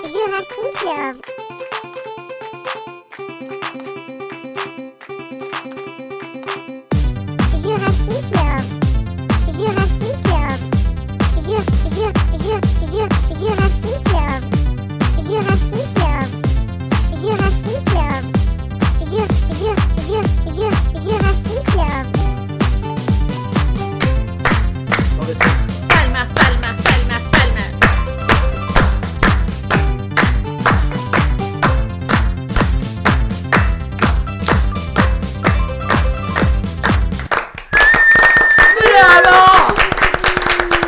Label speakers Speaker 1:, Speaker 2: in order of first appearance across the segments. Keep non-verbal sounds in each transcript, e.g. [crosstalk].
Speaker 1: ejercicio. Ejercicio. Ejercicio. Ejer- ejer- ejer- ejer- ejercicio. Ejercicio. Ejercicio. Ejer- ejer- ejer- ejer- ejercicio.
Speaker 2: Palmas, palmas, palmas, palmas.
Speaker 3: ¡Bravo!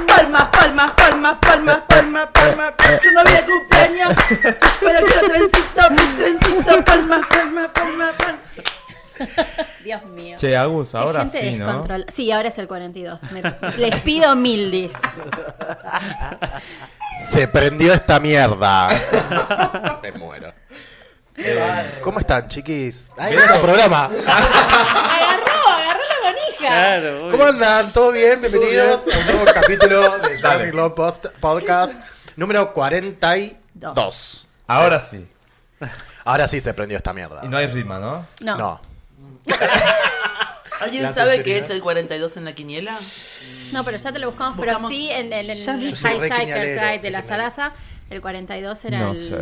Speaker 3: Palmas, palmas, palmas, palmas, palmas, palmas. Yo no había cumpleaños, pero quiero trencito, mi trencito. Palmas, palmas, palmas, palmas.
Speaker 2: Dios mío.
Speaker 4: Che, Agus,
Speaker 2: Qué
Speaker 4: ahora
Speaker 2: gente
Speaker 4: sí, ¿no?
Speaker 2: descontrol- Sí, ahora es el 42. Me- Les pido [laughs] mildis.
Speaker 5: Se prendió esta
Speaker 4: [laughs]
Speaker 5: mierda. Me muero. Eh, ¿Cómo están, chiquis? Bienvenidos al programa.
Speaker 2: Agarró, agarró la manija.
Speaker 6: Claro,
Speaker 5: ¿Cómo andan? ¿Todo bien? Bienvenidos a un
Speaker 4: [laughs]
Speaker 5: nuevo capítulo de Jurassic World Post- Podcast número 42.
Speaker 4: Ahora sí.
Speaker 5: Ahora sí se prendió esta mierda.
Speaker 4: Y no hay rima, ¿no?
Speaker 2: No. no,
Speaker 5: No.
Speaker 3: ¿Alguien
Speaker 5: La
Speaker 3: sabe
Speaker 5: sinceridad.
Speaker 3: qué es el 42 en la quiniela?
Speaker 2: pero ya te lo buscamos. Pero
Speaker 3: Buscamos-
Speaker 2: sí, en, en- en
Speaker 3: Ya
Speaker 2: el
Speaker 3: vi.
Speaker 5: Yo soy re
Speaker 2: Hitchhiker's
Speaker 5: quinialero,
Speaker 2: Guide de la
Speaker 5: quinialero.
Speaker 2: Sarasa, el 42 era
Speaker 4: No
Speaker 2: el
Speaker 4: sé.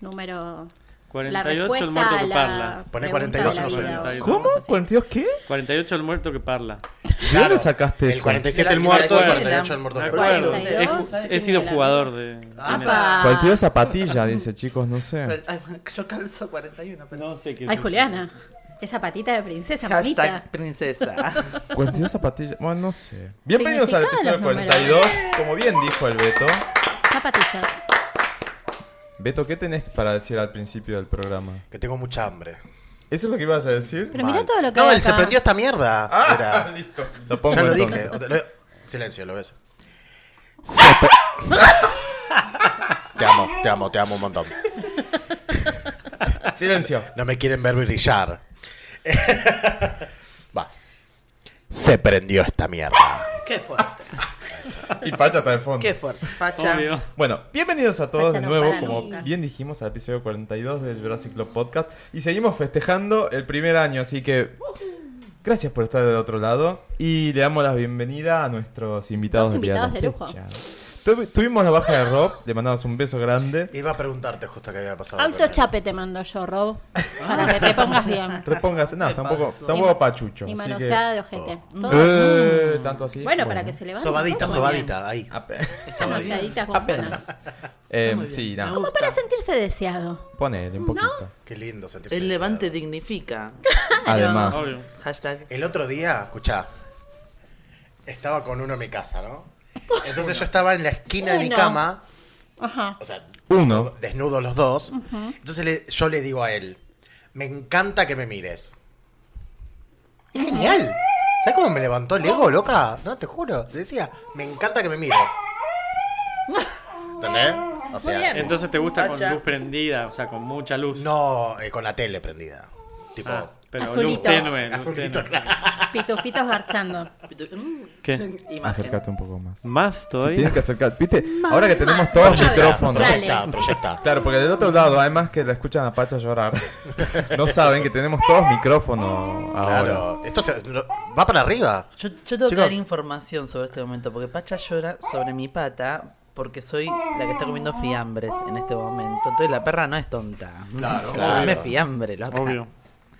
Speaker 2: número. la
Speaker 6: 48
Speaker 2: respuesta
Speaker 6: el muerto
Speaker 2: a
Speaker 6: que
Speaker 2: la
Speaker 6: parla.
Speaker 5: Poné
Speaker 2: pregunta de
Speaker 5: 42
Speaker 2: la
Speaker 5: en los
Speaker 2: vida,
Speaker 6: sueños.
Speaker 2: o
Speaker 4: ¿Cómo?
Speaker 2: cosas así.
Speaker 4: ¿42 qué?
Speaker 6: 48 el muerto que parla.
Speaker 4: ¿De dónde sacaste
Speaker 5: El
Speaker 4: eso?
Speaker 5: 47
Speaker 3: De
Speaker 5: el
Speaker 3: la
Speaker 5: muerto, el
Speaker 3: quiniela.
Speaker 5: 48 el muerto.
Speaker 6: Me
Speaker 5: que
Speaker 2: parla.
Speaker 6: acuerdo.
Speaker 2: 42,
Speaker 6: He-
Speaker 3: ¿sabe
Speaker 6: He, sido
Speaker 2: quién era?
Speaker 6: jugador de.
Speaker 2: Apa.
Speaker 4: 42 zapatilla, dice, chicos, no sé. [laughs]
Speaker 3: Ay, bueno, Yo calzo 41, pero...
Speaker 6: No sé qué es
Speaker 2: Ay,
Speaker 6: eso.
Speaker 2: Juliana. Esa patita de princesa, mamita.
Speaker 3: Hashtag princesa. [laughs]
Speaker 4: 42 zapatilla, bueno, no sé. Bienvenidos al
Speaker 2: Significado
Speaker 4: episodio
Speaker 2: de los números.
Speaker 4: 42, como bien dijo el Beto.
Speaker 2: Zapatillas.
Speaker 4: Beto, ¿qué tenés para decir al principio del programa?
Speaker 5: Que tengo mucha hambre.
Speaker 4: ¿Eso es lo que ibas a decir?
Speaker 2: Pero mirá
Speaker 5: Mal.
Speaker 2: todo lo que
Speaker 5: No,
Speaker 2: hay
Speaker 5: él se
Speaker 2: acá.
Speaker 5: prendió esta mierda.
Speaker 4: Ah,
Speaker 5: Era.
Speaker 4: listo. Lo pongo
Speaker 5: Ya lo
Speaker 4: entonces.
Speaker 5: dije. o sea, lo- Silencio, lo ves. Se pe- [laughs] te amo, te amo, te amo un montón.
Speaker 4: Silencio.
Speaker 5: No me quieren ver brillar. [laughs] Va. Se prendió esta mierda.
Speaker 3: Qué fuerte,
Speaker 4: Y Pacha está de fondo.
Speaker 3: qué fuerte. Facha.
Speaker 6: Obvio.
Speaker 4: Bueno, bienvenidos a todos
Speaker 2: Pacha
Speaker 4: de
Speaker 2: no
Speaker 4: nuevo,
Speaker 2: para
Speaker 4: como
Speaker 2: nunca.
Speaker 4: bien dijimos, al episodio 42 del Jurassic Club Podcast. Y seguimos festejando el primer año, así que gracias por estar del otro lado. Y le damos la bienvenida a nuestros invitados,
Speaker 2: Dos
Speaker 4: del día
Speaker 2: invitados
Speaker 4: la
Speaker 2: de lujo.
Speaker 4: fecha. Tuvi- tuvimos la baja de Rob, le mandamos un beso grande.
Speaker 5: Iba a preguntarte justo qué había pasado.
Speaker 2: Alto
Speaker 5: pero-
Speaker 2: chape te mando yo, Rob. Para que te pongas
Speaker 4: [laughs]
Speaker 2: bien.
Speaker 4: Repóngase, no,
Speaker 3: ¿Qué
Speaker 4: tampoco,
Speaker 3: pasó?
Speaker 2: Y-
Speaker 4: tampoco pachucho.
Speaker 2: Y
Speaker 4: así que- Oh.
Speaker 2: manoseada de ojete. Todo Mm.
Speaker 4: Eh, tanto así.
Speaker 2: Bueno, para que se levante.
Speaker 5: Sobadita, sobadita, ahí.
Speaker 2: [laughs] Esas manoseaditas bombonas.
Speaker 4: Eh,
Speaker 3: Muy bien,
Speaker 4: sí,
Speaker 3: me
Speaker 4: nada.
Speaker 2: Como
Speaker 3: gusta.
Speaker 2: para sentirse deseado.
Speaker 4: Ponele un poquito.
Speaker 5: Qué lindo sentirse.
Speaker 3: El levante
Speaker 5: deseado.
Speaker 3: dignifica.
Speaker 4: Además.
Speaker 6: Obvio.
Speaker 3: Hashtag.
Speaker 5: El otro día, escuchá. Estaba con uno en mi
Speaker 2: [laughs]
Speaker 5: casa, ¿no? Entonces yo estaba en la esquina de mi
Speaker 2: Uno.
Speaker 5: cama.
Speaker 2: Ajá.
Speaker 5: O sea,
Speaker 4: Uno.
Speaker 5: desnudos los dos. Entonces le- yo le digo a él, me encanta que me mires. Y genial. ¿Sabes cómo me levantó el ego, loca? No, te juro. Decía, me encanta que me mires. ¿Entendés? O sea,
Speaker 2: bien.
Speaker 5: sí.
Speaker 6: Entonces te gusta con
Speaker 3: Facha.
Speaker 6: luz prendida, o sea, con mucha luz.
Speaker 5: no eh, con la tele prendida. Tipo,
Speaker 6: Ah, pero
Speaker 2: Azulito.
Speaker 6: luz tenue. luz
Speaker 5: azulito,
Speaker 6: tenue.
Speaker 5: claro.
Speaker 2: Pitufitos garchando.
Speaker 6: ¿Qué?
Speaker 3: Imagen.
Speaker 4: Acércate un poco más.
Speaker 6: ¿Más
Speaker 4: Si
Speaker 6: todavía?
Speaker 4: tienes que acercar. Viste, ahora que tenemos todos micrófonos.
Speaker 5: Proyecta, proyecta.
Speaker 4: Claro, porque del otro lado, además que la escuchan a Pacha llorar, no saben que tenemos todos micrófonos ahora.
Speaker 5: Claro. Esto se- no- va para arriba.
Speaker 3: Yo, yo tengo que
Speaker 5: Chicos.
Speaker 3: dar información sobre este momento, porque Pacha llora sobre mi pata, porque soy la que está comiendo fiambres en este momento. Entonces la perra no es tonta. Claro, Dame fiambre, loca.
Speaker 6: Obvio.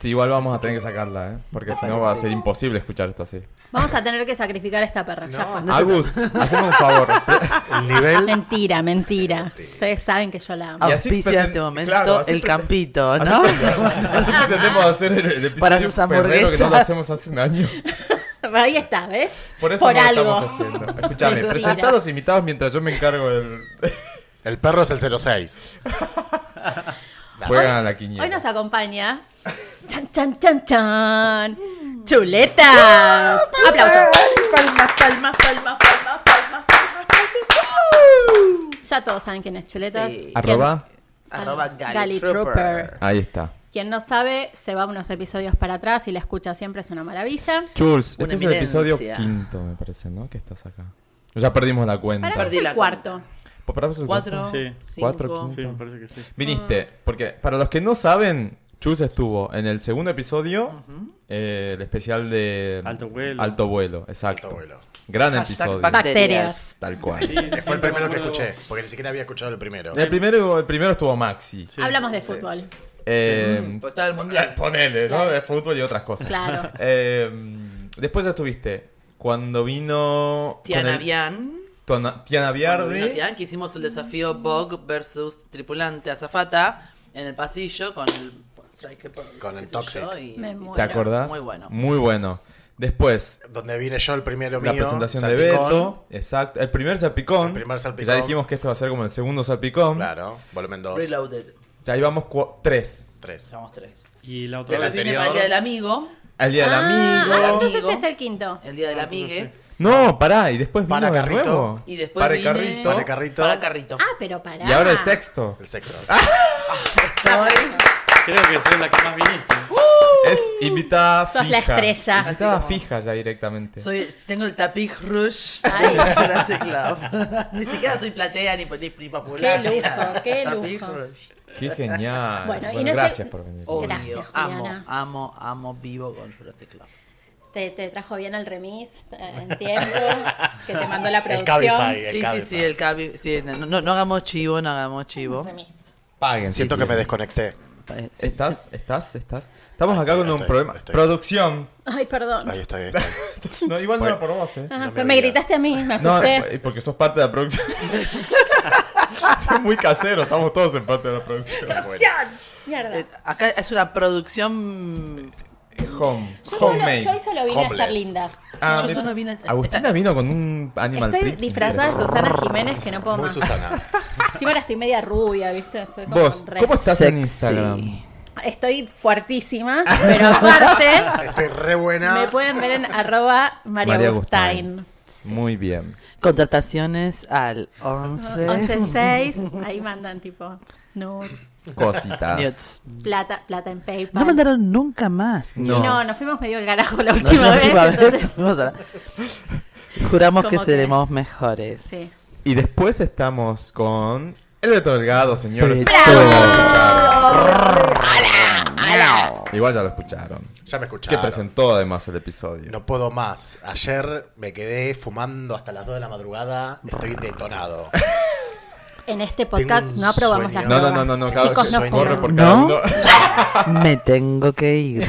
Speaker 4: Sí, igual vamos a tener que sacarla, ¿eh? Porque si no va a ser imposible escuchar esto así.
Speaker 2: Vamos a tener que sacrificar a esta perra. Ya fue.
Speaker 4: Agus, hacemos un favor.
Speaker 5: El nivel.
Speaker 2: Mentira, mentira. Ustedes saben que yo la amo.
Speaker 4: Y así
Speaker 3: Auspicia
Speaker 4: preten-
Speaker 3: este momento
Speaker 4: claro, así
Speaker 3: el
Speaker 4: preten-
Speaker 3: campito,
Speaker 4: Así,
Speaker 3: ¿no?
Speaker 4: así pretendemos hacer el, el episodio
Speaker 3: Para sus
Speaker 4: perrero que no lo
Speaker 3: hamburguesas.
Speaker 4: hacemos hace un año.
Speaker 2: Ahí está, ¿ves?
Speaker 4: Por eso no
Speaker 2: algo.
Speaker 4: lo estamos haciendo. Escuchame,
Speaker 2: Mentira.
Speaker 4: presentá a los invitados mientras yo me encargo del.
Speaker 5: El perro es el 06.
Speaker 4: Juegan a la quiniela.
Speaker 2: Hoy nos acompaña. Chan, chan, chan, chan. Chuletas. Aplausos.
Speaker 3: Palmas, palmas, palmas, palmas, palmas.
Speaker 2: Ya todos saben quién es Chuletas.
Speaker 3: Sí.
Speaker 4: Arroba.
Speaker 3: Arroba Gali,
Speaker 2: Gali
Speaker 3: Trooper.
Speaker 2: Trooper.
Speaker 4: Ahí está.
Speaker 2: Quien no sabe, se va unos episodios para atrás y la escucha siempre, es una maravilla.
Speaker 4: Jules,
Speaker 3: Una
Speaker 4: este es el episodio
Speaker 3: eminencia.
Speaker 4: quinto, me parece, ¿no? Que estás acá. Ya perdimos la cuenta.
Speaker 2: Para mí es
Speaker 3: Perdí
Speaker 2: el
Speaker 3: la
Speaker 2: cuarto.
Speaker 4: ¿Para eso
Speaker 7: Cuatro,
Speaker 6: Sí.
Speaker 7: cinco.
Speaker 4: Cuatro,
Speaker 6: Sí, me parece que sí.
Speaker 4: Viniste, porque para los que no saben, Chus estuvo en el segundo episodio, eh, el especial de
Speaker 6: Alto vuelo.
Speaker 4: Alto Vuelo, exacto.
Speaker 5: Alto vuelo.
Speaker 4: Gran
Speaker 7: Hashtag
Speaker 4: episodio.
Speaker 2: Bacterias.
Speaker 7: bacterias.
Speaker 4: Tal cual.
Speaker 6: Sí, sí, sí,
Speaker 5: Fue el primero que
Speaker 6: me acuerdo.
Speaker 5: escuché, porque ni siquiera había escuchado el primero.
Speaker 4: El primero, el primero estuvo Maxi.
Speaker 6: Sí,
Speaker 2: Hablamos
Speaker 6: sí,
Speaker 2: de
Speaker 6: sí.
Speaker 2: fútbol.
Speaker 4: Eh,
Speaker 7: Mm, pues estaba el mundial.
Speaker 4: Ponele, ¿no?
Speaker 2: Claro.
Speaker 4: De fútbol y otras cosas. [laughs]
Speaker 2: Claro.
Speaker 4: Eh, después estuviste cuando vino. con
Speaker 7: Tiana
Speaker 4: el-
Speaker 7: Bian.
Speaker 4: Tuana- Tiana
Speaker 7: Cuando vino
Speaker 4: Biardi.
Speaker 7: Tian, que hicimos el desafío Bog versus tripulante azafata en el pasillo con el Striker Pose,
Speaker 5: Con
Speaker 7: qué
Speaker 5: el
Speaker 7: sé
Speaker 5: Toxic.
Speaker 7: yo, y-
Speaker 2: Me
Speaker 7: y
Speaker 2: muero.
Speaker 4: ¿Te
Speaker 7: era
Speaker 4: acordás?
Speaker 7: Muy bueno.
Speaker 4: Muy bueno. Después,
Speaker 5: Donde vine yo el primero
Speaker 4: la
Speaker 5: mío.
Speaker 4: presentación de
Speaker 5: Salpicón.
Speaker 4: Beto. Exacto. El primer salpicón.
Speaker 5: El primer
Speaker 4: que Ya
Speaker 5: salpicón.
Speaker 4: dijimos que este va a ser como el segundo salpicón.
Speaker 5: Claro, volumen 2.
Speaker 7: Reloaded.
Speaker 4: Ya ahí vamos cu- tres.
Speaker 5: 3.
Speaker 7: Somos tres.
Speaker 6: Y la otra
Speaker 5: Del
Speaker 7: Pero vine
Speaker 6: vez.
Speaker 7: para el
Speaker 5: anterior.
Speaker 7: día del amigo.
Speaker 4: Al día del
Speaker 2: Ah,
Speaker 4: amigo.
Speaker 2: entonces
Speaker 7: Amigo.
Speaker 2: es el quinto.
Speaker 7: El día del
Speaker 6: Ah, entonces
Speaker 7: amigo.
Speaker 4: No, pará. Y después vino
Speaker 5: Para
Speaker 4: de
Speaker 5: Carrito.
Speaker 4: nuevo.
Speaker 7: Y después
Speaker 4: Para el
Speaker 7: vine-
Speaker 4: carrito.
Speaker 5: Para el carrito.
Speaker 7: Para carrito.
Speaker 2: Ah, pero para.
Speaker 4: Y ahora el sexto.
Speaker 5: El sexto.
Speaker 4: Ah,
Speaker 2: Ah,
Speaker 6: Creo que soy la que más viniste.
Speaker 4: Es invitada
Speaker 2: Sos
Speaker 4: fija.
Speaker 2: la estrella.
Speaker 4: Invitada
Speaker 7: Así como-
Speaker 4: fija ya directamente.
Speaker 7: Soy, tengo el tapiz rush del Jurassic Club. [laughs] ni siquiera soy platea ni, ni, ni popular.
Speaker 2: Qué
Speaker 7: ni nada.
Speaker 2: lujo, qué
Speaker 7: Tapiz
Speaker 2: lujo.
Speaker 7: rush.
Speaker 4: Qué genial.
Speaker 2: Bueno,
Speaker 4: Bueno,
Speaker 2: y no sé-
Speaker 4: gracias por venir.
Speaker 7: Obvio.
Speaker 2: Gracias,
Speaker 7: amo,
Speaker 2: Juliana.
Speaker 7: amo, amo vivo con Jurassic Club.
Speaker 2: Te, te trajo bien al remis eh, en tiempo, que te mandó la
Speaker 5: [laughs]
Speaker 2: producción.
Speaker 5: El Cabify.
Speaker 7: Sí, sí,
Speaker 5: Cabify.
Speaker 7: sí, el cabi. sí, no, no, no hagamos chivo, no hagamos chivo.
Speaker 2: Remis.
Speaker 4: Paguen.
Speaker 5: Siento
Speaker 4: sí,
Speaker 5: que
Speaker 4: sí,
Speaker 5: me
Speaker 4: sí.
Speaker 5: desconecté.
Speaker 7: Eh, sí,
Speaker 4: Estás, estás, estás. Estamos acá
Speaker 5: Estoy,
Speaker 4: con un
Speaker 5: estoy,
Speaker 4: problema.
Speaker 5: estoy.
Speaker 4: Producción. [laughs]
Speaker 2: Ay, perdón.
Speaker 5: Ahí estoy, ahí estoy.
Speaker 4: No, igual no
Speaker 5: Bueno.
Speaker 4: era por vos, eh.
Speaker 2: Ajá,
Speaker 5: no me
Speaker 2: pero me
Speaker 5: había-
Speaker 2: gritaste a mí, me
Speaker 4: No,
Speaker 2: asusté.
Speaker 4: eh, porque sos parte de la producción. [laughs] Estoy muy casero, estamos todos en parte de la producción.
Speaker 2: ¡Producción! Mierda.
Speaker 7: Eh, Acá es una producción.
Speaker 4: Home.
Speaker 2: Yo solo,
Speaker 4: Homemade.
Speaker 2: yo hoy solo vine a estar
Speaker 5: Homeless.
Speaker 2: linda.
Speaker 4: Ah,
Speaker 7: yo
Speaker 4: de-
Speaker 7: solo vine-
Speaker 4: Agustina vino con un animal
Speaker 2: Estoy
Speaker 4: print.
Speaker 2: disfrazada de Susana Jiménez que no puedo
Speaker 5: [laughs] Muy
Speaker 2: más.
Speaker 5: Susana.
Speaker 2: Encima ahora estoy media rubia, ¿viste? Estoy como
Speaker 4: Vos,
Speaker 2: re-
Speaker 4: ¿cómo estás en
Speaker 7: sexy.
Speaker 4: Instagram?
Speaker 2: Estoy fuertísima, pero
Speaker 6: [laughs]
Speaker 2: aparte
Speaker 5: Estoy re buena.
Speaker 2: me pueden ver en arroba María
Speaker 4: María
Speaker 2: Agustain.
Speaker 4: Muy bien.
Speaker 7: Contrataciones al 11.
Speaker 2: 11.6, ahí mandan tipo nudes,
Speaker 4: Cositas.
Speaker 7: Nudes.
Speaker 2: plata, plata en PayPal.
Speaker 7: No mandaron nunca más.
Speaker 2: Y no,
Speaker 4: No.
Speaker 2: nos fuimos medio el carajo la
Speaker 7: No,
Speaker 2: última
Speaker 7: no,
Speaker 2: vez,
Speaker 7: iba a ver,
Speaker 2: entonces
Speaker 7: vamos a- Juramos que
Speaker 2: Como que-
Speaker 7: seremos mejores.
Speaker 2: sí.
Speaker 4: Y después estamos con el Beto Delgado, señores. Igual ya lo escucharon.
Speaker 5: Ya me
Speaker 4: Que
Speaker 5: escucharon.
Speaker 4: presentó además el episodio.
Speaker 5: No puedo más. Ayer me quedé fumando hasta las 2 de la madrugada. Estoy
Speaker 2: [laughs]
Speaker 5: detonado.
Speaker 2: En este podcast
Speaker 5: un
Speaker 2: no aprobamos las
Speaker 5: sueño.
Speaker 4: no, no,
Speaker 2: drogas.
Speaker 4: no, no, no, claro,
Speaker 2: Chicos,
Speaker 4: que
Speaker 2: no
Speaker 5: sueño.
Speaker 2: fuman.
Speaker 4: corre por cada
Speaker 7: ¿No?
Speaker 4: uno.
Speaker 7: Me tengo que ir.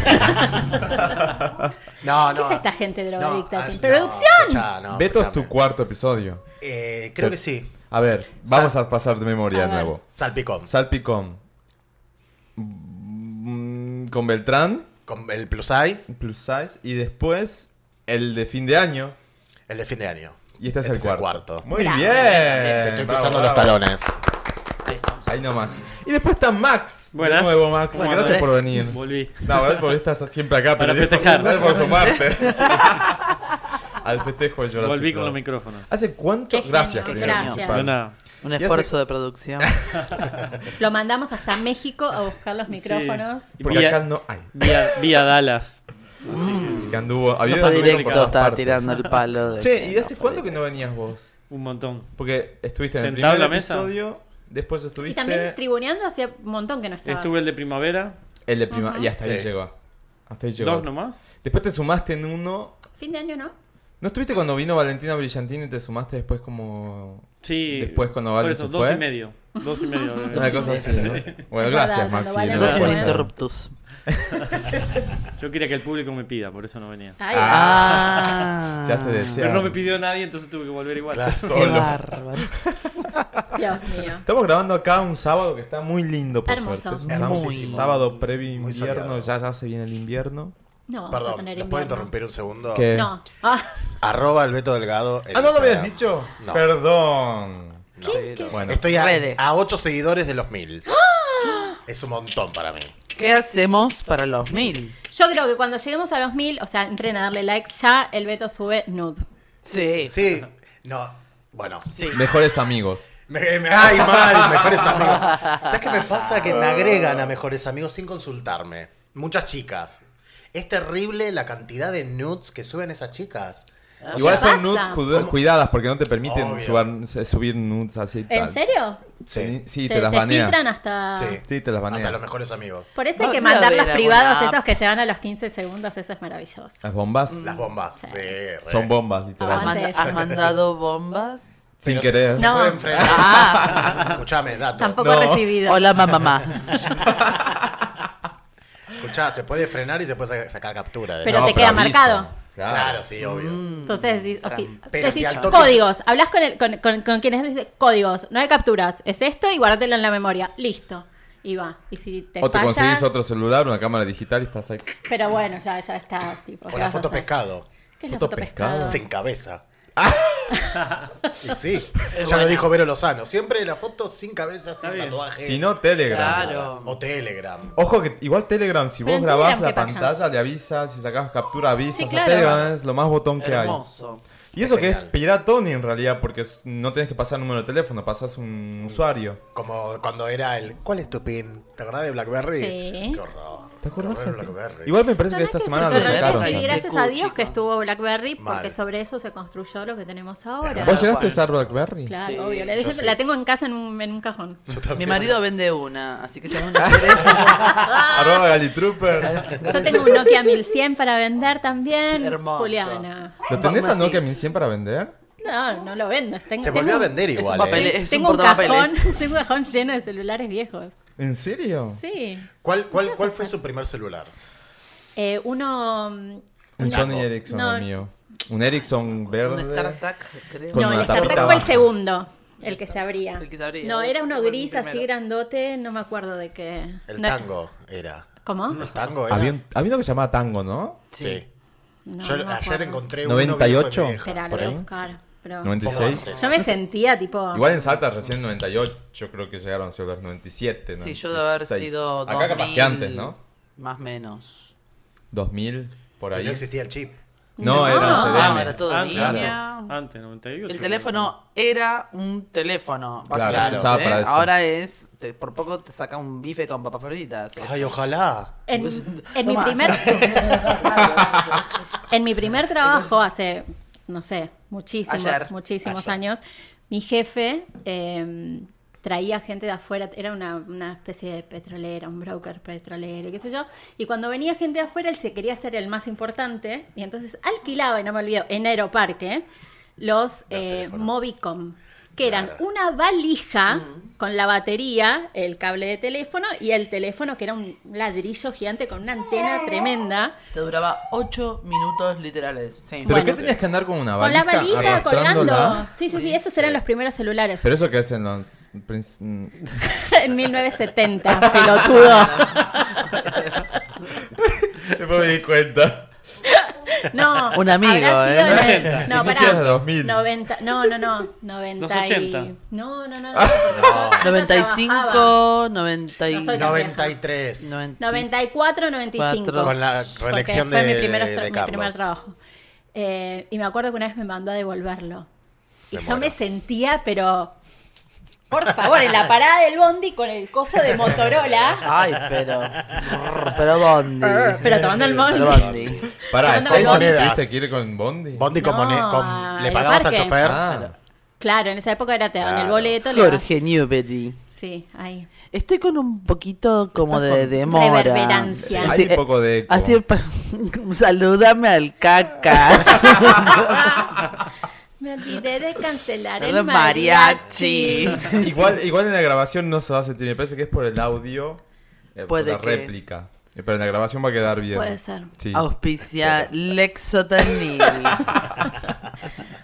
Speaker 5: No,
Speaker 2: ¿Qué
Speaker 5: no.
Speaker 2: es esta gente drogadicta
Speaker 5: ay,
Speaker 2: aquí? ¡Producción!
Speaker 5: escuchá, no,
Speaker 4: Beto es
Speaker 5: escuchame.
Speaker 4: tu cuarto episodio.
Speaker 5: Eh, creo que sí.
Speaker 4: A ver, vamos a pasar de memoria
Speaker 2: A
Speaker 4: de
Speaker 2: ver.
Speaker 4: nuevo.
Speaker 5: Salpicón.
Speaker 4: Salpicón. Mm, Con Beltrán,
Speaker 5: Con el plus size,
Speaker 4: plus size. Y después el de fin de año.
Speaker 5: el de fin de año.
Speaker 4: Y este es el
Speaker 5: Este
Speaker 4: cuarto. Muy
Speaker 2: Bravo.
Speaker 4: bien.
Speaker 5: Te estoy
Speaker 4: Bravo,
Speaker 5: pisando
Speaker 4: bravo.
Speaker 5: los talones.
Speaker 4: Ahí nomás. Y después está Max.
Speaker 6: Buenas.
Speaker 4: De nuevo, Max.
Speaker 6: Buenas.
Speaker 4: Gracias por venir.
Speaker 6: Volví.
Speaker 4: No, verdad porque estás siempre acá,
Speaker 6: Para
Speaker 4: pero digo,
Speaker 6: festejar.
Speaker 4: gracias por sumarte. Sí. Al festejo de Jurassic
Speaker 6: Volví con
Speaker 4: World.
Speaker 6: los micrófonos.
Speaker 4: ¿Hace cuánto?
Speaker 2: Qué
Speaker 4: gracias,
Speaker 2: genio,
Speaker 4: primero
Speaker 2: gracias.
Speaker 6: De
Speaker 4: principal.
Speaker 6: nada.
Speaker 7: Un
Speaker 4: hace-
Speaker 7: esfuerzo de producción.
Speaker 2: Lo mandamos hasta México a buscar los micrófonos.
Speaker 6: Sí.
Speaker 4: Porque
Speaker 6: Vía-
Speaker 4: acá no hay.
Speaker 6: Vía, vía Dallas.
Speaker 4: Así que anduvo.
Speaker 7: No
Speaker 4: Había
Speaker 7: fue
Speaker 4: anduvo por
Speaker 7: directo,
Speaker 4: todas
Speaker 7: estaba
Speaker 4: partes.
Speaker 7: tirando el palo. De
Speaker 4: Che, ¿y
Speaker 7: no
Speaker 4: hace
Speaker 7: fue
Speaker 4: cuánto que
Speaker 7: directo.
Speaker 4: no venías vos?
Speaker 6: Un montón.
Speaker 4: Porque estuviste en el
Speaker 6: ¿Sentado
Speaker 4: primer
Speaker 6: en la mesa?
Speaker 4: episodio, después
Speaker 2: Y
Speaker 4: estuviste
Speaker 2: también tribuneando hacía un montón que no estabas.
Speaker 6: Estuve el de primavera.
Speaker 4: el de prima y hasta ahí
Speaker 5: Sí.
Speaker 4: llegó. Hasta ahí llegó.
Speaker 6: Dos nomás.
Speaker 4: Después te sumaste en uno.
Speaker 2: Fin de año, ¿no?
Speaker 4: ¿No estuviste cuando vino Valentina Brillantini y te sumaste después como
Speaker 6: Sí.
Speaker 4: Después, cuando
Speaker 6: Por
Speaker 4: Valen
Speaker 6: eso,
Speaker 4: se
Speaker 6: dos
Speaker 4: fue.
Speaker 6: y medio. Dos y medio.
Speaker 4: [laughs]
Speaker 6: eh.
Speaker 4: Una cosa así. ¿no? Bueno,
Speaker 2: Es
Speaker 4: gracias,
Speaker 2: verdad, cuando
Speaker 4: Maxi.
Speaker 2: vale
Speaker 4: de
Speaker 2: la
Speaker 7: No es
Speaker 4: verdad.
Speaker 7: un
Speaker 2: Bueno.
Speaker 7: interruptus.
Speaker 6: [laughs] Yo quería que el público me pida, por eso no venía.
Speaker 2: Ay,
Speaker 7: Ah,
Speaker 4: Ya se decía.
Speaker 6: Pero no me pidió nadie, entonces tuve que volver igual. [laughs]
Speaker 5: Claro.
Speaker 7: qué
Speaker 4: Solo.
Speaker 7: bárbaro.
Speaker 2: Dios mío.
Speaker 4: Estamos grabando acá un sábado que está muy lindo, por
Speaker 2: Hermoso.
Speaker 4: suerte. Es un
Speaker 5: Hermosísimo.
Speaker 4: sábado previo
Speaker 5: Muy soleado.
Speaker 4: invierno, ya, ya se viene el invierno.
Speaker 2: No, vamos a
Speaker 5: Perdón,
Speaker 2: tener
Speaker 5: ¿nos
Speaker 2: invierno.
Speaker 5: puedo interrumpir un segundo?
Speaker 4: ¿Qué?
Speaker 2: No. Ah,
Speaker 5: Arroba Albeto Delgado. en
Speaker 4: Ah, no lo habías
Speaker 5: Instagram.
Speaker 4: dicho.
Speaker 5: No.
Speaker 4: Perdón.
Speaker 2: ¿qué? ¿Qué?
Speaker 4: Bueno,
Speaker 5: Estoy a,
Speaker 7: Redes.
Speaker 5: a 8 seguidores de los 1000. Es un montón para mí.
Speaker 7: ¿Qué hacemos para los mil?
Speaker 2: Yo creo que cuando lleguemos a los mil, o sea, entren a darle likes, ya el Beto sube nude.
Speaker 7: Sí.
Speaker 5: Sí, no. Bueno,
Speaker 4: mejores amigos.
Speaker 5: Me, me-
Speaker 4: [laughs]
Speaker 5: ay, mal, mejores amigos. ¿Sabes qué me pasa? Que me agregan
Speaker 4: Ah.
Speaker 5: a mejores amigos sin consultarme. Muchas chicas. Es terrible la cantidad de nudes que suben esas chicas.
Speaker 4: Igual
Speaker 2: sea,
Speaker 4: son nudes
Speaker 2: pasa.
Speaker 4: cuida- cuidadas porque no te permiten
Speaker 5: Obvio.
Speaker 4: subar- se- subir nudes así. y
Speaker 2: ¿En
Speaker 4: tal.
Speaker 2: serio?
Speaker 4: Sí,
Speaker 5: Sí.
Speaker 4: sí, te,
Speaker 2: te,
Speaker 4: las
Speaker 2: te
Speaker 4: banean.
Speaker 2: filtran hasta...
Speaker 5: Sí.
Speaker 4: Sí, te las
Speaker 5: Hasta los
Speaker 4: banean.
Speaker 5: mejores amigos.
Speaker 2: Por eso hay que
Speaker 3: Debe
Speaker 2: mandar
Speaker 3: haber
Speaker 2: las
Speaker 3: alguna
Speaker 2: privados,
Speaker 3: app.
Speaker 2: esos que se van a los 15 segundos, eso es maravilloso.
Speaker 4: Las bombas
Speaker 5: Las bombas. Sí, re.
Speaker 4: son bombas,
Speaker 3: ¿Has,
Speaker 4: literal.
Speaker 2: Aguante.
Speaker 3: manda- has
Speaker 2: Antes.
Speaker 3: mandado bombas?
Speaker 4: Sin
Speaker 5: Pero
Speaker 4: querer.
Speaker 5: Se
Speaker 2: Ah, No.
Speaker 5: pueden frenar.
Speaker 3: Ah,
Speaker 5: Escuchame, dato.
Speaker 2: Tampoco
Speaker 4: No.
Speaker 2: he recibido.
Speaker 3: hola mamá.
Speaker 4: [laughs]
Speaker 3: mamá.
Speaker 5: Escuchá, se puede frenar y se puede sa- sacar captura. de
Speaker 2: Pero
Speaker 5: nuevo.
Speaker 2: te queda Mm.
Speaker 4: avisan.
Speaker 2: marcado.
Speaker 5: Claro, sí, obvio.
Speaker 2: Entonces decís, ok,
Speaker 5: Pero si
Speaker 2: decís,
Speaker 5: al toque-
Speaker 2: códigos, hablas con, el- con, con, con quienes dicen códigos, no hay capturas, es esto y guárdatelo en la memoria, listo. Y va. Y si te
Speaker 4: O te
Speaker 2: falla,
Speaker 4: conseguís otro celular, una cámara digital y estás ahí.
Speaker 2: pero bueno, ya, ya está. Tipo,
Speaker 5: O
Speaker 2: ¿qué
Speaker 5: la
Speaker 2: vas a
Speaker 5: foto
Speaker 2: hacer?
Speaker 5: pescado.
Speaker 2: ¿Qué es la
Speaker 4: Foto
Speaker 2: foto
Speaker 4: pescado.
Speaker 2: pescado?
Speaker 5: Sin cabeza.
Speaker 4: Ah.
Speaker 5: [laughs] Y sí, ya lo dijo Vero Lozano. Siempre la foto sin cabeza, sin
Speaker 6: bien.
Speaker 5: tatuajes.
Speaker 4: Si no, Telegram.
Speaker 3: Claro.
Speaker 5: o Telegram.
Speaker 4: Ojo que igual Telegram, si
Speaker 2: Pero
Speaker 4: vos
Speaker 2: en
Speaker 4: grabás
Speaker 2: Telegram,
Speaker 4: la
Speaker 2: ¿qué pasa?
Speaker 4: pantalla, le avisas, si sacás captura, avisas.
Speaker 2: Sí,
Speaker 4: O sea,
Speaker 2: claro.
Speaker 4: Telegram es lo más botón que hay.
Speaker 3: Hermoso.
Speaker 4: Y eso que es
Speaker 5: Genial.
Speaker 4: piratón en realidad, porque es- no tenés que pasar número de teléfono, pasas un usuario.
Speaker 5: Como cuando era el ¿Cuál es tu pin? ¿Te acordás de Blackberry?
Speaker 2: Sí.
Speaker 5: Qué horror.
Speaker 4: ¿Te acordás?
Speaker 5: Qué horror
Speaker 4: Alfred?
Speaker 5: Blackberry.
Speaker 4: Igual me parece
Speaker 2: La
Speaker 4: que
Speaker 2: verdad
Speaker 4: esta
Speaker 2: que
Speaker 4: semana
Speaker 2: se
Speaker 4: lo
Speaker 3: sorprende
Speaker 4: sacaron.
Speaker 2: sorprende,
Speaker 4: ya.
Speaker 2: Y gracias a
Speaker 3: Secu,
Speaker 2: Dios que
Speaker 3: chicos.
Speaker 2: estuvo BlackBerry, porque
Speaker 5: Mal.
Speaker 2: sobre eso se construyó lo que tenemos ahora.
Speaker 4: ¿Vos llegaste a
Speaker 3: Bueno.
Speaker 4: usar Blackberry?
Speaker 2: Claro,
Speaker 3: Sí,
Speaker 2: obvio. La,
Speaker 5: yo
Speaker 2: dejé-
Speaker 5: sí.
Speaker 2: la tengo en casa en un, en un cajón.
Speaker 5: Yo también.
Speaker 3: Mi marido vende una, así que si
Speaker 4: [laughs]
Speaker 3: alguno quiere.
Speaker 4: Arroba Galitrooper.
Speaker 2: Yo tengo un Nokia 1100 para vender también.
Speaker 3: Hermoso.
Speaker 2: Juliana.
Speaker 4: ¿Lo tenés a
Speaker 3: Vamos
Speaker 4: Nokia
Speaker 3: así.
Speaker 4: 1100 para vender?
Speaker 2: No, no lo vendo. Tengo-
Speaker 5: Se volvió a
Speaker 2: tengo-
Speaker 5: vender
Speaker 3: Es un
Speaker 5: igual.
Speaker 3: papel-
Speaker 5: ¿eh?
Speaker 3: es un
Speaker 2: Tengo un, cajón, [laughs]
Speaker 3: portapapeles.
Speaker 2: tengo un cajón lleno de celulares viejos.
Speaker 4: ¿En serio?
Speaker 2: Sí.
Speaker 5: ¿Cuál, cuál, ¿Cuál fue su primer celular?
Speaker 2: Eh, uno. mm,
Speaker 4: Un
Speaker 2: una-
Speaker 4: Sony Ericsson
Speaker 2: no,
Speaker 4: el mío. Un Ericsson
Speaker 3: Un Star
Speaker 4: verde.
Speaker 3: Attack, creo.
Speaker 4: Con
Speaker 2: No, el
Speaker 4: una
Speaker 2: Star Trek
Speaker 4: tapita
Speaker 2: fue el
Speaker 4: abajo.
Speaker 2: segundo. El que se abría.
Speaker 3: El que se abría.
Speaker 2: No, era uno
Speaker 3: Fue el
Speaker 2: gris así
Speaker 3: primero.
Speaker 2: grandote, no me acuerdo de qué.
Speaker 5: El
Speaker 2: No-
Speaker 5: tango era.
Speaker 2: ¿Cómo?
Speaker 5: ¿El tango era?
Speaker 4: Había, un- había uno que se llamaba Tango, ¿no?
Speaker 5: Sí.
Speaker 2: No,
Speaker 5: Yo
Speaker 2: no me
Speaker 5: ayer
Speaker 2: acuerdo.
Speaker 5: encontré uno viejo de
Speaker 4: 98.
Speaker 5: mi vieja,
Speaker 2: Espera, lo
Speaker 5: por
Speaker 2: voy a
Speaker 5: ahí.
Speaker 2: buscar. Pero...
Speaker 4: 96.
Speaker 2: Yo me sentía tipo.
Speaker 4: Igual en Salta recién 98 creo que llegaron a ser los 97, ¿no?
Speaker 3: Sí, yo debo haber
Speaker 4: 96.
Speaker 3: sido.
Speaker 4: Acá capaz
Speaker 3: 2000,
Speaker 4: que antes, ¿no?
Speaker 3: Más menos.
Speaker 4: 2000, por
Speaker 5: Y
Speaker 4: ahí.
Speaker 5: no existía el chip.
Speaker 4: No,
Speaker 2: No.
Speaker 4: era el
Speaker 2: Ah,
Speaker 4: CDM.
Speaker 3: era todo
Speaker 6: antes,
Speaker 3: línea.
Speaker 6: antes, antes, 98.
Speaker 3: El teléfono era un teléfono. básicamente,
Speaker 5: se
Speaker 4: usaba para eso.
Speaker 3: Ahora es. te- por poco te saca un bife con papas fritas.
Speaker 5: Ay, ojalá.
Speaker 2: En, en mi
Speaker 3: Tomá. [laughs]
Speaker 2: primer, [laughs]
Speaker 7: [laughs]
Speaker 3: Claro.
Speaker 2: en mi primer trabajo, hace, no sé, muchísimos,
Speaker 3: Ayer.
Speaker 2: muchísimos
Speaker 3: Ayer.
Speaker 2: años, mi jefe eh, traía gente de afuera, era una, una especie de petrolera, un broker petrolero, qué sé yo, y cuando venía gente de afuera, él se quería ser el más importante, y entonces alquilaba, y no me olvido, en Aeroparque, los eh,
Speaker 5: teléfonos.
Speaker 2: Movicom, que eran una valija con la batería, el cable de teléfono y el teléfono que era un ladrillo gigante con una antena tremenda.
Speaker 3: Te duraba 8 minutos literales. Sí.
Speaker 4: ¿Pero
Speaker 2: Bueno.
Speaker 4: qué tenías que andar con una
Speaker 2: Con la
Speaker 4: valija?
Speaker 2: valija
Speaker 4: arrastrándola?
Speaker 2: colgando. Sí, sí, sí, esos eran los primeros celulares. [laughs]
Speaker 4: Pero eso que es en los... princ- mm,
Speaker 2: en 1970, pelotudo. [laughs]
Speaker 4: Después me di cuenta.
Speaker 2: No,
Speaker 3: Un amigo,
Speaker 2: habrá
Speaker 3: ¿eh?
Speaker 2: sido
Speaker 6: Los
Speaker 2: en el-
Speaker 6: 80.
Speaker 2: No,
Speaker 4: Ese
Speaker 2: pará.
Speaker 4: sí es de 2000.
Speaker 2: 90, no, no, no, 90
Speaker 6: Los 80.
Speaker 2: y... No, no, no. no, porque yo
Speaker 3: 95, 90 y-
Speaker 2: No soy tan vieja.
Speaker 5: 93.
Speaker 2: 94, 95.
Speaker 5: Con la reelección
Speaker 2: Porque fue
Speaker 5: de-
Speaker 2: mi primer,
Speaker 5: de
Speaker 2: mi
Speaker 5: Carlos.
Speaker 2: primer trabajo. Eh, y me acuerdo que una vez me mandó a devolverlo. Y
Speaker 5: Me
Speaker 2: yo me
Speaker 5: muero.
Speaker 2: sentía, pero. Por favor, en la parada del bondi con el coso de [laughs] Motorola.
Speaker 3: Ay, pero. Pero Bondi.
Speaker 2: Pero tomando el
Speaker 3: Pero
Speaker 2: bondi.
Speaker 3: Bondi.
Speaker 4: Pará,
Speaker 2: Andando
Speaker 4: ¿seis
Speaker 5: con
Speaker 4: años
Speaker 5: monedas.
Speaker 4: tuviste que ir con Bondi?
Speaker 5: Bondi con
Speaker 2: No,
Speaker 5: mone- con-
Speaker 2: al
Speaker 5: Le pagabas al
Speaker 2: parque.
Speaker 5: chofer.
Speaker 4: Ah,
Speaker 2: Claro, en esa época era te daban el
Speaker 5: Claro.
Speaker 2: boleto. le daban-
Speaker 3: Jorge Newbery.
Speaker 2: Sí, ahí.
Speaker 3: Estoy con un poquito como
Speaker 4: Estás
Speaker 3: de
Speaker 4: con
Speaker 3: demora.
Speaker 2: reverberancia.
Speaker 4: Hay un poco de eco.
Speaker 3: Estoy- [laughs] salúdame al cacas.
Speaker 2: Me olvidé de cancelar
Speaker 3: Todo
Speaker 2: el
Speaker 3: mariachi.
Speaker 2: mariachi.
Speaker 4: igual, igual en la grabación no se va a sentir, me parece que es por el audio, eh, por
Speaker 3: Puede
Speaker 4: la
Speaker 3: que-
Speaker 4: réplica. Eh, Pero en la grabación va a quedar bien.
Speaker 2: Puede ser.
Speaker 4: [laughs] Sí.
Speaker 3: [laughs] Auspicia Lexotanil.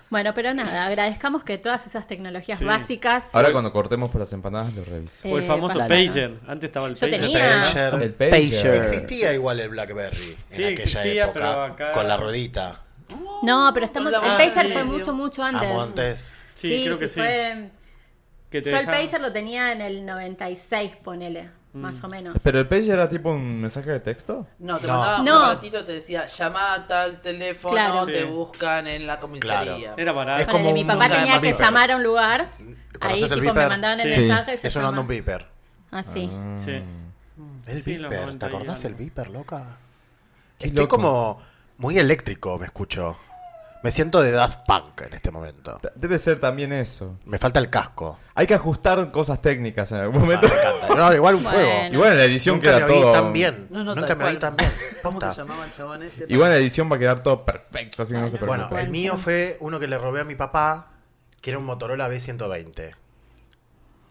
Speaker 2: Bueno, pero nada, agradezcamos que todas esas tecnologías
Speaker 6: Sí.
Speaker 2: básicas.
Speaker 4: Ahora cuando cortemos por las empanadas lo reviso.
Speaker 6: O el
Speaker 2: Eh,
Speaker 6: famoso
Speaker 2: basta.
Speaker 6: pager. Antes estaba el
Speaker 2: Yo
Speaker 6: pager.
Speaker 2: tenía.
Speaker 5: Pager.
Speaker 4: El
Speaker 3: Pager.
Speaker 4: pager.
Speaker 5: Existía igual el Blackberry
Speaker 6: Sí,
Speaker 5: en aquella
Speaker 6: existía,
Speaker 5: época.
Speaker 6: pero acá-
Speaker 5: Con la ruedita.
Speaker 2: No, pero estamos.
Speaker 3: Hola,
Speaker 2: El Pager
Speaker 6: sí,
Speaker 2: fue
Speaker 6: Dios.
Speaker 2: mucho, mucho
Speaker 5: Antes.
Speaker 2: antes.
Speaker 5: antes.
Speaker 6: Sí, creo que sí.
Speaker 2: fue-
Speaker 6: Que te
Speaker 2: Yo el
Speaker 6: dejaban-
Speaker 2: Pager lo tenía en el 96, ponele,
Speaker 6: Mm.
Speaker 2: más o menos.
Speaker 4: ¿Pero el pager era tipo un mensaje de texto?
Speaker 3: No, te
Speaker 5: No.
Speaker 3: mandaba
Speaker 2: No.
Speaker 3: un ratito, te decía, llamá a tal teléfono,
Speaker 2: Claro.
Speaker 3: te
Speaker 6: Sí.
Speaker 3: buscan en la comisaría.
Speaker 6: Era barato.
Speaker 5: Es como-
Speaker 2: Ponele, mi
Speaker 5: un-
Speaker 2: papá
Speaker 3: una
Speaker 2: tenía que
Speaker 5: beeper.
Speaker 2: llamar a un lugar. Ahí
Speaker 5: ¿Conoces el
Speaker 2: tipo, me
Speaker 5: beeper?
Speaker 2: mandaban el
Speaker 6: Sí.
Speaker 2: mensaje. yo
Speaker 5: Es un Ah.
Speaker 2: llamaba. Ah,
Speaker 5: un beeper.
Speaker 2: Así.
Speaker 6: Sí.
Speaker 5: El
Speaker 6: Sí,
Speaker 5: beeper.
Speaker 6: los
Speaker 5: ¿Te
Speaker 6: 90 y
Speaker 5: acordás
Speaker 6: algo.
Speaker 5: el beeper, loca?
Speaker 4: Qué
Speaker 5: Estoy
Speaker 4: loco.
Speaker 5: como muy eléctrico, me escucho. Me siento de Daft Punk en este momento.
Speaker 4: Ta- Debe ser también eso.
Speaker 5: Me falta el casco. Ah,
Speaker 4: Hay que ajustar cosas técnicas en algún momento.
Speaker 5: No, igual un
Speaker 2: Bueno.
Speaker 5: fuego.
Speaker 4: [laughs] Y bueno, la edición
Speaker 5: Nunca me
Speaker 4: queda
Speaker 5: oí
Speaker 4: todo.
Speaker 5: tan bien.
Speaker 3: No, no,
Speaker 5: Nunca
Speaker 3: tal
Speaker 5: me oí
Speaker 3: cual.
Speaker 5: tan bien.
Speaker 3: ¿Cómo te
Speaker 5: Posta.
Speaker 3: llamaba el chabón este?
Speaker 4: Igual la edición va a quedar todo perfecto, así que no se
Speaker 5: Bueno,
Speaker 4: preocupen.
Speaker 5: el mío fue uno que le robé a mi papá, que era un Motorola B120.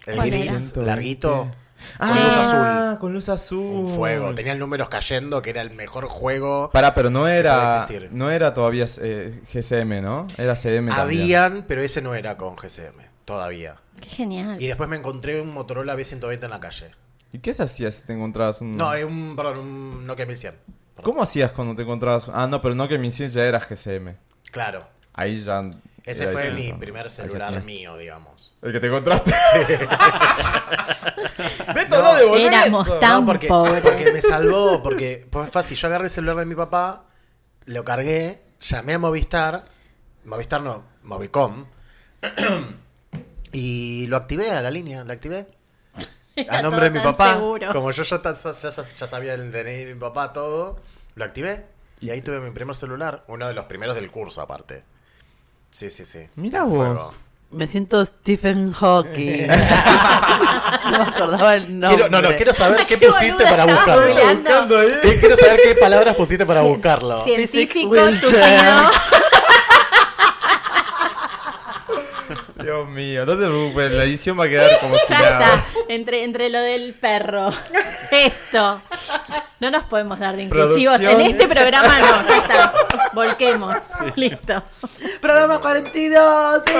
Speaker 5: El
Speaker 2: ¿Cuál
Speaker 5: gris,
Speaker 2: era?
Speaker 5: larguito, con
Speaker 2: Ah.
Speaker 5: luz azul.
Speaker 4: Con luz azul.
Speaker 5: Un fuego. Tenía números cayendo, que era el mejor juego.
Speaker 4: Pará, pero no
Speaker 5: Puede
Speaker 4: era,
Speaker 5: existir.
Speaker 4: no era todavía eh, GCM, ¿no? Era CM también.
Speaker 5: Habían, pero ese no era con GCM, todavía.
Speaker 2: Qué genial.
Speaker 5: Y después me encontré un Motorola B120 en la calle.
Speaker 4: ¿Y qué se hacía si te encontrabas un...?
Speaker 5: No, eh, es un, perdón, un Nokia 1100. Perdón.
Speaker 4: ¿Cómo hacías cuando te encontrabas un... Ah, no, pero no que mi ya era GCM.
Speaker 5: Claro.
Speaker 4: Ahí ya...
Speaker 5: Ese
Speaker 4: era
Speaker 5: fue mi
Speaker 4: distinto. Ahí
Speaker 5: primer
Speaker 4: ya
Speaker 5: celular
Speaker 4: tenía.
Speaker 5: mío, digamos.
Speaker 4: El que te encontraste. [laughs] Beto, no, devolver
Speaker 2: Éramos
Speaker 4: eso.
Speaker 2: tan
Speaker 5: No, porque,
Speaker 2: pobres.
Speaker 5: porque me salvó, porque pues, fue fácil. Yo agarré el celular de mi papá, lo cargué, llamé a Movistar, Movistar no, Movicom, y lo activé a la línea,
Speaker 2: [laughs]
Speaker 5: lo activé.
Speaker 2: Era
Speaker 5: A nombre de
Speaker 2: todo
Speaker 5: mi
Speaker 2: tan
Speaker 5: papá,
Speaker 2: seguro.
Speaker 5: como yo ya, ta- ya- ya- ya sabía el DNI de mi papá, todo, lo activé y ahí tuve mi primer celular, uno de los primeros del curso aparte. Sí, sí, sí.
Speaker 4: Mirá
Speaker 5: Un
Speaker 4: vos.
Speaker 5: fuego.
Speaker 3: Me siento Stephen
Speaker 5: [laughs]
Speaker 3: Hawking. no me acordaba el nombre.
Speaker 5: Quiero- no, no, quiero saber qué
Speaker 2: [laughs] Qué
Speaker 5: pusiste
Speaker 2: boluda,
Speaker 5: para
Speaker 2: estaba
Speaker 5: buscarlo.
Speaker 2: googleando.
Speaker 4: Buscando ahí.
Speaker 5: Sí, quiero saber qué palabras pusiste para buscarlo.
Speaker 2: Científico
Speaker 3: Physics
Speaker 2: tuyo.
Speaker 3: wheelchair.
Speaker 4: Dios mío, no te preocupes, la edición va a quedar como si
Speaker 2: Ya
Speaker 4: nada.
Speaker 2: está. Entre, entre lo del perro. [laughs] Esto. No nos podemos dar de inclusivos. En
Speaker 4: Producción.
Speaker 2: este programa no, ya
Speaker 4: [laughs]
Speaker 2: está. Volquemos. Listo.
Speaker 3: Programa 42. sí.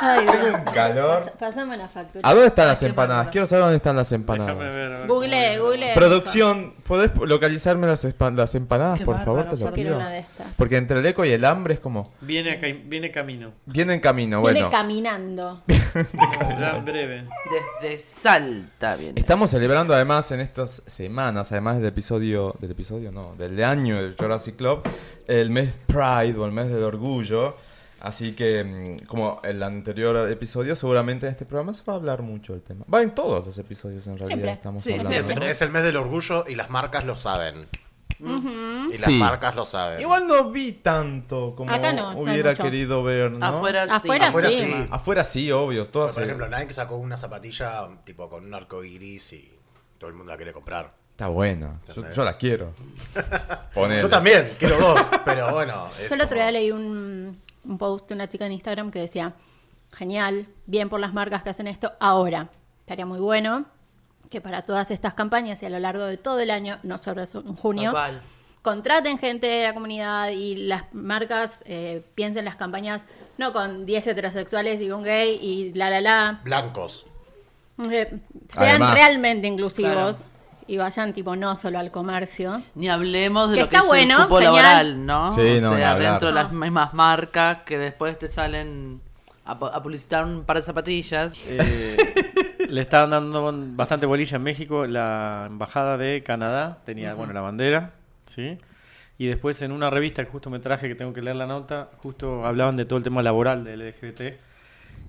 Speaker 2: Ay,
Speaker 4: Un calor.
Speaker 2: Pasame una factura.
Speaker 4: ¿A dónde están las empanadas? Quiero saber dónde están las
Speaker 6: Déjame
Speaker 4: empanadas.
Speaker 6: ver. a ver
Speaker 2: Google,
Speaker 6: cómo-
Speaker 2: google.
Speaker 4: Producción, ¿podés localizarme las, espa- las empanadas,
Speaker 3: Qué
Speaker 4: por favor?
Speaker 3: bárbaro,
Speaker 4: Te lo
Speaker 2: yo quiero
Speaker 4: pido.
Speaker 2: una de estas.
Speaker 4: Porque entre el eco y el hambre es como.
Speaker 6: Viene, acá, viene
Speaker 2: [laughs]
Speaker 6: camino.
Speaker 4: Viene en camino,
Speaker 2: Viene
Speaker 4: bueno.
Speaker 2: caminando.
Speaker 6: Ya en breve.
Speaker 3: Desde Salta viene.
Speaker 4: Estamos celebrando además en estas semanas, además del episodio, del episodio no, del año del Jurassic Club, el mes Pride o el mes del orgullo. Así que, mm, como el anterior episodio, seguramente en este programa se va a hablar mucho del tema. Va en todos los episodios en realidad,
Speaker 2: Siempre.
Speaker 4: estamos
Speaker 3: Sí,
Speaker 4: hablando.
Speaker 5: Es,
Speaker 4: ¿no?
Speaker 5: es el mes del orgullo y las marcas lo saben. Y las
Speaker 4: Sí.
Speaker 5: marcas lo saben.
Speaker 4: Igual no vi tanto como
Speaker 2: Acá no, no
Speaker 4: hubiera
Speaker 2: mucho.
Speaker 4: querido ver, ¿no?
Speaker 3: Afuera sí.
Speaker 2: Afuera,
Speaker 5: Afuera
Speaker 2: sí.
Speaker 5: sí.
Speaker 2: ma.
Speaker 4: Afuera sí, obvio. Todas
Speaker 5: Por
Speaker 4: se-
Speaker 5: ejemplo, Nike sacó una zapatilla tipo con un arco iris y todo el mundo la quiere comprar.
Speaker 4: Está buena. Yo, yo
Speaker 5: [laughs]
Speaker 4: la quiero. Ponele.
Speaker 5: Yo también, quiero dos, [laughs] pero bueno. es
Speaker 2: Yo el otro
Speaker 5: como-
Speaker 2: día leí un, un post de una chica en Instagram que decía, genial, bien por las marcas que hacen esto ahora. Estaría muy bueno que para todas estas campañas y a lo largo de todo el año, no solo eso, en junio,
Speaker 3: Total.
Speaker 2: contraten gente de la comunidad y las marcas eh, piensen las campañas, no con 10 heterosexuales y un gay y la la la,
Speaker 5: Blancos.
Speaker 2: Eh, sean
Speaker 4: Además.
Speaker 2: realmente inclusivos y vayan tipo no solo al comercio.
Speaker 3: Ni hablemos de
Speaker 2: Que
Speaker 3: lo que
Speaker 2: está
Speaker 3: es
Speaker 2: bueno,
Speaker 3: el cupo
Speaker 2: genial.
Speaker 3: laboral, ¿no?
Speaker 4: Sí, no,
Speaker 3: o
Speaker 4: ni
Speaker 3: sea,
Speaker 4: hablar.
Speaker 3: dentro de las mismas marcas que después te salen a, pu- a publicitar un par de zapatillas.
Speaker 6: Eh, le estaban dando bastante bolilla en México. La embajada de Canadá tenía, bueno, la bandera, ¿sí? Y después en una revista que justo me traje, que tengo que leer la nota, justo hablaban de todo el tema laboral del LGBT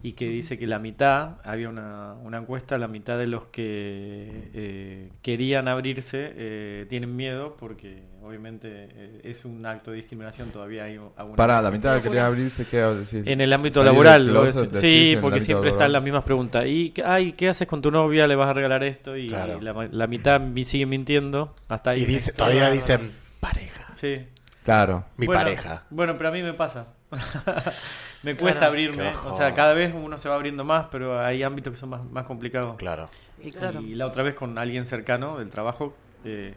Speaker 6: y que dice que la mitad, había una, una encuesta, la mitad de los que eh, querían abrirse eh, tienen miedo porque obviamente eh, es un acto de discriminación, todavía hay alguna...
Speaker 4: Pará, la mitad que quería abrirse, ¿qué va a decir?
Speaker 6: En el ámbito
Speaker 4: Salir del
Speaker 6: laboral, lo
Speaker 4: closet,
Speaker 6: es-
Speaker 4: decís, en
Speaker 6: sí,
Speaker 4: el
Speaker 6: porque
Speaker 4: ámbito
Speaker 6: siempre
Speaker 4: laboral.
Speaker 6: están las mismas preguntas. ¿Y qué- ay, qué haces con tu novia? ¿Le vas a regalar esto? Y
Speaker 5: Claro.
Speaker 6: la, la mitad mi- sigue mintiendo. Hasta ahí.
Speaker 5: Y dice, todavía dicen, pareja.
Speaker 6: Sí.
Speaker 4: Claro.
Speaker 5: Mi
Speaker 6: Bueno,
Speaker 5: pareja.
Speaker 6: Bueno, pero a mí me pasa. [laughs] me cuesta abrirme.
Speaker 5: Qué
Speaker 6: O sea,
Speaker 5: bajón.
Speaker 6: cada vez uno se va abriendo más, pero hay ámbitos que son más, más complicados.
Speaker 5: Claro.
Speaker 3: Y claro.
Speaker 6: Y la otra vez con alguien cercano del trabajo, eh,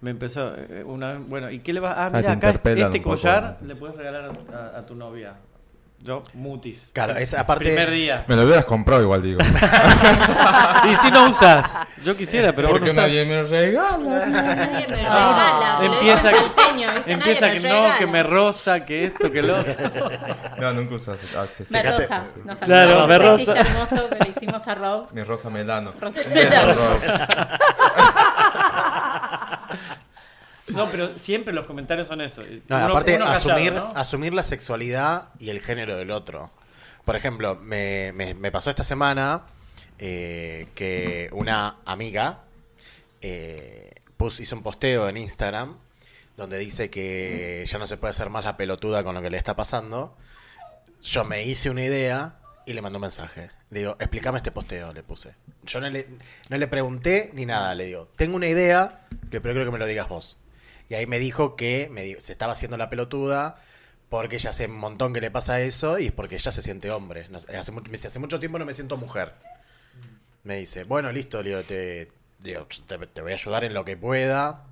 Speaker 6: me empezó eh, una bueno, ¿y qué le vas a ah,
Speaker 4: te
Speaker 6: mira, acá
Speaker 4: interpelan
Speaker 6: este
Speaker 4: un poco.
Speaker 6: collar le puedes regalar a, a- a tu novia? Yo, mutis.
Speaker 5: Claro, es aparte-
Speaker 6: Primer día.
Speaker 4: Me lo hubieras comprado igual, [laughs] digo.
Speaker 6: [laughs] y si no usas, yo quisiera, pero vos no
Speaker 4: Porque
Speaker 6: usás.
Speaker 4: nadie me regala.
Speaker 2: Nadie [laughs] me regala,
Speaker 6: Ah,
Speaker 2: te lo digo
Speaker 6: empieza
Speaker 2: en salteño, ¿viste?
Speaker 6: empieza
Speaker 2: Nadie
Speaker 6: que
Speaker 2: me
Speaker 6: no,
Speaker 2: regala.
Speaker 6: que me rosa, que esto, que lo otro.
Speaker 4: [laughs] No, nunca ah, usas accesorios.
Speaker 2: Me rosa, nos
Speaker 6: Claro,
Speaker 2: acordamos
Speaker 6: me
Speaker 2: del
Speaker 6: rosa.
Speaker 2: chiste hermoso que le hicimos a Rob.
Speaker 4: Mi rosa melano.
Speaker 2: [laughs] Rosa-
Speaker 4: Un beso,
Speaker 2: La
Speaker 4: Rob.
Speaker 6: [laughs] No, pero siempre los comentarios son eso.
Speaker 5: No,
Speaker 6: Uno-
Speaker 5: aparte,
Speaker 6: uno callado,
Speaker 5: asumir,
Speaker 6: ¿no?
Speaker 5: asumir la sexualidad y el género del otro. Por ejemplo, me, me- me pasó esta semana eh, que una amiga eh, pus- hizo un posteo en Instagram donde dice que ya no se puede hacer más la pelotuda con lo que le está pasando, yo me hice una idea y le mandé un mensaje. Le digo, explícame este posteo, le puse. Yo no le, no le pregunté ni nada, le digo, tengo una idea, pero creo que me lo digas vos. Y ahí me dijo que me di- se estaba haciendo la pelotuda porque ya hace un montón que le pasa eso y es porque ya se siente hombre. No sé, hace mu- me dice, hace mucho tiempo no me siento mujer. Me dice, bueno, listo, le digo, te, digo, te, te voy a ayudar en lo que pueda.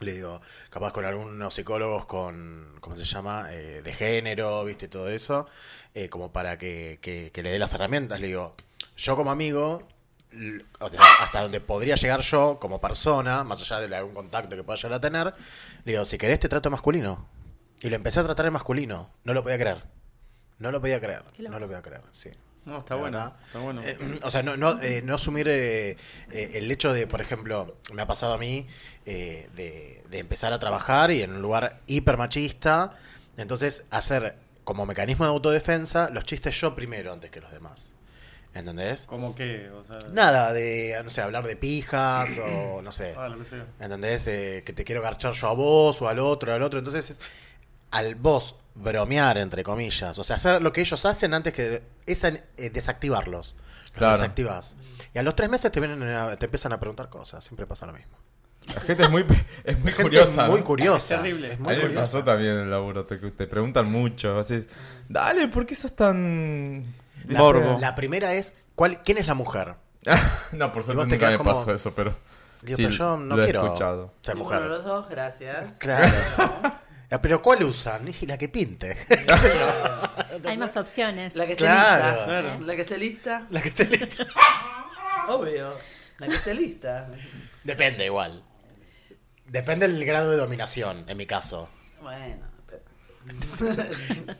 Speaker 5: Le digo, capaz con algunos psicólogos con, ¿cómo se llama? Eh, de género, viste, todo eso, eh, como para que, que- que le dé las herramientas. Le digo, yo como amigo, l- o sea, hasta donde podría llegar yo como persona, más allá de algún contacto que pueda llegar a tener, le digo, si querés te trato masculino. Y lo empecé a tratar en masculino. No lo podía creer. No lo podía creer.
Speaker 2: Qué loco.
Speaker 5: No lo podía creer, sí.
Speaker 6: No, está
Speaker 5: La
Speaker 6: bueno.
Speaker 5: verdad.
Speaker 6: Está bueno.
Speaker 5: Eh, [clears throat] o sea, no, no, eh, no asumir eh, eh, el hecho de, por ejemplo, me ha pasado a mí eh, de, de empezar a trabajar y en un lugar hiper machista. Entonces, hacer como mecanismo de autodefensa los chistes yo primero antes que los demás. ¿Entendés?
Speaker 6: ¿Cómo que? O sea,
Speaker 5: Nada de, no sé, hablar de pijas o no
Speaker 6: [clears throat]
Speaker 5: sé.
Speaker 6: ah, lo que sea.
Speaker 5: ¿Entendés? De que te quiero garchar yo a vos o al otro, al otro. Entonces, es- al vos bromear, entre comillas, o sea, hacer lo que ellos hacen antes que. Es en- eh, desactivarlos. Los
Speaker 4: Claro.
Speaker 5: desactivás. Y a los tres meses te, vienen a- te empiezan a preguntar cosas. Siempre pasa lo mismo.
Speaker 4: La gente es muy, es muy
Speaker 5: La gente
Speaker 4: curiosa.
Speaker 5: es Muy
Speaker 4: ¿no?
Speaker 5: curiosa.
Speaker 6: Es terrible.
Speaker 5: Es
Speaker 4: a
Speaker 5: muy
Speaker 4: mí me
Speaker 5: curiosa.
Speaker 4: pasó también en el laburo, te, te preguntan mucho, así, dale, ¿por qué sos tan...
Speaker 5: La,
Speaker 6: Morbo.
Speaker 5: la primera es: ¿cuál, ¿quién es la mujer?
Speaker 4: [laughs] no, por
Speaker 5: Y
Speaker 4: suerte
Speaker 5: vos te
Speaker 4: nunca
Speaker 5: quedás
Speaker 4: me
Speaker 5: como-
Speaker 4: pasó eso, pero...
Speaker 5: Digo,
Speaker 4: sí,
Speaker 5: pero yo no
Speaker 4: lo
Speaker 5: quiero
Speaker 4: he escuchado.
Speaker 5: ser
Speaker 3: Ninguno de
Speaker 5: mujer.
Speaker 3: los dos, gracias.
Speaker 5: Claro. [laughs] Pero ¿cuál usan? Y la que pinte. ¿Qué sé yo?
Speaker 2: Hay más opciones.
Speaker 3: La que esté
Speaker 5: Claro.
Speaker 3: lista.
Speaker 6: Claro.
Speaker 3: La que esté lista.
Speaker 5: la que esté lista.
Speaker 3: Obvio. La que esté lista.
Speaker 5: Depende igual. Depende del grado de dominación, en mi caso.
Speaker 3: Bueno.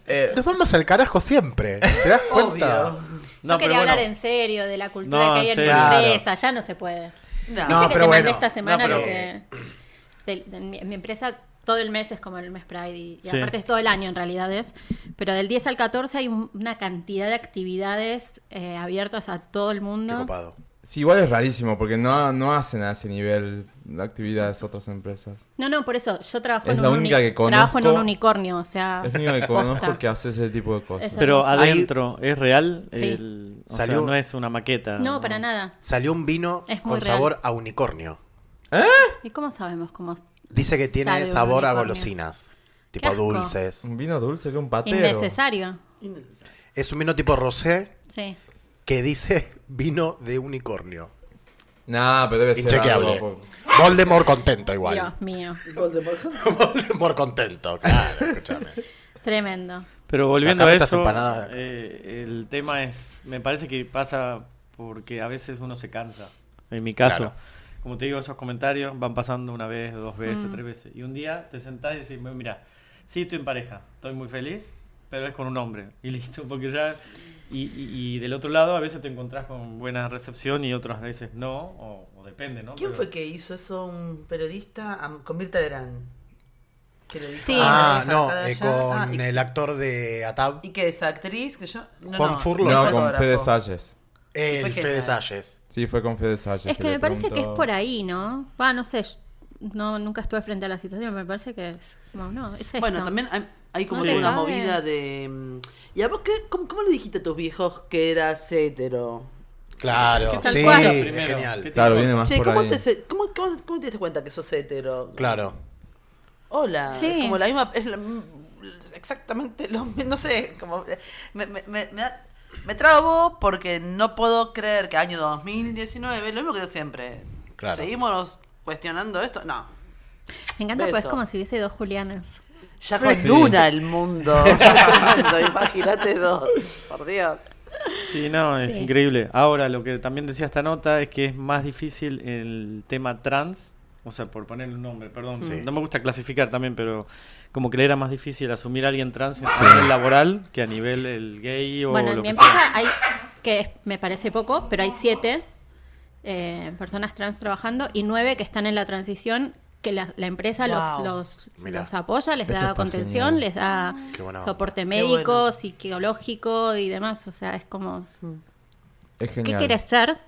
Speaker 3: pero-
Speaker 5: Nos vamos al carajo siempre. ¿Te das cuenta?
Speaker 3: Obvio.
Speaker 2: Yo
Speaker 6: No,
Speaker 2: quería
Speaker 6: pero
Speaker 2: hablar
Speaker 6: bueno.
Speaker 2: en serio de la cultura
Speaker 6: No,
Speaker 2: que hay
Speaker 6: en
Speaker 2: en
Speaker 6: serio.
Speaker 2: mi empresa, ya no se puede.
Speaker 3: No.
Speaker 5: No,
Speaker 2: Viste que
Speaker 5: pero
Speaker 2: te mandé
Speaker 5: bueno.
Speaker 2: esta semana
Speaker 5: No,
Speaker 2: lo
Speaker 5: pero-
Speaker 2: que. del- de mi, en mi empresa todo el mes es como el mes Pride y, y
Speaker 6: Sí.
Speaker 2: aparte es todo el año en realidad es. Pero del 10 al 14 hay un- una cantidad de actividades eh, abiertas a todo el
Speaker 5: Qué
Speaker 2: mundo.
Speaker 5: copado.
Speaker 4: Sí, igual es rarísimo, porque no, no hacen a ese nivel actividades otras empresas.
Speaker 2: No, no, por eso yo trabajo,
Speaker 4: Es
Speaker 2: en,
Speaker 4: la
Speaker 2: un
Speaker 4: única
Speaker 2: uni-
Speaker 4: que conozco.
Speaker 2: trabajo en un unicornio, o sea.
Speaker 4: Es lo único que
Speaker 2: Ah. posta.
Speaker 4: conozco que hace ese tipo de cosas.
Speaker 2: Es
Speaker 6: Pero
Speaker 2: hermoso.
Speaker 6: adentro, ¿es real?
Speaker 2: Sí.
Speaker 6: El, o sea,
Speaker 5: Salió-
Speaker 6: no es una maqueta.
Speaker 2: No, para nada.
Speaker 5: Salió un vino
Speaker 2: Es muy
Speaker 5: con
Speaker 2: real.
Speaker 5: sabor a unicornio.
Speaker 2: ¿Y cómo sabemos cómo?
Speaker 5: Dice que tiene
Speaker 2: Sabe un
Speaker 5: sabor a
Speaker 2: unicornio.
Speaker 5: golosinas. Tipo
Speaker 2: asco.
Speaker 5: dulces.
Speaker 4: Un vino dulce que un patero.
Speaker 2: Innecesario.
Speaker 5: Es un vino tipo rosé
Speaker 2: Sí.
Speaker 5: que dice [laughs] vino de unicornio.
Speaker 4: Nah, pero debe ser
Speaker 5: Inchequeable.
Speaker 4: algo, po-
Speaker 5: Voldemort contento igual.
Speaker 2: Dios mío.
Speaker 3: Voldemort.
Speaker 5: [laughs] Voldemort contento, claro, escúchame.
Speaker 2: Tremendo.
Speaker 6: Pero volviendo
Speaker 5: Sacame
Speaker 6: a
Speaker 5: estas
Speaker 6: eso,
Speaker 5: empanadas de acá.
Speaker 6: eh, el tema es, me parece que pasa porque a veces uno se cansa. En mi caso,
Speaker 5: Claro.
Speaker 6: como te digo, esos comentarios van pasando una vez, dos veces,
Speaker 3: Mm.
Speaker 6: tres veces. Y un día te sentás y decís, "Bueno, mira, sí estoy en pareja, estoy muy feliz, pero es con un hombre. [laughs] Y listo, porque ya... Y, y- y del otro lado a veces te encontrás con buena recepción y otras veces no, o, o depende, ¿no?
Speaker 3: ¿Quién
Speaker 6: Pero-
Speaker 3: fue que hizo eso? Un periodista a- con Mirta Legrand. Que le dijo,
Speaker 2: Sí.
Speaker 5: Ah,
Speaker 3: "Ah,
Speaker 5: no,
Speaker 3: deja
Speaker 5: eh,
Speaker 3: allá". Ah,
Speaker 5: con
Speaker 3: y,
Speaker 5: el actor de Atab.
Speaker 3: y que esa actriz que yo. No,
Speaker 5: Juan
Speaker 3: no,
Speaker 5: Furlo.
Speaker 4: No, con
Speaker 3: fotógrafo.
Speaker 4: Fede Salles.
Speaker 5: El
Speaker 3: Fue
Speaker 5: Fede
Speaker 3: genial.
Speaker 5: Salles.
Speaker 4: Sí, fue con Fede Salles.
Speaker 2: Es que
Speaker 4: le
Speaker 2: me parece que es
Speaker 4: preguntó.
Speaker 2: por ahí, ¿no? Va, no sé, yo no, nunca estuve frente a la situación, me parece que es como, no, es esto.
Speaker 3: Bueno, también hay, hay como
Speaker 6: Sí.
Speaker 3: toda una
Speaker 2: Cabe.
Speaker 3: movida de. mm, ¿Y a vos qué, cómo, cómo le dijiste a tus viejos que eras hetero?
Speaker 5: Claro,
Speaker 6: ¿Qué tal
Speaker 5: sí,
Speaker 2: cual?
Speaker 5: es
Speaker 6: Primero,
Speaker 5: genial.
Speaker 6: ¿qué
Speaker 4: Claro, viene más
Speaker 3: Che,
Speaker 4: por
Speaker 3: ¿cómo
Speaker 4: ahí.
Speaker 3: te, se- cómo- cómo- cómo te diste cuenta que sos hetero?
Speaker 5: Claro.
Speaker 3: Hola.
Speaker 2: Sí.
Speaker 3: Es como la misma. Es la- es exactamente lo mi- No sé, como. eh, Me, me, me, me da- me trabo porque no puedo creer que año 2019, lo mismo que siempre.
Speaker 5: Claro.
Speaker 3: Seguimos cuestionando esto. No.
Speaker 2: Me encanta, pues
Speaker 3: Beso.
Speaker 2: es como si hubiese dos Julianas.
Speaker 3: Ya
Speaker 5: Sí.
Speaker 3: con
Speaker 4: Sí.
Speaker 3: una el
Speaker 2: [laughs]
Speaker 3: mundo. Tremendo, Imagínate dos. Por Dios.
Speaker 6: Sí, no, es
Speaker 2: Sí.
Speaker 6: increíble. Ahora, lo que también decía esta nota es que es más difícil el tema trans, o sea, por ponerle un nombre, perdón,
Speaker 5: Sí.
Speaker 6: no me gusta clasificar también, pero como que le era más difícil asumir a alguien trans a nivel laboral que a nivel el gay o
Speaker 2: bueno,
Speaker 6: lo
Speaker 2: en mi
Speaker 6: que sea.
Speaker 2: empresa hay, que es- me parece poco, pero hay siete eh, personas trans trabajando y nueve que están en la transición que la, la empresa
Speaker 3: Wow.
Speaker 2: los, los,
Speaker 5: Mirá.
Speaker 2: los apoya, les
Speaker 4: Eso
Speaker 2: da
Speaker 4: está
Speaker 2: contención,
Speaker 4: genial.
Speaker 2: les da
Speaker 5: Qué buena onda.
Speaker 2: soporte
Speaker 3: bueno.
Speaker 2: médico, psicológico y demás. O sea, es como, ¿qué
Speaker 4: Es genial.
Speaker 2: quieres ser?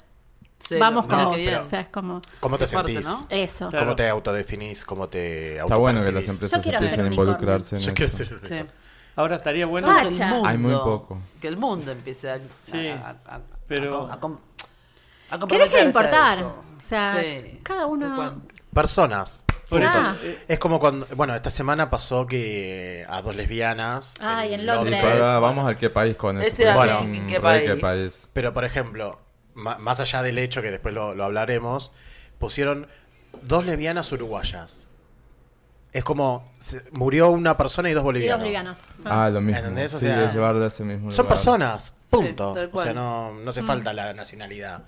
Speaker 7: Sí,
Speaker 2: Vamos con
Speaker 7: mira qué
Speaker 2: vos.
Speaker 7: bien.
Speaker 2: O sea, es como
Speaker 5: ¿Cómo te
Speaker 7: Qué fuerte,
Speaker 5: sentís?
Speaker 7: ¿no?
Speaker 2: eso.
Speaker 6: Claro.
Speaker 5: ¿Cómo te autodefinís? ¿Cómo te
Speaker 4: Está bueno que las
Speaker 5: autopercibís?
Speaker 4: empresas
Speaker 2: quiero hacer
Speaker 4: empiecen a
Speaker 2: un
Speaker 4: involucrarse en
Speaker 5: Yo quiero
Speaker 4: eso.
Speaker 5: ser un
Speaker 7: Sí.
Speaker 5: unicornio.
Speaker 6: Ahora estaría bueno.
Speaker 7: Bueno, que el
Speaker 2: Pacha.
Speaker 7: mundo-
Speaker 4: Hay muy poco.
Speaker 7: Que el mundo empiece a.
Speaker 6: Sí,
Speaker 7: a- a- a-
Speaker 6: pero-
Speaker 7: a- a- com- a
Speaker 2: ¿Qué deja de
Speaker 7: comprometerse a
Speaker 2: importar?
Speaker 7: eso.
Speaker 2: O sea,
Speaker 7: Sí.
Speaker 2: cada
Speaker 7: Tal
Speaker 2: uno.
Speaker 7: cual.
Speaker 5: Personas.
Speaker 6: Por eso,
Speaker 2: Ah.
Speaker 6: eh,
Speaker 5: Es como cuando, bueno, esta semana pasó que a dos lesbianas.
Speaker 2: Ay, en
Speaker 4: Y
Speaker 2: Londres.
Speaker 4: para- vamos al qué país con eso.
Speaker 7: Ese era
Speaker 4: porque es
Speaker 5: mi-
Speaker 4: un
Speaker 7: qué
Speaker 4: re
Speaker 7: país.
Speaker 5: Pero por ejemplo, ma- más allá del hecho que después lo, lo hablaremos, pusieron dos lesbianas uruguayas. Es como se- murió una persona y
Speaker 2: Y
Speaker 5: dos
Speaker 2: dos
Speaker 5: bolivianos.
Speaker 2: bolivianos.
Speaker 4: Ah, lo mismo.
Speaker 5: ¿Entendés? O
Speaker 4: sí,
Speaker 5: sea,
Speaker 4: es llevar de ese mismo
Speaker 5: Son
Speaker 4: lugar.
Speaker 5: personas,
Speaker 7: Sí,
Speaker 5: punto.
Speaker 7: tal
Speaker 5: o sea,
Speaker 7: cual.
Speaker 5: no, no hace falta la nacionalidad.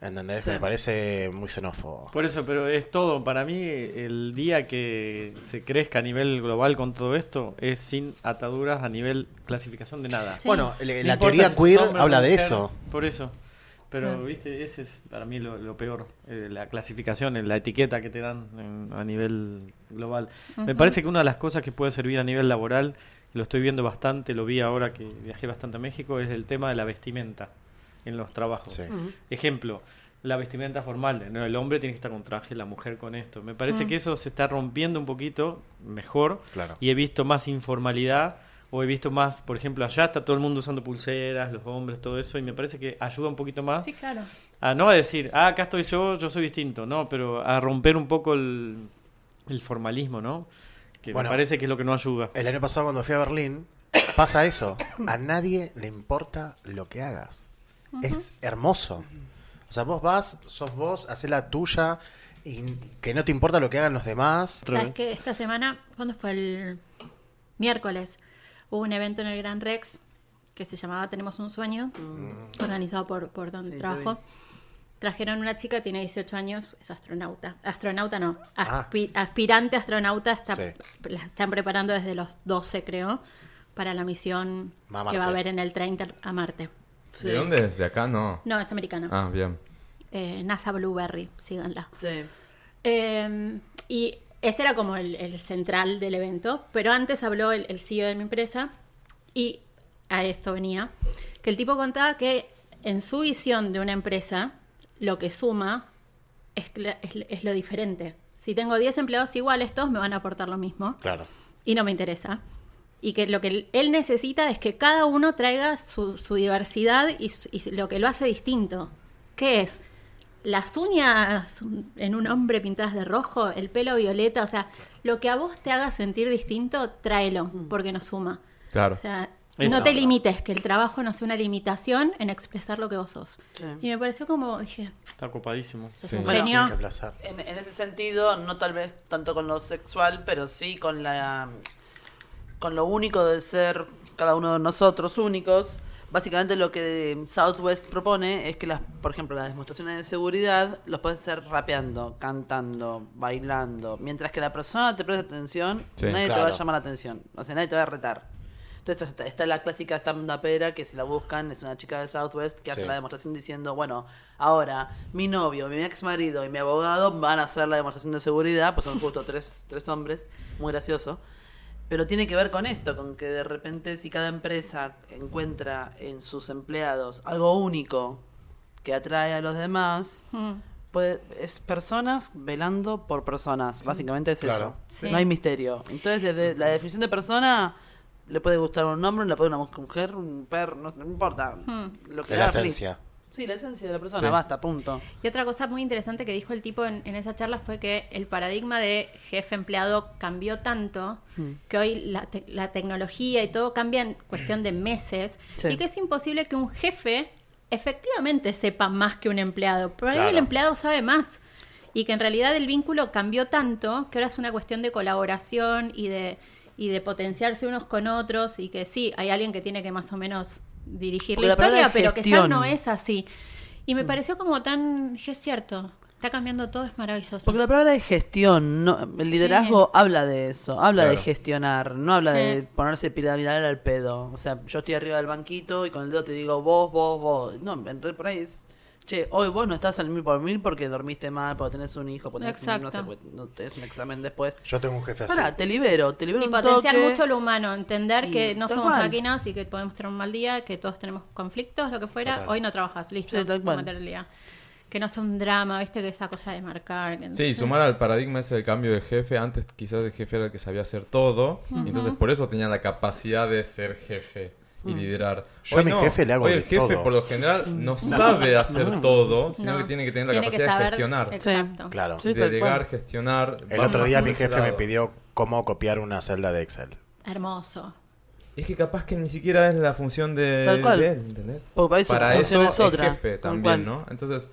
Speaker 5: ¿Entendés?
Speaker 7: Sí.
Speaker 5: Me parece muy xenófobo.
Speaker 6: por eso, pero es todo. Para mí, el día que se crezca a nivel global con todo esto es sin ataduras a nivel clasificación de nada.
Speaker 2: Sí.
Speaker 5: Bueno, le-
Speaker 6: No
Speaker 5: la
Speaker 6: importa
Speaker 5: teoría
Speaker 6: si sos
Speaker 5: queer
Speaker 6: hombre o
Speaker 5: habla de
Speaker 6: mujer,
Speaker 5: eso.
Speaker 6: Por eso. Pero,
Speaker 2: Sí.
Speaker 6: viste, ese es para mí lo, lo peor. eh, la clasificación, eh, la etiqueta que te dan en- a nivel global. Me parece que una de las cosas que puede servir a nivel laboral, y lo estoy viendo bastante, lo vi ahora que viajé bastante a México, es el tema de la vestimenta en los trabajos.
Speaker 5: Sí.
Speaker 6: Ejemplo, la vestimenta formal. ¿no? El hombre tiene que estar con traje, la mujer con esto. Me
Speaker 2: Mm.
Speaker 6: parece que eso se está rompiendo un poquito mejor.
Speaker 5: Claro.
Speaker 6: Y he visto más informalidad. O he visto más, por ejemplo, allá está todo el mundo usando pulseras, los hombres, todo eso. Y me parece que ayuda un poquito más
Speaker 2: Ah. Sí, claro.
Speaker 6: a no a decir, ah, acá estoy yo, yo soy distinto. No, pero a romper un poco el, el formalismo, ¿no? Que
Speaker 5: Bueno.
Speaker 6: me parece que es lo que no ayuda.
Speaker 5: El año pasado cuando fui a Berlín, pasa eso. A nadie le importa lo que hagas. Es hermoso. O sea, vos vas, sos vos, haces la tuya y que no te importa lo que hagan los demás.
Speaker 2: ¿Sabes que Esta semana, ¿cuándo fue el miércoles? Hubo un evento en el Gran Rex que se llamaba Tenemos un sueño, organizado por, por donde
Speaker 7: Sí, lo
Speaker 2: trabajo. Trajeron una chica, tiene 18 años, es astronauta. Astronauta no, aspi- aspirante astronauta, está,
Speaker 5: Sí.
Speaker 2: la están preparando desde los 12 creo, para la misión
Speaker 5: Va a
Speaker 2: que va a
Speaker 5: Marte.
Speaker 2: haber en el 30 a Marte.
Speaker 4: ¿De dónde es? ¿De acá? No.
Speaker 2: No, es americano.
Speaker 4: Ah, bien.
Speaker 2: Eh, NASA Blueberry, síganla.
Speaker 7: Sí.
Speaker 2: Eh, y ese era como el, el central del evento, pero antes habló el, el CEO de mi empresa y a esto venía, que el tipo contaba que en su visión de una empresa, lo que suma es, cla- es- es lo diferente. Si tengo 10 empleados iguales, todos me van a aportar lo mismo
Speaker 5: Claro.
Speaker 2: y no me interesa. Y que lo que él- él necesita es que cada uno traiga su, su diversidad y, su- y lo que lo hace distinto. ¿Qué es? Las uñas en un hombre pintadas de rojo, el pelo violeta, o sea, lo que a vos te haga sentir distinto, tráelo, porque nos suma.
Speaker 4: Claro.
Speaker 2: O sea,
Speaker 6: Eso.
Speaker 2: no te limites, que el trabajo no sea una limitación en expresar lo que vos sos.
Speaker 7: Sí.
Speaker 2: Y me pareció como, dije,
Speaker 6: Está copadísimo.
Speaker 2: sos
Speaker 4: Sí.
Speaker 2: un
Speaker 7: Bueno,
Speaker 2: genio.
Speaker 5: Qué placer.
Speaker 7: En, en ese sentido, no tal vez tanto con lo sexual, pero sí con la con lo único de ser cada uno de nosotros únicos. Básicamente lo que Southwest propone es que las, por ejemplo, las demostraciones de seguridad los puedes hacer rapeando, cantando, bailando, mientras que la persona te presta atención,
Speaker 4: Sí,
Speaker 7: nadie te va
Speaker 5: claro.
Speaker 7: a llamar la atención, o sea, nadie te va a retar. Entonces está, está la clásica stand-upera que si la buscan es una chica de Southwest que hace
Speaker 5: Sí.
Speaker 7: la demostración diciendo, bueno, ahora mi novio, mi ex marido y mi abogado van a hacer la demostración de seguridad, pues son
Speaker 5: [laughs]
Speaker 7: justo tres, tres hombres, muy gracioso. Pero tiene que ver con esto, con que de repente si cada empresa encuentra en sus empleados algo único que atrae a los demás,
Speaker 2: Mm.
Speaker 7: puede- es personas velando por personas. Básicamente es
Speaker 5: Claro.
Speaker 7: eso.
Speaker 2: Sí.
Speaker 7: No hay misterio. Entonces, desde la definición de persona, le puede gustar un hombre, le puede una mujer, un perro, no, no importa. Lo que
Speaker 5: Es la
Speaker 7: haga feliz.
Speaker 5: esencia.
Speaker 7: Sí, la esencia de la persona,
Speaker 4: Sí.
Speaker 7: basta, punto.
Speaker 2: Y otra cosa muy interesante que dijo el tipo en, en esa charla fue que el paradigma de jefe empleado cambió tanto que hoy la, te- la tecnología y todo cambia en cuestión de meses
Speaker 7: Sí.
Speaker 2: y que es imposible que un jefe efectivamente sepa más que un empleado. Por ahí el
Speaker 5: Claro.
Speaker 2: empleado sabe más y que en realidad el vínculo cambió tanto que ahora es una cuestión de colaboración y de y de potenciarse unos con otros y que sí, hay alguien que tiene que más o menos dirigir
Speaker 7: Porque
Speaker 2: la
Speaker 7: la palabra
Speaker 2: historia,
Speaker 7: es
Speaker 2: pero que ya
Speaker 7: gestión.
Speaker 2: no es así. Y
Speaker 7: Mm.
Speaker 2: me pareció como tan, dije, es cierto, está cambiando todo, es maravilloso.
Speaker 7: Porque la palabra es gestión, no, el liderazgo habla de eso, habla de
Speaker 4: Claro.
Speaker 7: gestionar, no habla
Speaker 2: Sí.
Speaker 7: de ponerse piramidal al pedo. O sea, yo estoy arriba del banquito y con el dedo te digo vos, vos, vos. No, en re- por ahí es, che, hoy vos no estás al mil por mil porque dormiste mal, porque tenés un hijo, porque tenés, un, no sé,
Speaker 2: Exacto.
Speaker 7: porque no tenés un examen después.
Speaker 5: Yo tengo un jefe así.
Speaker 7: Pará, te libero, te libero
Speaker 2: Y
Speaker 7: un
Speaker 2: potenciar
Speaker 7: toque.
Speaker 2: mucho lo humano, entender
Speaker 7: Y
Speaker 2: que no
Speaker 7: tal
Speaker 2: somos
Speaker 7: cual.
Speaker 2: máquinas y que podemos tener un mal día, que todos tenemos conflictos, lo que fuera,
Speaker 5: Total.
Speaker 2: hoy no trabajas, listo,
Speaker 7: Sí, tal cual.
Speaker 2: tómate el día. Que no sea un drama, viste, que esa cosa de marcar. que no
Speaker 4: Sí,
Speaker 2: sé.
Speaker 4: sumar al paradigma ese del cambio de jefe. Antes quizás el jefe era el que sabía hacer todo. y Entonces por eso tenía la capacidad de ser jefe
Speaker 7: Mm.
Speaker 4: y liderar.
Speaker 5: Yo a mi jefe le hago
Speaker 4: hoy
Speaker 5: de
Speaker 4: el jefe
Speaker 5: todo.
Speaker 4: por lo general no sabe hacer todo, sino
Speaker 2: No.
Speaker 4: que tiene que tener la
Speaker 2: Tiene que
Speaker 4: capacidad de
Speaker 2: saber-
Speaker 4: gestionar.
Speaker 2: Exacto.
Speaker 5: Claro.
Speaker 7: Sí, tal
Speaker 4: delegar,
Speaker 7: cual.
Speaker 4: gestionar.
Speaker 5: El
Speaker 4: vamos
Speaker 5: otro día
Speaker 4: por
Speaker 5: mi
Speaker 4: ese
Speaker 5: jefe me
Speaker 4: lado.
Speaker 5: pidió cómo copiar una celda de Excel.
Speaker 2: Hermoso.
Speaker 4: Es que capaz que ni siquiera es la función de,
Speaker 7: Tal cual.
Speaker 4: de él, ¿entendés?
Speaker 7: Porque para eso
Speaker 4: Para
Speaker 7: su
Speaker 4: eso
Speaker 7: función
Speaker 4: es,
Speaker 7: es otra,
Speaker 4: jefe
Speaker 7: tal
Speaker 4: también,
Speaker 7: cual.
Speaker 4: ¿no? Entonces,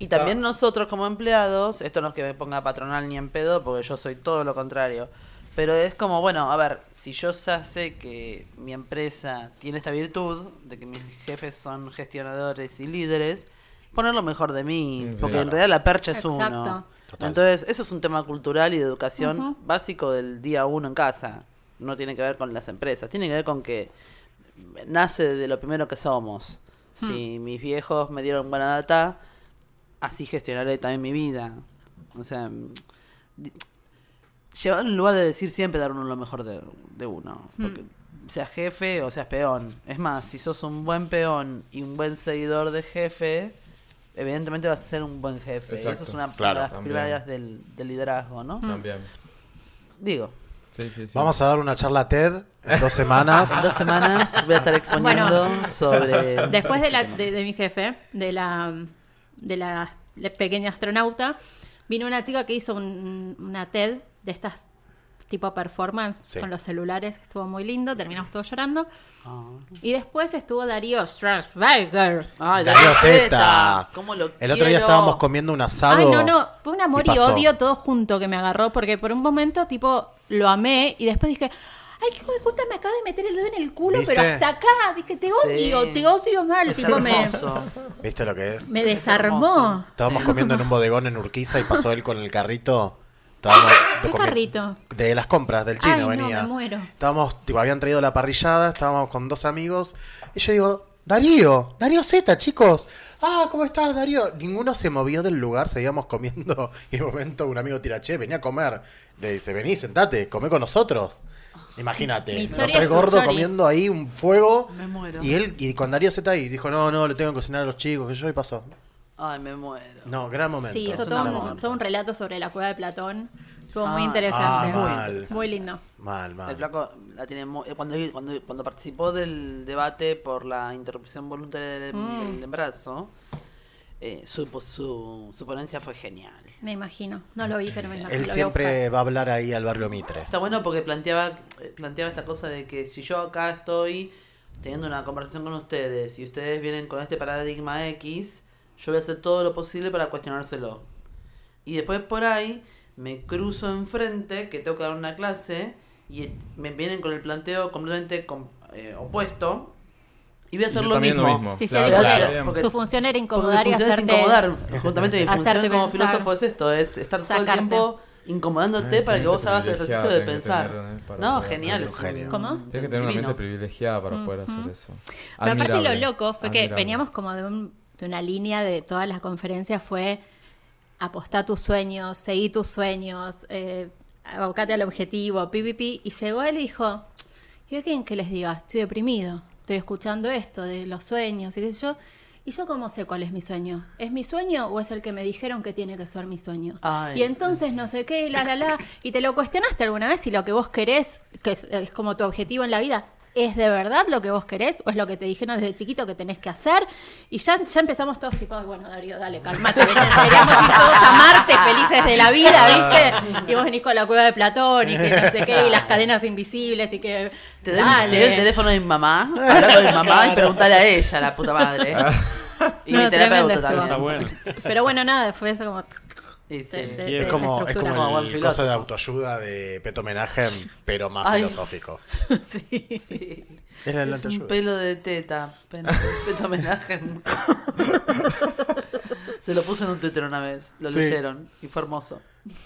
Speaker 7: Y también nosotros como empleados, esto no es que me ponga patronal ni en pedo, porque yo soy todo lo contrario. Pero es como, bueno, a ver, si yo ya sé que mi empresa tiene esta virtud, de que mis jefes son gestionadores y líderes, poner lo mejor de mí,
Speaker 4: Sí,
Speaker 7: porque
Speaker 4: claro.
Speaker 7: en realidad la percha es
Speaker 2: Exacto.
Speaker 7: uno.
Speaker 5: Total.
Speaker 7: Entonces, eso es un tema cultural y de educación
Speaker 2: Ujú.
Speaker 7: básico del día uno en casa. No tiene que ver con las empresas, tiene que ver con que nace de lo primero que somos. Si mis viejos me dieron buena data, así gestionaré también mi vida. O sea, mm, di- llevar en lugar de decir siempre dar uno lo mejor de, de uno. Porque seas jefe o seas peón. Es más, si sos un buen peón y un buen seguidor de jefe, evidentemente vas a ser un buen jefe. Y
Speaker 4: Exacto.
Speaker 7: Eso es una
Speaker 5: Claro,
Speaker 7: de las
Speaker 4: también.
Speaker 7: primarias del, del liderazgo, ¿no?
Speaker 4: también.
Speaker 7: Digo,
Speaker 4: Sí, sí, sí.
Speaker 5: Vamos a dar una charla TED en dos semanas.
Speaker 7: en dos semanas voy a estar exponiendo
Speaker 2: Bueno.
Speaker 7: sobre...
Speaker 2: Después de, la, de, de mi jefe, de la, de la, la pequeña astronauta, vino una chica que hizo un- una TED de estas tipo performance
Speaker 5: Sí.
Speaker 2: con los celulares, estuvo muy lindo, terminamos todos llorando.
Speaker 7: Ah.
Speaker 2: Y después estuvo Darío Strasberger.
Speaker 7: [laughs] Ay,
Speaker 5: Darío
Speaker 7: Darío
Speaker 5: Zeta.
Speaker 7: Zeta. ¿Cómo lo
Speaker 5: El otro día
Speaker 7: quiero?
Speaker 5: estábamos comiendo un asado.
Speaker 2: Ay, no, no, fue un amor
Speaker 5: y
Speaker 2: y,
Speaker 5: pasó.
Speaker 2: odio todo junto que me agarró, porque por un momento, tipo, lo amé y después dije, ay, qué hijo de puta, me acaba de meter el dedo en el culo,
Speaker 5: ¿Viste?
Speaker 2: pero hesta acá, dije, te odio,
Speaker 7: Sí.
Speaker 2: te odio mal,
Speaker 7: Es
Speaker 2: tipo, me,
Speaker 7: hermoso.
Speaker 5: ¿Viste lo que es?
Speaker 2: me desarmó.
Speaker 7: hermoso.
Speaker 5: Estábamos comiendo en un bodegón en Urquiza y pasó él con el carrito. Estábamos
Speaker 2: ¿Qué
Speaker 5: comi-
Speaker 2: carrito?
Speaker 5: De las compras, del chino
Speaker 2: Ay, no,
Speaker 5: venía.
Speaker 2: me muero.
Speaker 5: Estábamos, tipo, habían traído la parrillada, estábamos con dos amigos. Y yo digo, Darío, Darío Z, chicos. Ah, ¿cómo estás, Darío? Ninguno se movió del lugar, seguíamos comiendo. Y en un momento un amigo tira, che, venía a comer. Le dice, vení, sentate, come con nosotros. Imagínate,
Speaker 2: Mi
Speaker 5: los
Speaker 2: chori
Speaker 5: tres
Speaker 2: es tu
Speaker 5: gordos
Speaker 2: chori.
Speaker 5: comiendo ahí un fuego.
Speaker 7: Me muero.
Speaker 5: Y él, y con Darío Z ahí, dijo, no, no, le tengo que cocinar a los chicos, que yo y pasó.
Speaker 7: Ay, me muero.
Speaker 5: No, gran momento.
Speaker 2: Sí, hizo
Speaker 5: gran
Speaker 2: todo un,
Speaker 5: momento.
Speaker 2: todo un relato sobre la cueva de Platón. Estuvo muy
Speaker 7: Ah,
Speaker 2: interesante.
Speaker 5: ah,
Speaker 2: muy,
Speaker 5: mal.
Speaker 2: muy lindo.
Speaker 5: Mal,
Speaker 7: El
Speaker 5: mal.
Speaker 7: flaco la tiene mu- eh, cuando, cuando, cuando participó del debate por la interrupción voluntaria del,
Speaker 2: Mm.
Speaker 7: del embarazo, eh, su, su, su ponencia fue genial.
Speaker 2: Me imagino. No lo vi, pero me imagino.
Speaker 5: Él
Speaker 2: Lo voy a
Speaker 5: siempre
Speaker 2: buscar.
Speaker 5: va a hablar ahí al barrio Mitre.
Speaker 7: Está bueno porque planteaba, eh, planteaba esta cosa de que si yo acá estoy teniendo una conversación con ustedes y ustedes vienen con este paradigma X, yo voy a hacer todo lo posible para cuestionárselo. Y después por ahí me cruzo enfrente que tengo que dar una clase y me vienen con el planteo completamente com- eh, opuesto y voy a
Speaker 4: Y yo
Speaker 7: hacer lo
Speaker 4: también
Speaker 7: mismo.
Speaker 2: Sí, sí,
Speaker 4: Claro,
Speaker 2: porque
Speaker 7: claro,
Speaker 4: bien.
Speaker 7: porque-
Speaker 2: Su función era
Speaker 7: Porque mi
Speaker 2: incomodar y
Speaker 7: función es
Speaker 2: hacerte.
Speaker 7: incomodar. Justamente mi
Speaker 2: [laughs] hacerte
Speaker 7: función como
Speaker 2: pensar.
Speaker 7: filósofo es esto, es estar todo el
Speaker 2: Sacarte.
Speaker 7: tiempo incomodándote
Speaker 4: Ay,
Speaker 7: para
Speaker 4: tenés
Speaker 7: que vos
Speaker 4: que
Speaker 7: hagas el
Speaker 4: privilegiar,
Speaker 7: ejercicio de
Speaker 4: tenés que
Speaker 7: pensar.
Speaker 4: tener, eh, para
Speaker 7: no,
Speaker 4: poder
Speaker 7: genial.
Speaker 5: hacer
Speaker 7: es
Speaker 5: eso.
Speaker 7: un-
Speaker 5: Genio.
Speaker 2: ¿Cómo?
Speaker 4: Tienes que tener una
Speaker 7: divino.
Speaker 4: mente privilegiada para poder hacer eso.
Speaker 2: Pero aparte lo
Speaker 4: Admirable,
Speaker 2: loco fue que
Speaker 4: admirable.
Speaker 2: veníamos como de, un- de una línea de todas las conferencias fue apostá tus sueños, seguí tus sueños, eh, abocate al objetivo, pipipi. Y llegó él y dijo, yo quieren que les diga, estoy deprimido, estoy escuchando esto de los sueños y qué sé yo. ¿Y yo cómo sé cuál es mi sueño? ¿Es mi sueño o es el que me dijeron que tiene que ser mi sueño?
Speaker 7: Ay.
Speaker 2: y entonces no sé qué, y la, la, la. ¿Y te lo cuestionaste alguna vez si lo que vos querés, que es, es como tu objetivo en la vida, es de verdad lo que vos querés o es lo que te dijeron desde chiquito que tenés que hacer? Y ya, ya empezamos todos tipo, "Ay, bueno, Darío, dale, calmate, ven, queríamos ir todos a Marte felices de la vida, ¿viste? Y vos venís con la cueva de Platón y que no sé qué, y las cadenas invisibles y que...
Speaker 7: Te doy, te doy el teléfono de mi mamá, hablar
Speaker 2: [laughs]
Speaker 7: con mi mamá y preguntarle a ella, la puta madre.
Speaker 4: Ah.
Speaker 7: y
Speaker 2: No,
Speaker 7: mi terapeuta
Speaker 2: tremendo
Speaker 7: también.
Speaker 6: Está bueno.
Speaker 2: Pero bueno, nada, fue eso como...
Speaker 7: Y sí.
Speaker 2: Te- te-
Speaker 5: Es
Speaker 2: esa
Speaker 5: como, es
Speaker 2: estructura.
Speaker 5: como
Speaker 7: Como
Speaker 5: el
Speaker 7: buen
Speaker 5: coso de
Speaker 7: filósofo.
Speaker 5: autoayuda de Peto Homenaje, pero más
Speaker 7: Ay. [laughs]
Speaker 5: filosófico.
Speaker 2: Sí.
Speaker 7: [laughs] Sí.
Speaker 5: Es la
Speaker 7: Es un
Speaker 5: autoayuda.
Speaker 7: pelo de teta.
Speaker 2: [laughs]
Speaker 7: Pena- Teta homenaje. Se lo puse en un Twitter una vez. Lo
Speaker 5: Sí.
Speaker 7: leyeron. Y fue hermoso.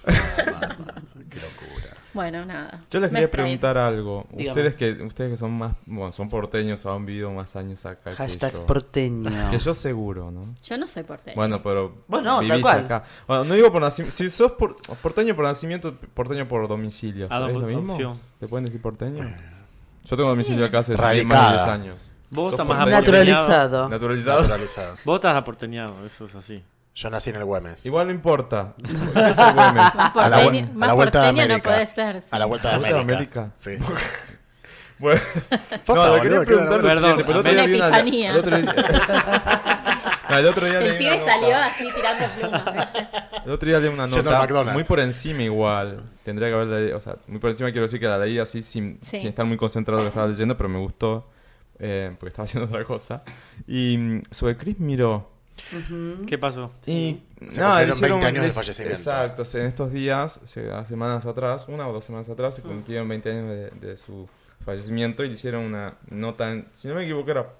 Speaker 5: Qué locura.
Speaker 2: Bueno, nada.
Speaker 4: Yo les
Speaker 2: Me
Speaker 4: quería
Speaker 2: extraí.
Speaker 4: preguntar algo.
Speaker 7: Dígame.
Speaker 4: Ustedes que, ustedes que son más, bueno, son porteños o han vivido más años acá que
Speaker 7: Hashtag
Speaker 4: yo.
Speaker 7: porteño.
Speaker 4: Que yo seguro, ¿no?
Speaker 2: Yo no soy porteña.
Speaker 4: Bueno, pero
Speaker 7: Bueno, tal
Speaker 4: vivís
Speaker 7: cual.
Speaker 4: acá. Bueno, no digo por nacimiento. Si sos por- porteño por nacimiento, porteño por domicilio.
Speaker 6: Ah,
Speaker 4: ¿sabés lo mismo?
Speaker 6: adopción.
Speaker 4: ¿Te pueden decir porteño? Yo tengo domicilio acá hace más de 10
Speaker 5: Radicada.
Speaker 4: años.
Speaker 6: Vos
Speaker 4: Sos
Speaker 6: estás más
Speaker 4: porteño.
Speaker 6: aporteñado.
Speaker 7: Naturalizado.
Speaker 4: Naturalizado.
Speaker 5: Naturalizado.
Speaker 6: Vos estás aporteñado, eso es así.
Speaker 5: Yo nací en el Güemes.
Speaker 4: Igual no importa. Yo soy Güemes.
Speaker 2: Más
Speaker 5: A la,
Speaker 2: porteño-
Speaker 5: vuel- a
Speaker 2: más
Speaker 5: la vuelta de
Speaker 2: porteño
Speaker 5: América.
Speaker 2: no puede ser. sí.
Speaker 5: A la vuelta de
Speaker 4: A la vuelta de
Speaker 5: América.
Speaker 4: América.
Speaker 5: Sí.
Speaker 4: Bueno,
Speaker 5: Posta,
Speaker 4: no, lo
Speaker 5: boludo,
Speaker 4: quería
Speaker 5: qué
Speaker 4: preguntar lo
Speaker 6: vergüenza.
Speaker 4: siguiente, pero el otro día
Speaker 2: Una
Speaker 4: vi
Speaker 2: epifanía.
Speaker 4: el otro
Speaker 2: [laughs]
Speaker 4: día- No, el otro día leí
Speaker 2: El
Speaker 4: una
Speaker 2: pibe
Speaker 4: nota.
Speaker 2: salió así tirando plumas. ¿viste?
Speaker 4: El otro día leí una
Speaker 5: Yendo a
Speaker 4: nota
Speaker 5: McDonald's.
Speaker 4: muy por encima igual. Tendría que haberla leído, o sea, muy por encima quiero decir que la leí así sin,
Speaker 2: Sí.
Speaker 4: sin estar muy concentrado en lo que estaba leyendo, pero me gustó eh, porque estaba [laughs] haciendo otra cosa. Y mm, sobre Chris Miró.
Speaker 6: ¿Qué pasó?
Speaker 4: Y
Speaker 5: Se
Speaker 4: nada,
Speaker 5: cumplieron
Speaker 4: hicieron
Speaker 5: 20 años del
Speaker 4: des-
Speaker 5: fallecimiento.
Speaker 4: Exacto, en estos días, se- hace semanas atrás, una o dos semanas atrás,
Speaker 7: Mm.
Speaker 4: se cumplieron 20 años de, de su fallecimiento y le hicieron una nota, en- si no me equivoco, era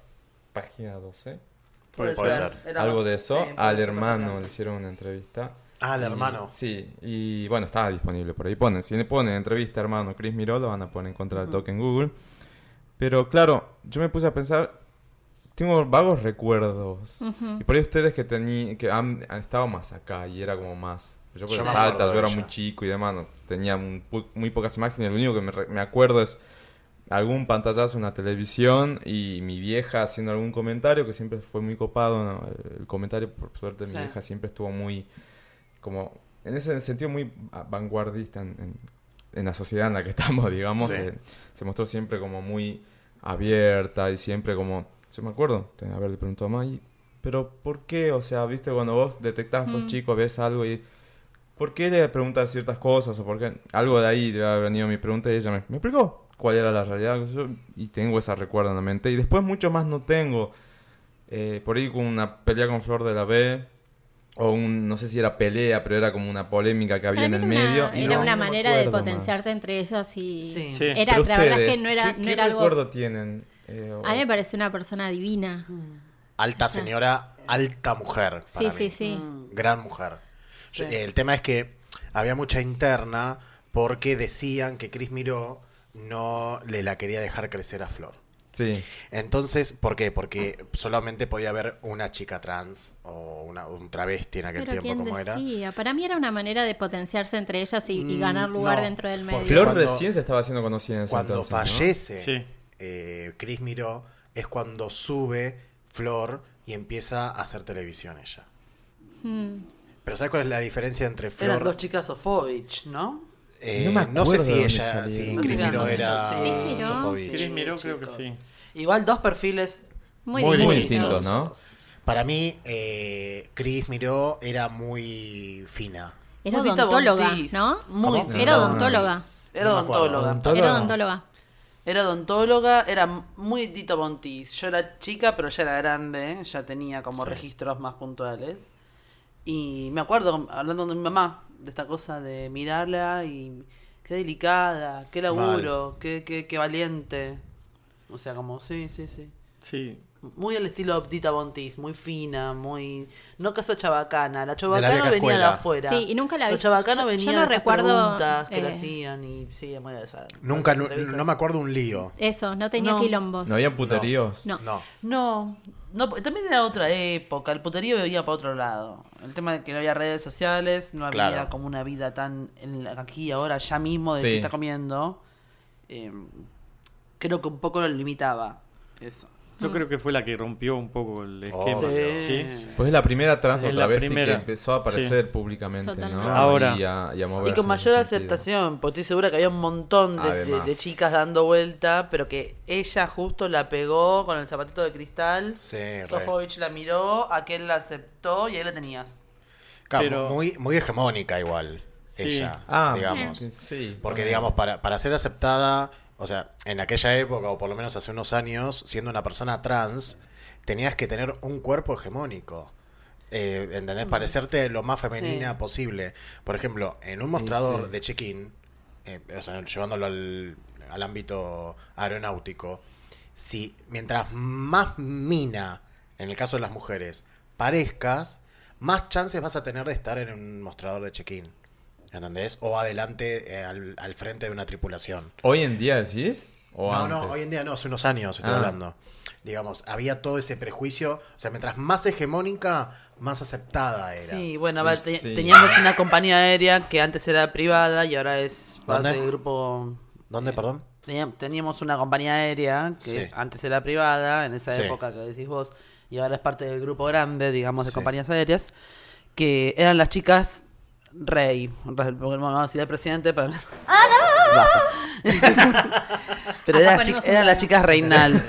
Speaker 4: página 12,
Speaker 5: Puede ser.
Speaker 7: Era-
Speaker 4: algo de eso,
Speaker 7: sí, puede
Speaker 4: al
Speaker 7: ser
Speaker 4: hermano le
Speaker 7: bastante.
Speaker 4: hicieron una entrevista.
Speaker 5: Ah, el
Speaker 4: Y-
Speaker 5: hermano.
Speaker 4: Sí, y bueno, estaba disponible por ahí. Ponen, si le ponen entrevista, hermano Chris Miró, lo van a poner en contra del toque en Google. Pero claro, yo me puse a pensar, tengo vagos recuerdos. Y por ahí ustedes que, tení, que han, han estado más acá y era como más... Yo por
Speaker 5: Yo me
Speaker 4: las altas,
Speaker 5: acuerdo
Speaker 4: yo
Speaker 5: de
Speaker 4: era
Speaker 5: ella.
Speaker 4: muy chico y demás, no, tenía un po- muy pocas imágenes. Lo único que me, re- me acuerdo es algún pantallazo en la televisión y mi vieja haciendo algún comentario que siempre fue muy copado. ¿no? El comentario, por suerte,
Speaker 7: Sí.
Speaker 4: mi vieja siempre estuvo muy como en ese sentido muy a- vanguardista en, en- en la sociedad en la que [laughs] estamos, digamos,
Speaker 5: Sí.
Speaker 4: se, se mostró siempre como muy abierta y siempre como, yo me acuerdo, te- a ver, le preguntó a May, pero ¿por qué? O sea, viste, cuando vos detectás a esos chicos, ves algo y... ¿Por qué le preguntas ciertas cosas? o por qué? Algo de ahí debe haber venido mi pregunta y ella me, me explicó cuál era la realidad. qué sé yo, y tengo ese recuerdo en la mente. Y después mucho más no tengo. Eh, por ahí con una pelea con Flor de la B, o un, no sé si era pelea, pero era como una polémica que había
Speaker 2: Para
Speaker 4: en
Speaker 2: mí
Speaker 4: el
Speaker 2: era una-
Speaker 4: medio. y
Speaker 2: era
Speaker 4: no-
Speaker 2: una
Speaker 4: no me
Speaker 2: manera de
Speaker 4: acuerdo más.
Speaker 2: potenciarte entre ellos y...
Speaker 7: Sí.
Speaker 6: Sí.
Speaker 2: Era,
Speaker 4: Pero
Speaker 2: la verdad es que
Speaker 4: ustedes,
Speaker 2: no era,
Speaker 4: ¿qué,
Speaker 2: no
Speaker 4: qué
Speaker 2: era algo...
Speaker 4: recuerdo tienen? Eh, o-
Speaker 2: A mí me pareció una persona divina.
Speaker 5: Alta señora, alta mujer.
Speaker 2: Sí,
Speaker 5: para
Speaker 2: sí,
Speaker 5: mí.
Speaker 2: sí.
Speaker 7: Mm.
Speaker 5: Gran mujer. Yo-
Speaker 7: Sí.
Speaker 5: El tema es que había mucha interna porque decían que Cris Miró no le la quería dejar crecer a Flor.
Speaker 4: Sí.
Speaker 5: Entonces, ¿por qué? Porque solamente podía haber una chica trans o una- un travesti en aquel
Speaker 2: Pero
Speaker 5: tiempo
Speaker 2: quién
Speaker 5: como era.
Speaker 2: decía, ah, para mí era una manera de potenciarse entre ellas y, y
Speaker 5: Mm,
Speaker 2: ganar lugar
Speaker 5: no.
Speaker 2: dentro del
Speaker 5: Por
Speaker 2: medio.
Speaker 4: Flor
Speaker 5: Cuando-
Speaker 4: recién se estaba haciendo conocida en ese
Speaker 5: Cuando
Speaker 4: entonces, ¿no?
Speaker 5: fallece
Speaker 6: Sí.
Speaker 5: eh, Cris Miró es cuando sube Flor y empieza a hacer televisión ella.
Speaker 2: Mm.
Speaker 5: Pero ¿sabes cuál es la diferencia entre
Speaker 7: Eran dos
Speaker 5: Flor?
Speaker 7: chicas Sofovich, ¿no?
Speaker 5: eh,
Speaker 4: No me
Speaker 5: no sé
Speaker 4: acuerdo
Speaker 5: si
Speaker 4: de dónde
Speaker 5: ella,
Speaker 4: salieron.
Speaker 5: si
Speaker 4: No,
Speaker 5: Cris
Speaker 7: mira,
Speaker 5: Miró
Speaker 7: no sé,
Speaker 5: era
Speaker 7: yo sé.
Speaker 2: Cris Miró.
Speaker 5: Sofovich.
Speaker 6: Chris Miró creo que
Speaker 7: chicos.
Speaker 6: sí.
Speaker 7: Igual dos perfiles
Speaker 2: Muy,
Speaker 4: Muy
Speaker 2: distintos.
Speaker 4: distinto, ¿no?
Speaker 5: Para mí, eh, Cris Miró era muy fina.
Speaker 2: Era
Speaker 7: Muy Tita
Speaker 2: odontóloga,
Speaker 7: Bontis,
Speaker 2: ¿no?
Speaker 7: Muy
Speaker 5: ¿Cómo?
Speaker 7: Tita
Speaker 2: Era
Speaker 7: Bontis.
Speaker 2: odontóloga.
Speaker 7: Era
Speaker 5: No me acuerdo.
Speaker 7: odontóloga.
Speaker 4: Odontóloga.
Speaker 2: Era odontóloga.
Speaker 7: Era odontóloga, era muy Tito Bontis. Yo era chica, pero ya era grande, ya tenía como
Speaker 5: Sí.
Speaker 7: registros más puntuales. Y me acuerdo, hablando de mi mamá, de esta cosa de mirarla y qué delicada, qué laburo, qué, qué, qué valiente. O sea, como, sí, sí, sí.
Speaker 6: Sí.
Speaker 7: Muy al estilo Tita Bontis, muy fina, muy... No casa chabacana, la
Speaker 5: la
Speaker 7: chabacana venía
Speaker 5: vieja
Speaker 7: de
Speaker 5: escuela.
Speaker 7: afuera.
Speaker 2: Sí, y nunca la
Speaker 7: Los
Speaker 2: vi.
Speaker 7: chabacanos
Speaker 2: Yo- yo
Speaker 7: venían
Speaker 2: no
Speaker 7: a estas
Speaker 2: recuerdo,
Speaker 7: preguntas que le
Speaker 2: eh,
Speaker 7: hacían y sí, muy de esa.
Speaker 5: Nunca, no,
Speaker 7: entrevistas.
Speaker 5: no me acuerdo un lío.
Speaker 2: Eso, no tenía
Speaker 7: No.
Speaker 2: quilombos.
Speaker 4: ¿No había puteríos?
Speaker 2: No.
Speaker 5: No.
Speaker 7: No, no, porque también era otra época, el puterío iba para otro lado. El tema de que no había redes sociales, no había
Speaker 5: Claro.
Speaker 7: como una vida tan en la- aquí y ahora, ya mismo, de
Speaker 4: Sí.
Speaker 7: que está comiendo. Eh, creo que un poco lo limitaba. Eso.
Speaker 6: Yo creo que fue la que rompió un poco el
Speaker 5: Oh,
Speaker 6: esquema.
Speaker 7: Sí.
Speaker 6: Sí.
Speaker 4: Pues es la primera trans
Speaker 6: Es
Speaker 4: o
Speaker 6: la
Speaker 4: travesti
Speaker 6: primera.
Speaker 4: que empezó a aparecer públicamente,
Speaker 2: Totalmente.
Speaker 4: ¿no?
Speaker 6: Ahora.
Speaker 4: Y a, y a moverse
Speaker 7: Y con
Speaker 4: en
Speaker 7: mayor
Speaker 4: ese sentido.
Speaker 7: aceptación, porque estoy segura que había un montón de, de-
Speaker 4: Además.
Speaker 7: de chicas dando vuelta, pero que ella justo la pegó con el zapatito de cristal.
Speaker 5: Sí, re.
Speaker 7: Sofovich la miró, aquel la aceptó y ahí la tenías.
Speaker 5: Claro,
Speaker 6: Pero-
Speaker 5: muy, muy hegemónica igual.
Speaker 6: Sí.
Speaker 5: Ella,
Speaker 4: Ah,
Speaker 5: digamos.
Speaker 4: Sí.
Speaker 5: Porque, digamos, para, para ser aceptada, o sea, en aquella época, o por lo menos hace unos años, siendo una persona trans, tenías que tener un cuerpo hegemónico. Eh, ¿Entendés? Parecerte lo más femenina
Speaker 7: Mm. Sí.
Speaker 5: posible. Por ejemplo, en un mostrador de check-in, eh, o sea, llevándolo al, al ámbito aeronáutico, si mientras más mina, en el caso de las mujeres, parezcas, más chances vas a tener de estar en un mostrador de check-in. ¿Entendés? O adelante, eh, al, al frente de una tripulación.
Speaker 4: ¿Hoy en día decís? ¿O
Speaker 5: no,
Speaker 4: antes?
Speaker 5: no, hoy en día no, hace unos años estoy
Speaker 4: Ah.
Speaker 5: hablando. Digamos, había todo ese prejuicio. O sea, mientras más hegemónica, más aceptada eras.
Speaker 7: Sí, bueno, a ver, te-
Speaker 4: Sí.
Speaker 7: teníamos una compañía aérea que antes era privada y ahora es parte
Speaker 5: ¿Dónde?
Speaker 7: del grupo.
Speaker 5: ¿Dónde, perdón?
Speaker 7: Tenía- Teníamos una compañía aérea que
Speaker 5: Sí.
Speaker 7: antes era privada, en esa
Speaker 5: Sí.
Speaker 7: época que decís vos, y ahora es parte del grupo grande, digamos, de
Speaker 5: Sí.
Speaker 7: compañías aéreas. que eran las chicas rey. Re- Porque bueno, así el presidente, pero. [laughs] Basta. pero
Speaker 2: Acá
Speaker 7: eran, las chi-
Speaker 2: ponemos un
Speaker 7: eran las
Speaker 2: drama.
Speaker 7: chicas reinal.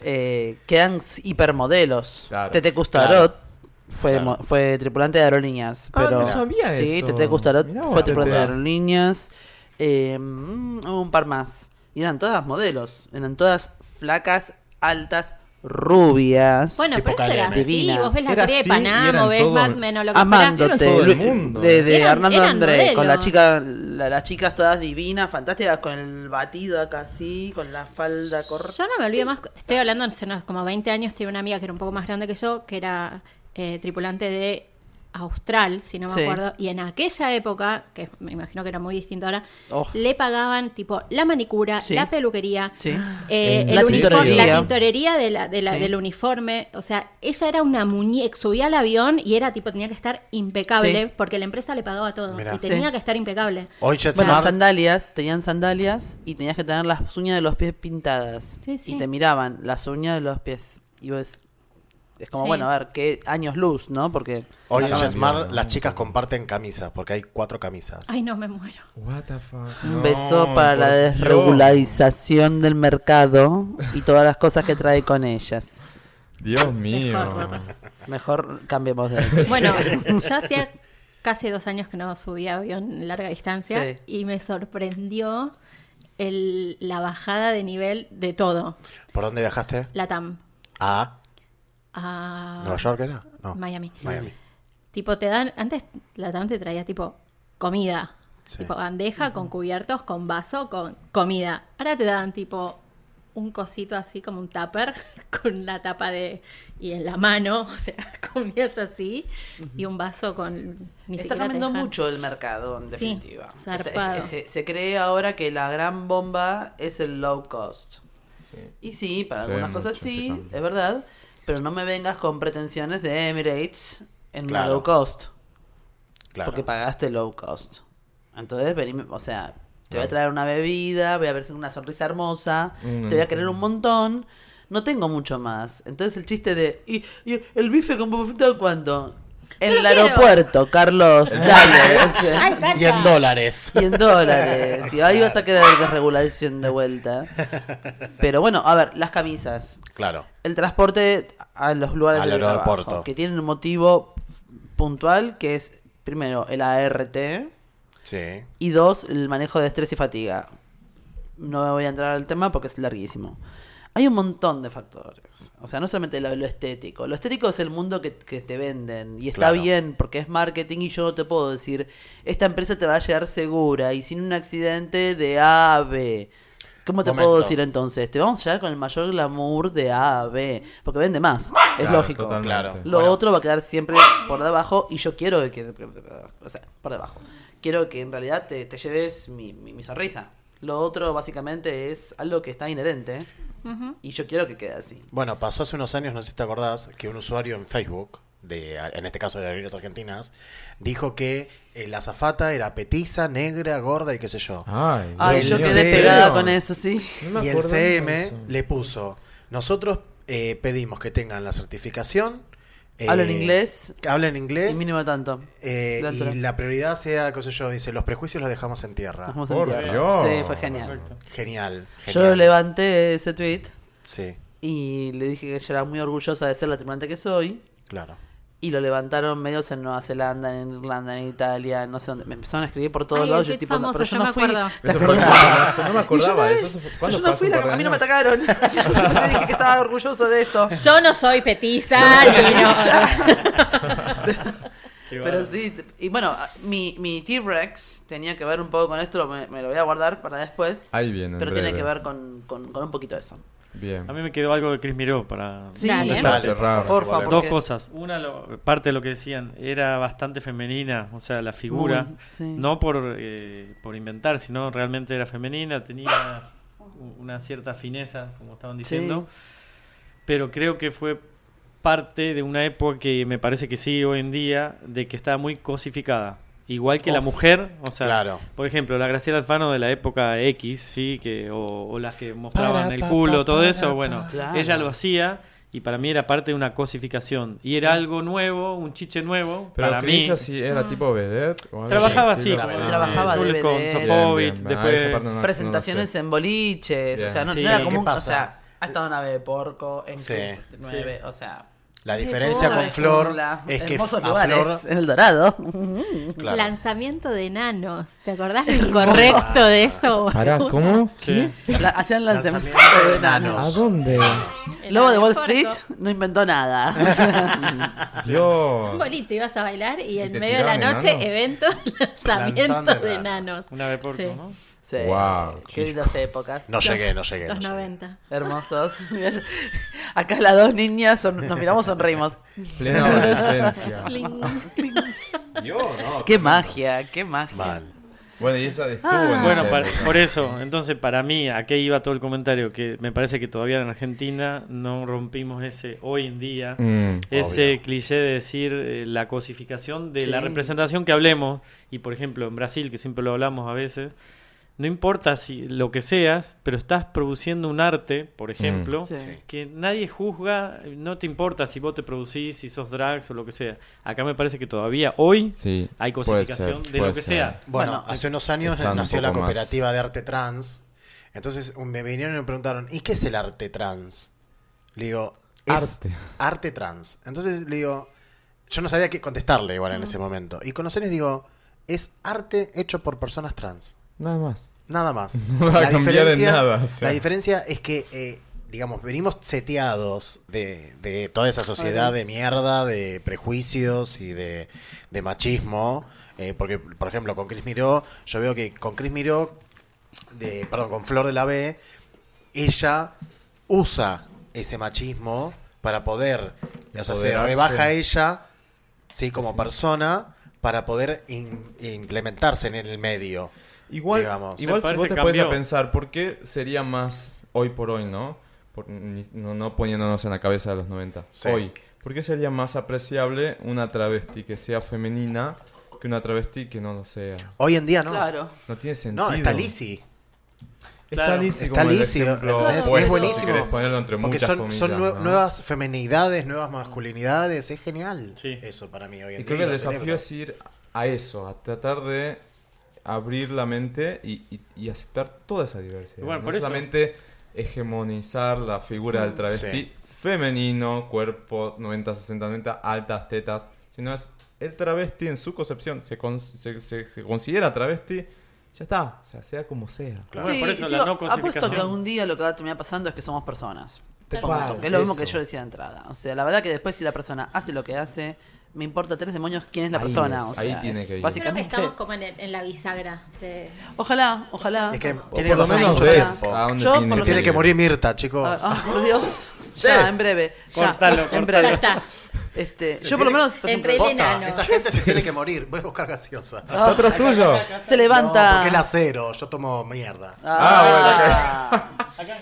Speaker 7: eh, que eran s- hipermodelos.
Speaker 4: Claro.
Speaker 7: Tete Custarot. Fue, mo- fue tripulante de aerolíneas.
Speaker 4: Ah,
Speaker 7: Pero...
Speaker 4: no sabía
Speaker 7: sí,
Speaker 4: eso.
Speaker 7: Tete Custarot
Speaker 4: Mirá
Speaker 7: fue
Speaker 4: vos,
Speaker 7: tripulante de
Speaker 4: Tete.
Speaker 7: aerolíneas. Eh, mm, un par más. Y eran todas modelos. Eran todas flacas, altas, rubias.
Speaker 2: Bueno,
Speaker 5: Tipo
Speaker 2: pero eso era
Speaker 5: Karen.
Speaker 2: así.
Speaker 7: Divina.
Speaker 2: Vos ves la
Speaker 4: Era
Speaker 2: serie de
Speaker 4: así y
Speaker 2: Panamo,
Speaker 4: eran
Speaker 2: ves
Speaker 4: todo-
Speaker 2: Mad Men o lo que fuera.
Speaker 7: amándote
Speaker 4: Eran todo el
Speaker 7: Lu-
Speaker 4: mundo. ¿eh?
Speaker 7: de, de
Speaker 2: Eran-
Speaker 7: Hernando
Speaker 2: eran
Speaker 7: André
Speaker 2: modelos.
Speaker 7: con la chica la- las chicas todas divinas fantásticas con el batido acá así con la falda corta
Speaker 2: Yo no me olvido más, estoy hablando, no sé, no, como 20 años, tuve una amiga que era un poco más grande que yo, que era eh, tripulante de Austral, si no me
Speaker 7: Sí.
Speaker 2: acuerdo, y en aquella época, que me imagino que era muy distinta ahora,
Speaker 7: Oh.
Speaker 2: le pagaban tipo la manicura,
Speaker 7: Sí.
Speaker 2: la peluquería,
Speaker 7: Sí.
Speaker 2: eh,
Speaker 4: ¿En
Speaker 2: el
Speaker 7: La
Speaker 2: uniforme-
Speaker 7: tintorería.
Speaker 2: la tintorería de la- de la-
Speaker 7: Sí.
Speaker 2: del uniforme, o sea, ella era una muñeca, subía al avión y era tipo, tenía que estar impecable,
Speaker 7: Sí.
Speaker 2: porque la empresa le pagaba todo,
Speaker 5: Mirá. Oh.
Speaker 2: y tenía
Speaker 7: Sí.
Speaker 2: que estar impecable.
Speaker 5: Hoy ya
Speaker 7: bueno
Speaker 5: se
Speaker 7: sandalias tenían sandalias y tenías que tener las uñas de los pies pintadas
Speaker 2: Sí, sí.
Speaker 7: y te miraban las uñas de los pies y vos es como
Speaker 2: Sí.
Speaker 7: bueno a ver qué años luz no porque
Speaker 5: Hoy en
Speaker 4: Acaban
Speaker 5: Jetsmar
Speaker 4: bien.
Speaker 5: las chicas comparten camisas, porque hay cuatro camisas.
Speaker 2: Ay, no, me muero.
Speaker 4: What the fuck.
Speaker 7: Un
Speaker 4: No,
Speaker 7: beso para la
Speaker 4: por Dios.
Speaker 7: desregularización del mercado y todas las cosas que trae con ellas.
Speaker 4: Dios
Speaker 7: [laughs]
Speaker 4: mío.
Speaker 2: horror.
Speaker 7: Mejor
Speaker 2: [laughs]
Speaker 7: cambiemos de
Speaker 5: [laughs]
Speaker 2: Bueno, yo hacía casi dos años que no subía avión larga distancia
Speaker 7: Sí.
Speaker 2: y me sorprendió el- la bajada de nivel de todo.
Speaker 5: ¿Por dónde viajaste?
Speaker 2: La TAM
Speaker 5: A
Speaker 2: a
Speaker 5: Nueva York, ¿era? No.
Speaker 2: Ah. Miami.
Speaker 5: Miami.
Speaker 2: Tipo, te dan, antes la TAM te traía tipo comida.
Speaker 5: Sí.
Speaker 2: Tipo bandeja con cubiertos, con vaso, con comida. Ahora te dan tipo un cosito así como un tupper [laughs] con la tapa de y en la mano, [laughs] o sea, comidas así y un vaso con ni
Speaker 7: Está
Speaker 2: siquiera te
Speaker 7: cambiando
Speaker 2: dejan.
Speaker 7: mucho el mercado, en
Speaker 2: Sí,
Speaker 7: definitiva. Se-
Speaker 2: zarpado.
Speaker 7: Se, se cree ahora que la gran bomba es el low cost.
Speaker 4: Sí.
Speaker 7: Y sí, para
Speaker 4: Se ve
Speaker 7: algunas cosas
Speaker 4: mucho ese
Speaker 7: sí,
Speaker 4: cambio.
Speaker 7: es verdad, pero no me vengas con pretensiones de Emirates en una
Speaker 5: Claro.
Speaker 7: low cost.
Speaker 5: Claro.
Speaker 7: porque pagaste low cost. Entonces, venime, o sea, te voy a traer una bebida, voy a ver una sonrisa hermosa,
Speaker 4: Mm.
Speaker 7: te voy a querer un montón. No tengo mucho más. Entonces, el chiste de. ¿Y, y el bife con papa frita cuánto? En
Speaker 2: lo
Speaker 7: el
Speaker 2: quiero.
Speaker 7: aeropuerto,
Speaker 5: [laughs]
Speaker 7: Carlos, dale. o sea,
Speaker 2: Ay, garpa.
Speaker 5: Y en dólares.
Speaker 7: y en dólares. Y ahí vas a querer desregulación de vuelta. Pero bueno, a ver, las camisas.
Speaker 5: Claro.
Speaker 7: El transporte a los lugares
Speaker 5: Al
Speaker 7: de trabajo,
Speaker 5: aeropuerto.
Speaker 7: que tienen un motivo puntual que es, primero, el ART.
Speaker 5: Sí.
Speaker 7: Y dos, el manejo de estrés y fatiga. No voy a entrar al tema porque es larguísimo. Hay un montón de factores. O sea, no solamente lo, lo estético. Lo estético es el mundo que, que te venden. Y está
Speaker 5: Claro.
Speaker 7: bien porque es marketing y yo no te puedo decir, esta empresa te va a llegar segura y sin un accidente de A a B. ¿Cómo te
Speaker 5: Momento.
Speaker 7: puedo decir entonces? Te vamos a llegar con el mayor glamour de A a B. Porque vende más. Es
Speaker 4: Claro,
Speaker 7: lógico.
Speaker 4: totalmente.
Speaker 5: Claro.
Speaker 7: Lo
Speaker 5: Bueno.
Speaker 7: otro va a quedar siempre por debajo y yo quiero que... O sea, por debajo. Quiero que en realidad te, te lleves mi, mi- mi sonrisa. Lo otro básicamente es algo que está inherente
Speaker 2: Ujú.
Speaker 7: y yo quiero que quede así.
Speaker 5: Bueno, pasó hace unos años, no sé si te acordás, que un usuario en Facebook, de, en este caso de Aerolíneas Argentinas, dijo que eh, la azafata era petiza, negra, gorda y qué sé yo.
Speaker 4: Ay,
Speaker 7: Ay,
Speaker 5: el
Speaker 7: yo
Speaker 5: Dios.
Speaker 7: quedé
Speaker 5: ¿En serio?
Speaker 7: pegada con eso, sí.
Speaker 4: Ah, No me
Speaker 5: y el
Speaker 4: acuerdo de
Speaker 5: CM
Speaker 4: eso.
Speaker 5: le puso, nosotros eh, pedimos que tengan la certificación. eh,
Speaker 7: Hablen inglés.
Speaker 5: Que hablen inglés.
Speaker 7: Y mínimo tanto.
Speaker 5: eh,
Speaker 7: de altura.
Speaker 5: y la prioridad sea, qué sé yo, dice, los prejuicios los dejamos en tierra.
Speaker 7: Nos vamos a
Speaker 4: Por
Speaker 7: enviar.
Speaker 4: Dios.
Speaker 7: Sí, fue genial.
Speaker 6: Perfecto.
Speaker 5: Genial.
Speaker 7: Yo
Speaker 5: genial.
Speaker 7: levanté ese tweet
Speaker 5: Sí,
Speaker 7: y le dije que yo era muy orgullosa de ser la tripulante que soy.
Speaker 5: claro.
Speaker 7: Y lo levantaron medios en Nueva Zelanda, en Irlanda, en Italia, no sé dónde. Me empezaron a escribir por todos
Speaker 2: Ay, el
Speaker 7: lados. Yo
Speaker 2: tuit
Speaker 7: tipo, no,
Speaker 2: famoso,
Speaker 7: pero yo
Speaker 2: yo
Speaker 7: no
Speaker 2: me
Speaker 7: fui.
Speaker 2: acuerdo.
Speaker 7: ¿Te
Speaker 4: Eso fue
Speaker 7: acordás?
Speaker 4: hace un abrazo, no me
Speaker 7: Y yo
Speaker 4: acordaba de
Speaker 7: no-
Speaker 4: eso, eso fue- ¿cuándo
Speaker 7: yo
Speaker 4: fue
Speaker 7: no
Speaker 4: hace
Speaker 7: fui,
Speaker 4: un
Speaker 7: la-
Speaker 4: par de
Speaker 7: a mí no me
Speaker 4: años? [laughs]
Speaker 7: atacaron. Yo siempre dije que estaba orgulloso de esto.
Speaker 2: Yo no soy petiza, ni no. [laughs]
Speaker 6: Qué
Speaker 7: Pero
Speaker 6: bárbaro.
Speaker 7: sí, t- y bueno, a- mi, mi T-Rex tenía que ver un poco con esto, me, me lo voy a guardar para después.
Speaker 4: Ahí viene.
Speaker 7: Pero
Speaker 4: en
Speaker 7: tiene
Speaker 4: breve.
Speaker 7: que ver con, con, con un poquito de eso.
Speaker 4: Bien.
Speaker 6: A mí me quedó algo de Chris Miró para
Speaker 2: Sí, Dale.
Speaker 4: Para
Speaker 5: Dale,
Speaker 4: cerrar.
Speaker 7: por favor.
Speaker 6: Dos
Speaker 7: Porque-
Speaker 6: cosas. Una, lo- parte de lo que decían, era bastante femenina, o sea, la figura.
Speaker 7: Muy, sí.
Speaker 6: No por, eh, por inventar, sino realmente era femenina, tenía u- una cierta fineza, como estaban diciendo. Pero creo que fue parte de una época que me parece que sí hoy en día, de que estaba muy cosificada. Igual que la
Speaker 7: Uf.
Speaker 6: mujer, o sea,
Speaker 5: Claro.
Speaker 6: por ejemplo, la Graciela Alfano de la época X, sí, que o, o las que mostraban
Speaker 5: Para,
Speaker 6: el
Speaker 5: pa,
Speaker 6: culo,
Speaker 5: pa,
Speaker 6: todo
Speaker 5: para,
Speaker 6: eso,
Speaker 5: pa.
Speaker 6: bueno,
Speaker 7: Claro.
Speaker 6: ella lo hacía Y para mí era parte de una cosificación. Y era algo nuevo, un chiche nuevo.
Speaker 4: Pero
Speaker 6: para mí.
Speaker 4: Chris así era tipo vedette. o algo
Speaker 6: Trabajaba
Speaker 4: así,
Speaker 6: así.
Speaker 4: estilo,
Speaker 6: como
Speaker 4: ah,
Speaker 7: Trabajaba
Speaker 6: Jules
Speaker 7: de
Speaker 6: con
Speaker 7: vedette.
Speaker 6: Sofovich,
Speaker 4: Bien, bien, bien. Ah,
Speaker 6: después.
Speaker 4: esa parte no la-
Speaker 7: Presentaciones
Speaker 4: no
Speaker 7: en boliches,
Speaker 4: Bien.
Speaker 7: o sea, no,
Speaker 6: Sí,
Speaker 7: no era
Speaker 6: pero
Speaker 7: común.
Speaker 5: ¿qué
Speaker 7: O
Speaker 5: pasa?
Speaker 7: sea, ha estado una de porco en
Speaker 5: Sí.
Speaker 7: Cruz, este, nueve, o sea.
Speaker 5: La diferencia
Speaker 7: una
Speaker 5: con Flor
Speaker 7: película,
Speaker 5: es que a
Speaker 7: hermosos
Speaker 5: Flor.
Speaker 7: lugares, en el Dorado.
Speaker 5: claro.
Speaker 2: Lanzamiento de nanos. ¿Te acordás lo incorrecto de eso?
Speaker 4: la- Pará, ¿cómo?
Speaker 6: Sí.
Speaker 7: La- hacían lanzamiento
Speaker 5: Lanzamiento de
Speaker 7: de enanos.
Speaker 4: ¿A dónde?
Speaker 2: El
Speaker 7: Lobo de Wall
Speaker 2: aeropuerto.
Speaker 7: Street no inventó nada. O sea,
Speaker 5: [laughs]
Speaker 4: Dios.
Speaker 2: Un boliche, ibas a bailar y en
Speaker 4: te
Speaker 2: medio de la
Speaker 4: tiraban
Speaker 2: noche,
Speaker 4: enanos?
Speaker 2: evento, [laughs] lanzamiento
Speaker 5: Lanzando
Speaker 2: de
Speaker 5: enanos.
Speaker 2: enanos.
Speaker 6: Una vez por
Speaker 2: Sí.
Speaker 6: ¿no?
Speaker 7: sí.
Speaker 4: Wow,
Speaker 7: Qué lindas épocas.
Speaker 5: No llegué, no llegué.
Speaker 2: Los
Speaker 5: no llegué.
Speaker 2: 90.
Speaker 7: Hermosos. [laughs] Acá las dos niñas son- nos miramos, sonreímos.
Speaker 4: Plena adolescencia.
Speaker 2: Cling.
Speaker 4: Dios, no.
Speaker 7: Qué magia, Ah. qué magia.
Speaker 5: Mal.
Speaker 4: Bueno, y ella estuvo
Speaker 5: Ah,
Speaker 4: en
Speaker 6: Bueno,
Speaker 4: esa
Speaker 6: para-
Speaker 4: época.
Speaker 6: por eso, entonces para mí, ¿a qué iba todo el comentario? Que me parece que todavía en Argentina no rompimos ese hoy en día,
Speaker 4: Mm.
Speaker 6: ese
Speaker 5: Obvio.
Speaker 6: cliché de decir eh, la cosificación de la
Speaker 7: Sí.
Speaker 6: representación que hablemos. Y por ejemplo, en Brasil, que siempre lo hablamos a veces, no importa si lo que seas, pero estás produciendo un arte,
Speaker 4: Mm.
Speaker 6: por ejemplo,
Speaker 7: Sí.
Speaker 5: Sí.
Speaker 6: que nadie juzga, no te importa si vos te producís, si sos drags o lo que sea. Acá me parece que todavía hoy
Speaker 4: Sí,
Speaker 6: hay
Speaker 4: puede
Speaker 6: cosificación
Speaker 4: ser,
Speaker 6: de lo
Speaker 4: puede
Speaker 6: que
Speaker 4: ser.
Speaker 6: sea.
Speaker 5: Bueno,
Speaker 7: Bueno,
Speaker 5: hace unos años
Speaker 4: están un
Speaker 5: nació la
Speaker 4: poco más.
Speaker 5: cooperativa de arte trans. Entonces un- me vinieron y me preguntaron, ¿y qué es el arte trans? Le digo, es
Speaker 4: Arte.
Speaker 5: arte. trans. Entonces le digo, yo no sabía qué contestarle igual en ese momento. Y con los años digo, es arte hecho por personas trans.
Speaker 4: Nada más.
Speaker 5: Nada más.
Speaker 4: [laughs] No va a cambiar en nada, o sea.
Speaker 5: La diferencia es que, eh, digamos, venimos seteados de, de toda esa sociedad de mierda, de prejuicios y de, de machismo. eh, porque, por ejemplo, con Cris Miró, yo veo que con Cris Miró, de, perdón, con Flor de la B, ella usa ese machismo para poder, o sea, se
Speaker 4: Empoderarse.
Speaker 5: rebaja ella, sí, como persona, para poder in- implementarse en el medio.
Speaker 4: Igual,
Speaker 5: digamos.
Speaker 4: igual
Speaker 6: Me
Speaker 4: si
Speaker 6: parece
Speaker 4: vos te
Speaker 6: que
Speaker 4: puedes a
Speaker 6: cambió.
Speaker 4: pensar, ¿por qué sería más hoy por hoy, no? Por- ni- no, no poniéndonos en la cabeza de los 90.
Speaker 5: Sí.
Speaker 4: Hoy. ¿Por qué sería más apreciable una travesti que sea femenina que una travesti que no lo sea?
Speaker 5: Hoy en día no.
Speaker 7: Claro.
Speaker 4: No tiene sentido.
Speaker 5: No, está Lizzy.
Speaker 4: Está
Speaker 6: Claro.
Speaker 4: Lizzy
Speaker 5: Está
Speaker 4: como el
Speaker 5: Lizzy,
Speaker 4: ejemplo
Speaker 5: ¿entendés?
Speaker 4: opuesto,
Speaker 5: es
Speaker 4: Si
Speaker 5: buenísimo.
Speaker 4: querés ponerlo entre
Speaker 5: Porque
Speaker 4: muchas
Speaker 5: son,
Speaker 4: comillas,
Speaker 5: son nue-
Speaker 4: ¿no?
Speaker 5: nuevas femenidades, nuevas masculinidades. Es genial.
Speaker 6: Sí.
Speaker 5: Eso para mí hoy en
Speaker 4: Y
Speaker 5: día.
Speaker 4: creo que el
Speaker 5: lo
Speaker 4: desafío
Speaker 5: celebro.
Speaker 4: es ir a eso, a tratar de abrir la mente y, y- y aceptar toda esa diversidad.
Speaker 6: Bueno,
Speaker 4: no
Speaker 6: por eso.
Speaker 4: solamente hegemonizar la figura del travesti
Speaker 5: Sí.
Speaker 4: femenino, cuerpo 90, 60, 90, altas tetas, sino es el travesti en su concepción, se, con- se- se- se considera travesti, ya está, o sea, sea como sea.
Speaker 5: Claro.
Speaker 6: Bueno, por eso la
Speaker 7: encima,
Speaker 6: no
Speaker 7: apuesto que
Speaker 6: cosificación.
Speaker 7: un día lo que va a terminar pasando es que somos personas.
Speaker 4: Tal
Speaker 7: Punto.
Speaker 4: cual,
Speaker 7: Que es lo mismo que
Speaker 4: eso.
Speaker 7: yo decía de entrada. O sea, la verdad que después si la persona hace lo que hace, me importa tres demonios quién es la
Speaker 4: Ahí
Speaker 7: persona.
Speaker 4: es,
Speaker 7: o sea,
Speaker 4: ahí tiene
Speaker 7: es
Speaker 4: que
Speaker 2: Yo creo
Speaker 4: ir.
Speaker 2: que
Speaker 7: básicamente-
Speaker 2: estamos como en, el- en la bisagra. de-
Speaker 7: Ojalá, ojalá. Ah,
Speaker 5: Es que
Speaker 4: O
Speaker 5: tiene
Speaker 4: Ah, por lo
Speaker 5: que pasar
Speaker 4: menos
Speaker 5: mucho
Speaker 4: ves Ah,
Speaker 5: tiempo.
Speaker 4: a dónde
Speaker 7: Yo,
Speaker 4: tiene
Speaker 7: por
Speaker 5: Se
Speaker 7: lo
Speaker 5: tiene
Speaker 4: ir.
Speaker 5: que morir Mirta,
Speaker 7: Ah,
Speaker 5: chicos.
Speaker 7: ah, por
Speaker 4: [laughs]
Speaker 7: Dios. Ya, en breve. Ya,
Speaker 6: Cortalo,
Speaker 7: en
Speaker 2: Ya
Speaker 6: cortalo.
Speaker 7: breve.
Speaker 2: está.
Speaker 7: Este,
Speaker 5: Se
Speaker 7: yo por lo
Speaker 5: tiene-
Speaker 7: menos, por
Speaker 2: Entre
Speaker 7: ejemplo,
Speaker 2: el
Speaker 5: Posta,
Speaker 2: enano.
Speaker 5: esa gente se tiene que morir. Voy a buscar gaseosa.
Speaker 4: Está
Speaker 7: Ah,
Speaker 4: atrás tuyo.
Speaker 7: se
Speaker 5: No,
Speaker 7: levanta.
Speaker 5: porque el acero. Yo tomo mierda.
Speaker 7: Ah,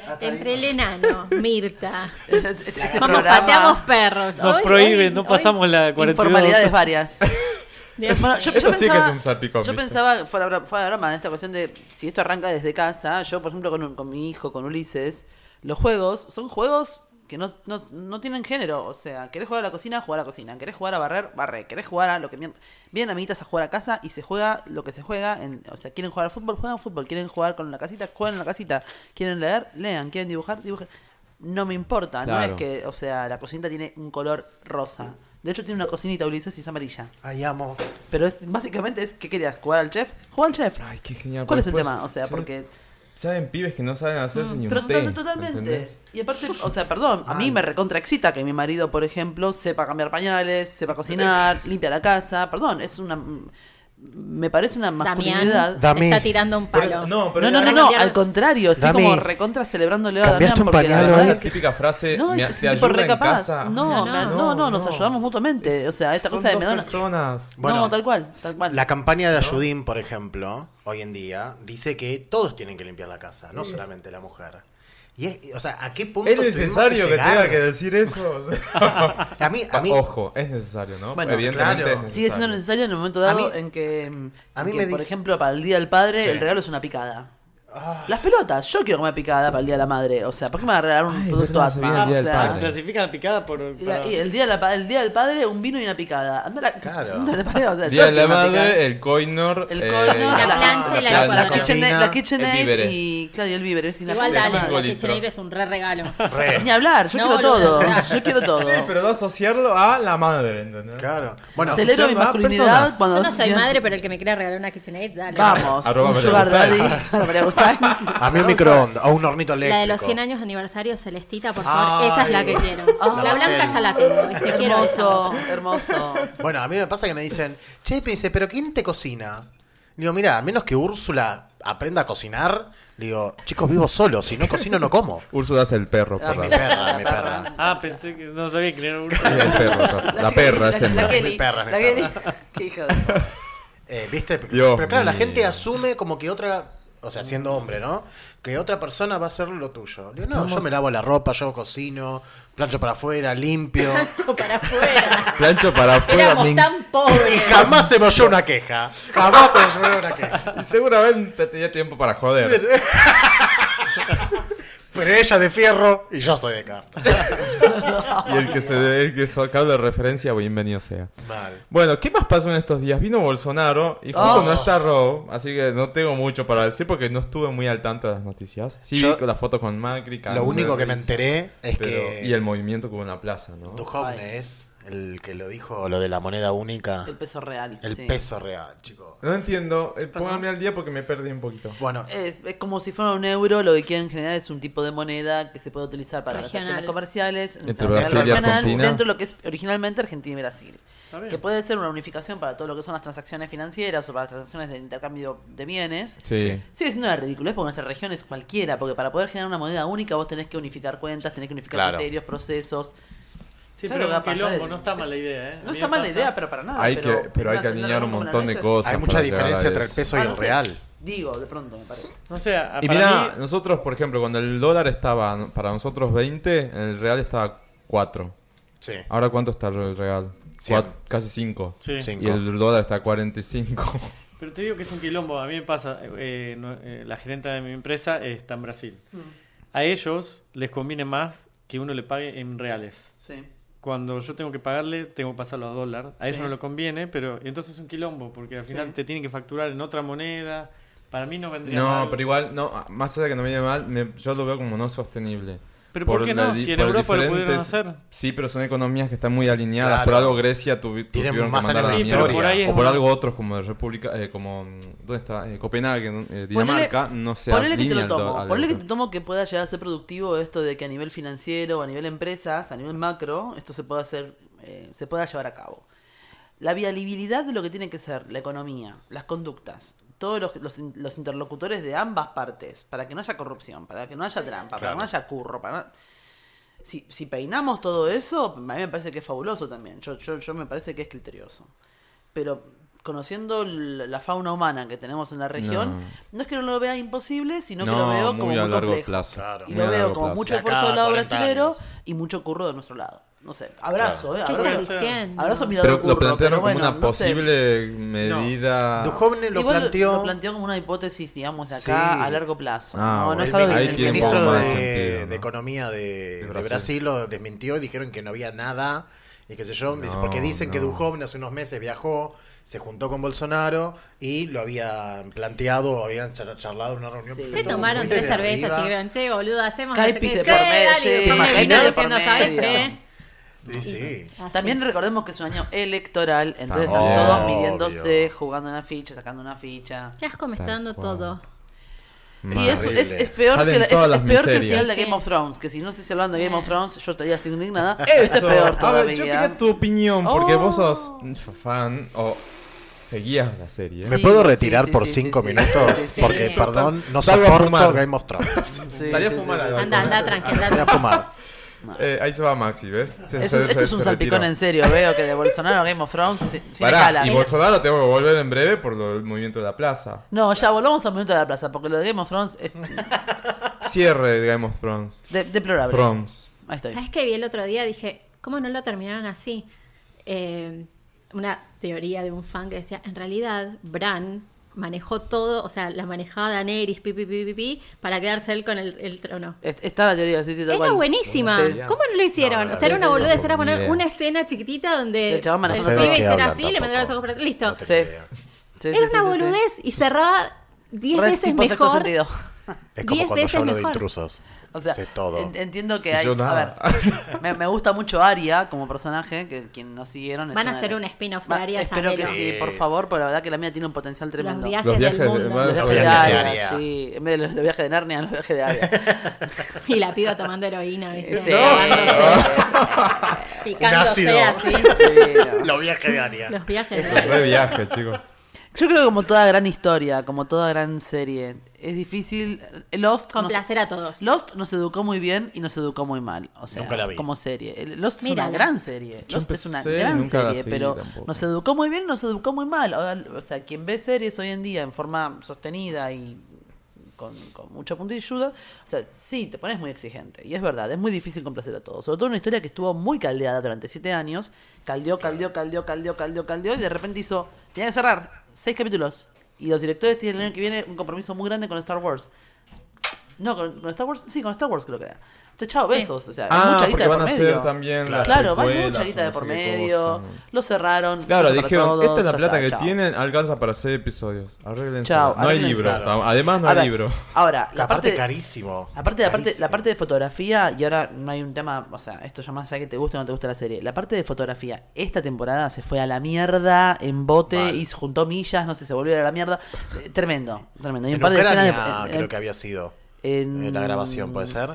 Speaker 5: Hasta ahí.
Speaker 2: Entre el enano, Mirta.
Speaker 7: Este- este
Speaker 2: Vamos,
Speaker 7: programa-
Speaker 2: pateamos perros.
Speaker 6: Nos
Speaker 2: Hoy-
Speaker 6: prohíben,
Speaker 2: hoy-
Speaker 6: no
Speaker 2: hoy-
Speaker 6: pasamos la 42. [laughs]
Speaker 7: Informalidades varias.
Speaker 2: Dios
Speaker 7: Bueno,
Speaker 2: mío.
Speaker 7: yo, yo
Speaker 4: [laughs] Esto sí que
Speaker 7: pensaba-
Speaker 4: es un salpicón,
Speaker 7: Yo
Speaker 4: ¿viste?
Speaker 7: pensaba, fuera, bro- fuera de broma, en esta cuestión de si esto arranca desde casa. Yo, por ejemplo, con, un- con mi hijo, con Ulises, los juegos son juegos que no, no, no tienen género. O sea, querés jugar a la cocina, jugar a la cocina. Querés jugar a barrer, barre. Querés jugar a lo que. mier- Vienen amiguitas a jugar a casa y se juega lo que se juega. en- o sea, quieren jugar al fútbol, juegan al fútbol. Quieren jugar con la casita, juegan en la casita. Quieren leer, lean. Quieren dibujar, dibujen. No me importa,
Speaker 4: Claro.
Speaker 7: no es que, o sea, la cocinita tiene un color rosa. De hecho, tiene una cocinita, Ulises, y es amarilla.
Speaker 5: Ay, amo.
Speaker 7: Pero es, básicamente es que querías jugar al chef, juega al chef.
Speaker 4: Ay, qué genial.
Speaker 7: ¿Cuál es el
Speaker 4: porque
Speaker 7: tema? O
Speaker 4: después-
Speaker 7: sea,
Speaker 4: sí,
Speaker 7: porque.
Speaker 4: Saben pibes que no saben hacerse ni un
Speaker 7: Mm, Pero
Speaker 4: té,
Speaker 7: to- totalmente.
Speaker 4: ¿entendés?
Speaker 7: Y aparte, o
Speaker 4: [laughs]
Speaker 7: sea, perdón, a mí me recontraexcita que mi marido, por ejemplo, sepa cambiar pañales, sepa
Speaker 4: [laughs]
Speaker 7: cocinar, limpia la casa. Perdón, es una. Me parece una masculinidad.
Speaker 2: Damián
Speaker 5: Damián.
Speaker 2: está tirando un
Speaker 4: Pero-
Speaker 2: palo.
Speaker 4: no, pero
Speaker 7: No, no,
Speaker 4: era-
Speaker 7: no, no, al contrario, estoy
Speaker 5: Dami,
Speaker 7: como recontra celebrándole a Damián
Speaker 5: ¿cambiaste un
Speaker 7: porque la
Speaker 5: pañal
Speaker 7: verdad
Speaker 5: hoy?
Speaker 4: la
Speaker 7: Ah, es que-
Speaker 4: típica frase,
Speaker 7: No,
Speaker 4: me,
Speaker 7: es,
Speaker 4: te
Speaker 7: un tipo
Speaker 4: ayuda en
Speaker 7: recapaz.
Speaker 4: casa.
Speaker 7: No,
Speaker 2: No,
Speaker 7: me- no, no, nos ayudamos mutuamente. O sea, esta
Speaker 4: Son
Speaker 7: cosa de
Speaker 4: dos
Speaker 7: me da una-
Speaker 4: personas.
Speaker 5: Bueno,
Speaker 7: no, tal cual, tal cual.
Speaker 5: La campaña de Ayudín, por ejemplo, hoy en día, dice que todos tienen que limpiar la casa, no solamente la mujer. Y es, o sea, ¿a qué punto
Speaker 4: Es
Speaker 5: tuvimos
Speaker 4: necesario que
Speaker 5: llegar?
Speaker 4: tenga que decir eso. o sea.
Speaker 5: A mí, a mí,
Speaker 4: Ojo, es necesario, ¿no?
Speaker 7: Bueno,
Speaker 4: Evidentemente
Speaker 5: claro.
Speaker 4: es
Speaker 7: Sigue siendo necesario en el momento dado
Speaker 5: A mí-
Speaker 7: en que,
Speaker 5: a
Speaker 7: en
Speaker 5: mí
Speaker 7: que,
Speaker 5: me
Speaker 7: por
Speaker 5: dice-
Speaker 7: ejemplo, para el Día del Padre
Speaker 5: Sí.
Speaker 7: el regalo es una picada.
Speaker 4: Ah.
Speaker 7: Las pelotas, yo quiero comer picada para el Día de la Madre. O sea, ¿por qué me va a regalar un
Speaker 4: Ay,
Speaker 7: producto
Speaker 4: verdad, se viene
Speaker 7: Atma?
Speaker 4: el Día
Speaker 7: O
Speaker 4: del
Speaker 7: sea,
Speaker 4: Padre.
Speaker 6: Clasifican la picada por.
Speaker 7: y la-
Speaker 6: para-
Speaker 7: y el día, de la pa- el día del Padre, un vino y una picada. Anda la- [laughs]
Speaker 5: Claro.
Speaker 7: anda la pared, o sea,
Speaker 4: Día
Speaker 7: yo
Speaker 4: de la
Speaker 7: quiero una picada.
Speaker 4: madre, el coinor,
Speaker 7: El
Speaker 4: eh,
Speaker 7: coinor,
Speaker 2: La plancha y la
Speaker 4: plancha.
Speaker 2: licuadora.
Speaker 7: La KitchenAid, la
Speaker 5: cocina,
Speaker 4: el
Speaker 7: KitchenAid
Speaker 4: vívere.
Speaker 7: y, claro, y el vívere. es inac-
Speaker 2: Igual
Speaker 4: Sí,
Speaker 2: dale,
Speaker 4: cinco
Speaker 2: la
Speaker 4: litros.
Speaker 2: KitchenAid es un re regalo.
Speaker 5: Re.
Speaker 7: Ni hablar, yo
Speaker 2: No,
Speaker 7: quiero
Speaker 2: boludo,
Speaker 7: todo.
Speaker 2: verdad.
Speaker 7: Yo quiero todo.
Speaker 4: Sí, pero no asociarlo a la madre, ¿entendés?
Speaker 5: Claro. Bueno,
Speaker 7: Celebro mi
Speaker 4: Ah,
Speaker 7: masculinidad
Speaker 4: personas.
Speaker 7: cuando.
Speaker 2: Yo no soy madre, pero el que me quiera regalar una KitchenAid, dale.
Speaker 7: Vamos,
Speaker 4: Arroba
Speaker 7: un
Speaker 4: María
Speaker 7: sugar daddy.
Speaker 4: Gustavo.
Speaker 7: Ahora María Gustavo.
Speaker 5: a mí un microondas o un hornito eléctrico.
Speaker 2: La de los 100 años de aniversario Celestita, por favor,
Speaker 5: Ay.
Speaker 2: esa es la que quiero.
Speaker 5: La
Speaker 2: la blanca
Speaker 5: pastel.
Speaker 2: ya la tengo, ¿viste? quiero esa.
Speaker 7: Hermoso, hermoso.
Speaker 5: Bueno, a mí me pasa que me dicen, che, me dice, pero ¿quién te cocina? Le Digo, mira, a menos que Úrsula aprenda a cocinar, le digo, chicos, vivo solo, si no cocino no
Speaker 4: [laughs]
Speaker 5: como.
Speaker 4: Úrsula es el perro,
Speaker 5: Es mi
Speaker 4: perdón.
Speaker 5: perra, es mi perra.
Speaker 6: Ah, pensé que no sabía que
Speaker 4: [laughs]
Speaker 6: era un.
Speaker 4: Sí, el perro, perdón. La perra es
Speaker 7: La
Speaker 4: hembra.
Speaker 7: Kelly.
Speaker 5: Mi perra, mi
Speaker 7: La
Speaker 5: perra.
Speaker 7: Kelly. Qué hija de.
Speaker 5: Eh, ¿Viste?
Speaker 4: Dios
Speaker 5: pero claro, la
Speaker 4: mío.
Speaker 5: gente asume como que otra, o sea, siendo hombre, ¿no? Que otra persona va a hacer lo tuyo. Le Digo, no, yo me lavo la ropa, yo cocino, plancho para
Speaker 2: [laughs]
Speaker 5: afuera, limpio.
Speaker 2: Yo para afuera.
Speaker 4: Plancho para afuera.
Speaker 2: [laughs] Éramos
Speaker 4: me
Speaker 2: tan
Speaker 7: [laughs]
Speaker 5: Y
Speaker 2: pobres.
Speaker 5: jamás se me oyó una queja. Jamás se me oyó una queja.
Speaker 4: enc- Seguramente tenía tiempo para joder.
Speaker 5: Pero ella de fierro y yo soy de carne.
Speaker 4: Y el que se el que sacaba la referencia, bienvenido sea.
Speaker 5: Mal.
Speaker 4: Bueno, ¿qué más pasó en estos días? Vino Bolsonaro y justo
Speaker 5: Oh.
Speaker 4: no está Rob, así que no tengo mucho para decir porque no estuve muy al tanto de las noticias. Sí,
Speaker 5: Yo-
Speaker 4: vi con la foto con Macri,
Speaker 5: Lo
Speaker 4: Cáncer,
Speaker 5: único que me enteré es
Speaker 4: pero-
Speaker 5: que
Speaker 4: Y el movimiento que hubo en la plaza, ¿no?
Speaker 5: Duhovne es el que lo dijo, lo de la moneda única,
Speaker 7: El peso real.
Speaker 5: el
Speaker 7: sí.
Speaker 5: peso real, chicos.
Speaker 4: No entiendo, eh, póngame al día porque me perdí un poquito.
Speaker 5: Bueno,
Speaker 7: Es, es como si fuera un euro, lo que quieren generar es un tipo de moneda que se puede utilizar para las
Speaker 2: Regional.
Speaker 7: acciones comerciales
Speaker 4: Entre
Speaker 7: internacional,
Speaker 4: Brasil y
Speaker 7: regional,
Speaker 4: Argentina.
Speaker 7: dentro de lo que es originalmente Argentina y Brasil.
Speaker 6: bien.
Speaker 7: Que puede ser una unificación para todo lo que son las transacciones financieras o para las transacciones de intercambio de bienes.
Speaker 4: Sí.
Speaker 7: Sigue siendo una ridiculez porque nuestra región es cualquiera, porque para poder generar una moneda única vos tenés que unificar cuentas, tenés que unificar
Speaker 5: Claro.
Speaker 7: criterios, procesos.
Speaker 6: Sí,
Speaker 7: Claro,
Speaker 6: pero
Speaker 7: va a
Speaker 6: un
Speaker 7: pasar
Speaker 6: quilombo,
Speaker 7: el-
Speaker 6: no está mala idea, ¿eh? A
Speaker 7: No
Speaker 6: mí
Speaker 7: está
Speaker 6: me
Speaker 7: mala
Speaker 6: pasa-
Speaker 7: idea, pero para nada.
Speaker 4: Hay
Speaker 7: pero,
Speaker 4: que, pero hay que
Speaker 7: una-
Speaker 4: alinear un
Speaker 7: como la
Speaker 4: montón de
Speaker 7: nuestra es-
Speaker 4: cosas.
Speaker 5: hay mucha
Speaker 4: para llegar a
Speaker 5: diferencia entre el
Speaker 4: eso.
Speaker 5: peso
Speaker 7: Ah,
Speaker 5: y
Speaker 7: no
Speaker 5: el
Speaker 7: sé.
Speaker 5: real.
Speaker 7: Digo, de pronto me parece.
Speaker 6: No sé,
Speaker 4: Y
Speaker 6: a- Ah, para
Speaker 4: mira,
Speaker 6: mí-
Speaker 4: nosotros, por ejemplo, cuando el dólar estaba, ¿no? para nosotros 20, el real estaba 4.
Speaker 5: Sí.
Speaker 4: Ahora, ¿cuánto está el real?
Speaker 5: Cien.
Speaker 4: Cuat- casi 5.
Speaker 6: Sí.
Speaker 5: Sí.
Speaker 4: Y el dólar está a 45.
Speaker 6: Pero te digo que es un quilombo. A mí me pasa, eh, no- eh, la gerente de mi empresa está en Brasil.
Speaker 7: Mm.
Speaker 6: A ellos les conviene más que uno le pague en reales.
Speaker 7: Sí.
Speaker 6: Cuando yo tengo que pagarle, tengo que pasarlo a dólar. A ellos
Speaker 7: Sí.
Speaker 6: no lo conviene, pero entonces es un quilombo, porque al final
Speaker 7: Sí.
Speaker 6: te tienen que facturar en otra moneda. Para mí no vendría
Speaker 4: No,
Speaker 6: mal.
Speaker 4: pero igual, no, más allá de que no me viene mal, me- yo lo veo como no sostenible.
Speaker 6: Pero ¿por qué no?
Speaker 4: la di-
Speaker 6: Si en
Speaker 4: por
Speaker 6: Europa lo pudieron
Speaker 4: diferentes-
Speaker 6: hacer.
Speaker 4: Sí, pero son economías que están muy alineadas.
Speaker 5: Claro.
Speaker 4: Por algo Grecia tuvi-
Speaker 5: Tienen
Speaker 4: tuvieron que
Speaker 5: más
Speaker 4: mandar a la
Speaker 5: análisis
Speaker 4: mierda.
Speaker 5: de historia.
Speaker 4: O por algo otros como República, eh, como mm, ¿dónde está? Eh, Copenhague, ¿no? Eh, Dinamarca, no se
Speaker 7: ponele que te
Speaker 4: alinea
Speaker 7: lo
Speaker 4: al do-
Speaker 7: tomo.
Speaker 4: al
Speaker 7: ponele que
Speaker 4: euro.
Speaker 7: te tomo que pueda llegar a ser productivo esto de que a nivel financiero, a nivel empresas, a nivel macro, esto se pueda hacer, eh, se pueda llevar a cabo. La viabilidad de lo que tiene que ser la economía, las conductas, todos los, los in- los interlocutores de ambas partes, para que no haya corrupción, para que no haya trampa, para
Speaker 5: Claro.
Speaker 7: que no haya curro, para no- Si, si peinamos todo eso, a mí me parece que es fabuloso también. Yo, yo, yo me parece que es criterioso. Pero conociendo l- la fauna humana que tenemos en la región,
Speaker 4: No.
Speaker 7: no, es que no lo vea imposible, sino que
Speaker 4: No,
Speaker 7: lo veo como
Speaker 4: muy a
Speaker 7: muy
Speaker 4: largo
Speaker 7: complejo.
Speaker 4: plazo.
Speaker 5: Claro.
Speaker 7: Y
Speaker 4: Muy a
Speaker 7: lo veo
Speaker 4: largo
Speaker 7: como
Speaker 4: plazo.
Speaker 7: mucho
Speaker 5: De acá
Speaker 7: esfuerzo
Speaker 5: a
Speaker 7: del lado
Speaker 5: 40
Speaker 7: brasilero
Speaker 5: años.
Speaker 7: y mucho curro de nuestro lado. No sé, abrazo,
Speaker 2: ¿Qué
Speaker 7: ¿eh? Abrazo,
Speaker 2: estás diciendo?
Speaker 7: abrazo mirado
Speaker 4: Pero
Speaker 7: curro,
Speaker 4: lo plantearon
Speaker 7: pero
Speaker 4: como
Speaker 7: bueno,
Speaker 4: una
Speaker 7: no sé.
Speaker 4: posible
Speaker 5: No.
Speaker 4: medida.
Speaker 5: Duhovne lo
Speaker 7: Igual
Speaker 5: planteó,
Speaker 7: lo planteó como una hipótesis, digamos, de
Speaker 5: Sí.
Speaker 7: acá a largo plazo.
Speaker 4: Ah,
Speaker 7: no,
Speaker 4: bueno,
Speaker 7: no es
Speaker 5: el,
Speaker 4: ahí
Speaker 7: algo
Speaker 5: el
Speaker 7: que
Speaker 4: tiene un
Speaker 5: ministro
Speaker 4: poco
Speaker 5: de,
Speaker 4: más sentido, ¿no?
Speaker 5: de Economía de, de Brasil.
Speaker 4: Brasil.
Speaker 5: lo desmintió y dijeron que no había nada. Y qué sé yo, dice,
Speaker 4: No,
Speaker 5: porque dicen que
Speaker 4: no.
Speaker 5: Duhovne hace unos meses viajó, se juntó con Bolsonaro y lo habían planteado, habían char- charlado en una reunión.
Speaker 7: Sí.
Speaker 2: Se
Speaker 5: perfectamente
Speaker 2: tomaron
Speaker 5: de
Speaker 2: tres cervezas
Speaker 5: arriba.
Speaker 2: y dijeron, che, boludo, hacemos no sé
Speaker 7: Caipis
Speaker 2: qué".
Speaker 7: de
Speaker 2: Sí,
Speaker 7: por medio,
Speaker 2: dale,
Speaker 7: sí,
Speaker 2: y después
Speaker 7: imaginas
Speaker 2: terminó
Speaker 7: de por
Speaker 2: diciendo, ¿sabes
Speaker 7: medio".
Speaker 2: qué?
Speaker 5: Sí, sí.
Speaker 7: También recordemos que es un año electoral, entonces
Speaker 4: También.
Speaker 7: están todos
Speaker 5: Obvio.
Speaker 7: midiéndose, jugando una ficha, sacando una ficha.
Speaker 2: Qué asco me está
Speaker 4: Tal
Speaker 2: dando
Speaker 4: cual.
Speaker 2: todo.
Speaker 7: Y eso
Speaker 5: Horrible.
Speaker 7: es, es peor,
Speaker 4: Salen
Speaker 7: que, la- es-
Speaker 4: todas
Speaker 7: es
Speaker 4: las
Speaker 7: peor que el
Speaker 4: miserias.
Speaker 7: final de Game of Thrones. Que si no se hablando de Game of Thrones, yo estaría así
Speaker 4: [laughs]
Speaker 7: indignada.
Speaker 4: Eso.
Speaker 7: Esto este es peor
Speaker 4: A ver, yo
Speaker 7: todavía.
Speaker 4: quería tu opinión, porque
Speaker 7: Oh.
Speaker 4: vos sos fan o seguías la serie.
Speaker 5: ¿Me
Speaker 7: Sí,
Speaker 5: puedo
Speaker 7: sí,
Speaker 5: retirar
Speaker 7: sí,
Speaker 5: por
Speaker 7: sí,
Speaker 5: cinco
Speaker 7: sí, sí.
Speaker 5: minutos?
Speaker 7: Sí, sí.
Speaker 5: Porque,
Speaker 2: Sí.
Speaker 5: perdón, no
Speaker 4: Salgo a
Speaker 5: soporto
Speaker 4: fumar.
Speaker 5: Game of Thrones.
Speaker 7: Sí,
Speaker 4: Salí a
Speaker 7: sí,
Speaker 4: fumar
Speaker 7: sí,
Speaker 4: al
Speaker 7: sí.
Speaker 2: Anda, anda, tranqui, anda,
Speaker 5: Voy a
Speaker 2: tranqui.
Speaker 5: fumar.
Speaker 4: Eh, ahí se va Maxi, ¿ves? Se-
Speaker 7: Es
Speaker 4: se-
Speaker 7: un-
Speaker 4: se-
Speaker 7: esto es
Speaker 4: se
Speaker 7: un salpicón
Speaker 4: retiró.
Speaker 7: en
Speaker 4: [laughs]
Speaker 7: serio, veo que de Bolsonaro a Game of Thrones si- sin
Speaker 4: Pará,
Speaker 7: escala.
Speaker 4: y Bolsonaro tengo que volver en breve por lo del movimiento de la plaza.
Speaker 7: No, ya volvamos al momento de la plaza, porque lo de Game of Thrones es
Speaker 4: Cierre de Game of Thrones.
Speaker 7: de- deplorable.
Speaker 4: Thrones.
Speaker 7: Ahí estoy.
Speaker 2: ¿Sabes qué vi el otro día? Dije, ¿cómo no lo terminaron así? Eh, una teoría de un fan que decía, en realidad, Bran manejó todo, o sea, la manejaba Daenerys, pi, pi, pi, pi, pi, para quedarse él con el, el trono.
Speaker 7: Es- Está la teoría, sí, sí, tal
Speaker 2: Era
Speaker 7: cual.
Speaker 2: buenísima.
Speaker 7: Sí.
Speaker 2: ¿Cómo no lo hicieron?
Speaker 4: No, la
Speaker 2: o sea, era una
Speaker 4: verdad es que
Speaker 2: boludez,
Speaker 4: no
Speaker 2: era
Speaker 4: tengo
Speaker 2: poner
Speaker 4: idea.
Speaker 2: una escena chiquitita donde
Speaker 7: El chabón
Speaker 2: los
Speaker 7: manejando
Speaker 2: pibes
Speaker 7: todo.
Speaker 2: hicieron
Speaker 5: hablan
Speaker 2: así, le
Speaker 5: tampoco.
Speaker 2: mandaron los ojos para atrás. Listo.
Speaker 5: No te-
Speaker 7: Sí. Sí, sí,
Speaker 2: Era
Speaker 7: sí,
Speaker 2: una
Speaker 7: sí, sí.
Speaker 2: boludez y cerraba 10
Speaker 7: Re
Speaker 2: veces
Speaker 7: tipo sexto
Speaker 2: mejor.
Speaker 7: sentido.
Speaker 5: Es como
Speaker 2: Diez
Speaker 5: cuando
Speaker 2: veces
Speaker 5: yo hablo de
Speaker 2: mejor.
Speaker 5: intrusos.
Speaker 7: O sea,
Speaker 5: Sé todo.
Speaker 7: en- entiendo que hay.
Speaker 4: yo
Speaker 7: a
Speaker 4: nada. [laughs]
Speaker 7: ver, me, me gusta mucho Aria como personaje, que quien nos siguieron. es
Speaker 2: Van a
Speaker 7: una
Speaker 2: hacer
Speaker 7: de-
Speaker 2: un spin-off de
Speaker 7: Va-
Speaker 2: Aria
Speaker 7: Espero que
Speaker 2: Saavedra.
Speaker 7: sí, por favor, porque la verdad que la mía tiene un potencial tremendo.
Speaker 2: Los viajes,
Speaker 4: Los viajes
Speaker 2: del
Speaker 4: de-
Speaker 2: mundo.
Speaker 4: van-
Speaker 7: Los viajes de Aria, sí. En vez de los, los viajes de Narnia, los viajes de [laughs] Aria.
Speaker 2: Y la piba tomando heroína, ¿viste?
Speaker 7: Sí.
Speaker 2: Ahogándose. Picándose
Speaker 5: Un
Speaker 2: así.
Speaker 5: ácido.
Speaker 4: [laughs]
Speaker 7: Sí, [laughs] no.
Speaker 5: Los viajes de Aria.
Speaker 2: Los viajes de
Speaker 4: Re viaje, chicos.
Speaker 7: Yo creo que como toda gran historia, como toda gran serie, es difícil. Lost nos-
Speaker 2: Complacer a todos.
Speaker 7: Lost nos educó muy bien y nos educó muy mal. O sea,
Speaker 5: Nunca la vi.
Speaker 7: como serie. El- Lost es
Speaker 2: Mírala.
Speaker 7: una gran serie.
Speaker 4: Yo
Speaker 7: Lost es una
Speaker 4: empecé y
Speaker 7: gran
Speaker 4: nunca la
Speaker 7: serie,
Speaker 4: seguí
Speaker 7: pero
Speaker 4: tampoco.
Speaker 7: nos educó muy bien y nos educó muy mal. Ahora, O sea, quien ve series hoy en día en forma sostenida y con, con mucha puntilluda, o sea, sí, te pones muy exigente. Y es verdad, es muy difícil complacer a todos. Sobre todo una historia que estuvo muy caldeada durante siete años. Caldeó, caldeó, caldeó, caldeó, caldeó, caldeó. Y de repente hizo, tenía que cerrar seis capítulos. Y los directores tienen el año que viene un compromiso muy grande con Star Wars. No, con, con Star Wars, sí, con Star Wars creo que era. Entonces, chao, besos. O sea, hay
Speaker 4: Ah,
Speaker 7: mucha guita
Speaker 4: porque
Speaker 7: de
Speaker 4: van
Speaker 7: por
Speaker 4: a
Speaker 7: medio.
Speaker 4: hacer también las
Speaker 7: Claro, hay
Speaker 4: precuelas
Speaker 7: mucha
Speaker 4: o
Speaker 7: guita de
Speaker 4: no sé
Speaker 7: por
Speaker 4: qué
Speaker 7: medio.
Speaker 4: cosa.
Speaker 7: Lo cerraron.
Speaker 4: Claro,
Speaker 7: lo cerraron
Speaker 4: dijeron,
Speaker 7: todos,
Speaker 4: esta es
Speaker 7: ya
Speaker 4: la plata
Speaker 7: está,
Speaker 4: que
Speaker 7: chao.
Speaker 4: tienen, alcanza para seis episodios. Arreglense.
Speaker 7: Chao,
Speaker 4: no hay
Speaker 7: arréglense.
Speaker 4: libro.
Speaker 5: Claro.
Speaker 4: Además, no
Speaker 7: A ver,
Speaker 4: hay libro.
Speaker 7: Ahora,
Speaker 5: Que
Speaker 7: la
Speaker 5: aparte
Speaker 7: parte,
Speaker 5: carísimo.
Speaker 7: aparte, la parte,
Speaker 5: Carísimo.
Speaker 7: la parte de fotografía, y ahora no hay un tema, o sea, esto ya más allá que te guste o no te guste la serie. La parte de fotografía, esta temporada se fue a la mierda en bote
Speaker 5: Mal.
Speaker 7: y se juntó millas, no sé, se volvió a la mierda. Eh, Tremendo, tremendo. Y
Speaker 5: En
Speaker 7: un par de escenas de-
Speaker 5: Ucrania
Speaker 7: en-
Speaker 5: creo
Speaker 7: en- Mm,
Speaker 5: que había sido.
Speaker 7: en-
Speaker 5: En la grabación, ¿puede ser?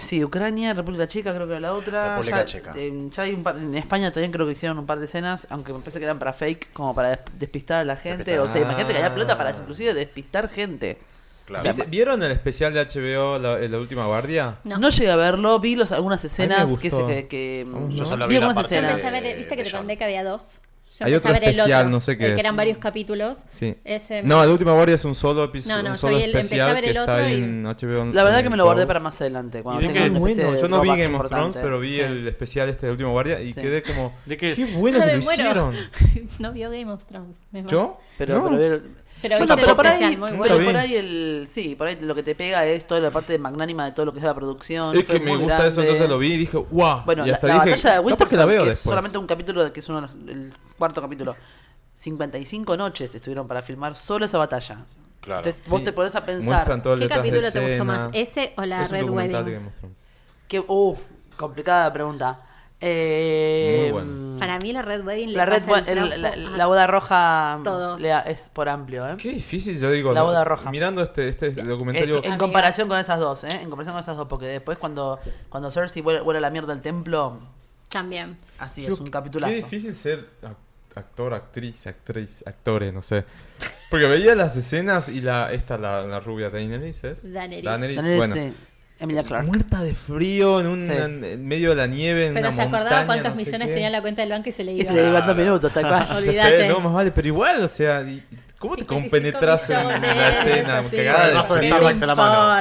Speaker 7: Sí, Ucrania, República Checa, creo que era la otra.
Speaker 5: República
Speaker 7: Ya-
Speaker 5: Checa.
Speaker 7: eh, ya hay un par- en España también creo que hicieron un par de escenas, aunque me parece que eran para fake, como para des- despistar a la gente.
Speaker 5: Despistar.
Speaker 7: O sea, imagínate que había plata para
Speaker 4: Ah.
Speaker 7: inclusive despistar gente.
Speaker 5: Claro.
Speaker 4: ¿Viste- ¿Vieron el especial de HBO, La, eh, la Última Guardia?
Speaker 2: No.
Speaker 7: No, llegué a verlo, vi los, algunas escenas que se
Speaker 4: gustó.
Speaker 7: que, que-
Speaker 5: Yo
Speaker 4: ¿no?
Speaker 5: solo
Speaker 7: vi
Speaker 5: vi la
Speaker 7: algunas
Speaker 5: parte
Speaker 2: Yo
Speaker 7: escenas.
Speaker 2: empecé a ver,
Speaker 5: de-
Speaker 2: viste que
Speaker 5: de
Speaker 2: te
Speaker 5: John.
Speaker 2: conté que había dos. Yo
Speaker 4: Hay
Speaker 2: empecé a
Speaker 4: otro
Speaker 2: ver el
Speaker 4: especial,
Speaker 2: otro,
Speaker 4: no sé qué
Speaker 2: el
Speaker 4: es.
Speaker 2: que eran varios capítulos.
Speaker 4: Sí.
Speaker 2: Ese-
Speaker 4: No, La Última Guardia es un solo episodio,
Speaker 2: No, no,
Speaker 4: un solo
Speaker 2: yo vi el- empecé a
Speaker 4: especial
Speaker 2: ver
Speaker 4: que
Speaker 2: el
Speaker 4: está
Speaker 2: otro
Speaker 4: ahí
Speaker 2: y-
Speaker 4: en HBO.
Speaker 7: La verdad que me lo
Speaker 4: Go.
Speaker 7: guardé para más adelante. Cuando
Speaker 6: ¿Y de
Speaker 7: tenga
Speaker 6: qué
Speaker 7: una
Speaker 6: es?
Speaker 7: especie
Speaker 4: Bueno,
Speaker 7: de
Speaker 4: yo no vi
Speaker 7: drawback
Speaker 4: Game of Thrones,
Speaker 7: importante.
Speaker 4: pero vi
Speaker 7: Sí.
Speaker 4: el especial este de Última Guardia y
Speaker 7: Sí.
Speaker 4: quedé como...
Speaker 7: [laughs]
Speaker 6: ¿De qué es?
Speaker 4: bueno
Speaker 2: Yo [laughs]
Speaker 4: que
Speaker 2: me
Speaker 4: lo
Speaker 2: muero.
Speaker 4: hicieron!
Speaker 2: [laughs] No vio Game of Thrones. me
Speaker 4: ¿Yo?
Speaker 7: Pero,
Speaker 4: No.
Speaker 7: pero, el-
Speaker 2: Pero
Speaker 7: Yo
Speaker 2: viste
Speaker 7: tampoco-
Speaker 2: el
Speaker 7: por ahí,
Speaker 2: especial, muy
Speaker 7: pero
Speaker 4: bueno.
Speaker 7: por
Speaker 4: Nunca vi.
Speaker 7: ahí el, sí, por ahí lo que te pega es toda la parte de magnánima de todo lo que es la producción.
Speaker 4: Es
Speaker 7: fue
Speaker 4: que me
Speaker 7: muy
Speaker 4: gusta eso,
Speaker 7: grande.
Speaker 4: entonces lo vi y dije, ¡guau!
Speaker 7: Bueno,
Speaker 4: y
Speaker 7: la,
Speaker 4: hasta
Speaker 7: la
Speaker 4: dije,
Speaker 7: batalla de
Speaker 4: "Capaz que
Speaker 7: Winterfell,
Speaker 4: la
Speaker 7: que
Speaker 4: veo
Speaker 7: es
Speaker 4: después.
Speaker 7: solamente un capítulo, de- que es uno de los- el cuarto capítulo. 55 noches estuvieron para filmar solo esa batalla.
Speaker 5: Claro.
Speaker 7: Entonces vos
Speaker 4: Sí.
Speaker 7: te pones a
Speaker 4: Muestran
Speaker 7: pensar
Speaker 4: todo el
Speaker 2: ¿Qué
Speaker 4: detrás de
Speaker 2: capítulo te gustó
Speaker 4: escena.
Speaker 2: más? ¿Ese o la
Speaker 4: Es un
Speaker 2: Red
Speaker 4: documental de
Speaker 2: Wedding?
Speaker 4: Game of Thrones.
Speaker 7: que... Uh, complicada pregunta. Eh, mm,
Speaker 4: Muy bueno.
Speaker 2: Para mí la Red Wedding le
Speaker 7: La, red,
Speaker 2: pasa el
Speaker 7: el- la,
Speaker 2: trapo a
Speaker 7: la boda roja mm,
Speaker 2: todos.
Speaker 7: le- es por amplio, ¿eh?
Speaker 4: Qué difícil, yo digo.
Speaker 7: La
Speaker 4: ¿no?
Speaker 7: boda roja.
Speaker 4: Mirando este, este
Speaker 7: Eh,
Speaker 4: documentario.
Speaker 7: En,
Speaker 2: Amiga.
Speaker 7: comparación con esas dos, ¿eh? En comparación con esas dos, porque después cuando, cuando Cersei vuela, vuela la mierda al templo,
Speaker 2: También.
Speaker 7: así
Speaker 4: yo-
Speaker 7: es un capitulazo.
Speaker 4: Qué difícil ser ac- actor, actriz, actriz, actores, no sé. Porque veía las escenas y la esta la, la rubia Daenerys, ¿es?
Speaker 2: Daenerys.
Speaker 7: Daenerys,
Speaker 4: bueno.
Speaker 7: eh, Emilia Clarke.
Speaker 4: Muerta de frío en, un,
Speaker 7: Sí.
Speaker 4: en medio de la nieve, en
Speaker 2: Pero
Speaker 4: una
Speaker 2: se acordaba
Speaker 4: montaña,
Speaker 2: cuántos
Speaker 4: no sé
Speaker 2: millones
Speaker 4: qué.
Speaker 2: tenía en la cuenta del banco y se le
Speaker 7: Y
Speaker 2: iba.
Speaker 7: se le iba dos minutos, tal cual. [laughs]
Speaker 4: Ya sé,
Speaker 2: Olvídate.
Speaker 4: no, más vale, pero igual, o sea, y- ¿cómo te
Speaker 2: 55
Speaker 4: compenetras en
Speaker 2: millones,
Speaker 4: la escena?
Speaker 2: así.
Speaker 4: Cagada de
Speaker 5: Vaso de
Speaker 4: frío.
Speaker 5: Starbucks. en la mano.
Speaker 2: Importa.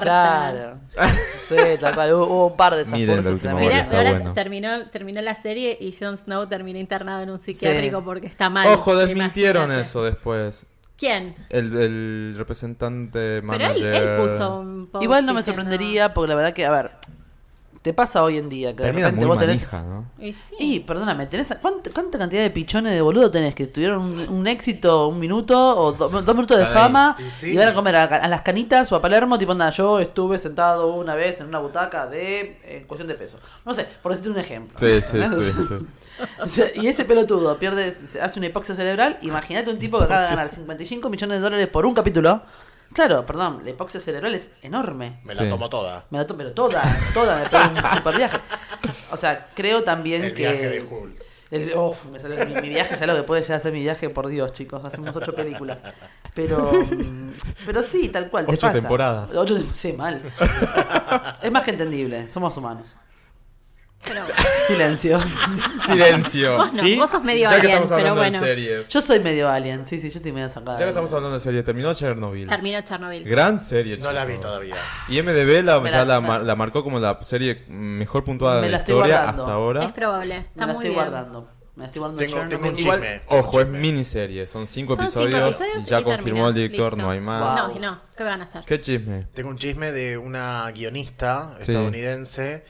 Speaker 7: Claro. Sí, tal cual. Hubo, hubo un par de esas
Speaker 4: Miren la
Speaker 7: fuerzas
Speaker 4: última
Speaker 7: tremendas.
Speaker 2: Mira,
Speaker 4: Ahora está
Speaker 2: ahora
Speaker 4: bueno.
Speaker 2: terminó, terminó la serie y Jon Snow terminó internado en un psiquiátrico
Speaker 7: Sí.
Speaker 2: porque está mal.
Speaker 4: Ojo, desmintieron
Speaker 2: imagínate.
Speaker 4: eso después.
Speaker 2: ¿Quién?
Speaker 4: El, el representante
Speaker 2: Pero él,
Speaker 4: manager.
Speaker 2: él puso un post
Speaker 7: Igual no me
Speaker 2: diciendo-
Speaker 7: sorprendería, porque la verdad que, a ver, te pasa hoy en día que de
Speaker 4: Termina
Speaker 7: repente
Speaker 4: muy
Speaker 7: vos tenés.
Speaker 4: manija, ¿no?
Speaker 2: Y sí.
Speaker 7: Y perdóname, tenés ¿cuánta, cuánta cantidad de pichones de boludo tenés que tuvieron un, un éxito, un minuto o do- dos minutos de
Speaker 4: Ahí.
Speaker 7: fama
Speaker 5: Y sí.
Speaker 7: y van a comer a, a las canitas o a Palermo? Tipo, nada, yo estuve sentado una vez en una butaca de eh, cuestión de peso. No sé, por decirte un ejemplo.
Speaker 4: Sí,
Speaker 7: [laughs]
Speaker 4: sí, sí.
Speaker 7: ¿Entendés? O sea, y ese pelotudo pierde, se hace una hipoxia cerebral. Imagínate un tipo que acaba de ganar 55 millones de dólares por un capítulo. Claro, perdón, la hipoxia cerebral es enorme.
Speaker 5: Me la
Speaker 4: Sí.
Speaker 5: tomo toda.
Speaker 7: Me la to- pero toda, toda, me pego
Speaker 4: [laughs]
Speaker 7: un super viaje. O sea, creo también
Speaker 5: El
Speaker 7: que.
Speaker 5: viaje de Hulk.
Speaker 7: El- uf, me sale- mi, mi viaje, ¿sabes lo que puede llegar a ser mi viaje? Por Dios, chicos, hacemos ocho películas. Pero mm, pero sí, tal cual. te
Speaker 4: Ocho
Speaker 7: pasa.
Speaker 4: temporadas.
Speaker 7: Ocho tem- sí, mal. Es más que entendible, somos humanos.
Speaker 2: Pero
Speaker 7: Silencio.
Speaker 2: [laughs]
Speaker 4: Silencio.
Speaker 2: vos no,
Speaker 6: ¿Sí?
Speaker 2: vos sos medio
Speaker 4: ya que
Speaker 2: alien,
Speaker 4: estamos
Speaker 2: pero
Speaker 4: hablando
Speaker 2: bueno.
Speaker 4: de series.
Speaker 7: Yo soy medio alien, sí, sí, yo estoy medio
Speaker 4: Ya
Speaker 7: sacada.
Speaker 4: que estamos hablando de series, terminó Chernobyl.
Speaker 2: Terminó Chernobyl.
Speaker 4: Gran serie,
Speaker 5: No la vi
Speaker 4: chicos.
Speaker 5: todavía.
Speaker 7: Ah,
Speaker 4: Y MDB la,
Speaker 7: Me
Speaker 4: ya
Speaker 7: la-
Speaker 4: la, mar- la marcó como la serie mejor puntuada
Speaker 7: Me
Speaker 4: de
Speaker 7: la
Speaker 4: la
Speaker 7: estoy
Speaker 4: historia
Speaker 7: guardando.
Speaker 4: hasta
Speaker 2: Es
Speaker 4: ahora.
Speaker 2: probable, está
Speaker 7: Me la
Speaker 2: muy
Speaker 7: estoy
Speaker 2: bien.
Speaker 7: guardando. Me estoy guardando el
Speaker 5: Tengo,
Speaker 7: yerno.
Speaker 5: tengo un
Speaker 7: Igual-
Speaker 5: chisme. Oh.
Speaker 4: Ojo, es miniserie, son cinco
Speaker 2: Son cinco
Speaker 4: episodios.
Speaker 2: episodios
Speaker 4: ya
Speaker 2: y
Speaker 4: confirmó
Speaker 2: termina.
Speaker 4: el director,
Speaker 2: Listo.
Speaker 4: no hay más.
Speaker 2: No, y no, ¿qué van a hacer?
Speaker 4: ¿Qué chisme?
Speaker 5: Tengo un chisme de una guionista
Speaker 4: oh. Sí.
Speaker 5: estadounidense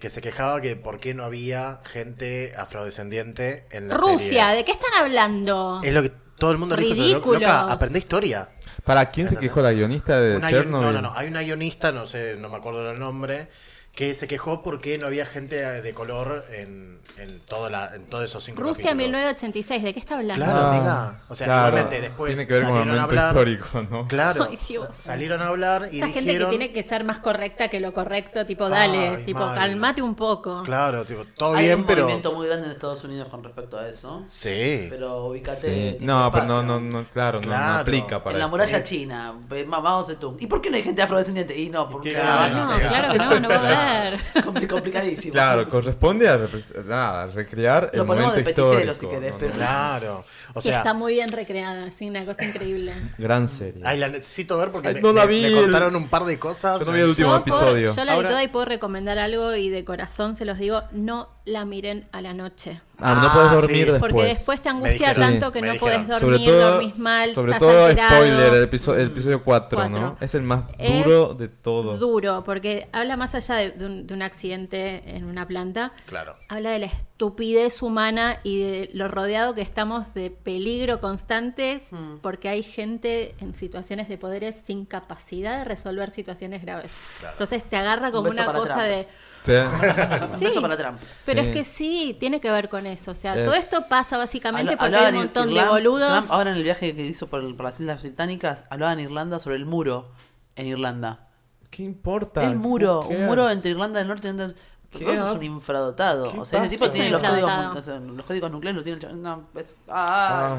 Speaker 5: que se quejaba que por qué no había gente afrodescendiente en la
Speaker 2: Rusia,
Speaker 5: serie.
Speaker 2: ¿de qué están hablando?
Speaker 5: Es lo que todo el mundo le dijo. pero lo-
Speaker 2: Ridículos.
Speaker 5: Loca, aprende historia.
Speaker 4: ¿Para quién se quejó la guionista de
Speaker 5: Una guion-
Speaker 4: Chernobyl?
Speaker 5: no, no, no. Hay una guionista, no sé, no me acuerdo el nombre, que se quejó porque no había gente eh, de color en, en, toda la, en todos esos cinco
Speaker 2: Rusia
Speaker 5: capítulos.
Speaker 2: 1986, ¿de qué está hablando?
Speaker 5: Claro,
Speaker 4: Ah,
Speaker 5: amiga. O sea,
Speaker 4: claro.
Speaker 5: igualmente después
Speaker 4: Tiene que ver con el
Speaker 5: salieron a
Speaker 4: momento
Speaker 5: hablar.
Speaker 4: histórico, ¿no?
Speaker 5: Claro.
Speaker 2: Ay, Dios.
Speaker 5: Salieron a hablar y
Speaker 2: Esa gente que
Speaker 5: dijeron-
Speaker 2: tiene que ser más correcta que lo correcto, tipo, dale,
Speaker 5: Ay,
Speaker 2: tipo,
Speaker 5: mal.
Speaker 2: calmate un poco.
Speaker 5: Claro, tipo, todo
Speaker 7: Hay
Speaker 5: bien,
Speaker 7: un
Speaker 5: pero.
Speaker 7: movimiento muy grande en Estados Unidos con respecto a eso.
Speaker 5: Sí.
Speaker 7: Pero ubicate.
Speaker 4: Sí.
Speaker 7: tipo,
Speaker 4: No, pero no,
Speaker 7: espacio.
Speaker 4: no, no, claro, no- No,
Speaker 5: Claro.
Speaker 4: aplica para
Speaker 7: En la
Speaker 4: esto.
Speaker 7: muralla china, ve- ma- Mao Zedong. ¿Y por qué no hay gente afrodescendiente? Y no, porque
Speaker 6: qué
Speaker 7: ah,
Speaker 2: No,
Speaker 5: Claro.
Speaker 2: claro que no, no va a haber. [laughs]
Speaker 7: [laughs] compli- complicadísimo. [laughs]
Speaker 4: Claro, corresponde a repres- nada, recrear
Speaker 7: Lo
Speaker 4: el
Speaker 7: ponemos
Speaker 4: momento
Speaker 7: de peticero,
Speaker 4: histórico.
Speaker 7: si querés,
Speaker 4: no, no,
Speaker 7: pero-
Speaker 5: Claro. O
Speaker 2: Y está
Speaker 5: sea,
Speaker 2: muy bien recreada, sí, una cosa increíble.
Speaker 4: Gran serie.
Speaker 5: ay, la necesito ver porque
Speaker 4: Ay,
Speaker 5: me,
Speaker 4: no la
Speaker 5: me-
Speaker 4: vi
Speaker 5: me
Speaker 4: el-
Speaker 5: contaron un par de cosas.
Speaker 4: Yo no vi el último
Speaker 2: Yo
Speaker 4: episodio.
Speaker 2: puedo- yo la
Speaker 6: Ahora-
Speaker 2: vi toda y puedo recomendar algo y de corazón se los digo, no la miren a la noche.
Speaker 4: Ah, no
Speaker 5: Ah,
Speaker 4: puedes
Speaker 5: sí.
Speaker 4: dormir después.
Speaker 2: Porque después te angustia
Speaker 5: dijeron.
Speaker 2: tanto que
Speaker 5: Sí,
Speaker 2: no
Speaker 5: me
Speaker 2: puedes
Speaker 5: dijeron.
Speaker 2: dormir, dormís mal,
Speaker 4: sobre
Speaker 2: estás
Speaker 4: todo
Speaker 2: alterado.
Speaker 4: spoiler, el, episo- el episodio 4, ¿no?
Speaker 2: Cuatro.
Speaker 4: Es el más
Speaker 2: Es
Speaker 4: duro de todos.
Speaker 2: Duro, porque habla más allá de, de un, de un accidente en una planta.
Speaker 5: Claro.
Speaker 2: Habla de la estupidez humana y de lo rodeado que estamos de peligro constante
Speaker 7: Hmm.
Speaker 2: porque hay gente en situaciones de poderes sin capacidad de resolver situaciones graves. Entonces te agarra como
Speaker 7: beso
Speaker 2: una
Speaker 7: para
Speaker 2: cosa
Speaker 7: Trump.
Speaker 2: de... [laughs]
Speaker 4: Sí.
Speaker 7: Un beso para Trump.
Speaker 2: Pero
Speaker 4: Sí.
Speaker 2: es que sí, tiene que ver con eso. O sea,
Speaker 4: Es-
Speaker 2: todo esto pasa básicamente
Speaker 7: Habla-
Speaker 2: porque
Speaker 7: hablaba
Speaker 2: hay
Speaker 7: en
Speaker 2: un montón de
Speaker 7: Irlanda-
Speaker 2: boludos.
Speaker 7: Trump, ahora en el viaje que hizo por, el- por las Islas Británicas, hablaba en Irlanda sobre el muro en Irlanda.
Speaker 4: ¿Qué importa?
Speaker 7: El muro,
Speaker 4: Who
Speaker 7: un muro
Speaker 4: cares?
Speaker 7: entre Irlanda del Norte y Irlanda del
Speaker 4: ¿Qué
Speaker 7: Sur. es
Speaker 4: hab-
Speaker 7: un infradotado.
Speaker 4: ¿Qué
Speaker 7: O sea, ese tipo
Speaker 4: pasa?
Speaker 7: tiene
Speaker 2: Es
Speaker 7: los
Speaker 2: un
Speaker 7: códigos,
Speaker 2: infradotado.
Speaker 7: o sea, los códigos nucleares, los tiene el chaval. No, es- ah,
Speaker 4: Ah.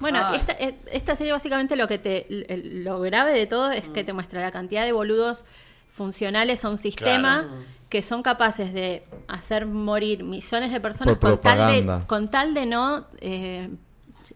Speaker 2: Bueno,
Speaker 7: Ah.
Speaker 2: esta, e- esta serie básicamente lo que te l- el- lo grave de todo es que te muestra la cantidad de boludos funcionales a un sistema que son capaces de hacer morir millones de personas
Speaker 4: Por
Speaker 2: con tal de,
Speaker 4: propaganda.
Speaker 2: con tal de no eh,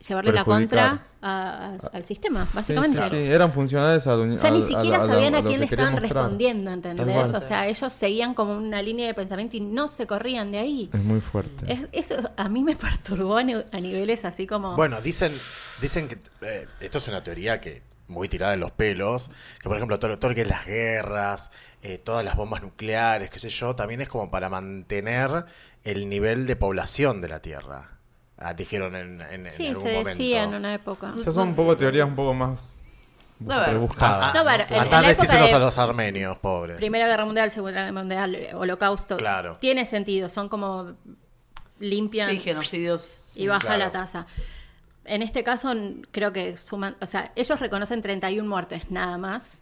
Speaker 2: llevarle la
Speaker 4: Perjudicar.
Speaker 2: contra a- a- al sistema,
Speaker 4: Sí,
Speaker 2: básicamente.
Speaker 4: sí, sí, eran funcionales a
Speaker 2: O sea, ni siquiera sabían a quién le estaban respondiendo, ¿entendés?
Speaker 4: cual.
Speaker 2: O sea, ellos seguían como una línea de pensamiento y no se corrían de ahí.
Speaker 4: Es muy fuerte.
Speaker 2: Es- eso a mí me [laughs] perturbó a ni- a niveles así como...
Speaker 5: Bueno, dicen, dicen que eh, esto es una teoría que muy tirada en los pelos, que por ejemplo todo, todo lo que es las guerras, eh, todas las bombas nucleares, qué sé yo, también es como para mantener el nivel de población de la Tierra. Ah, dijeron en, en- en
Speaker 2: sí, se
Speaker 5: algún momento.
Speaker 2: decía en una época.
Speaker 4: Ya son un poco teorías un poco más bu-
Speaker 7: A ver.
Speaker 5: Ah,
Speaker 4: rebuscadas.
Speaker 2: No, pero en- en
Speaker 5: Andar
Speaker 2: la época
Speaker 5: decíselos
Speaker 2: de-
Speaker 5: a los armenios, pobres.
Speaker 2: Primera Guerra Mundial, Segunda Guerra Mundial, eh, Holocausto.
Speaker 5: Claro.
Speaker 2: Tiene sentido, son como limpian
Speaker 7: sí, genocidios.
Speaker 2: y baja
Speaker 5: claro.
Speaker 2: la tasa. En este caso n- creo que suman, o sea, ellos reconocen 31 muertes nada más.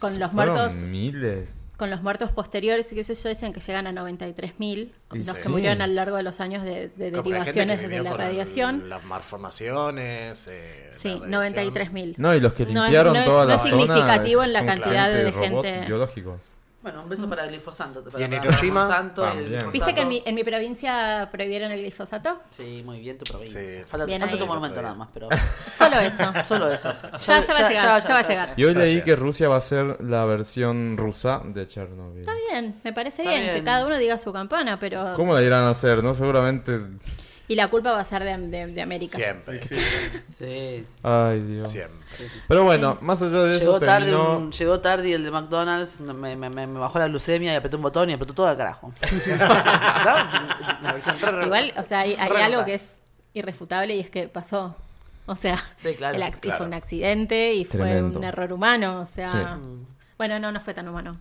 Speaker 2: Con los
Speaker 4: Fueron
Speaker 2: muertos
Speaker 4: miles.
Speaker 2: con los muertos posteriores y qué sé yo, dicen que llegan a 93.000,
Speaker 4: Y
Speaker 2: los
Speaker 4: sí.
Speaker 2: que murieron a lo largo de los años de, de
Speaker 5: Como la gente que
Speaker 2: derivaciones
Speaker 5: vivió
Speaker 2: de la
Speaker 5: con el-
Speaker 2: radiación.
Speaker 5: Las malformaciones. eh, la
Speaker 2: Sí,
Speaker 5: radiación.
Speaker 2: 93.000.
Speaker 4: No, y los que
Speaker 2: No es-
Speaker 4: limpiaron
Speaker 2: no es-
Speaker 4: toda
Speaker 2: no
Speaker 4: la
Speaker 2: es
Speaker 4: zona
Speaker 2: significativo en la
Speaker 4: son
Speaker 2: cantidad de
Speaker 4: robot
Speaker 2: gente-
Speaker 4: biológicos.
Speaker 7: Bueno, un beso para el glifosanto. Para
Speaker 5: Y en
Speaker 7: para
Speaker 5: Hiroshima,
Speaker 7: Monsanto y el
Speaker 4: también.
Speaker 7: glifosato.
Speaker 2: Mm. ¿Viste que en mi, en mi provincia prohibieron el glifosato?
Speaker 7: Sí, muy bien tu provincia.
Speaker 5: Sí.
Speaker 7: Falta,
Speaker 2: Bien
Speaker 7: falta
Speaker 2: ahí.
Speaker 7: tu monumento nada más, pero
Speaker 2: Solo
Speaker 5: [laughs]
Speaker 2: eso.
Speaker 7: solo
Speaker 4: [laughs]
Speaker 7: eso.
Speaker 2: Ya, ya va a llegar, ya va a llegar.
Speaker 4: Y hoy
Speaker 5: Ya
Speaker 4: leí
Speaker 5: llega.
Speaker 4: que Rusia va a ser la versión rusa de Chernobyl.
Speaker 2: Está bien, me parece
Speaker 7: Está
Speaker 2: bien, que
Speaker 7: bien.
Speaker 2: cada uno diga su campana, pero...
Speaker 4: ¿Cómo la irán a hacer, no? Seguramente...
Speaker 2: Y la culpa va a ser de, de- de América.
Speaker 5: Siempre,
Speaker 7: Sí.
Speaker 4: Ay, Dios.
Speaker 5: siempre.
Speaker 4: Pero bueno, más allá de eso
Speaker 7: Llegó tarde,
Speaker 4: terminó...
Speaker 7: un- llegó tarde y el de McDonald's no, me, me, me- me bajó la glucemia y apreté un botón y apretó todo al
Speaker 4: [laughs]
Speaker 7: carajo. ¿No? Una versión re- re-
Speaker 2: Igual, o sea, hay, hay
Speaker 7: re-
Speaker 2: algo que es irrefutable y es que pasó. O sea,
Speaker 7: Sí, claro,
Speaker 2: el ac- y
Speaker 5: claro.
Speaker 2: fue un accidente y
Speaker 4: Tremendo.
Speaker 2: fue un error humano, o sea...
Speaker 4: Sí.
Speaker 2: Bueno, no, no fue tan humano.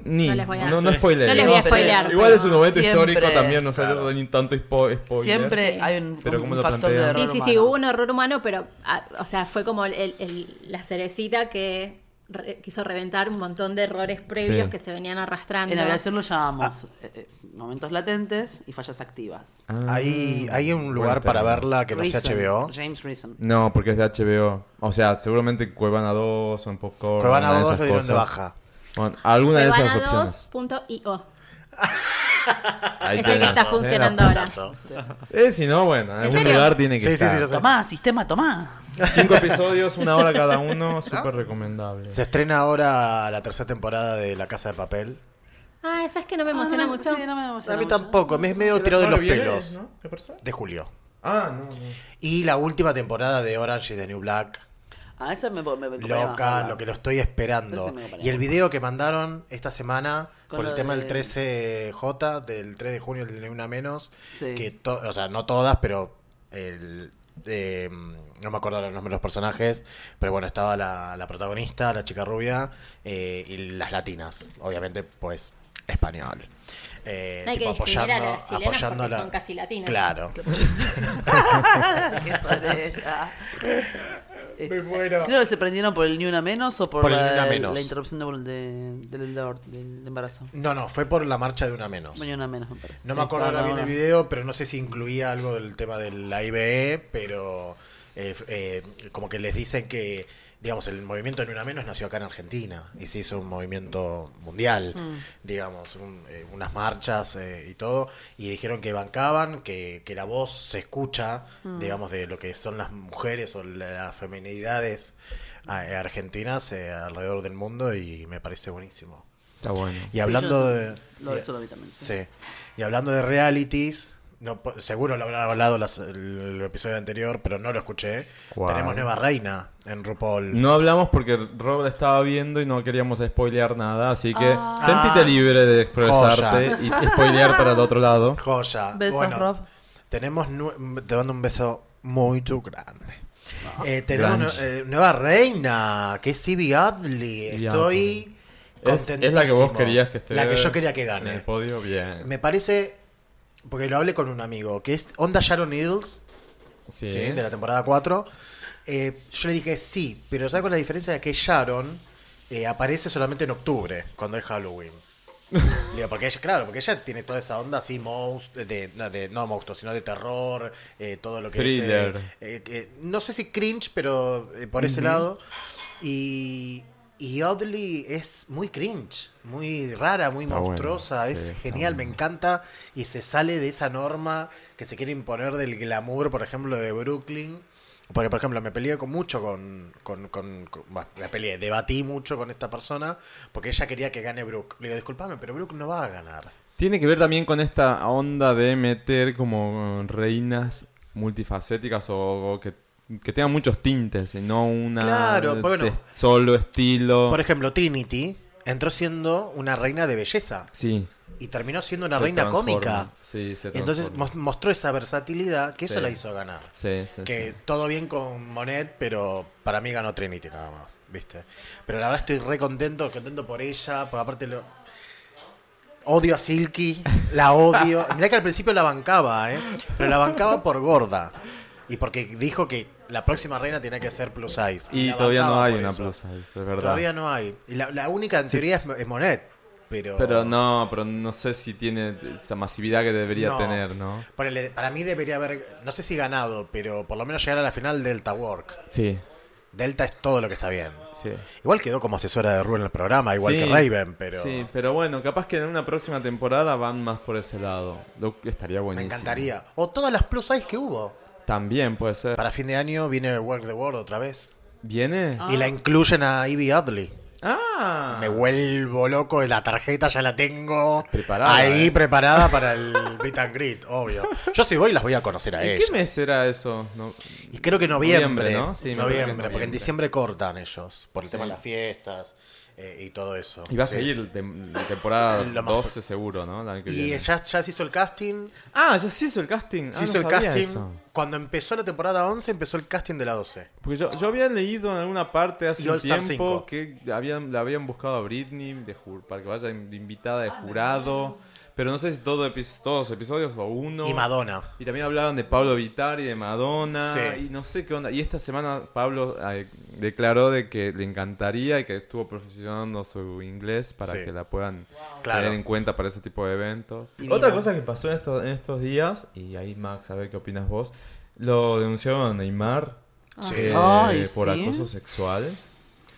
Speaker 2: Pero
Speaker 4: Ni,
Speaker 2: no les voy a
Speaker 4: no, no spoilees.
Speaker 2: No les voy a
Speaker 7: No, pero-
Speaker 2: spoilear.
Speaker 4: Igual es un momento
Speaker 7: Siempre.
Speaker 4: histórico también, no sé, no hay tanto spo- spoiler.
Speaker 7: Siempre
Speaker 2: Sí.
Speaker 7: hay un,
Speaker 4: Pero
Speaker 7: un
Speaker 4: ¿cómo lo
Speaker 7: factor de
Speaker 4: plantean?
Speaker 2: Sí, sí,
Speaker 7: error
Speaker 2: sí,
Speaker 7: humano.
Speaker 2: hubo un error humano, pero, ah, o sea, fue como el- el- la cerecita que re- quiso reventar un montón de errores previos
Speaker 4: Sí.
Speaker 2: que se venían arrastrando.
Speaker 7: En aviación lo llamamos
Speaker 4: Ah.
Speaker 7: eh, eh, momentos latentes y fallas activas.
Speaker 5: Hay, hay un lugar
Speaker 4: Bueno,
Speaker 5: para
Speaker 4: tenemos.
Speaker 5: verla que no sea
Speaker 7: Reason,
Speaker 5: HBO.
Speaker 7: James Reason.
Speaker 4: No, porque es de HBO. O sea, seguramente Cuevana 2 o en Popcorn.
Speaker 5: Cuevana
Speaker 4: una de
Speaker 5: 2
Speaker 4: esas
Speaker 5: lo dieron de
Speaker 4: cosas.
Speaker 5: baja.
Speaker 4: Bueno, alguna de esas opciones.
Speaker 2: Cuevana2.io.
Speaker 4: Ahí
Speaker 2: Es el que
Speaker 4: tenés.
Speaker 2: está funcionando ahora.
Speaker 4: Eh, si no, bueno, en algún
Speaker 2: serio?
Speaker 4: lugar tiene que
Speaker 5: Sí, sí, sí,
Speaker 4: estar.
Speaker 5: yo sé.
Speaker 7: Tomá, sistema, tomá.
Speaker 4: Cinco episodios, una hora cada uno, súper recomendable.
Speaker 5: Se estrena ahora la tercera temporada de La Casa de Papel.
Speaker 2: Ah, esa es que no me emociona mucho.
Speaker 7: Sí, no me emociona
Speaker 5: A mí
Speaker 7: mucho.
Speaker 5: tampoco, me es medio tirado de los pelos.
Speaker 4: ¿no? ¿Qué pasa?
Speaker 5: De julio.
Speaker 4: Ah, no, no.
Speaker 5: Y la última temporada de Orange is the New Black.
Speaker 7: Ah, esa me, me, me me-
Speaker 5: Loca,
Speaker 7: me-
Speaker 5: lo que lo estoy
Speaker 7: Ese
Speaker 5: esperando.
Speaker 7: me parece.
Speaker 5: Y el video que mandaron esta semana
Speaker 7: Con
Speaker 5: por el
Speaker 7: lo
Speaker 5: tema
Speaker 7: de-
Speaker 5: del 13J, del 3 de junio, del Ni Una Menos,
Speaker 7: Sí. [laughs]
Speaker 5: que to- o sea, no todas, pero el, eh, no me acuerdo los nombres de los personajes, pero bueno, estaba la, la protagonista, la chica rubia, eh, y las latinas, obviamente, pues español. Eh,
Speaker 2: No hay que
Speaker 5: tipo,
Speaker 2: discriminar a
Speaker 5: apoyando,
Speaker 2: las chilenas
Speaker 5: apoyando
Speaker 2: porque
Speaker 5: la-
Speaker 2: son casi latinas.
Speaker 5: Claro.
Speaker 7: Qué sorella. Este,
Speaker 5: Me muero.
Speaker 7: Creo que se prendieron por el ni una menos o por,
Speaker 5: Por el
Speaker 7: la,
Speaker 5: Ni Una Menos.
Speaker 7: la interrupción de, de- del, del- del embarazo.
Speaker 5: No, no, fue por la marcha de una menos.
Speaker 7: Por Ni una menos, me parece.
Speaker 5: No
Speaker 7: Sí,
Speaker 5: me acuerdo ahora
Speaker 7: por
Speaker 5: bien el video, pero no sé si incluía algo del tema del IBE, E, pero eh, f- eh, como que les dicen que, digamos, el movimiento en una menos nació acá en Argentina y se hizo un movimiento mundial,
Speaker 7: Mm.
Speaker 5: digamos, un- eh, unas marchas eh, y todo, y dijeron que bancaban, que, que la voz se escucha,
Speaker 7: Mm.
Speaker 5: digamos, de lo que son las mujeres o la- las feminidades ah, eh, argentinas eh, alrededor del mundo y me parece buenísimo.
Speaker 4: Está bueno.
Speaker 5: Y hablando
Speaker 7: yo-
Speaker 5: de...
Speaker 7: Lo de
Speaker 5: y-
Speaker 7: eso lo vi también. sí.
Speaker 5: Sí. Y hablando de realities, no, po- seguro lo habrán hablado las- el, el episodio anterior, pero no lo escuché.
Speaker 4: ¿Cuál?
Speaker 5: Tenemos nueva reina en RuPaul.
Speaker 4: No hablamos porque Rob la estaba viendo y no queríamos spoilear nada, así que
Speaker 5: Ah.
Speaker 4: sentite libre de expresarte y spoilear para el otro
Speaker 5: [laughs]
Speaker 4: lado.
Speaker 5: Joya.
Speaker 7: Besos,
Speaker 5: bueno,
Speaker 7: Rob.
Speaker 5: Tenemos nue- te mando un beso muy tu grande.
Speaker 4: Ah.
Speaker 5: Eh, tenemos
Speaker 4: Grunge.
Speaker 5: nue- eh, nueva reina, que es Phoebe Adley.
Speaker 4: Ya,
Speaker 5: Estoy
Speaker 4: Es, es la que vos
Speaker 5: contentísimo.
Speaker 4: querías que esté.
Speaker 5: La que yo quería que
Speaker 4: En
Speaker 5: gane.
Speaker 4: el podio, bien.
Speaker 5: Me parece, porque lo hablé con un amigo, que es Onda Sharon Needles,
Speaker 4: Sí.
Speaker 5: ¿sí? de la temporada 4. Eh, yo le dije sí, pero ¿sabes cuál es la diferencia? Que Sharon eh, aparece solamente en octubre, cuando es
Speaker 4: [laughs]
Speaker 5: Halloween. Digo, porque ella, claro, porque ella tiene toda esa onda así, monst- de, no, de, no monstruo, sino de terror, eh, todo lo que
Speaker 4: Thriller.
Speaker 5: es. eh, eh, eh, no sé si cringe, pero eh, por ese lado. Y, y Audley es muy cringe, muy rara, muy
Speaker 4: Está bueno,
Speaker 5: monstruosa,
Speaker 4: sí,
Speaker 5: es
Speaker 4: está
Speaker 5: genial, me
Speaker 4: bueno.
Speaker 5: encanta y se sale de esa norma que se quiere imponer del glamour, por ejemplo, de Brooklyn. Porque, por ejemplo, me peleé con mucho con... con, con- con- bueno, me peleé, debatí mucho con esta persona porque ella quería que gane Brooke. Le digo, disculpame, pero Brooke no va a ganar.
Speaker 4: Tiene que ver también con esta onda de meter como eh, reinas multifacéticas o, o que, que tengan muchos tintes y no una
Speaker 5: Claro,
Speaker 4: de-
Speaker 5: bueno.
Speaker 4: de solo estilo.
Speaker 5: Por ejemplo, Trinity entró siendo una reina de belleza
Speaker 4: sí.
Speaker 5: y terminó siendo una
Speaker 4: se
Speaker 5: reina
Speaker 4: transforma.
Speaker 5: cómica.
Speaker 4: Sí, se
Speaker 5: Entonces
Speaker 4: transforma.
Speaker 5: mos- mostró esa versatilidad que eso
Speaker 4: Sí.
Speaker 5: la hizo ganar.
Speaker 4: Sí, sí,
Speaker 5: Que
Speaker 4: sí.
Speaker 5: todo bien con Monet, pero para mí ganó Trinity nada más, ¿viste? Pero la verdad estoy re contento, contento por ella, porque aparte lo... Odio a Silky, la
Speaker 4: [laughs]
Speaker 5: odio. Mirá que al principio la bancaba, ¿eh? Pero la bancaba por gorda. Y porque dijo que la próxima reina tenía que ser plus size.
Speaker 4: Y
Speaker 5: la
Speaker 4: todavía no
Speaker 5: bancaba
Speaker 4: hay
Speaker 5: por
Speaker 4: una
Speaker 5: eso.
Speaker 4: plaza, es verdad.
Speaker 5: Todavía no hay. Y la, la única en teoría es, es Monet, pero...
Speaker 4: Pero no, pero no sé si tiene esa masividad que debería
Speaker 5: No.
Speaker 4: tener, ¿no?
Speaker 5: Ponele, para mí debería haber, no sé si ganado, pero por lo menos llegar a la final Delta Work.
Speaker 4: Sí,
Speaker 5: Delta es todo lo que está bien.
Speaker 4: sí.
Speaker 5: Igual quedó como asesora de Rue en el programa, igual
Speaker 4: Sí,
Speaker 5: que Raven, pero
Speaker 4: Sí, pero bueno, capaz que en una próxima temporada van más por ese lado. Lo que estaría
Speaker 5: me
Speaker 4: buenísimo.
Speaker 5: encantaría. O todas las plus size que hubo.
Speaker 4: También puede ser.
Speaker 5: Para fin de año viene Work the World otra vez.
Speaker 4: ¿Viene?
Speaker 5: Y la incluyen a Ivy Adley.
Speaker 4: Ah.
Speaker 5: Ah. Me vuelvo loco, la tarjeta ya la tengo
Speaker 4: Preparada,
Speaker 5: ahí
Speaker 4: eh.
Speaker 5: preparada para
Speaker 4: [laughs]
Speaker 5: el meet and greet, obvio. Yo si voy las voy a conocer a
Speaker 4: ¿En
Speaker 5: ellas.
Speaker 4: qué mes era eso? No-
Speaker 5: Y creo que noviembre.
Speaker 4: Noviembre,
Speaker 5: Noviembre,
Speaker 4: ¿no? Sí, me parece que es
Speaker 5: porque en
Speaker 4: noviembre.
Speaker 5: diciembre cortan ellos. Por el tema de las fiestas eh, y todo eso.
Speaker 4: Y va a
Speaker 5: Sí.
Speaker 4: seguir tem- la
Speaker 5: [laughs]
Speaker 4: temporada
Speaker 5: Lo más
Speaker 4: 12 seguro, ¿no? La que
Speaker 5: Y
Speaker 4: viene.
Speaker 5: ya, ya se hizo el casting.
Speaker 4: Ah, ya se hizo el casting.
Speaker 5: Se
Speaker 4: Ah, no
Speaker 5: hizo el
Speaker 4: sabía
Speaker 5: casting.
Speaker 4: eso.
Speaker 5: Cuando empezó la temporada 11, empezó el casting de la 12.
Speaker 4: Porque yo, yo había leído en alguna parte
Speaker 5: Y
Speaker 4: hace
Speaker 5: All
Speaker 4: un
Speaker 5: Star
Speaker 4: tiempo
Speaker 5: 5.
Speaker 4: que habían, la habían buscado a Britney de ju- para que vaya in- invitada
Speaker 5: Ah,
Speaker 4: de jurado. Pero no sé si todo epi- todos episodios o uno.
Speaker 5: Y Madonna.
Speaker 4: Y también hablaban de Pablo Vittar y de Madonna.
Speaker 5: Sí.
Speaker 4: Y no sé qué onda. Y esta semana Pablo eh, declaró de que le encantaría y que estuvo profesionando su inglés para
Speaker 5: Sí.
Speaker 4: que la puedan
Speaker 5: Claro.
Speaker 4: tener en cuenta para ese tipo de eventos.
Speaker 7: Y
Speaker 4: Otra
Speaker 7: mira.
Speaker 4: cosa que pasó en estos, en estos días, y ahí Max, a ver qué opinas vos, lo denunciaron a Neymar
Speaker 5: Sí.
Speaker 4: eh,
Speaker 7: Ay,
Speaker 4: por
Speaker 7: sí.
Speaker 4: acoso sexual.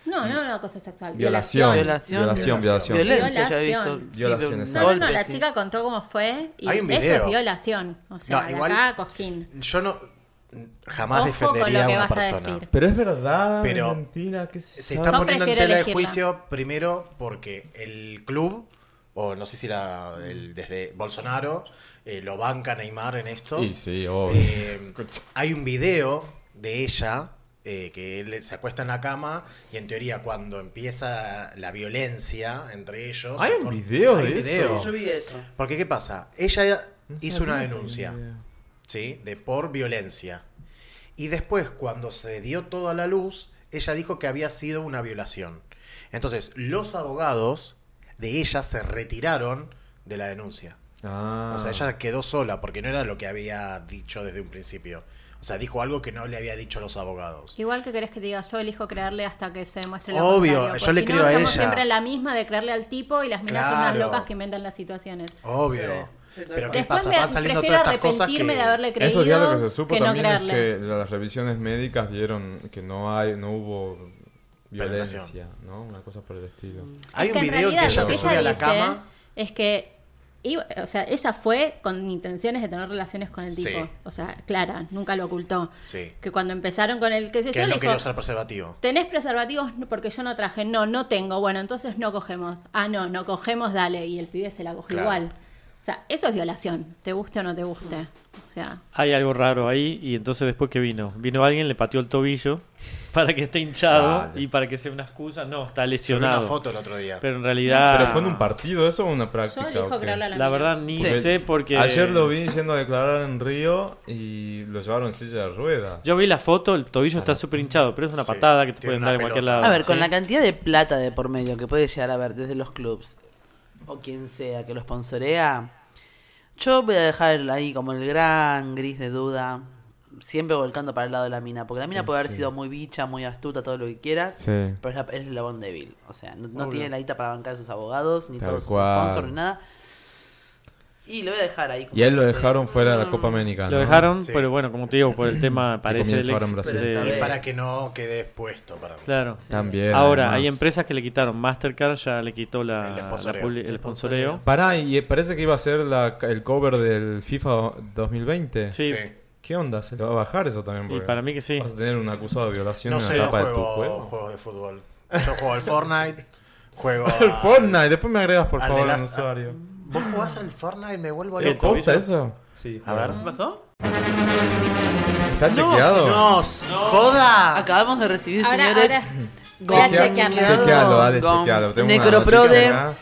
Speaker 2: No, no, no, cosa sexual.
Speaker 4: Violación.
Speaker 7: Violación.
Speaker 4: Violación, violación.
Speaker 7: Violencia, ya he
Speaker 2: Violación.
Speaker 7: visto. Sí,
Speaker 4: Violación,
Speaker 7: golpes,
Speaker 2: No, no, no, la
Speaker 7: sí.
Speaker 2: chica contó cómo fue y
Speaker 5: Hay un
Speaker 2: eso
Speaker 5: video.
Speaker 2: es violación. O sea,
Speaker 5: No,
Speaker 2: de
Speaker 5: igual-
Speaker 2: acá a Cosquín.
Speaker 5: Yo no jamás
Speaker 2: Ojo con
Speaker 5: defendería
Speaker 2: lo
Speaker 5: a
Speaker 2: que
Speaker 5: una
Speaker 2: vas a
Speaker 5: persona.
Speaker 2: decir.
Speaker 4: Pero es verdad,
Speaker 5: Pero
Speaker 4: es mentira, que
Speaker 5: Se está
Speaker 2: Yo
Speaker 5: poniendo en
Speaker 2: prefiero
Speaker 5: tela de
Speaker 2: elegirla.
Speaker 5: juicio primero porque el club o no sé si era el- desde Bolsonaro, eh, lo banca Neymar en esto.
Speaker 4: Y sí, obvio.
Speaker 5: Eh, hay un video de ella eh, que él se acuesta en la cama y en teoría cuando empieza la violencia entre ellos...
Speaker 4: ¿Hay un
Speaker 5: cor-
Speaker 4: video
Speaker 5: hay
Speaker 4: de eso?
Speaker 5: video.
Speaker 7: Yo vi eso.
Speaker 5: Porque ¿qué pasa? Ella
Speaker 4: No
Speaker 5: hizo
Speaker 4: sabía
Speaker 5: una
Speaker 4: que había
Speaker 5: denuncia.
Speaker 4: video.
Speaker 5: ¿sí? De por violencia. Y después, cuando se dio toda la luz, ella dijo que había sido una violación. Entonces,
Speaker 4: Mm.
Speaker 5: los abogados de ella se retiraron de la denuncia.
Speaker 4: Ah.
Speaker 5: O sea, ella quedó sola porque no era lo que había dicho desde un principio. O sea, dijo algo que no le había dicho a los abogados.
Speaker 2: Igual que querés que te diga, yo elijo creerle hasta que se demuestre lo
Speaker 5: Obvio,
Speaker 2: contrario,
Speaker 5: yo
Speaker 2: porque
Speaker 5: le
Speaker 2: si
Speaker 5: creo
Speaker 2: no,
Speaker 5: a
Speaker 2: estamos
Speaker 5: ella.
Speaker 2: siempre en la misma de creerle al tipo y las minas son unas
Speaker 5: Claro.
Speaker 2: locas que inventan las situaciones.
Speaker 5: Obvio. Pero ¿qué
Speaker 2: Después
Speaker 5: pasa?
Speaker 2: me
Speaker 5: Van saliendo
Speaker 2: prefiero
Speaker 5: todas estas cosas que...
Speaker 2: arrepentirme de haberle creído
Speaker 4: Esto ya lo que se supo
Speaker 2: que no
Speaker 4: también
Speaker 2: creerle.
Speaker 4: es que las revisiones médicas dieron que no hay, no hubo
Speaker 5: Penetración.
Speaker 4: violencia, ¿no? Una cosa por el estilo.
Speaker 5: Hay
Speaker 2: Es
Speaker 5: un
Speaker 2: que en
Speaker 5: video en que
Speaker 2: realidad
Speaker 5: ella
Speaker 2: lo
Speaker 5: se
Speaker 2: que
Speaker 5: sube a la
Speaker 2: dice
Speaker 5: cama.
Speaker 2: Es que, iba- o sea, ella fue con intenciones de tener relaciones con el
Speaker 5: Sí.
Speaker 2: tipo. O sea, clara, nunca lo ocultó.
Speaker 5: Sí.
Speaker 2: Que cuando empezaron con el que sé
Speaker 5: Que
Speaker 2: yo,
Speaker 5: él
Speaker 2: le
Speaker 5: no
Speaker 2: dijo,
Speaker 5: quería usar preservativo.
Speaker 2: ¿tenés preservativos? No, Porque yo no traje. No, no tengo. Bueno, entonces no cogemos. Ah, no, no cogemos, dale. Y el pibe se la cogió
Speaker 5: Claro.
Speaker 2: igual. O sea, eso es violación. Te guste o no te guste. O sea,
Speaker 6: Hay algo raro ahí y entonces después que vino, vino alguien, le pateó el tobillo [laughs] para que esté hinchado
Speaker 4: Vale.
Speaker 6: y para que sea una excusa, no, está
Speaker 5: Vi una
Speaker 6: lesionado.
Speaker 5: foto el otro día.
Speaker 6: Pero en realidad...
Speaker 4: ¿Pero fue en un partido eso o una
Speaker 2: yo
Speaker 4: práctica?
Speaker 2: elijo
Speaker 4: o qué?
Speaker 2: creerle a la,
Speaker 6: La
Speaker 2: mina.
Speaker 6: verdad ni
Speaker 7: Sí.
Speaker 6: sé porque...
Speaker 4: Ayer lo vi yendo a declarar en Río y lo llevaron en silla de ruedas.
Speaker 6: Yo vi la foto, el tobillo está súper hinchado, pero es una
Speaker 5: Sí,
Speaker 6: patada que te
Speaker 5: tiene
Speaker 6: pueden
Speaker 5: una
Speaker 6: dar en cualquier
Speaker 5: pelota.
Speaker 6: lado.
Speaker 7: A
Speaker 4: Ah,
Speaker 7: ver, con
Speaker 6: ¿sí?
Speaker 7: la cantidad de plata de por medio que puede llegar a ver desde los clubs o quien sea que lo sponsorea, yo voy a dejar ahí como el gran gris de duda, siempre volcando para el lado de la mina, porque la mina puede haber sido muy bicha, muy astuta, todo lo que quieras,
Speaker 4: Sí.
Speaker 7: pero es, la, es la Bond débil, o sea, no, no tiene la guita para bancar a sus abogados, ni
Speaker 4: Tal
Speaker 7: todos sus
Speaker 4: cual.
Speaker 7: sponsors, ni nada. Y lo voy a dejar ahí. como
Speaker 4: Y a él lo
Speaker 7: que-
Speaker 4: dejaron fuera de la
Speaker 7: Mm,
Speaker 4: Copa Americana.
Speaker 6: Lo dejaron,
Speaker 5: Sí.
Speaker 6: pero bueno, como te digo, por
Speaker 4: [laughs]
Speaker 6: el tema parece
Speaker 4: comienza
Speaker 6: del
Speaker 4: ahora en
Speaker 6: ex-
Speaker 4: Brasil.
Speaker 6: de-
Speaker 7: Pero
Speaker 5: Y
Speaker 7: está
Speaker 5: para que no quede expuesto. Para...
Speaker 6: Claro.
Speaker 4: También.
Speaker 6: Ahora,
Speaker 4: además.
Speaker 6: hay empresas que le quitaron. Mastercard ya le quitó la,
Speaker 5: El
Speaker 6: la
Speaker 5: sponsoreo.
Speaker 6: publi- el sponsoreo.
Speaker 4: Pará, y eh, parece que iba a ser la- el cover del FIFA 2020.
Speaker 6: Sí.
Speaker 4: ¿Qué onda? ¿Se le va a bajar eso también?
Speaker 6: Y
Speaker 4: Porque
Speaker 6: para mí que sí.
Speaker 4: Vas a tener un acusado de violación
Speaker 5: No
Speaker 4: en
Speaker 5: sé,
Speaker 4: la
Speaker 5: no
Speaker 4: tapa de tu
Speaker 5: juego,
Speaker 4: juego.
Speaker 5: juegos de fútbol. Yo juego al Fortnite, juego a-
Speaker 4: [laughs] El Fortnite, después me agregas por
Speaker 5: Al
Speaker 4: favor
Speaker 5: de Ah,
Speaker 4: un
Speaker 5: Last-
Speaker 4: usuario.
Speaker 5: ¿Vos jugás al Fortnite? Me vuelvo
Speaker 6: ¿Qué
Speaker 4: ¿Te
Speaker 5: loco.
Speaker 4: consta
Speaker 6: tobillo?
Speaker 4: eso? Sí.
Speaker 5: A ver.
Speaker 7: ¿Qué pasó?
Speaker 4: ¿Está chequeado?
Speaker 5: ¡No! ¡Joda!
Speaker 7: Acabamos de recibir,
Speaker 2: Ahora-
Speaker 7: señores,
Speaker 2: ahora- Voy a
Speaker 7: gol.
Speaker 4: Chequea-
Speaker 2: chequearlo.
Speaker 4: Chequealo, dale,
Speaker 7: Gong.
Speaker 4: chequealo. Tengo una
Speaker 7: Necroprode.
Speaker 4: noticia acá.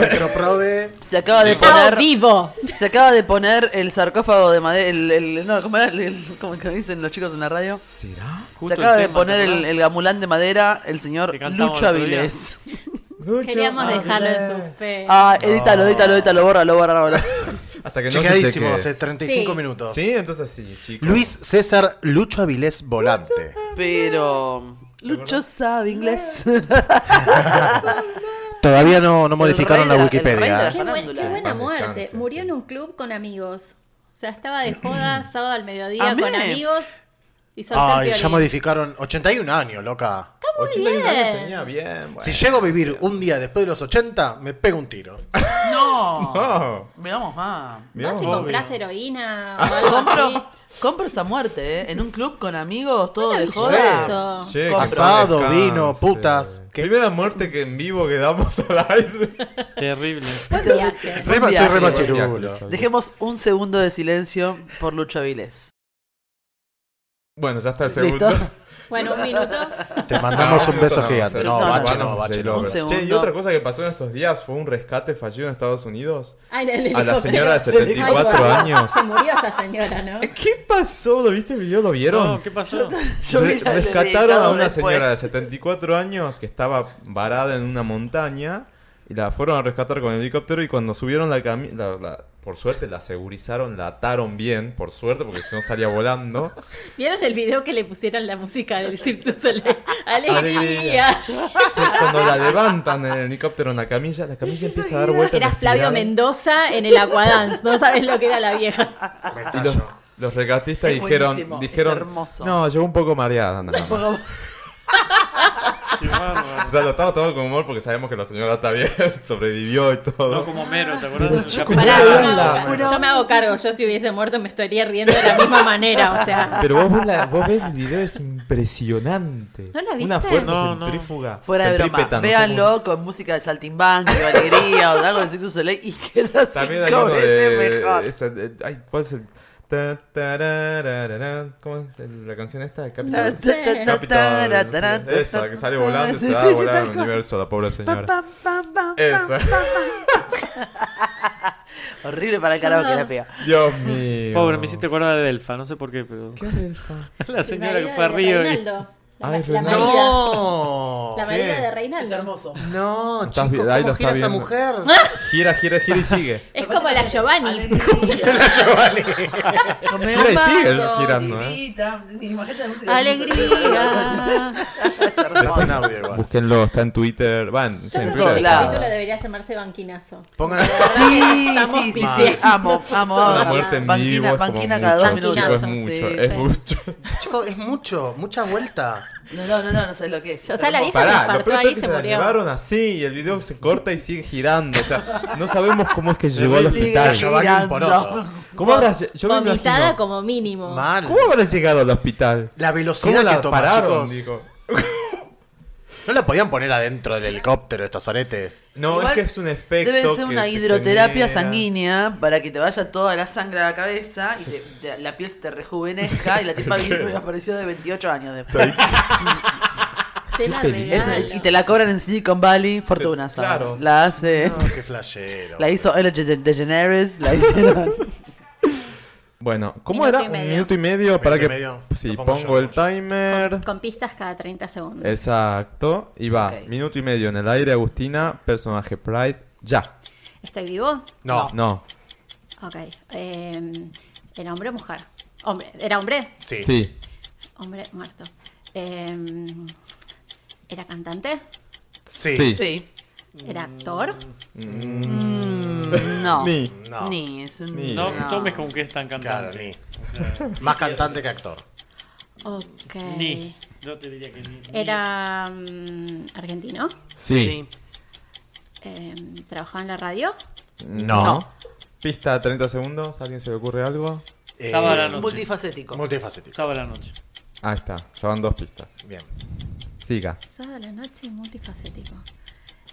Speaker 5: Necroprode.
Speaker 7: Se acaba de
Speaker 2: ¡Ah,
Speaker 7: poner...
Speaker 2: vivo!
Speaker 7: Se acaba de poner el sarcófago de madera. El, el- no, ¿cómo era? El- el- como que dicen los chicos en la radio.
Speaker 4: ¿Será?
Speaker 6: Justo
Speaker 7: se acaba
Speaker 6: el
Speaker 7: de
Speaker 6: tema,
Speaker 7: poner
Speaker 6: ¿te
Speaker 7: el,
Speaker 6: acordás?
Speaker 7: el gamulán de madera, el señor
Speaker 6: Que cantamos
Speaker 7: Lucho
Speaker 6: el otro día.
Speaker 7: Avilés.
Speaker 2: Queríamos
Speaker 4: Ah,
Speaker 2: dejarlo
Speaker 4: mirá.
Speaker 2: en suspenso.
Speaker 7: Ah, edítalo, edítalo, edítalo, bórralo, bórralo.
Speaker 6: [laughs]
Speaker 7: bórralo.
Speaker 4: Hasta que no se
Speaker 5: Chequeadísimo,
Speaker 4: chequee.
Speaker 5: hace 35
Speaker 2: Sí.
Speaker 5: minutos.
Speaker 4: Sí, entonces sí, chicos.
Speaker 5: Luis César Lucho Avilés Volante.
Speaker 7: Pero. Lucho sabe inglés.
Speaker 5: Todavía no, no
Speaker 7: rey
Speaker 5: modificaron
Speaker 7: de
Speaker 5: la
Speaker 7: la- el
Speaker 5: Wikipedia.
Speaker 7: rey
Speaker 5: ¿eh?
Speaker 7: de
Speaker 2: Qué, buen- qué
Speaker 7: Farándula.
Speaker 2: buena
Speaker 4: Paz
Speaker 2: muerte.
Speaker 4: descanse.
Speaker 2: Murió en un club con amigos. O sea, estaba de
Speaker 4: [clears throat]
Speaker 2: joda sábado al mediodía
Speaker 7: Amén.
Speaker 2: con amigos y soltó el
Speaker 5: Ay, ya
Speaker 2: violín.
Speaker 5: modificaron 81 años, loca.
Speaker 4: 81 años
Speaker 2: bien.
Speaker 4: tenía bien. bueno.
Speaker 5: Si llego a vivir un día después de los 80, me pego un tiro.
Speaker 7: [laughs] No.
Speaker 4: No.
Speaker 7: Veamos más.
Speaker 2: Vas
Speaker 4: Digamos,
Speaker 2: y
Speaker 6: Obvio.
Speaker 2: compras heroína o algo así.
Speaker 7: Compro, compro esa muerte, ¿eh? En un club con amigos, todo de joda.
Speaker 2: Maravilloso.
Speaker 4: che,
Speaker 7: compro.
Speaker 5: Asado,
Speaker 4: descanse.
Speaker 5: vino, putas. ¿Qué?
Speaker 4: Primera muerte que en vivo que damos al aire.
Speaker 6: Terrible.
Speaker 2: Buen viaje.
Speaker 5: Re-
Speaker 7: Buen
Speaker 5: soy re
Speaker 7: viaje.
Speaker 5: machirulo.
Speaker 7: Dejemos un segundo de silencio por Lucho Avilés.
Speaker 4: Bueno, ya está el
Speaker 7: ¿Listo?
Speaker 4: segundo.
Speaker 2: Bueno, un minuto.
Speaker 5: Te mandamos un beso
Speaker 4: no,
Speaker 5: gigante. No,
Speaker 7: no,
Speaker 5: bache,
Speaker 4: no,
Speaker 5: no, bache,
Speaker 4: no.
Speaker 5: no.
Speaker 7: Un
Speaker 4: Che, y
Speaker 7: segundo.
Speaker 4: otra cosa que pasó en estos días fue un rescate fallido en Estados Unidos.
Speaker 2: Ay, el
Speaker 4: A la
Speaker 2: helicóptero.
Speaker 4: señora de
Speaker 2: Ay,
Speaker 4: 74
Speaker 2: guau.
Speaker 4: años.
Speaker 2: Se murió esa señora,
Speaker 4: [laughs]
Speaker 2: ¿no?
Speaker 4: ¿Eh? ¿Qué pasó? ¿Lo viste el video? ¿Lo vieron?
Speaker 6: No, ¿qué pasó?
Speaker 7: Yo
Speaker 4: Re-
Speaker 7: vi la- el
Speaker 4: rescataron
Speaker 7: editado
Speaker 4: a una
Speaker 7: después.
Speaker 4: señora de 74 años que estaba varada en una montaña y la fueron a rescatar con el helicóptero y cuando subieron la camilla, por suerte la segurizaron, la ataron bien, por suerte, porque si no
Speaker 7: [laughs]
Speaker 4: salía volando.
Speaker 2: ¿Vieron el video que le pusieron la música del Cirque du Soleil?
Speaker 4: Alegría.
Speaker 2: ¡Alegría!
Speaker 4: Sí, Cuando la levantan en el helicóptero en la camilla, la camilla empieza a dar vueltas. en
Speaker 2: Era
Speaker 4: espiral.
Speaker 2: Flavio Mendoza en el Aquadance. No sabes lo que era la vieja.
Speaker 4: Y los, los regatistas
Speaker 7: Es buenísimo,
Speaker 4: dijeron,
Speaker 7: es
Speaker 4: dijeron
Speaker 7: hermoso.
Speaker 4: no, llegó un poco mareada.
Speaker 7: [laughs]
Speaker 4: nada más".
Speaker 6: Qué bárbaro.
Speaker 4: O [laughs] sea, lo estamos tomando con humor porque sabemos que la señora está bien, [laughs] sobrevivió y todo.
Speaker 6: No como Mero, ¿te acuerdas? del capítulo?
Speaker 2: Pará, yo, me
Speaker 4: Hola.
Speaker 2: hago, yo me hago cargo. Yo si hubiese muerto me estaría riendo de la misma manera. O sea,
Speaker 4: Pero vos ves, la- vos ves el video, es
Speaker 8: impresionante.
Speaker 2: ¿No la viste?
Speaker 8: Una fuerza
Speaker 6: No, no.
Speaker 8: centrífuga.
Speaker 7: Fuera de broma,
Speaker 8: centrípeta, no sé
Speaker 7: véanlo con música de saltimbanqui, o alegría o algo de Cirque du Soleil y queda
Speaker 4: También hay
Speaker 7: cinco
Speaker 4: uno
Speaker 7: veces
Speaker 4: de-
Speaker 7: mejor.
Speaker 4: esa- eh, ay, ¿cuál es el- ta, tarararara, ¿Cómo es el- la canción esta de
Speaker 7: Ta-
Speaker 4: Capital?
Speaker 7: ta- ta-
Speaker 4: Capital,
Speaker 7: ta-
Speaker 4: no
Speaker 7: ta-
Speaker 4: sé, Esa, que sale volando y
Speaker 7: Sí,
Speaker 4: se va
Speaker 7: sí,
Speaker 4: a
Speaker 7: sí,
Speaker 4: volar
Speaker 7: tal
Speaker 4: al
Speaker 7: cual.
Speaker 4: universo, la pobre señora.
Speaker 7: Pam, pam, pam, pam.
Speaker 4: Esa.
Speaker 7: Horrible para el karaoke la pega.
Speaker 4: [laughs] Dios mío.
Speaker 6: Pobre, me hiciste acordar de Delfa, no sé por qué, pero.
Speaker 4: ¿Qué elfa?
Speaker 6: [laughs] La señora
Speaker 2: El
Speaker 6: que
Speaker 2: marido
Speaker 6: fue a
Speaker 2: de
Speaker 6: Río. y-
Speaker 2: Reinaldo. La,
Speaker 4: Ay,
Speaker 2: la
Speaker 4: Reinaldo.
Speaker 2: marida.
Speaker 5: No.
Speaker 2: La
Speaker 5: ¿Qué?
Speaker 2: marida de
Speaker 7: Es
Speaker 2: Reinaldo.
Speaker 7: hermoso.
Speaker 5: No,
Speaker 4: Estás
Speaker 5: chicos,
Speaker 4: vi- ahí
Speaker 5: ¿cómo
Speaker 4: lo
Speaker 5: gira
Speaker 4: está
Speaker 5: esa
Speaker 4: viendo.
Speaker 5: mujer? [laughs]
Speaker 4: Gira, gira, gira y sigue.
Speaker 2: Es como la Giovanni.
Speaker 5: Se la llevó Ale.
Speaker 7: Come
Speaker 4: Gira y sigue girando,
Speaker 7: girando,
Speaker 4: ¿eh?
Speaker 7: Imagínate la música.
Speaker 2: Alegría.
Speaker 5: Es un audio igual.
Speaker 4: Búsquenlo, está en Twitter. Van, está en
Speaker 2: Yo
Speaker 5: En
Speaker 2: creo que
Speaker 5: todos
Speaker 2: este
Speaker 4: Twitter.
Speaker 5: lados.
Speaker 2: capítulo debería llamarse Banquinazo.
Speaker 5: Pongan.
Speaker 7: Sí,
Speaker 2: Estamos
Speaker 7: sí, sí, sí.
Speaker 2: pifiando.
Speaker 7: Amo, amo,
Speaker 2: Toda
Speaker 7: amo.
Speaker 4: La muerte en
Speaker 7: Banquina,
Speaker 4: vivo
Speaker 7: banquina
Speaker 4: es
Speaker 7: cada dos
Speaker 4: como mucho,
Speaker 7: minutos.
Speaker 4: chicos, es
Speaker 2: Sí,
Speaker 4: mucho,
Speaker 2: sí.
Speaker 4: eh. es mucho.
Speaker 5: Chicos, es mucho, mucha vuelta.
Speaker 7: No, no, no, no, no sé lo que es.
Speaker 2: O sea, la vieja se
Speaker 4: Pará, lo
Speaker 2: infartó
Speaker 4: peor es
Speaker 2: ahí
Speaker 4: que
Speaker 2: y se
Speaker 4: se la
Speaker 2: murió.
Speaker 4: llevaron así y el video se corta y sigue girando. O sea, no sabemos cómo es que llegó al
Speaker 7: Sigue
Speaker 4: hospital.
Speaker 5: Giovanni
Speaker 7: girando.
Speaker 5: Poroto.
Speaker 4: ¿Cómo habrás, lle- yo me
Speaker 2: Vomitada
Speaker 4: imagino,
Speaker 2: como mínimo.
Speaker 5: Mal.
Speaker 4: ¿Cómo habrás llegado al hospital?
Speaker 5: La
Speaker 4: ¿Cómo
Speaker 5: velocidad
Speaker 4: la
Speaker 5: que toma,
Speaker 4: pararon?
Speaker 5: chicos.
Speaker 4: digo?
Speaker 5: No la podían poner adentro del helicóptero estos aretes.
Speaker 4: No,
Speaker 7: Igual
Speaker 4: es que es un efecto.
Speaker 7: Debe ser
Speaker 4: que
Speaker 7: una
Speaker 4: se
Speaker 7: hidroterapia
Speaker 4: genera.
Speaker 7: sanguínea para que te vaya toda la sangre a la cabeza y te- te- la piel se te rejuvenezca y
Speaker 4: [laughs]
Speaker 7: la tipa vive- apareció de 28 años después.
Speaker 2: Te la
Speaker 4: película.
Speaker 7: Eso,
Speaker 2: regalo.
Speaker 7: y te la cobran en Silicon Valley, fortuna.
Speaker 4: Sí,
Speaker 7: ¿sabes?
Speaker 4: claro.
Speaker 7: La hace.
Speaker 5: No, qué flashero.
Speaker 7: La hizo Ellen DeGe- DeGeneres, la hicieron.
Speaker 4: Bueno, ¿cómo
Speaker 2: Minuto
Speaker 4: era?
Speaker 2: y
Speaker 4: Un
Speaker 2: medio.
Speaker 4: minuto y medio
Speaker 5: Minuto
Speaker 4: para
Speaker 5: y
Speaker 4: que.
Speaker 5: medio.
Speaker 4: Sí,
Speaker 5: Lo pongo
Speaker 4: pongo
Speaker 5: yo,
Speaker 4: el
Speaker 5: lo pongo
Speaker 4: timer.
Speaker 2: Con pistas cada 30 segundos.
Speaker 4: Exacto. Y va,
Speaker 7: Ok.
Speaker 4: minuto y medio en el aire, Agustina, personaje Pride, ya.
Speaker 2: ¿Estoy vivo?
Speaker 5: No.
Speaker 4: No.
Speaker 2: Ok. Eh, ¿Era hombre o mujer? Hombre. ¿Era hombre?
Speaker 5: Sí.
Speaker 4: Sí.
Speaker 2: Hombre muerto. Eh, ¿Era cantante?
Speaker 5: Sí.
Speaker 4: [laughs] Sí.
Speaker 7: Sí.
Speaker 2: ¿Era actor?
Speaker 7: Mm, no.
Speaker 4: Ni.
Speaker 5: No.
Speaker 7: Ni, es un-
Speaker 4: Ni.
Speaker 6: No tomes con que están
Speaker 5: Claro,
Speaker 6: cantando.
Speaker 5: ni. Más cantante que actor.
Speaker 2: Ok.
Speaker 6: Ni. Yo te diría que ni.
Speaker 2: ¿Era mm, argentino?
Speaker 4: Sí.
Speaker 2: Eh, ¿Trabajaba en la radio?
Speaker 4: No. Pista 30 segundos, ¿a alguien se le ocurre algo?
Speaker 5: Eh,
Speaker 6: Sábado a la noche.
Speaker 7: Multifacético.
Speaker 5: multifacético.
Speaker 6: Sábado a la noche.
Speaker 4: Ah, Ahí está, ya van dos pistas.
Speaker 5: Bien.
Speaker 4: Siga.
Speaker 2: Sábado a la noche y multifacético.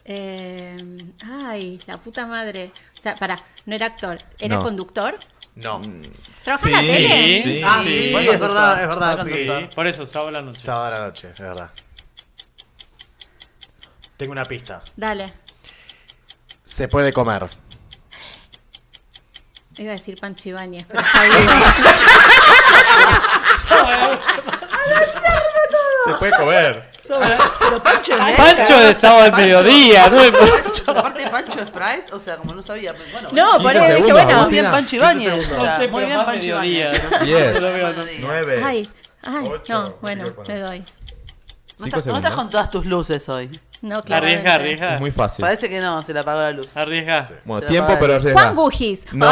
Speaker 2: Eh, ay, la puta madre. O sea, para, no era actor, era
Speaker 4: No.
Speaker 2: conductor.
Speaker 5: No.
Speaker 2: ¿Trabaja en la tele?
Speaker 6: Sí.
Speaker 5: Ah, sí,
Speaker 7: Buen
Speaker 5: es
Speaker 7: conductor,
Speaker 5: verdad, es
Speaker 7: buen
Speaker 5: verdad.
Speaker 6: Sí,
Speaker 5: Sí.
Speaker 7: conductor.
Speaker 6: por eso, sábado a la noche.
Speaker 5: Sábado a la noche, es verdad. Tengo una pista.
Speaker 2: Dale.
Speaker 5: Se puede comer.
Speaker 2: Iba a decir Pancho Ibáñez, pero está bien.
Speaker 4: Se puede comer.
Speaker 7: Pero Pancho es
Speaker 6: Pancho de sábado al mediodía, no me
Speaker 7: Pancho, pero aparte Pancho es Sprite, o sea, como no sabía, pero bueno.
Speaker 2: [laughs] No,
Speaker 4: 15
Speaker 2: por eso dije,
Speaker 4: segundos,
Speaker 2: bueno.
Speaker 7: muy bien Pancho Ibáñez. o sea,
Speaker 6: No sé,
Speaker 7: muy
Speaker 6: pero
Speaker 7: bien
Speaker 6: más
Speaker 7: Pancho
Speaker 6: mediodía,
Speaker 7: Ibáñez.
Speaker 6: ¿no?
Speaker 4: Yes.
Speaker 6: Lo veo, no.
Speaker 4: Nueve.
Speaker 2: Ay, ay,
Speaker 4: Ocho,
Speaker 2: no, bueno,
Speaker 4: cuatro.
Speaker 2: le doy.
Speaker 7: No
Speaker 4: Cinco
Speaker 7: estás, no estás
Speaker 4: segundos.
Speaker 7: con todas tus luces hoy.
Speaker 2: No, claro.
Speaker 6: Arriesga, arriesga.
Speaker 4: Es muy fácil.
Speaker 7: Parece que no, se le apagó la luz.
Speaker 6: Arriesga.
Speaker 4: Bueno,
Speaker 7: Se la
Speaker 4: tiempo,
Speaker 7: paga.
Speaker 4: pero arriesga.
Speaker 2: Juan Gugis.
Speaker 4: No.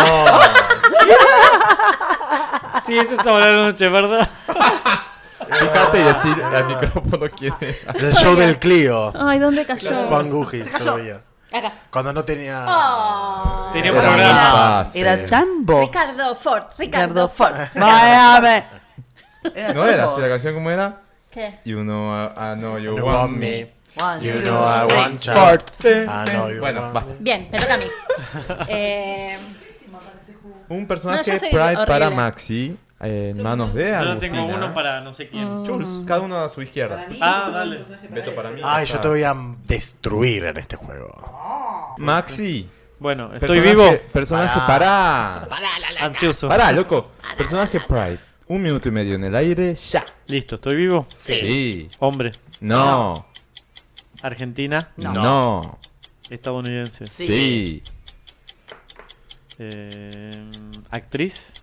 Speaker 6: Sí, eso es sábado a la noche, ¿verdad?
Speaker 4: Fijate y decir al micrófono quién era.
Speaker 5: El show del Clio.
Speaker 2: Ay, ¿dónde cayó?
Speaker 5: Juan Gugis, todavía.
Speaker 2: Acá.
Speaker 5: Cuando no tenía.
Speaker 2: Oh.
Speaker 6: Tenía
Speaker 4: Era muy
Speaker 6: programa.
Speaker 4: fácil.
Speaker 7: Era Tambo.
Speaker 2: Ricardo Ford, Ricardo
Speaker 7: Ricardo
Speaker 2: Ford. [laughs]
Speaker 7: Ford. Vaya, a ver.
Speaker 4: No era, si la canción como era. ah,
Speaker 2: ¿Qué?
Speaker 4: You know, I, I know you
Speaker 5: You
Speaker 4: want
Speaker 5: want me.
Speaker 7: One,
Speaker 5: You
Speaker 7: two,
Speaker 5: know I
Speaker 7: three,
Speaker 5: want you.
Speaker 7: four.
Speaker 5: I know you
Speaker 4: Bueno,
Speaker 5: want-
Speaker 4: basta.
Speaker 2: Bien, me toca [laughs] a mí. Eh,
Speaker 4: Un
Speaker 2: No,
Speaker 4: personaje
Speaker 2: yo soy
Speaker 4: Pride
Speaker 2: horrible.
Speaker 4: para Maxi eh, en manos de
Speaker 6: Yo
Speaker 4: Agustina.
Speaker 6: no tengo uno para no sé quién.
Speaker 2: Mm.
Speaker 4: Jules, cada uno a su izquierda.
Speaker 6: Ah, dale.
Speaker 4: Beto para mí.
Speaker 5: Ay,
Speaker 4: ya
Speaker 5: yo te
Speaker 4: está.
Speaker 5: voy a destruir en este juego.
Speaker 4: Maxi.
Speaker 6: Bueno, estoy
Speaker 4: personaje-
Speaker 6: vivo.
Speaker 4: Personaje para.
Speaker 6: Ansioso.
Speaker 4: Para, loco. Personaje Pride. Un minuto y medio en el aire, ya.
Speaker 6: Listo, estoy vivo.
Speaker 4: Sí.
Speaker 6: Hombre.
Speaker 4: No.
Speaker 6: Argentina.
Speaker 4: No.
Speaker 6: Estadounidense.
Speaker 4: Sí.
Speaker 6: Eh, actriz.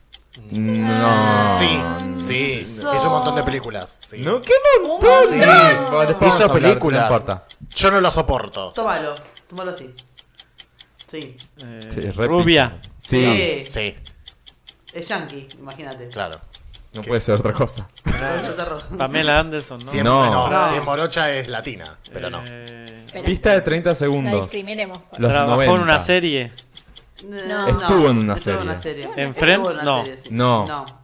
Speaker 4: No.
Speaker 5: Ah. Sí, sí. Hizo un montón de películas. sí.
Speaker 4: Ah. No, qué montón.
Speaker 5: Sí.
Speaker 4: Bueno, después vamos a
Speaker 5: Hizo
Speaker 4: hablar,
Speaker 5: películas.
Speaker 4: No importa.
Speaker 5: Yo no la soporto.
Speaker 7: Tómalo, tómalo así. Sí.
Speaker 6: eh,
Speaker 4: Sí, re-
Speaker 6: rubia.
Speaker 4: Sí.
Speaker 5: Sí,
Speaker 7: Es yankee, imagínate.
Speaker 5: claro.
Speaker 4: No puede ser otra cosa.
Speaker 7: Pancho Tarro.
Speaker 6: Pamela Anderson, ¿no?
Speaker 5: Si es-
Speaker 4: No.
Speaker 5: no,
Speaker 7: No.
Speaker 5: si es morocha es latina, pero no.
Speaker 6: Eh,
Speaker 2: espera,
Speaker 4: Pista de 30
Speaker 2: no
Speaker 4: segundos.
Speaker 2: discriminemos. pues. por-
Speaker 4: Los
Speaker 6: trabajó
Speaker 4: 90.
Speaker 6: en una serie.
Speaker 7: No,
Speaker 2: Estuvo
Speaker 4: en una
Speaker 7: estuvo
Speaker 4: serie.
Speaker 6: ¿En
Speaker 7: Estuvo en
Speaker 6: Friends?
Speaker 7: una
Speaker 6: No.
Speaker 7: serie, sí.
Speaker 4: No.
Speaker 7: No.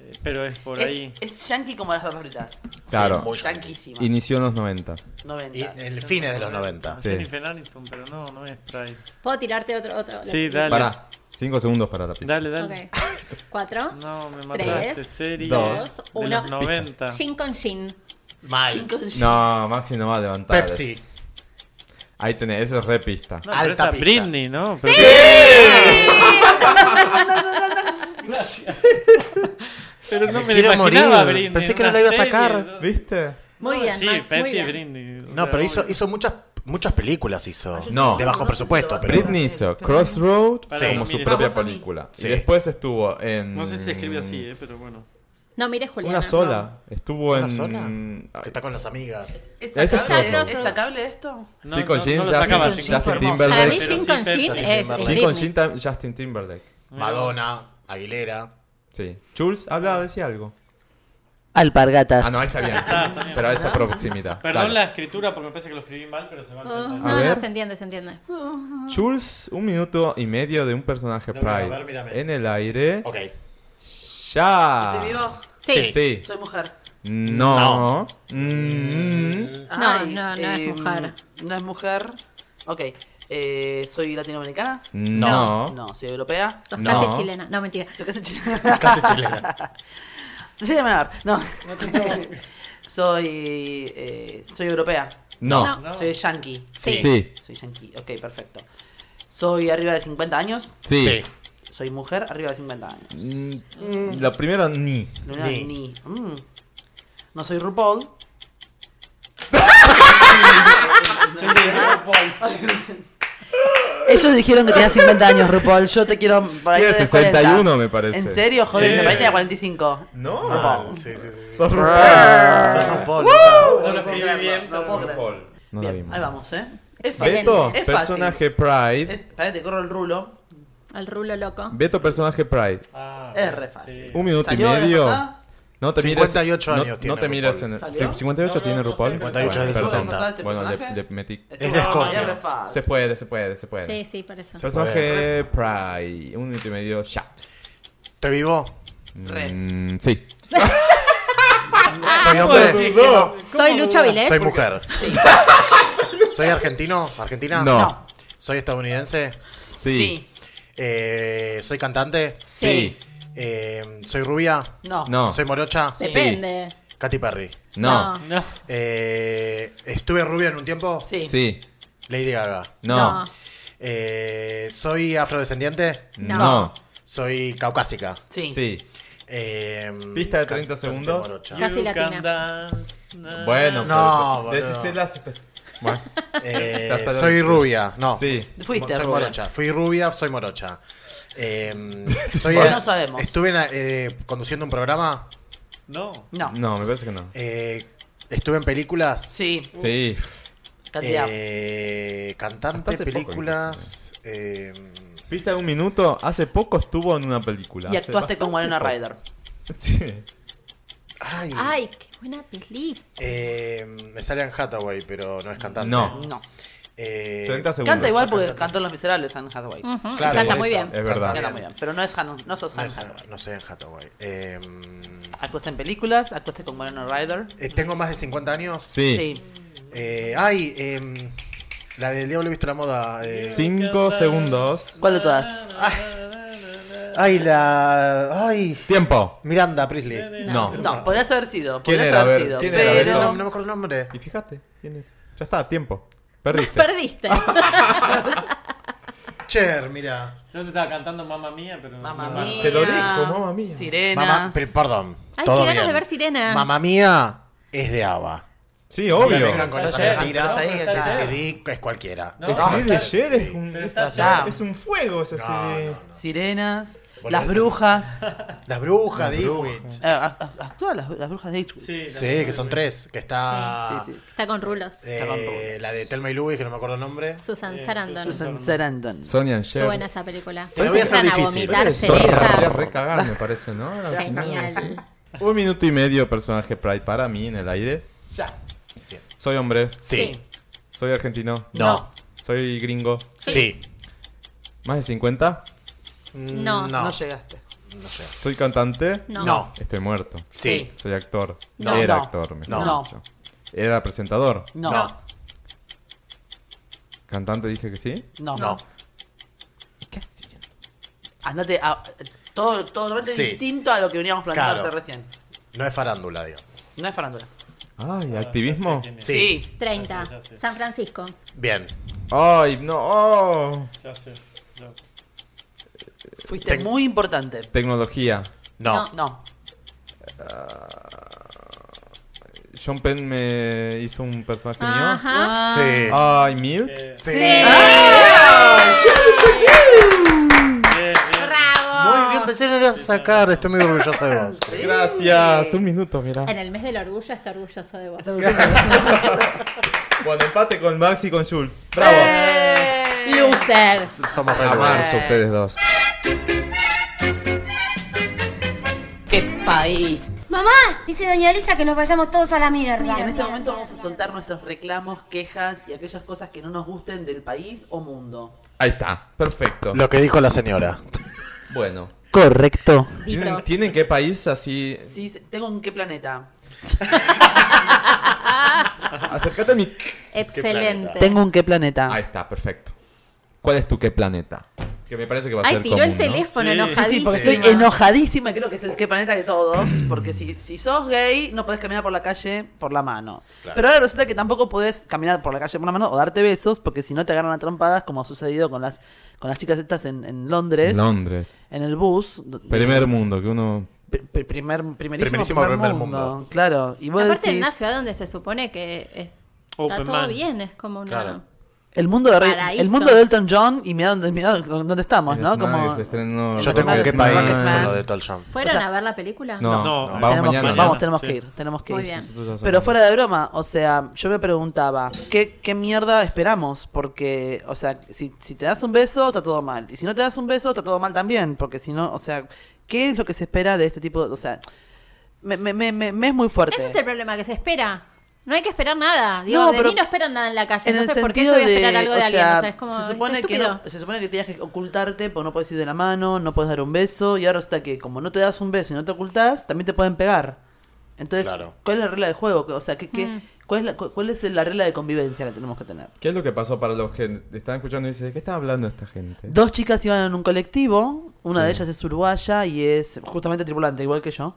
Speaker 6: eh, Pero es por
Speaker 7: es,
Speaker 6: ahí.
Speaker 7: es yankee como las papas fritas.
Speaker 4: Claro.
Speaker 5: muy
Speaker 7: Yanquísima.
Speaker 4: Inició en los 90.
Speaker 5: Y
Speaker 7: 90.
Speaker 5: el fines de los 90.
Speaker 6: No
Speaker 4: Sí.
Speaker 6: sé Jennifer Aniston, pero no, no es Pride.
Speaker 2: ¿Puedo tirarte otro? otro
Speaker 6: Sí,
Speaker 2: la-
Speaker 6: dale.
Speaker 4: Pará, 5 segundos para la pista.
Speaker 6: Dale, dale.
Speaker 2: Ok.
Speaker 6: [laughs]
Speaker 2: Cuatro.
Speaker 6: No, me
Speaker 2: Tres,
Speaker 6: mataste. Series
Speaker 4: dos,
Speaker 6: de
Speaker 2: uno.
Speaker 6: los 90.
Speaker 2: Shin con Shin.
Speaker 5: Mal.
Speaker 7: Cinco-
Speaker 4: No, Maxi no va a levantar.
Speaker 5: Pepsi.
Speaker 4: Es- Ahí tenés, eso es re pista.
Speaker 6: No, pero
Speaker 5: Alta
Speaker 6: esa es
Speaker 5: pista.
Speaker 6: Britney, ¿no? Pero- Eh. Pero no me,
Speaker 5: quiero
Speaker 6: lo imaginaba
Speaker 5: morir.
Speaker 6: Britney.
Speaker 5: Pensé que
Speaker 6: una
Speaker 5: no la iba a
Speaker 6: serie,
Speaker 5: sacar.
Speaker 6: ¿no?
Speaker 4: ¿Viste?
Speaker 2: Muy
Speaker 6: No,
Speaker 2: bien,
Speaker 6: Sí,
Speaker 2: Max, muy
Speaker 6: Pepsi
Speaker 2: bien.
Speaker 6: Britney. o
Speaker 5: No,
Speaker 6: sea,
Speaker 5: pero hizo,
Speaker 6: obvio.
Speaker 5: hizo muchas, muchas películas hizo.
Speaker 4: No.
Speaker 5: De bajo
Speaker 7: No,
Speaker 5: presupuesto,
Speaker 7: no sé si lo
Speaker 5: pero.
Speaker 7: vas a-
Speaker 4: Britney hizo Crossroad
Speaker 6: Para
Speaker 4: como
Speaker 6: mí,
Speaker 4: su
Speaker 6: mire.
Speaker 4: propia
Speaker 7: Vamos a mí.
Speaker 4: película.
Speaker 5: Sí.
Speaker 4: Y después estuvo en.
Speaker 6: No sé si se escribe así, eh, pero bueno.
Speaker 2: No, mire, Juliana.
Speaker 4: Una sola. Estuvo
Speaker 5: ¿Una
Speaker 4: en.
Speaker 5: sola? Que está con las amigas.
Speaker 7: ¿Es
Speaker 4: Ese es
Speaker 7: sacable,
Speaker 4: Frozen.
Speaker 7: ¿Es sacable esto?
Speaker 6: No,
Speaker 4: Sí, con
Speaker 6: no,
Speaker 4: Jin,
Speaker 6: no lo
Speaker 4: Justin-
Speaker 6: sacaba,
Speaker 4: Justin
Speaker 6: Jin Farmer.
Speaker 4: Timberlake.
Speaker 2: Para mí,
Speaker 6: Pero
Speaker 2: Shin
Speaker 6: sí,
Speaker 2: con
Speaker 6: Pepsi.
Speaker 2: Shin
Speaker 5: Justin
Speaker 2: es
Speaker 5: Timberlake.
Speaker 4: Jin con Jin
Speaker 2: Britney.
Speaker 4: Tim- Justin Timberlake.
Speaker 5: Madonna, Aguilera.
Speaker 4: Sí. Jules, habla, decía algo.
Speaker 7: Alpargatas.
Speaker 4: Ah, no, ahí está bien.
Speaker 6: [laughs]
Speaker 4: Pero a esa proximidad.
Speaker 6: Perdón la
Speaker 4: Dale.
Speaker 6: escritura porque me parece que lo escribí mal, pero se va a
Speaker 4: Ah.
Speaker 6: entender.
Speaker 2: No, no,
Speaker 4: ver.
Speaker 2: se entiende, se entiende.
Speaker 4: Jules, un minuto y medio de un personaje
Speaker 5: No,
Speaker 4: Pride.
Speaker 5: a ver, mírame.
Speaker 4: en el aire.
Speaker 5: Ok.
Speaker 4: ¡Ya!
Speaker 7: ¿Te ¿Este vivo?
Speaker 2: Sí.
Speaker 4: Sí.
Speaker 7: Soy mujer.
Speaker 4: No. Mm.
Speaker 2: No, no, no es mujer.
Speaker 7: em, No es mujer. Ok. Eh, ¿Soy latinoamericana?
Speaker 4: No.
Speaker 7: No, soy europea.
Speaker 2: Sos
Speaker 4: No.
Speaker 2: casi chilena. No, mentira.
Speaker 7: Soy casi [laughs] chilena.
Speaker 5: Casi chilena.
Speaker 7: soy de Manabar. No. soy, eh, soy europea.
Speaker 4: No.
Speaker 6: [laughs] No.
Speaker 7: Soy yankee.
Speaker 2: Sí.
Speaker 4: Sí.
Speaker 7: Soy yankee. Ok, perfecto. Soy arriba de 50 años.
Speaker 4: [laughs] Sí.
Speaker 5: Sí.
Speaker 7: Soy mujer arriba de 50 años.
Speaker 4: Mm, La primera ni.
Speaker 7: No, no,
Speaker 5: Ni.
Speaker 7: ni. Mm. No soy RuPaul. [laughs] Ellos dijeron que tenía 50 años, RuPaul. Yo te quiero para
Speaker 4: Tiene 61 me parece.
Speaker 7: ¿En serio? Joder,
Speaker 4: Sí.
Speaker 7: me parece que tenía 45.
Speaker 4: No.
Speaker 5: Mal. Sí, sí, sí.
Speaker 4: Sos RuPaul.
Speaker 5: Sos un polo.
Speaker 6: No lo escribí bien,
Speaker 7: No lo
Speaker 6: pero
Speaker 7: puedo creer.
Speaker 4: No la
Speaker 7: Bien, ahí
Speaker 4: vimos.
Speaker 7: vamos, ¿eh? Es fácil.
Speaker 4: Beto,
Speaker 7: es
Speaker 4: personaje
Speaker 7: fácil. Es,
Speaker 4: Pride.
Speaker 7: pará, te corro el rulo.
Speaker 2: Al rulo loco.
Speaker 4: Beto, personaje Pride.
Speaker 6: Ah,
Speaker 7: Es re fácil.
Speaker 4: Un minuto y
Speaker 7: ¿Salió la
Speaker 4: medio.
Speaker 7: pasada?
Speaker 4: No te mires.
Speaker 5: 58
Speaker 4: no-
Speaker 5: años
Speaker 4: no,
Speaker 5: tiene
Speaker 4: te miras
Speaker 5: RuPaul.
Speaker 4: en.
Speaker 7: ¿Salió?
Speaker 4: 58
Speaker 6: No,
Speaker 4: tiene
Speaker 6: no, no,
Speaker 4: RuPaul.
Speaker 5: 58
Speaker 4: Bueno,
Speaker 5: es de
Speaker 4: perdón.
Speaker 5: 60.
Speaker 7: ¿Este
Speaker 4: Bueno, le,
Speaker 7: personaje?
Speaker 4: le metí.
Speaker 5: Es de
Speaker 7: Es re
Speaker 5: Scorpio.
Speaker 7: fácil.
Speaker 4: Se puede, se puede, se puede.
Speaker 2: Sí, sí, parece.
Speaker 4: Personaje Pride. Un minuto y medio ya.
Speaker 5: ¿Estoy vivo?
Speaker 7: Re.
Speaker 4: Mm, sí.
Speaker 7: Ah,
Speaker 5: ¿Soy hombre?
Speaker 2: Soy Lucho Avilés.
Speaker 5: Soy mujer. [laughs] ¿Soy argentino? ¿Argentina?
Speaker 4: No.
Speaker 7: No.
Speaker 5: ¿Soy estadounidense?
Speaker 4: Sí.
Speaker 5: Eh, ¿Soy cantante?
Speaker 4: Sí.
Speaker 5: Eh, ¿Soy rubia?
Speaker 7: No.
Speaker 4: No.
Speaker 5: ¿Soy morocha?
Speaker 2: Depende.
Speaker 5: Katy Perry.
Speaker 4: No.
Speaker 6: No.
Speaker 5: Eh, ¿Estuve rubia en un tiempo?
Speaker 7: Sí.
Speaker 4: Sí.
Speaker 5: Lady Gaga.
Speaker 4: No.
Speaker 5: Eh, ¿Soy afrodescendiente?
Speaker 2: No.
Speaker 4: No.
Speaker 5: ¿Soy caucásica?
Speaker 7: Sí.
Speaker 4: Sí.
Speaker 5: Eh,
Speaker 4: Pista de 30
Speaker 5: cantante
Speaker 4: segundos.
Speaker 5: morocha.
Speaker 2: Casi latina.
Speaker 4: Bueno,
Speaker 5: No,
Speaker 4: pero-
Speaker 5: boludo.
Speaker 4: decís las- Bueno.
Speaker 5: Eh,
Speaker 4: Ya está la-
Speaker 5: soy rubia, no.
Speaker 4: Sí.
Speaker 7: Fuiste
Speaker 5: soy
Speaker 7: rubia.
Speaker 5: morocha. Fui rubia, soy morocha.
Speaker 4: [laughs]
Speaker 5: Eh, soy,
Speaker 7: Bueno, no sabemos.
Speaker 5: Estuve en, eh, conduciendo un programa.
Speaker 6: No.
Speaker 7: No.
Speaker 4: No, me parece que no.
Speaker 5: eh, estuve en películas.
Speaker 7: Sí.
Speaker 4: Sí.
Speaker 7: Cantidad.
Speaker 5: eh,
Speaker 4: Hasta
Speaker 5: cantante,
Speaker 4: hace poco
Speaker 5: películas. eh,
Speaker 4: Viste de un minuto, hace poco estuvo en una película.
Speaker 7: y
Speaker 4: Hace
Speaker 7: actuaste con Winona Ryder.
Speaker 4: bastante- [laughs] Sí.
Speaker 5: ay,
Speaker 2: Ay, qué buena peli.
Speaker 5: eh, me sale en Hathaway, pero no es cantante.
Speaker 4: No.
Speaker 7: No.
Speaker 5: Eh,
Speaker 4: 30 segundos.
Speaker 7: Canta igual porque
Speaker 5: Cantante.
Speaker 7: cantó en Los Miserables, Anne Hathaway.
Speaker 2: Ujú,
Speaker 5: claro,
Speaker 2: Canta
Speaker 5: por
Speaker 2: muy
Speaker 5: eso,
Speaker 2: bien.
Speaker 4: Es verdad.
Speaker 5: canta
Speaker 7: Canta muy bien. Pero no es Hanon, no sos
Speaker 5: No,
Speaker 7: Anne
Speaker 5: es-
Speaker 7: Hathaway.
Speaker 5: no soy en Hathaway. Eh,
Speaker 7: Actuaste en películas, actuaste con Winona Ryder.
Speaker 5: eh, tengo más de 50 años.
Speaker 4: Sí.
Speaker 5: Eh, ay, em, la del Diablo Viste la Moda. eh.
Speaker 4: 5 segundos.
Speaker 7: ¿Cuál de todas?
Speaker 5: Ah. Ay, la. Ay,
Speaker 4: Tiempo.
Speaker 5: Miranda Priestley. Eh,
Speaker 4: No.
Speaker 7: No, podrías haber sido.
Speaker 4: ¿Quién
Speaker 7: podrías
Speaker 4: era? A
Speaker 7: haber
Speaker 4: ver,
Speaker 7: sido.
Speaker 4: ¿quién era? A ver,
Speaker 7: pero.
Speaker 5: No, no me acuerdo el nombre.
Speaker 4: Y fíjate, ¿quién es? Ya está, tiempo. Perdiste.
Speaker 2: Perdiste.
Speaker 5: Cher, mira.
Speaker 6: Yo te estaba cantando Mamma Mía, pero.
Speaker 7: Mamma
Speaker 6: Mamma-
Speaker 7: mía.
Speaker 4: Te lo dijo, mamá mía.
Speaker 7: Sirenas.
Speaker 5: Mamá, pero perdón.
Speaker 2: Ay,
Speaker 5: todo
Speaker 2: qué ganas
Speaker 5: bien.
Speaker 2: de ver sirenas.
Speaker 5: Mamá mía es de Ava.
Speaker 4: Sí,
Speaker 5: No
Speaker 4: obvio.
Speaker 5: vengan con
Speaker 6: Está
Speaker 5: esa
Speaker 6: Cher,
Speaker 5: mentira.
Speaker 7: pero está ahí,
Speaker 5: Ese
Speaker 7: está
Speaker 5: CD es cualquiera.
Speaker 6: No,
Speaker 4: El
Speaker 6: no,
Speaker 4: CD de
Speaker 5: está-
Speaker 4: ayer es
Speaker 5: sí. Ah.
Speaker 4: un,
Speaker 6: Pero está
Speaker 4: es-
Speaker 7: ya.
Speaker 4: es un fuego ese
Speaker 5: No,
Speaker 4: CD.
Speaker 5: no, no.
Speaker 7: Sirenas.
Speaker 5: Volvés
Speaker 7: Las
Speaker 5: a-
Speaker 7: brujas.
Speaker 5: La bruja de Iwit.
Speaker 7: Eh, a- a- Actúa las, las brujas de Hitchcock.
Speaker 6: Sí, la-
Speaker 5: Sí, que son tres. Que está.
Speaker 7: Sí, sí.
Speaker 2: Está con rulos.
Speaker 5: eh, la de Telma y Louis, que no me acuerdo el nombre.
Speaker 2: Ah. Susan
Speaker 6: Eh,
Speaker 2: Sarandon.
Speaker 7: Susan Sarandon.
Speaker 4: Sonia and
Speaker 2: Qué
Speaker 4: Cher.
Speaker 2: buena esa película.
Speaker 5: Te la voy a hacer
Speaker 2: Empiezan
Speaker 5: difícil.
Speaker 2: vomitar
Speaker 4: Eso, Quería
Speaker 2: cerezas.
Speaker 4: recagar, me parece, ¿no? Ahora,
Speaker 2: Genial.
Speaker 4: Un minuto y medio, personaje Pride para mí en el aire.
Speaker 7: Ya.
Speaker 4: Soy hombre,
Speaker 5: Sí.
Speaker 4: soy argentino,
Speaker 5: No.
Speaker 4: soy gringo.
Speaker 5: Sí.
Speaker 4: ¿Más de 50?
Speaker 2: No.
Speaker 5: Mm, No.
Speaker 7: No llegaste.
Speaker 5: No sé.
Speaker 4: ¿Soy cantante?
Speaker 2: No.
Speaker 5: No.
Speaker 4: Estoy muerto.
Speaker 5: Sí.
Speaker 4: Soy actor.
Speaker 7: No.
Speaker 4: Era
Speaker 7: No.
Speaker 4: actor, me
Speaker 5: No.
Speaker 4: no. dicho. Era presentador.
Speaker 7: No.
Speaker 5: No.
Speaker 4: Cantante dije que sí.
Speaker 7: No.
Speaker 5: No.
Speaker 4: ¿Qué hacía?
Speaker 7: Andate a. Todo, todo realmente
Speaker 5: Sí.
Speaker 7: distinto a lo que veníamos plantearte
Speaker 5: Claro.
Speaker 7: recién.
Speaker 5: No es farándula, digamos.
Speaker 7: No es farándula.
Speaker 4: Ay, activismo.
Speaker 5: Sí.
Speaker 7: Sí.
Speaker 2: 30. San Francisco.
Speaker 5: Bien.
Speaker 4: Ay, no. oh.
Speaker 6: Ya sé. ya.
Speaker 7: Fuiste
Speaker 5: Tec-
Speaker 7: muy importante.
Speaker 4: Tecnología.
Speaker 5: No.
Speaker 7: No.
Speaker 4: Sean Penn me hizo un personaje mío.
Speaker 7: Ah.
Speaker 2: Ajá.
Speaker 5: Sí.
Speaker 4: Ay, Milk.
Speaker 5: Ah. Sí. Ah.
Speaker 6: Bien, bien.
Speaker 5: Muy bien, pensé que lo ibas a sacar. Estoy muy orgulloso de vos.
Speaker 4: Gracias. Un minuto, mira.
Speaker 2: En el mes del orgullo está orgulloso de vos.
Speaker 4: Bueno, empate con Max y con Jules. Bravo.
Speaker 2: Eh. Losers.
Speaker 5: Somos re
Speaker 4: A
Speaker 5: buenos.
Speaker 4: marzo ustedes dos.
Speaker 7: ¡Qué país!
Speaker 8: Mamá, dice doña Elisa que nos vayamos todos a la mierda.
Speaker 7: Y en este momento vamos a soltar nuestros reclamos, quejas y aquellas cosas que no nos gusten del país o mundo.
Speaker 4: Ahí está. Perfecto.
Speaker 5: Lo que dijo la señora.
Speaker 4: Bueno.
Speaker 3: Correcto.
Speaker 2: Dito.
Speaker 4: ¿Tienen, tienen qué país así?
Speaker 7: Sí, se- tengo en qué planeta.
Speaker 4: Acércate a mí.
Speaker 2: Excelente.
Speaker 7: Tengo un qué planeta.
Speaker 4: Ah. Ahí está, perfecto. ¿Cuál es tu qué planeta? Que me parece que va a ser
Speaker 2: Ay, tiró el
Speaker 4: común, ¿no?
Speaker 2: teléfono
Speaker 6: Sí, sí, sí,
Speaker 2: enojadísimo.
Speaker 7: porque estoy enojadísima, creo que es el qué planeta de todos, porque si, si sos gay no podés caminar por la calle por la mano. Pero ahora resulta que tampoco podés caminar por la calle por la mano o darte besos, porque si no te agarran a trompadas, como ha sucedido con las, con las chicas estas en, en Londres,
Speaker 4: Londres.
Speaker 7: en el bus. do-
Speaker 4: Primer mundo, que uno...
Speaker 7: pr- pr- primer, primerísimo,
Speaker 5: Primerísimo
Speaker 7: primer
Speaker 5: primer
Speaker 7: mundo.
Speaker 5: mundo.
Speaker 7: Claro, y vos
Speaker 2: Aparte en
Speaker 7: decís,
Speaker 2: una ciudad donde se supone que es- está
Speaker 6: Open
Speaker 2: todo
Speaker 6: mind.
Speaker 2: bien, es como una...
Speaker 5: Claro.
Speaker 7: el mundo de Rey- el
Speaker 2: Paraíso.
Speaker 7: mundo de Elton John y mira dónde, mirá dónde estamos, ¿no?
Speaker 4: Snake,
Speaker 7: Como
Speaker 4: se estrenó
Speaker 5: Yo tengo
Speaker 4: Rocket
Speaker 5: que país
Speaker 4: Man.
Speaker 5: con lo de Tolson.
Speaker 2: ¿Fueron
Speaker 7: O sea,
Speaker 2: a ver la película?
Speaker 4: No,
Speaker 6: No,
Speaker 4: vamos
Speaker 7: tenemos,
Speaker 4: mañana.
Speaker 7: que- vamos,
Speaker 6: ¿no?
Speaker 7: tenemos
Speaker 6: Sí.
Speaker 7: que ir, tenemos que
Speaker 2: Muy
Speaker 7: ir.
Speaker 2: bien.
Speaker 4: Nosotros ya
Speaker 7: Pero
Speaker 4: sabemos.
Speaker 7: fuera de broma, o sea, yo me preguntaba, ¿qué, qué mierda esperamos? Porque, o sea, si, si te das un beso, está todo mal. Y si no te das un beso, está todo mal también. Porque si no, o sea, ¿qué es lo que se espera de este tipo? de- O sea, me, me- me- me- me es muy fuerte.
Speaker 2: Ese es el problema, que se espera. No hay que esperar nada. Digo,
Speaker 7: No,
Speaker 2: de
Speaker 7: pero-
Speaker 2: mí no esperan nada en la calle.
Speaker 7: En el
Speaker 2: Entonces, ¿por qué yo
Speaker 7: sentido
Speaker 2: voy a esperar
Speaker 7: de,
Speaker 2: algo
Speaker 7: o
Speaker 2: de alguien? O
Speaker 7: sea,
Speaker 2: sea, es como,
Speaker 7: se
Speaker 2: está
Speaker 7: supone que
Speaker 2: estúpido.
Speaker 7: no, se supone que tenías que ocultarte, pues no puedes ir de la mano, no puedes dar un beso, y ahora está que como no te das un beso y no te ocultas, también te pueden pegar. Entonces,
Speaker 5: Claro.
Speaker 7: ¿cuál es la regla de juego? O sea, ¿qué, qué-
Speaker 2: Mm.
Speaker 7: cuál, es la, cu- ¿cuál es la regla de convivencia que tenemos que tener?
Speaker 4: ¿Qué es lo que pasó para los que están escuchando y dicen, ¿de qué está hablando esta gente?
Speaker 7: Dos chicas iban en un colectivo, una
Speaker 4: Sí.
Speaker 7: de ellas es uruguaya y es justamente tripulante, igual que yo.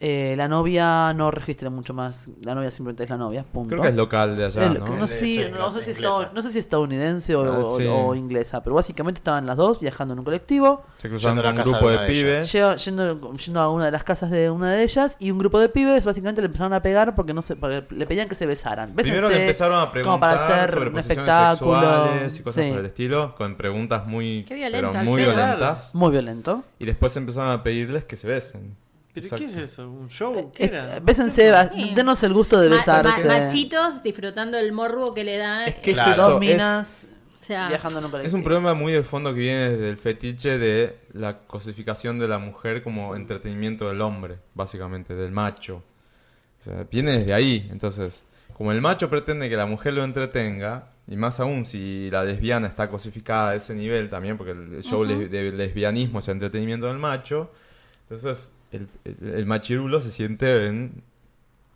Speaker 7: Eh, la novia no registra mucho más, la novia simplemente es la novia, punto.
Speaker 4: Creo que es local de allá,
Speaker 7: El-
Speaker 4: ¿no?
Speaker 7: no, sé,
Speaker 5: Sí,
Speaker 7: no sé si
Speaker 5: inglesa.
Speaker 7: estado- no sé si estadounidense o,
Speaker 4: Ah,
Speaker 7: o-
Speaker 4: sí.
Speaker 7: o inglesa, pero básicamente estaban las dos viajando en un colectivo,
Speaker 4: Se cruzaron
Speaker 5: Yendo a
Speaker 4: con
Speaker 5: la
Speaker 4: un
Speaker 5: casa
Speaker 4: grupo
Speaker 5: de
Speaker 4: de,
Speaker 5: una de
Speaker 4: pibes.
Speaker 7: lle- yendo, yendo a una de las casas de una de ellas y un grupo de pibes básicamente le empezaron a pegar porque no se, porque le pedían que se besaran. Bésense,
Speaker 4: Primero le empezaron a
Speaker 7: Pues como
Speaker 4: preguntar
Speaker 7: para hacer
Speaker 4: sobre
Speaker 7: un
Speaker 4: posiciones
Speaker 7: espectáculo,
Speaker 4: sexuales y cosas
Speaker 7: sí.
Speaker 4: por el estilo, con preguntas muy,
Speaker 2: Qué violenta,
Speaker 4: pero muy
Speaker 2: qué raro.
Speaker 4: violentas.
Speaker 7: muy violento.
Speaker 4: Y después empezaron a pedirles que se besen.
Speaker 6: ¿Pero
Speaker 4: Exacto.
Speaker 6: qué es eso? ¿Un show? ¿Qué
Speaker 7: Eh,
Speaker 6: era?
Speaker 7: Bésense, va-
Speaker 2: Sí.
Speaker 7: denos el gusto de
Speaker 2: Ma-
Speaker 7: besarse.
Speaker 2: ma- machitos disfrutando el morbo que le dan.
Speaker 4: Es que
Speaker 2: eh,
Speaker 5: Claro.
Speaker 4: es
Speaker 7: Dos
Speaker 4: eso, es-
Speaker 7: minas
Speaker 2: o sea,
Speaker 7: viajando en un
Speaker 4: Es
Speaker 7: colectivo.
Speaker 4: un problema muy de fondo que viene desde el fetiche de la cosificación de la mujer como entretenimiento del hombre, básicamente, del macho. O sea, viene desde ahí. Entonces, como el macho pretende que la mujer lo entretenga, y más aún si la lesbiana está cosificada a ese nivel también, porque el show les- de lesbianismo es entretenimiento del macho, entonces el, el- el machirulo se siente en,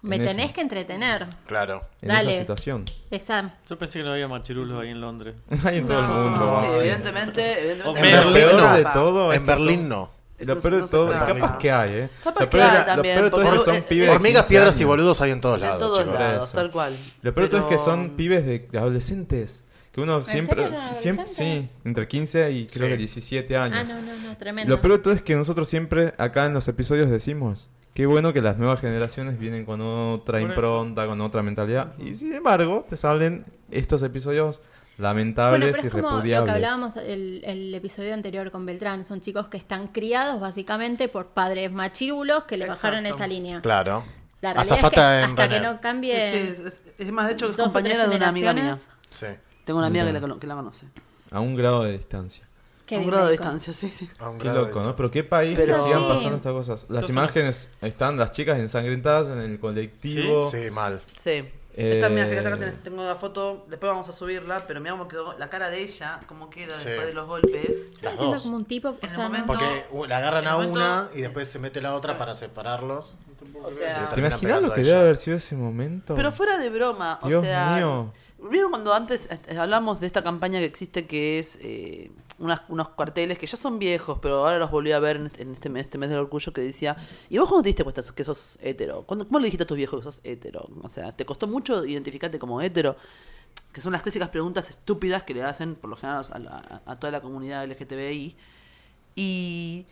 Speaker 2: me
Speaker 4: en eso.
Speaker 2: tenés que entretener.
Speaker 5: Claro.
Speaker 4: en
Speaker 2: Dale.
Speaker 4: esa situación. [laughs]
Speaker 2: Esa.
Speaker 6: Yo pensé que no había machirulos ahí en Londres.
Speaker 4: Hay en todo el mundo.
Speaker 7: Sí,
Speaker 4: vamos.
Speaker 7: evidentemente, evidentemente.
Speaker 6: En
Speaker 7: no
Speaker 4: Lo
Speaker 5: Berlín
Speaker 7: se
Speaker 4: peor
Speaker 5: no.
Speaker 4: de
Speaker 7: escapa.
Speaker 4: todo es
Speaker 5: En
Speaker 4: que son-
Speaker 5: Berlín no.
Speaker 4: Lo
Speaker 7: Eso
Speaker 4: peor
Speaker 7: no
Speaker 4: de
Speaker 7: se
Speaker 4: todo,
Speaker 7: trata.
Speaker 4: capaz que hay, ¿eh?
Speaker 7: Capaz
Speaker 4: lo
Speaker 7: que
Speaker 4: peor,
Speaker 7: hay
Speaker 4: era-
Speaker 7: también,
Speaker 4: lo peor de todo es que
Speaker 7: porque-
Speaker 4: son
Speaker 7: eh,
Speaker 4: pibes. de
Speaker 5: Hormigas,
Speaker 4: 15
Speaker 5: piedras y
Speaker 4: años.
Speaker 5: boludos hay en todos
Speaker 7: En
Speaker 5: lados,
Speaker 7: todos
Speaker 5: chicos.
Speaker 4: lado.
Speaker 7: lados,
Speaker 4: Eso.
Speaker 7: tal cual.
Speaker 4: Lo peor de todo es que
Speaker 7: Pero-
Speaker 4: son pibes de, de adolescentes. Que uno siempre,
Speaker 2: serio eran
Speaker 4: siempre, sí,
Speaker 2: adolescentes?
Speaker 4: entre 15 y creo
Speaker 5: Sí.
Speaker 4: que 17 años.
Speaker 2: Ah, no, no, no, tremendo.
Speaker 4: Lo peor de todo es que nosotros siempre acá en los episodios decimos, qué bueno que las nuevas generaciones vienen con otra
Speaker 6: Por eso.
Speaker 4: impronta, con otra mentalidad. Y sin embargo, te salen estos episodios lamentables
Speaker 2: Bueno, pero es
Speaker 4: y
Speaker 2: como lo que
Speaker 4: repudiables.
Speaker 2: hablábamos el, el episodio anterior con Beltrán. Son chicos que están criados básicamente por padres machirulos que le bajaron esa línea.
Speaker 5: Claro.
Speaker 2: La realidad es que
Speaker 5: Azafata en
Speaker 2: hasta que
Speaker 5: Ryanair.
Speaker 2: no cambie
Speaker 7: Sí, es, es- es más, de hecho, es
Speaker 2: dos o tres
Speaker 7: compañera de una amiga mía.
Speaker 2: generaciones,
Speaker 5: Sí.
Speaker 7: Tengo una amiga que la,
Speaker 4: Mirá.
Speaker 7: cono- que la conoce.
Speaker 4: A un grado de distancia.
Speaker 2: qué
Speaker 7: a un
Speaker 2: bien
Speaker 7: grado de
Speaker 2: médico.
Speaker 7: distancia, sí, sí.
Speaker 5: A un
Speaker 4: Qué
Speaker 5: grado de
Speaker 4: loco, ¿no?
Speaker 5: distancia.
Speaker 4: Pero qué país
Speaker 7: Pero-
Speaker 4: que sigan
Speaker 2: Sí.
Speaker 4: pasando estas cosas. Las
Speaker 6: Entonces,
Speaker 4: imágenes están, las chicas ensangrentadas en el colectivo.
Speaker 5: Sí, mal.
Speaker 7: Sí. Esta, mira,
Speaker 4: Eh,
Speaker 7: fíjate, acá tenés- tengo la foto, después vamos a subirla, pero mira cómo quedó la cara de ella, cómo queda
Speaker 5: Sí.
Speaker 7: después de los golpes.
Speaker 5: Las
Speaker 2: Entiendo
Speaker 5: dos.
Speaker 2: como un tipo, o
Speaker 7: En el
Speaker 2: sea, no-
Speaker 7: momento-
Speaker 5: Porque uh, la agarran
Speaker 7: En
Speaker 5: a
Speaker 7: el momento-
Speaker 5: una y después se mete la otra para separarlos. [laughs]
Speaker 7: O sea,
Speaker 4: ¿Te imaginas
Speaker 5: pegando
Speaker 4: lo
Speaker 5: a
Speaker 4: que
Speaker 5: ella.
Speaker 4: debe haber sido ese momento?
Speaker 7: pero fuera de broma, o
Speaker 4: Dios
Speaker 7: sea,
Speaker 4: mío.
Speaker 7: ¿vieron cuando antes eh, hablamos de esta campaña que existe que es eh, unas- unos cuarteles que ya son viejos, pero ahora los volví a ver en este, en este mes, este mes del orgullo que decía, ¿y vos cómo te diste cuenta que sos hetero? ¿Cuándo- ¿Cómo le dijiste a tus viejos que sos hetero? O sea, ¿te costó mucho identificarte como hetero? Que son las clásicas preguntas estúpidas que le hacen por lo general a, la- a toda la comunidad LGTBI. Y,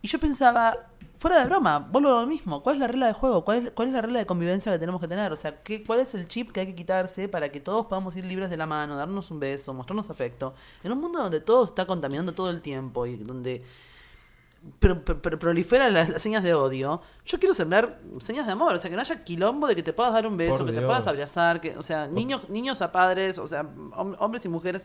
Speaker 7: y yo pensaba, fuera de broma, vuelvo a lo mismo. ¿Cuál es la regla de juego? ¿Cuál es, cuál es la regla de convivencia que tenemos que tener? O sea, ¿qué, ¿cuál es el chip que hay que quitarse para que todos podamos ir libres de la mano, darnos un beso, mostrarnos afecto? En un mundo donde todo está contaminando todo el tiempo y donde pro- pro- pro- proliferan las, las señas de odio, yo quiero sembrar señas de amor. O sea, que no haya quilombo de que te puedas dar un beso,
Speaker 4: Por
Speaker 7: que te
Speaker 4: Dios.
Speaker 7: puedas abrazar, que, o sea, niños, niños a padres, o sea, hom- hombres y mujeres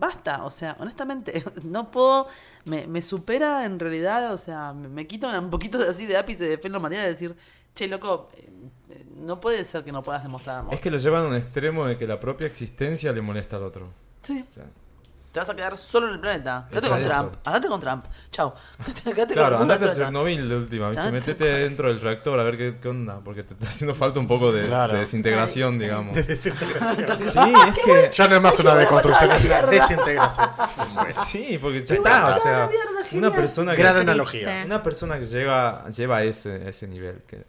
Speaker 7: basta, o sea, honestamente, [laughs] no puedo, me, me supera en realidad, o sea, me, me quita una- un poquito de así de ápice de fe en la humanidad de decir, che, loco, eh, eh, no puede ser que no puedas demostrar amor.
Speaker 4: Es que lo llevan a un extremo de que la propia existencia le molesta al otro.
Speaker 7: Sí,
Speaker 4: O sea,
Speaker 7: te vas a quedar solo en el planeta. Quédate
Speaker 4: Es
Speaker 7: con
Speaker 4: eso.
Speaker 7: Trump, andate con Trump, chao. [laughs] Quédate
Speaker 4: claro,
Speaker 7: con
Speaker 4: andate a
Speaker 7: Trump.
Speaker 4: Chernobyl de última, ¿viste?
Speaker 7: Tanto.
Speaker 4: Métete dentro del reactor a ver qué, qué onda, porque te está haciendo falta un poco de,
Speaker 5: Claro.
Speaker 4: de desintegración,
Speaker 2: Ay, sí. [laughs]
Speaker 7: [laughs]
Speaker 4: digamos.
Speaker 5: Desintegración.
Speaker 4: Sí, es que...
Speaker 5: ya no es más una deconstrucción, es una desintegración.
Speaker 4: Pues sí, porque ya
Speaker 7: Qué bueno,
Speaker 4: está,
Speaker 7: claro,
Speaker 4: o sea,
Speaker 7: mierda,
Speaker 4: una
Speaker 7: genial.
Speaker 4: persona que...
Speaker 5: Gran analogía.
Speaker 4: Una persona que lleva, lleva a ese, ese nivel. Que,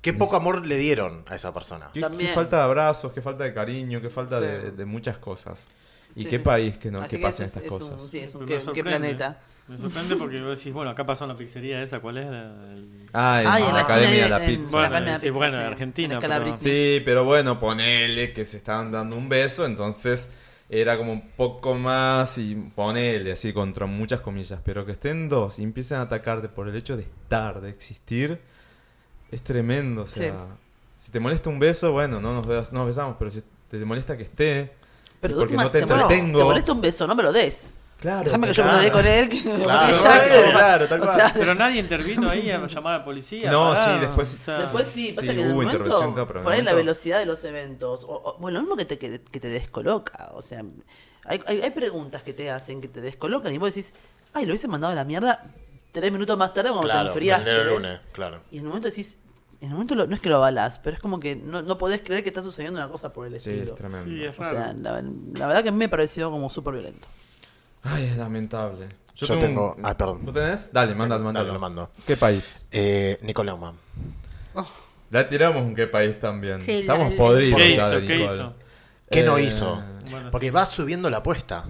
Speaker 5: Qué poco amor le dieron a esa persona.
Speaker 4: que- que
Speaker 7: También.
Speaker 4: falta de abrazos, que falta de cariño, que falta
Speaker 7: Sí.
Speaker 4: de, de muchas cosas. Y
Speaker 7: Sí,
Speaker 4: qué
Speaker 7: sí.
Speaker 4: país que no
Speaker 7: Así
Speaker 4: que
Speaker 7: que
Speaker 4: pasen
Speaker 7: es-
Speaker 4: estas
Speaker 7: es un-
Speaker 4: cosas.
Speaker 7: sí, es un
Speaker 6: Pero
Speaker 7: qué-
Speaker 6: me
Speaker 7: qué
Speaker 6: sorprende.
Speaker 7: planeta.
Speaker 6: Me sorprende porque vos decís, bueno, acá pasó en la pizzería esa, ¿cuál es? La- el-
Speaker 4: Ah, en
Speaker 7: Ay, en
Speaker 4: la
Speaker 7: la
Speaker 4: Academia de
Speaker 7: esquina
Speaker 4: la
Speaker 7: de- en-
Speaker 4: Pizza.
Speaker 7: la
Speaker 6: Bueno,
Speaker 7: Academia de
Speaker 6: sí,
Speaker 7: Pizza,
Speaker 6: bueno,
Speaker 7: sí,
Speaker 6: en Argentina.
Speaker 7: en
Speaker 6: pero-
Speaker 7: Calabrini.
Speaker 4: Sí, pero bueno, ponele que se estaban dando un beso, entonces era como un poco más y ponele así contra muchas comillas, pero que estén dos y empiecen a atacarte por el hecho de estar, de existir, es tremendo, o sea, si te molesta un beso, bueno, no nos, bes- nos besamos, pero si te molesta que esté,
Speaker 7: Pero de
Speaker 4: porque
Speaker 7: última,
Speaker 4: no te
Speaker 7: si molesta-
Speaker 4: entretengo.
Speaker 7: si te molesta un beso, no me lo des.
Speaker 4: claro,
Speaker 7: Déjame que yo me
Speaker 5: claro.
Speaker 7: lo dé con él. que-
Speaker 5: Claro.
Speaker 7: [laughs] ella,
Speaker 4: Claro,
Speaker 7: que-
Speaker 4: claro, tal
Speaker 7: o
Speaker 4: cual.
Speaker 7: sea,
Speaker 6: Pero nadie intervino
Speaker 2: [laughs]
Speaker 6: ahí a llamar a la policía.
Speaker 4: No,
Speaker 6: pará,
Speaker 4: sí, después-
Speaker 6: o sea,
Speaker 7: Después sí, pasa
Speaker 4: Sí,
Speaker 7: que en el
Speaker 4: hubo intervención,
Speaker 7: momento,
Speaker 4: claro, pero en
Speaker 7: por ahí
Speaker 4: el
Speaker 7: la
Speaker 4: momento-
Speaker 7: velocidad de los eventos, o, o- bueno, lo mismo que te, que, que te descoloca, o sea, hay, hay- hay preguntas que te hacen que te descolocan y vos decís, ay, lo hubiese mandado a la mierda tres minutos más tarde cuando te
Speaker 5: Claro,
Speaker 7: enfriaste.
Speaker 5: el
Speaker 2: eh.
Speaker 5: lunes, claro.
Speaker 7: Y en el momento decís, en el momento lo- no es que lo avalás, pero es como que no, no podés creer que está sucediendo una cosa por el
Speaker 4: Sí,
Speaker 7: estilo.
Speaker 4: es tremendo.
Speaker 6: sí, es
Speaker 7: o
Speaker 6: raro.
Speaker 7: sea, la, la verdad que me pareció como súper
Speaker 4: [laughs]
Speaker 7: violento.
Speaker 4: Ay, es lamentable.
Speaker 5: Yo tengo- ah, perdón.
Speaker 4: ¿Tú tenés? Dale, mándalo, mándalo.
Speaker 5: Dale, lo mando.
Speaker 4: ¿Qué país?
Speaker 5: Eh, Nicolauman.
Speaker 4: La tiramos un qué país también.
Speaker 2: Sí, la-
Speaker 4: Estamos
Speaker 2: la-
Speaker 4: podridos
Speaker 6: ¿Qué
Speaker 4: ya
Speaker 6: hizo?
Speaker 4: de
Speaker 6: ¿Qué
Speaker 4: Nicole.
Speaker 6: hizo?
Speaker 5: ¿Qué no
Speaker 4: Eh,
Speaker 5: hizo?
Speaker 6: bueno,
Speaker 5: Porque va subiendo la [laughs] apuesta.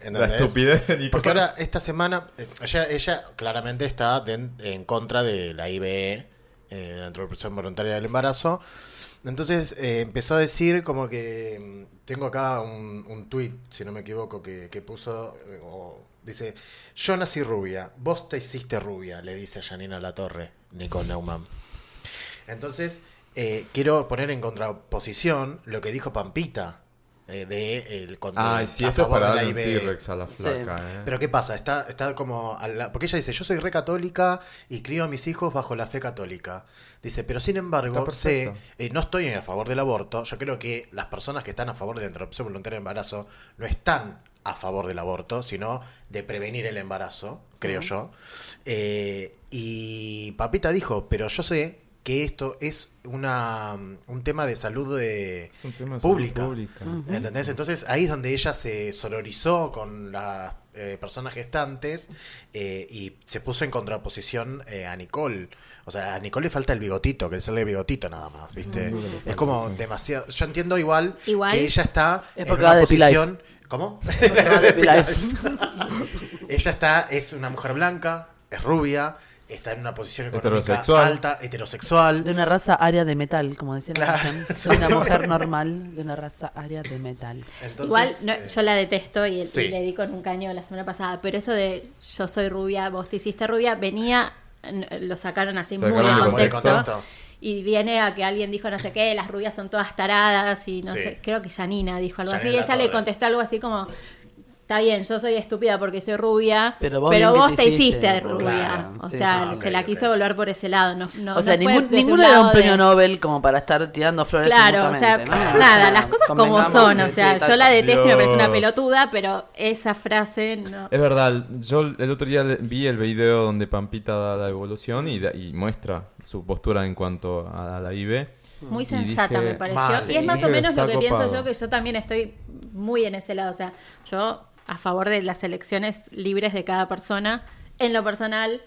Speaker 4: La
Speaker 5: ¿entendés?
Speaker 4: estupidez de Nicole.
Speaker 5: Porque ahora, esta semana, eh, ella, ella claramente está de- en, contra de la IBE, eh, de la interrupción voluntaria del embarazo. Entonces eh, empezó a decir como que, mm, tengo acá un, un tweet, si no me equivoco, que, que puso, eh, o- dice, yo nací rubia, vos te hiciste rubia, le dice a Janina Latorre, Nicole Neumann. Entonces, eh, quiero poner en contraposición lo que dijo Pampita. eh, de el cuando-
Speaker 4: Ay, sí,
Speaker 5: a
Speaker 4: esto es
Speaker 5: favor
Speaker 4: para
Speaker 5: de la E.
Speaker 4: darle un
Speaker 5: IBE.
Speaker 4: T-Rex a la
Speaker 7: Sí.
Speaker 4: flaca, ¿eh?
Speaker 5: Pero ¿qué pasa? Está, está como... a la- Porque ella dice, yo soy re católica y crío a mis hijos bajo la fe católica. Dice, pero sin embargo,
Speaker 4: Está
Speaker 5: sé,
Speaker 4: perfecto.
Speaker 5: eh, no estoy a favor del aborto. Yo creo que las personas que están a favor de la interrupción voluntaria del embarazo no están a favor del aborto, sino de prevenir el embarazo, creo yo. Eh, y Papita dijo, pero yo sé que esto es una, un tema de salud de,
Speaker 4: Es un tema de salud
Speaker 5: pública.
Speaker 4: pública.
Speaker 5: ¿Entendés? Entonces ahí es donde ella se sororizó con las eh, personas gestantes eh, y se puso en contraposición eh, a Nicole. O sea, a Nicole le falta el bigotito, que sale el bigotito nada más, ¿viste? Es como demasiado. Yo entiendo igual,
Speaker 2: Igual.
Speaker 5: que ella está
Speaker 7: Es
Speaker 5: en
Speaker 7: porque
Speaker 5: una
Speaker 7: va de
Speaker 5: posición. ¿Cómo? [laughs]
Speaker 7: Pero
Speaker 5: ella está, es una mujer blanca, es rubia, está en una posición económica
Speaker 4: Heterosexual.
Speaker 5: alta, heterosexual.
Speaker 7: De una raza área de metal, como decía la
Speaker 5: Claro.
Speaker 7: canción. Soy una mujer normal de una raza área de metal.
Speaker 2: Igual
Speaker 5: Entonces,
Speaker 2: no,
Speaker 5: eh,
Speaker 2: yo la detesto y, y
Speaker 5: sí.
Speaker 2: le di con un caño la semana pasada, pero eso de yo soy rubia, vos te hiciste rubia, venía, n- lo sacaron así
Speaker 4: Sacaron
Speaker 2: muy
Speaker 4: de
Speaker 2: de
Speaker 5: contexto.
Speaker 2: contexto,
Speaker 5: contexto.
Speaker 2: Y viene a que alguien dijo, no sé qué, las rubias son todas taradas y no
Speaker 5: Sí.
Speaker 2: sé, creo que Janina dijo algo así.
Speaker 5: Janina
Speaker 2: Y ella le
Speaker 5: Torre.
Speaker 2: contestó algo así como, Está bien, yo soy estúpida porque soy rubia,
Speaker 7: Pero
Speaker 2: pero
Speaker 7: vos
Speaker 2: vos,
Speaker 7: bien que te
Speaker 2: te hiciste,
Speaker 7: hiciste
Speaker 2: rubia.
Speaker 7: rubia.
Speaker 2: o
Speaker 7: Sí,
Speaker 2: sea,
Speaker 7: sí, sí,
Speaker 2: se la
Speaker 5: ok,
Speaker 2: quiso
Speaker 5: ok.
Speaker 2: volver por ese lado. No, no,
Speaker 7: o sea,
Speaker 2: no fue
Speaker 7: ningún-
Speaker 2: desde
Speaker 7: ninguno era un
Speaker 2: lado de-
Speaker 7: premio Nobel como para estar tirando flores.
Speaker 2: Claro, o sea,
Speaker 7: mutuamente, ¿no?
Speaker 2: nada,
Speaker 7: O sea,
Speaker 2: las cosas como
Speaker 7: convengamos
Speaker 2: son.
Speaker 7: que
Speaker 2: O
Speaker 7: sí,
Speaker 2: sea,
Speaker 7: tal
Speaker 2: yo la
Speaker 7: cual.
Speaker 2: detesto y me parece una
Speaker 4: Dios.
Speaker 2: pelotuda, pero esa frase no.
Speaker 4: Es verdad, yo el otro día le- vi el video donde Pampita da la evolución y, da- y muestra su postura en cuanto a, a la IB.
Speaker 2: Muy
Speaker 4: Y
Speaker 2: sensata
Speaker 4: dije,
Speaker 2: me pareció.
Speaker 5: "Más,
Speaker 2: y es más
Speaker 4: dije,
Speaker 2: o menos
Speaker 4: está
Speaker 2: lo que pienso
Speaker 4: copado".
Speaker 2: yo, que yo también estoy muy en ese lado. O sea, yo a favor de las elecciones libres de cada persona, en lo personal.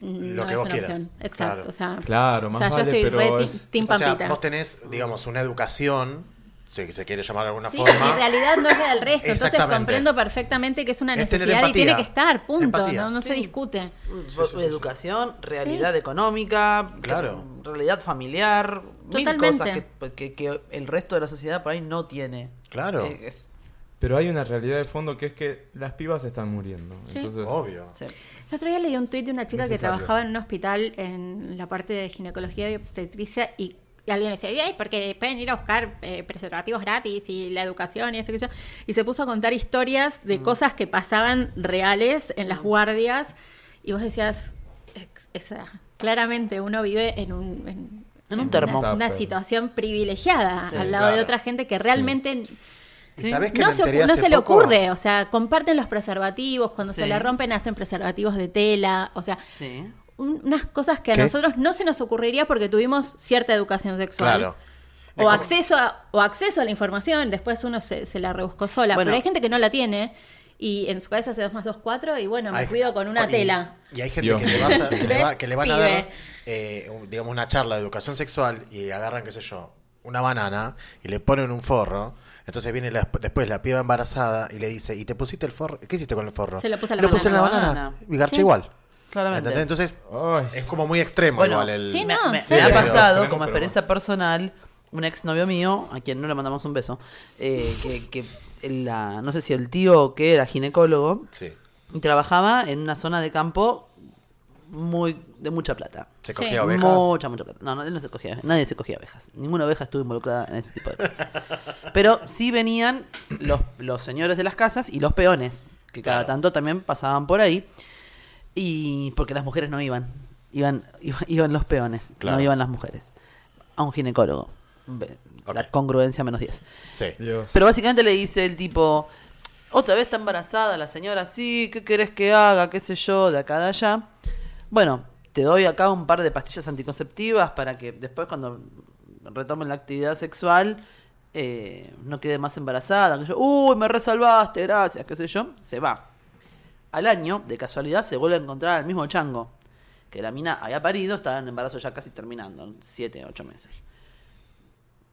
Speaker 2: mm,
Speaker 5: Lo
Speaker 2: no
Speaker 5: que
Speaker 2: es
Speaker 5: vos
Speaker 2: una
Speaker 5: quieras,
Speaker 2: opción. Exacto.
Speaker 5: claro.
Speaker 2: O sea,
Speaker 4: Claro, más
Speaker 2: o sea, yo
Speaker 4: vale,
Speaker 2: estoy
Speaker 4: pero
Speaker 2: re ti-
Speaker 4: es-
Speaker 2: team
Speaker 5: O sea,
Speaker 2: Pampita.
Speaker 5: vos tenés, digamos, una educación, si se quiere llamar de alguna
Speaker 2: Sí,
Speaker 5: forma.
Speaker 2: en realidad no es la del resto, entonces
Speaker 5: Exactamente.
Speaker 2: comprendo perfectamente que es una
Speaker 5: Es tener
Speaker 2: necesidad y
Speaker 5: empatía.
Speaker 2: tiene que estar, punto,
Speaker 5: Empatía.
Speaker 2: no, no se discute.
Speaker 7: Educación, realidad económica,
Speaker 5: Claro.
Speaker 7: realidad familiar, mil
Speaker 2: Totalmente.
Speaker 7: cosas que, que- que el resto de la sociedad por ahí no tiene.
Speaker 5: Claro.
Speaker 7: Eh, es-
Speaker 4: Pero hay una realidad de fondo que es que las pibas están muriendo.
Speaker 2: Sí.
Speaker 4: Entonces,
Speaker 5: Obvio.
Speaker 7: sí.
Speaker 2: El otro día leí un tuit de una chica que
Speaker 4: Necesario.
Speaker 2: trabajaba en un hospital en la parte de ginecología y obstetricia y y alguien decía, ay, porque pueden ir a buscar eh, preservativos gratis y la educación y esto que yo. Y se puso a contar historias
Speaker 7: Mm.
Speaker 2: de cosas que pasaban reales en las guardias y vos decías, "Ex- esa, claramente uno vive en un... en-
Speaker 7: En un
Speaker 2: en
Speaker 7: termo.
Speaker 2: Una, una
Speaker 4: Tupper.
Speaker 2: situación privilegiada
Speaker 7: Sí,
Speaker 2: al lado de
Speaker 4: claro.
Speaker 2: otra gente que realmente...
Speaker 5: ¿Y sabés que
Speaker 2: no
Speaker 5: me
Speaker 2: se,
Speaker 5: enteré
Speaker 2: no
Speaker 5: hace
Speaker 2: se le
Speaker 5: poco?
Speaker 2: ocurre, o sea, comparten los preservativos, cuando
Speaker 7: Sí.
Speaker 2: se le rompen hacen preservativos de tela, o sea,
Speaker 7: Sí.
Speaker 2: un- unas cosas que a
Speaker 5: ¿Qué?
Speaker 2: nosotros no se nos ocurriría porque tuvimos cierta educación sexual.
Speaker 5: Claro. Es
Speaker 2: O
Speaker 5: como-
Speaker 2: acceso, a, o acceso a la información, después uno se, se la rebuscó sola.
Speaker 7: Bueno.
Speaker 2: Pero hay gente que no la tiene y en su cabeza hace 2 más 2, 4 y bueno, me
Speaker 5: Hay-
Speaker 2: cuido con una
Speaker 5: y-
Speaker 2: tela.
Speaker 5: Y hay gente
Speaker 4: Dios
Speaker 5: que le,
Speaker 4: mío.
Speaker 5: vas a- que le va- que le van a
Speaker 2: Pibe.
Speaker 5: dar, eh, un- digamos, una charla de educación sexual y agarran, qué sé yo, una banana y le ponen un forro. Entonces viene la- después la piba embarazada y le dice, ¿y te pusiste el forro? ¿Qué hiciste con el forro?
Speaker 2: Se lo puse a la
Speaker 5: puse en la
Speaker 7: banana.
Speaker 5: banana. Y garché igual.
Speaker 7: Claramente.
Speaker 5: ¿Entendés? Entonces
Speaker 4: Ay.
Speaker 5: es como muy extremo
Speaker 7: Bueno,
Speaker 5: igual el...
Speaker 2: sí,
Speaker 7: me,
Speaker 2: no,
Speaker 7: me-
Speaker 2: en
Speaker 7: me ha
Speaker 2: serio.
Speaker 7: pasado
Speaker 4: Pero-
Speaker 7: como
Speaker 4: pero-
Speaker 7: experiencia personal un exnovio mío, a quien no le mandamos un beso, eh, que, que el, la- no sé si el tío o qué era ginecólogo,
Speaker 5: Sí.
Speaker 7: y trabajaba en una zona de campo muy de mucha plata.
Speaker 5: Se
Speaker 2: Sí.
Speaker 5: cogía ovejas.
Speaker 7: Mucha, mucha plata. No, no, él no se cogía, nadie se cogía abejas. Ninguna abeja estuvo involucrada en este tipo de
Speaker 5: [laughs]
Speaker 7: cosas. Pero sí venían los, los señores de las casas y los peones, que cada tanto también pasaban por ahí. Y porque las mujeres no iban. Iban, iba- iban los peones,
Speaker 5: Claro.
Speaker 7: no iban las mujeres. A un ginecólogo. Ve- La
Speaker 5: Ok.
Speaker 7: congruencia menos 10.
Speaker 5: Sí.
Speaker 4: Dios.
Speaker 7: Pero básicamente le dice el tipo, otra vez está embarazada la señora, sí, ¿qué querés que haga? ¿Qué sé yo? De acá, de allá. Bueno, te doy acá un par de pastillas anticonceptivas para que después cuando retomen la actividad sexual eh, no quede más embarazada. Que yo, Uy, me resalvaste, gracias, qué sé yo. Se va. Al año, de casualidad, se vuelve a encontrar al mismo chango. Que la mina había parido, estaba en embarazo ya casi terminando, siete, ocho meses.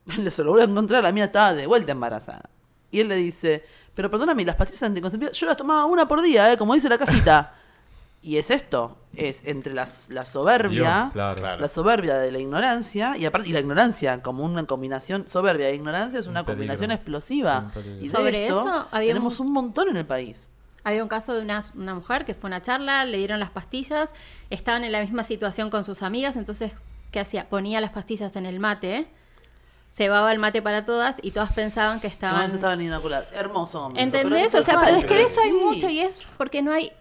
Speaker 7: [laughs] Le se lo vuelve a encontrar, la mía estaba de vuelta embarazada. Y él le dice, pero perdóname, las pastillas anticonceptivas, yo las tomaba una por día, ¿eh? como dice la
Speaker 4: [laughs]
Speaker 7: cajita. y es esto, es entre las, la soberbia,
Speaker 4: Dios, claro.
Speaker 5: Claro.
Speaker 7: la soberbia de la ignorancia, y aparte, y la ignorancia, como una combinación, soberbia e ignorancia es una
Speaker 4: Un peligro.
Speaker 7: combinación explosiva.
Speaker 4: Un peligro.
Speaker 7: Y de
Speaker 2: Sobre
Speaker 7: esto
Speaker 2: eso había un-
Speaker 7: tenemos un montón en el país.
Speaker 2: Había un caso de una, una mujer que fue a una charla, le dieron las pastillas, estaban en la misma situación con sus amigas, entonces, ¿qué hacía? Ponía las pastillas en el mate, cebaba el mate para todas y todas pensaban que
Speaker 7: Que no
Speaker 2: estaban...
Speaker 7: se estaban inoculadas. Hermoso momento.
Speaker 2: ¿Entendés?
Speaker 7: pero-
Speaker 2: O sea, pero es que de
Speaker 7: Ay,
Speaker 2: eso hay
Speaker 7: sí.
Speaker 2: mucho y es porque no hay...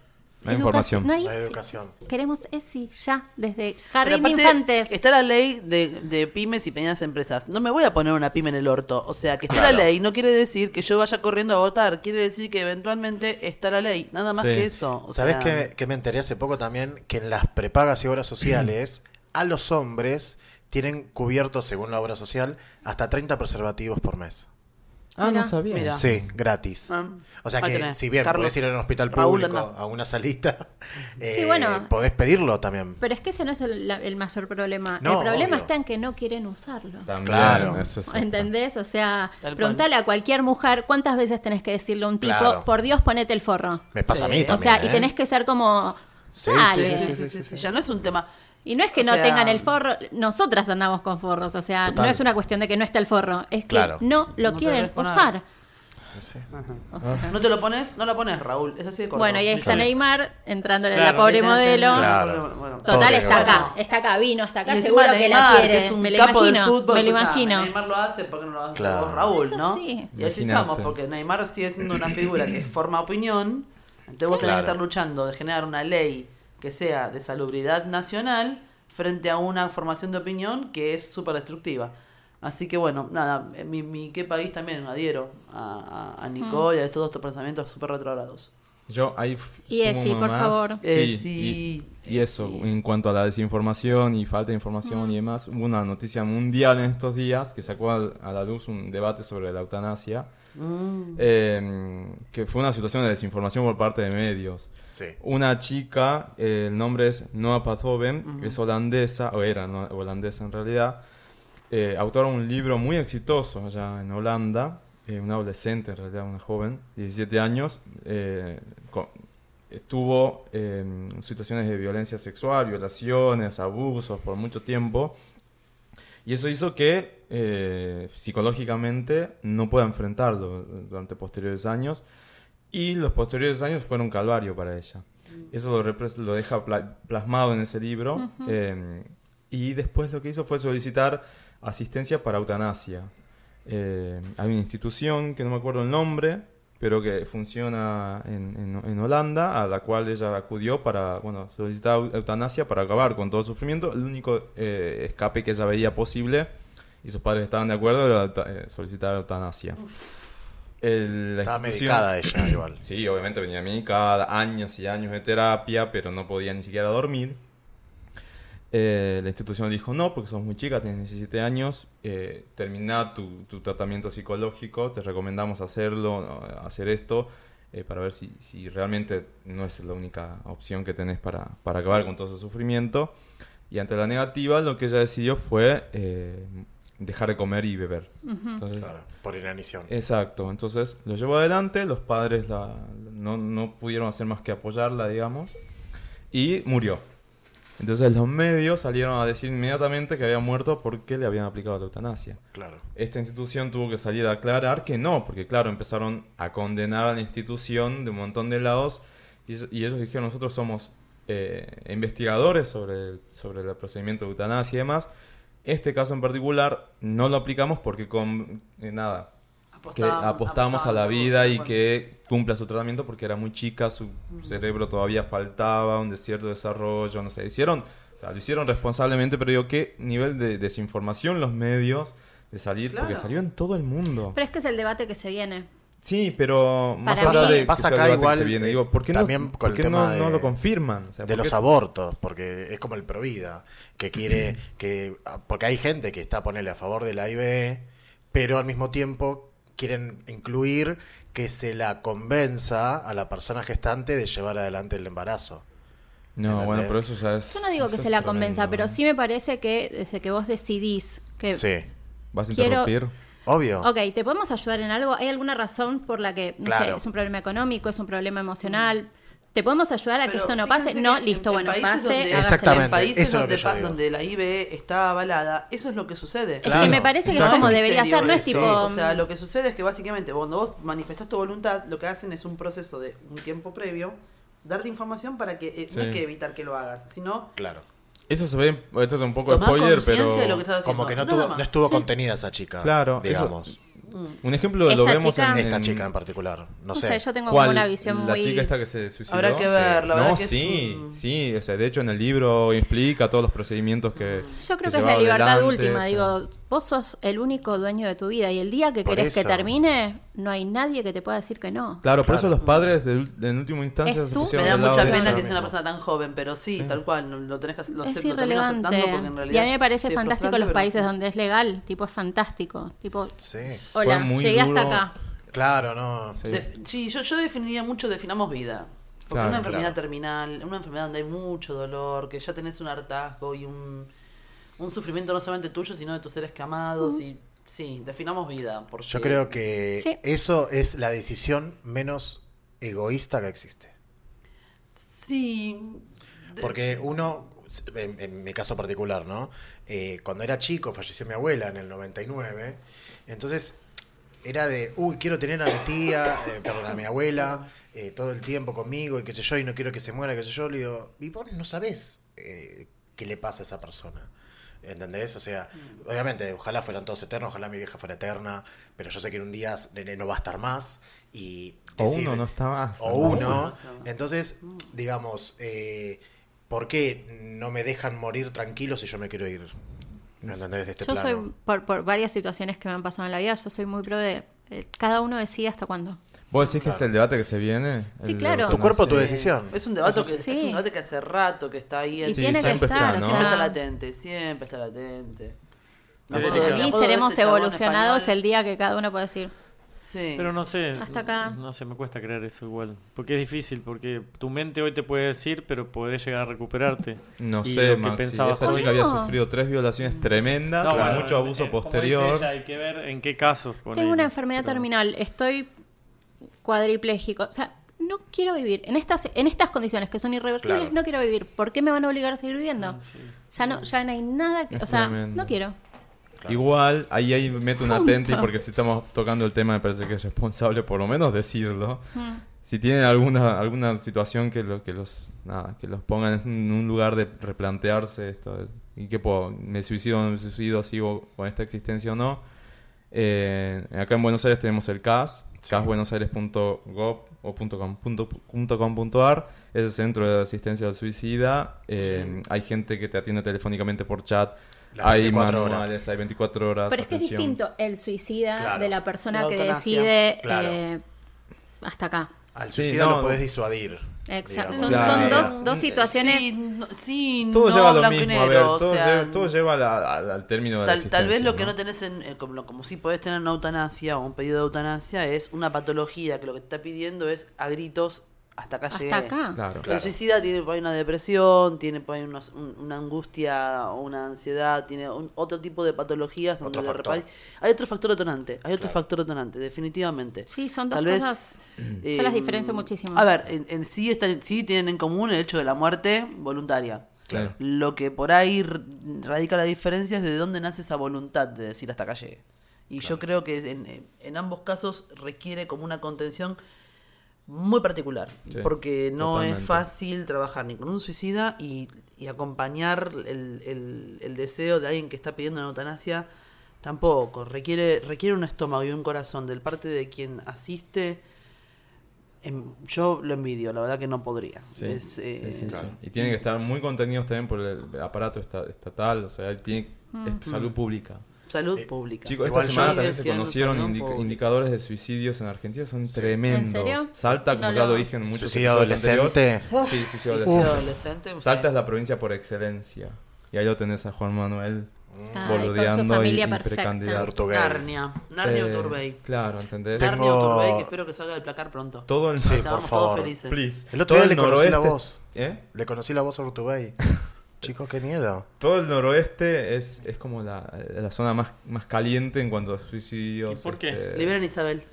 Speaker 4: No hay información.
Speaker 2: educación,
Speaker 5: La
Speaker 2: ESI.
Speaker 5: educación.
Speaker 2: Queremos ESI ya, desde
Speaker 7: Pero
Speaker 2: jardín de
Speaker 7: aparte,
Speaker 2: infantes.
Speaker 7: Está la ley de, de pymes y pequeñas empresas. No me voy a poner una pyme en el orto. O sea, que esté la ley no quiere decir que yo vaya corriendo a votar. Quiere decir que eventualmente está la ley. Nada más
Speaker 4: Sí.
Speaker 7: que eso. O
Speaker 5: ¿Sabés
Speaker 7: sea,
Speaker 5: que, me enteré hace poco también? Que en las prepagas y obras sociales, a los hombres tienen cubiertos, según la obra social, hasta 30 preservativos por mes.
Speaker 7: Ah,
Speaker 2: Mira.
Speaker 7: no sabía. Mira.
Speaker 5: Sí, gratis.
Speaker 7: Ah.
Speaker 5: O sea
Speaker 7: Ahí
Speaker 5: que,
Speaker 7: tenés.
Speaker 5: si bien
Speaker 7: Carlos.
Speaker 5: podés ir a un hospital
Speaker 7: Raúl,
Speaker 5: público,
Speaker 7: andá.
Speaker 5: a una salita,
Speaker 2: Sí,
Speaker 5: eh,
Speaker 2: bueno.
Speaker 5: podés pedirlo también.
Speaker 2: Pero es que ese no es el, la- el mayor problema.
Speaker 5: No,
Speaker 2: el problema
Speaker 5: obvio.
Speaker 2: está en que no quieren usarlo.
Speaker 4: También,
Speaker 5: Claro.
Speaker 4: eso es-
Speaker 2: ¿Entendés? O sea,
Speaker 7: Tal cual.
Speaker 2: preguntale a cualquier mujer cuántas veces tenés que decirle a un tipo,
Speaker 5: Claro.
Speaker 2: por Dios, ponete el forro.
Speaker 5: Me pasa a
Speaker 7: Sí.
Speaker 5: mí
Speaker 7: O
Speaker 2: O
Speaker 5: también.
Speaker 2: sea, y
Speaker 5: ¿eh?
Speaker 2: tenés que ser como...
Speaker 5: Sí,
Speaker 2: dale.
Speaker 7: Sí, sí, sí, sí, sí. Ya no es un tema.
Speaker 2: Y no es que
Speaker 7: O
Speaker 2: no
Speaker 7: sea-
Speaker 2: tengan el forro, nosotras andamos con forros, o sea,
Speaker 5: Total.
Speaker 2: no es una cuestión de que no está el forro, es que
Speaker 5: Claro. Ah.
Speaker 2: no lo
Speaker 7: No te
Speaker 2: quieren
Speaker 7: querés poner.
Speaker 2: usar.
Speaker 4: sí.
Speaker 2: O sea.
Speaker 7: No te lo pones, no la pones, Raúl. Es así de corto.
Speaker 2: Bueno, y ahí está
Speaker 6: Sí.
Speaker 2: Neymar entrándole en
Speaker 6: Claro,
Speaker 2: la pobre
Speaker 7: ahí tenés
Speaker 2: modelo.
Speaker 7: el-
Speaker 5: Claro.
Speaker 7: Bueno,
Speaker 5: Todo
Speaker 2: Total,
Speaker 5: tiene
Speaker 2: está
Speaker 5: que ver.
Speaker 2: acá, está acá, vino hasta
Speaker 7: Y
Speaker 2: acá,
Speaker 7: encima
Speaker 2: seguro que la
Speaker 7: Neymar,
Speaker 2: quiere.
Speaker 7: que es un
Speaker 2: me lo
Speaker 7: capo del
Speaker 2: imagino,
Speaker 7: fútbol,
Speaker 2: me lo
Speaker 7: escuchame,
Speaker 2: imagino.
Speaker 7: Neymar lo hace, ¿por qué no lo hace
Speaker 5: Claro.
Speaker 7: vos, Raúl,
Speaker 2: Eso
Speaker 7: no?
Speaker 2: sí.
Speaker 7: Y así
Speaker 4: Imagínate.
Speaker 7: estamos, porque Neymar sigue siendo una figura que forma opinión. Entonces vos tenés que
Speaker 5: Claro.
Speaker 7: estar luchando de generar una ley que sea de salubridad nacional frente a una formación de opinión que es súper destructiva. Así que bueno, nada, eh, mi, mi qué país también adhiero a, a, a Nicole
Speaker 2: Mm.
Speaker 7: y a todos estos pensamientos súper retrogrados.
Speaker 4: Yo ahí f-
Speaker 2: Y
Speaker 4: sumo
Speaker 2: Esi,
Speaker 4: uno
Speaker 2: por
Speaker 4: más.
Speaker 2: favor.
Speaker 4: Sí,
Speaker 7: Esi,
Speaker 4: y, y eso,
Speaker 7: Esi.
Speaker 4: en cuanto a la desinformación y falta de
Speaker 2: Mm.
Speaker 4: información y demás, hubo una noticia mundial en estos días que sacó al- a la luz un debate sobre la eutanasia,
Speaker 5: Mm.
Speaker 4: eh, que fue una situación de desinformación por parte de medios.
Speaker 5: Sí.
Speaker 4: Una chica, eh, el nombre es Noa Pathoven, es holandesa, o era no- holandesa en realidad, eh, autora de un libro muy exitoso allá en Holanda, eh, una adolescente en realidad, una joven, 17 años, eh, co- estuvo en situaciones de violencia sexual, violaciones, abusos por mucho tiempo, y eso hizo que eh, psicológicamente no pueda enfrentarlo durante posteriores años. Y los posteriores años fueron un calvario para ella. Eso lo, repres- lo deja pla- plasmado en ese libro. eh, y después lo que hizo fue solicitar asistencia para eutanasia. Eh, hay una institución que no me acuerdo el nombre, pero que funciona en, en- en Holanda, a la cual ella acudió para bueno, solicitar eu- eutanasia para acabar con todo sufrimiento. El único eh, escape que ella veía posible, y sus padres estaban de acuerdo, era euta- eh, solicitar eutanasia. El- la
Speaker 5: Estaba
Speaker 4: institución-
Speaker 5: medicada ella igual.
Speaker 4: Sí, obviamente venía a mí cada años y años de terapia, pero no podía ni siquiera dormir. Eh, la institución dijo, no, porque sos muy chica, tienes 17 años, eh, termina tu, tu tratamiento psicológico, te recomendamos hacerlo, no, hacer esto, eh, para ver si, si realmente no es la única opción que tenés para, para acabar con todo ese sufrimiento. Y ante la negativa, lo que ella decidió fue eh, dejar de comer y beber. Entonces,
Speaker 5: Claro, por inanición.
Speaker 4: Eh, Exacto, entonces lo llevó adelante, los padres la- no, no pudieron hacer más que apoyarla, digamos, y murió. Entonces los medios salieron a decir inmediatamente que había muerto porque le habían aplicado la eutanasia.
Speaker 5: Claro.
Speaker 4: Esta institución tuvo que salir a aclarar que no, porque claro, empezaron a condenar a la institución de un montón de lados y, ellos- y ellos dijeron, nosotros somos eh, investigadores sobre el, sobre el procedimiento de eutanasia y demás. Este caso en particular no lo aplicamos porque con eh, nada, que
Speaker 7: Apostaban-
Speaker 4: apostamos a la
Speaker 7: apostaban,
Speaker 4: vida y
Speaker 7: bueno.
Speaker 4: que cumpla su tratamiento porque era muy chica, su cerebro todavía faltaba, un desierto de desarrollo, no sé, hicieron, o sea, lo hicieron responsablemente, pero digo, qué nivel de desinformación los medios de salir, porque
Speaker 7: Claro.
Speaker 4: salió en todo el mundo.
Speaker 2: Pero es que es el debate que se viene.
Speaker 4: Sí, pero más
Speaker 2: Para
Speaker 4: allá
Speaker 2: mí-
Speaker 4: de que
Speaker 5: Pasa
Speaker 4: sea el
Speaker 5: acá
Speaker 4: debate que
Speaker 5: igual,
Speaker 4: se viene,
Speaker 5: eh,
Speaker 4: digo, ¿por qué, no,
Speaker 5: también con
Speaker 4: por
Speaker 5: el
Speaker 4: qué
Speaker 5: tema
Speaker 4: no, no
Speaker 5: de-
Speaker 4: lo confirman? O sea,
Speaker 5: de
Speaker 4: ¿por
Speaker 5: los
Speaker 4: qué-
Speaker 5: abortos, porque es como el provida, que quiere [clears throat] que ah, porque hay gente que está ponerle a favor de la IBE, pero al mismo tiempo quieren incluir que se la convenza a la persona gestante de llevar adelante el embarazo.
Speaker 4: No, bueno,
Speaker 5: ¿Entendés?
Speaker 4: pero eso ya es...
Speaker 2: Yo no digo que
Speaker 4: eso
Speaker 2: se
Speaker 4: es
Speaker 2: la convenza,
Speaker 4: tremendo.
Speaker 2: pero sí me parece que desde que vos decidís que...
Speaker 5: Sí,
Speaker 4: ¿Vas a
Speaker 2: quiero-
Speaker 4: interrumpir?
Speaker 5: obvio.
Speaker 2: Ok, ¿te podemos ayudar en algo? ¿Hay alguna razón por la que, no sé,
Speaker 5: Claro.
Speaker 2: es un problema económico, es un problema emocional? ¿Te podemos ayudar a que
Speaker 7: Pero
Speaker 2: esto no
Speaker 7: fíjense
Speaker 2: pase?
Speaker 7: que
Speaker 2: No,
Speaker 7: en-
Speaker 2: listo,
Speaker 7: en
Speaker 2: bueno,
Speaker 7: países donde-
Speaker 2: pase.
Speaker 7: en
Speaker 5: Exactamente,
Speaker 7: países
Speaker 5: eso es lo
Speaker 7: donde,
Speaker 5: que yo
Speaker 7: pa-
Speaker 5: digo.
Speaker 7: donde la IBE está avalada, eso es lo que sucede.
Speaker 2: Es que
Speaker 5: Claro,
Speaker 2: me parece que es
Speaker 5: exacto.
Speaker 2: como debería
Speaker 7: Misterio
Speaker 2: ser, no es
Speaker 7: ese.
Speaker 2: tipo... mm.
Speaker 7: O sea, lo que sucede es que básicamente cuando vos manifestás tu voluntad, lo que hacen es un proceso de un tiempo previo, darte información para que. eh, No
Speaker 4: Sí.
Speaker 7: es que evitar que lo hagas, sino.
Speaker 5: Claro.
Speaker 4: Eso se ve, esto es un poco
Speaker 7: tomar
Speaker 4: spoiler,
Speaker 7: conciencia
Speaker 4: pero...
Speaker 7: de lo que estás haciendo.
Speaker 5: Como que no,
Speaker 7: Nada
Speaker 5: tuvo,
Speaker 7: más.
Speaker 5: no estuvo contenida esa chica,
Speaker 4: Claro, eso- Em,
Speaker 5: digamos.
Speaker 4: Un ejemplo lo
Speaker 2: Esta
Speaker 4: vemos
Speaker 2: chica-
Speaker 4: en...
Speaker 5: Esta
Speaker 4: en-
Speaker 5: chica en particular, no sé.
Speaker 2: yo tengo
Speaker 4: ¿Cuál?
Speaker 2: como una visión
Speaker 4: La
Speaker 2: muy...
Speaker 4: chica esta que se suicidó.
Speaker 7: Habrá que
Speaker 4: Sí.
Speaker 7: verla, habrá
Speaker 4: No,
Speaker 7: que es
Speaker 4: sí,
Speaker 7: un-
Speaker 4: sí. O sea, de hecho, en el libro explica todos los procedimientos que.
Speaker 2: Yo creo que, es
Speaker 4: llevaba
Speaker 2: la libertad
Speaker 4: adelante,
Speaker 2: última.
Speaker 4: o sea.
Speaker 2: Digo, vos sos el único dueño de tu vida y el día que
Speaker 5: Por
Speaker 2: querés que
Speaker 5: eso.
Speaker 2: termine, no hay nadie que te pueda decir que no.
Speaker 4: Claro, por eso los padres, de, ul- en última instancia,
Speaker 2: Es
Speaker 4: se
Speaker 2: tú.
Speaker 4: pusieron
Speaker 7: Me da
Speaker 4: del lado
Speaker 7: mucha
Speaker 4: de
Speaker 7: pena
Speaker 4: ella
Speaker 7: que sea una
Speaker 4: misma.
Speaker 7: persona tan joven, pero sí, tal cual, no- lo tenés que lo
Speaker 2: es
Speaker 7: acepto, lo termino
Speaker 2: irrelevante.
Speaker 7: aceptando porque en realidad.
Speaker 2: y a mí me parece
Speaker 7: sí, es
Speaker 2: fantástico
Speaker 7: frustrante,
Speaker 2: los
Speaker 7: pero-
Speaker 2: países donde es legal. Tipo, es fantástico. Tipo,
Speaker 5: Sí,
Speaker 2: hola,
Speaker 4: Fue muy
Speaker 2: llegué
Speaker 4: duro.
Speaker 2: hasta acá.
Speaker 5: claro, no.
Speaker 4: Sí.
Speaker 7: Def- Sí, yo, yo definiría mucho, definamos vida. Porque
Speaker 4: Claro,
Speaker 7: una enfermedad
Speaker 5: claro.
Speaker 7: terminal, una enfermedad donde hay mucho dolor, que ya tenés un hartazgo y un, un sufrimiento no solamente tuyo, sino de tus seres que amados. Y, sí, definamos vida. Porque...
Speaker 5: Yo creo que
Speaker 2: Sí.
Speaker 5: eso es la decisión menos egoísta que existe.
Speaker 7: Sí.
Speaker 5: Porque uno, en, en mi caso particular, ¿no? Eh, cuando era chico, falleció mi abuela en el 99. Entonces, era de, uy, quiero tener a mi tía, eh, perdón, a mi abuela, eh, todo el tiempo conmigo y qué sé yo, y no quiero que se muera, qué sé yo. Le digo, y vos no sabés eh, qué le pasa a esa persona. ¿Entendés? O sea, obviamente, ojalá fueran todos eternos, ojalá mi vieja fuera eterna, pero yo sé que en un día Nene no va a estar más y...
Speaker 4: O
Speaker 5: decir-
Speaker 4: uno no está más.
Speaker 5: o uno. Entonces, digamos, eh, ¿por qué no me dejan morir tranquilo si yo me quiero ir? ¿Entendés? De este
Speaker 2: yo
Speaker 5: plano.
Speaker 2: soy, por, por varias situaciones que me han pasado en la vida, yo soy muy pro de. eh, cada uno decide hasta cuándo.
Speaker 4: ¿Vos decís que es el debate que se viene?
Speaker 2: Sí,
Speaker 4: El de
Speaker 2: claro.
Speaker 5: Tu cuerpo, tu
Speaker 4: eutanasia.
Speaker 5: decisión.
Speaker 7: Es un debate, que,
Speaker 2: Sí.
Speaker 7: es un debate que hace rato que está ahí.
Speaker 2: Y
Speaker 7: encima.
Speaker 2: tiene que
Speaker 4: siempre
Speaker 2: estar,
Speaker 4: está, ¿no?
Speaker 2: o
Speaker 7: Siempre
Speaker 2: sea,
Speaker 7: está latente, siempre está latente. Me
Speaker 6: Sí,
Speaker 7: acuerdo de-
Speaker 6: sí,
Speaker 7: me
Speaker 2: y
Speaker 7: acuerdo de
Speaker 2: seremos
Speaker 7: ese chabón
Speaker 2: evolucionados
Speaker 7: español.
Speaker 2: el día que cada uno puede decir.
Speaker 7: Sí.
Speaker 6: Pero no sé.
Speaker 2: Hasta acá.
Speaker 6: No sé, me cuesta creer eso igual. Porque es difícil, porque tu mente hoy te puede decir, pero podés llegar a recuperarte.
Speaker 4: No
Speaker 6: Y
Speaker 4: sé,
Speaker 6: lo
Speaker 4: man,
Speaker 6: que
Speaker 4: si
Speaker 6: pensabas
Speaker 4: esta
Speaker 6: hoy-
Speaker 4: chica había
Speaker 2: No.
Speaker 4: sufrido tres violaciones tremendas,
Speaker 6: No,
Speaker 4: con
Speaker 6: bueno,
Speaker 4: mucho abuso
Speaker 6: eh, como dice
Speaker 4: posterior.
Speaker 6: ella, hay que ver en qué casos. ponele.
Speaker 2: Tengo una enfermedad
Speaker 6: Pero-
Speaker 2: terminal, estoy cuadripléjico. O sea, no quiero vivir. En estas, en estas condiciones que son irreversibles,
Speaker 5: Claro.
Speaker 2: no quiero vivir. ¿Por qué me van a obligar a seguir viviendo? Ya no, ya no hay nada que.
Speaker 4: Es
Speaker 2: o sea,
Speaker 4: tremendo.
Speaker 2: no quiero.
Speaker 4: Igual, ahí, ahí meto un atenti
Speaker 2: Punto.
Speaker 4: porque si estamos tocando el tema me parece que es responsable por lo menos decirlo. Si tienen alguna, alguna situación que, lo- que, los, nada, que los pongan en un lugar de replantearse esto, y que puedo, me suicido o no me suicido, sigo con esta existencia o no. Eh, acá en Buenos Aires tenemos el CAS, casbuenosaires.gov o punto com- punto- punto com punto ar, es el centro de asistencia al suicida. Eh, Hay gente que te atiende telefónicamente por chat,
Speaker 5: Las
Speaker 4: hay
Speaker 5: 24 horas.
Speaker 4: manuales, hay 24 horas.
Speaker 2: Pero es que es
Speaker 4: atención.
Speaker 2: distinto el suicida
Speaker 5: Claro.
Speaker 2: de la persona
Speaker 7: La
Speaker 2: que
Speaker 7: eutanasia.
Speaker 2: decide
Speaker 5: Claro.
Speaker 2: eh, hasta acá.
Speaker 5: Al
Speaker 4: Sí,
Speaker 5: suicida
Speaker 4: no,
Speaker 5: lo
Speaker 4: no.
Speaker 5: podés disuadir.
Speaker 2: Exacto.
Speaker 5: digamos.
Speaker 2: Son,
Speaker 4: Claro.
Speaker 2: son
Speaker 4: Claro.
Speaker 2: dos, dos situaciones.
Speaker 7: Sí, no, sí,
Speaker 4: Todo
Speaker 7: no,
Speaker 4: lleva a lo
Speaker 7: blanco y
Speaker 4: mismo, a
Speaker 7: negro,
Speaker 4: ver,
Speaker 7: o
Speaker 4: todo,
Speaker 7: sea, mm.
Speaker 4: lleva, todo lleva a la- a la- al término de la
Speaker 7: Tal,
Speaker 4: existencia.
Speaker 7: tal vez lo que no
Speaker 4: te
Speaker 7: tenés, en, eh, como, como si podés tener una eutanasia o un pedido de eutanasia, es una patología que lo que te está pidiendo es a gritos hasta acá llegué.
Speaker 2: hasta acá.
Speaker 4: Claro.
Speaker 5: Claro.
Speaker 7: El suicida tiene por ahí una depresión, tiene por ahí unos- un- una angustia o una ansiedad, tiene un- otro tipo de patologías donde
Speaker 5: Otro
Speaker 7: de
Speaker 5: factor.
Speaker 7: repente- hay otro factor detonante, hay otro factor detonante, definitivamente.
Speaker 2: Sí, son dos
Speaker 7: Tal vez, eh,
Speaker 2: cosas- yo las diferencio muchísimo.
Speaker 7: A ver, en, en sí están, sí tienen en común el hecho de la muerte voluntaria.
Speaker 4: Claro.
Speaker 7: Lo que por ahí r- radica la diferencia es de dónde nace esa voluntad de decir hasta acá llegué. Y yo creo que en, en ambos casos requiere como una contención muy particular,
Speaker 4: Sí,
Speaker 7: porque no
Speaker 4: totalmente.
Speaker 7: es fácil trabajar ni con un suicida y, y acompañar el, el- el deseo de alguien que está pidiendo una eutanasia tampoco. Requiere, requiere un estómago y un corazón del parte de quien asiste. em, yo lo envidio, la verdad que no podría.
Speaker 4: Sí,
Speaker 7: Es, eh,
Speaker 4: sí, sí, sí. Y tienen que estar muy contenidos también por el aparato esta- estatal, o sea, tiene
Speaker 2: Mm.
Speaker 4: es salud pública.
Speaker 7: Salud pública.
Speaker 4: Eh, Chicos,
Speaker 5: Igual yo
Speaker 4: esta semana
Speaker 7: sigue
Speaker 4: también se
Speaker 7: siendo
Speaker 4: conocieron
Speaker 7: salud
Speaker 4: indica-
Speaker 7: pública.
Speaker 4: indicadores de suicidios en Argentina, son tremendos.
Speaker 2: ¿En serio?
Speaker 4: Salta, como
Speaker 2: No
Speaker 4: ya
Speaker 2: lo-
Speaker 4: lo dije en muchos
Speaker 5: Suicidio
Speaker 4: episodios
Speaker 5: adolescente.
Speaker 4: anteriores. Sí, suicidio
Speaker 7: Sí,
Speaker 4: adolescente.
Speaker 7: adolescente, pues,
Speaker 4: Salta es la provincia por excelencia. Y ahí lo tenés a Juan Manuel
Speaker 2: Ay, con su
Speaker 4: boludeando y,
Speaker 2: familia
Speaker 4: y
Speaker 2: perfecta.
Speaker 4: precandidato.
Speaker 5: Orto gay.
Speaker 7: Narnia. Narnia
Speaker 4: Eh,
Speaker 7: o Turbay.
Speaker 4: Claro, ¿entendés?
Speaker 5: Tengo-
Speaker 7: Narnia o Turbay, que espero que salga del placar pronto.
Speaker 4: Todo el
Speaker 5: Sí,
Speaker 7: Estábamos todos
Speaker 5: por favor.
Speaker 7: felices.
Speaker 4: Please.
Speaker 5: El otro día le
Speaker 4: Todo
Speaker 5: conocí la
Speaker 4: noroeste-
Speaker 5: voz.
Speaker 4: ¿Eh?
Speaker 5: Le conocí la voz a
Speaker 4: [laughs]
Speaker 5: Urtubey. Chicos, qué miedo.
Speaker 4: Todo el noroeste es, es como la, la zona más, más caliente en cuanto a suicidios.
Speaker 6: ¿Y por qué?
Speaker 4: este,
Speaker 7: Liberen a Isabel.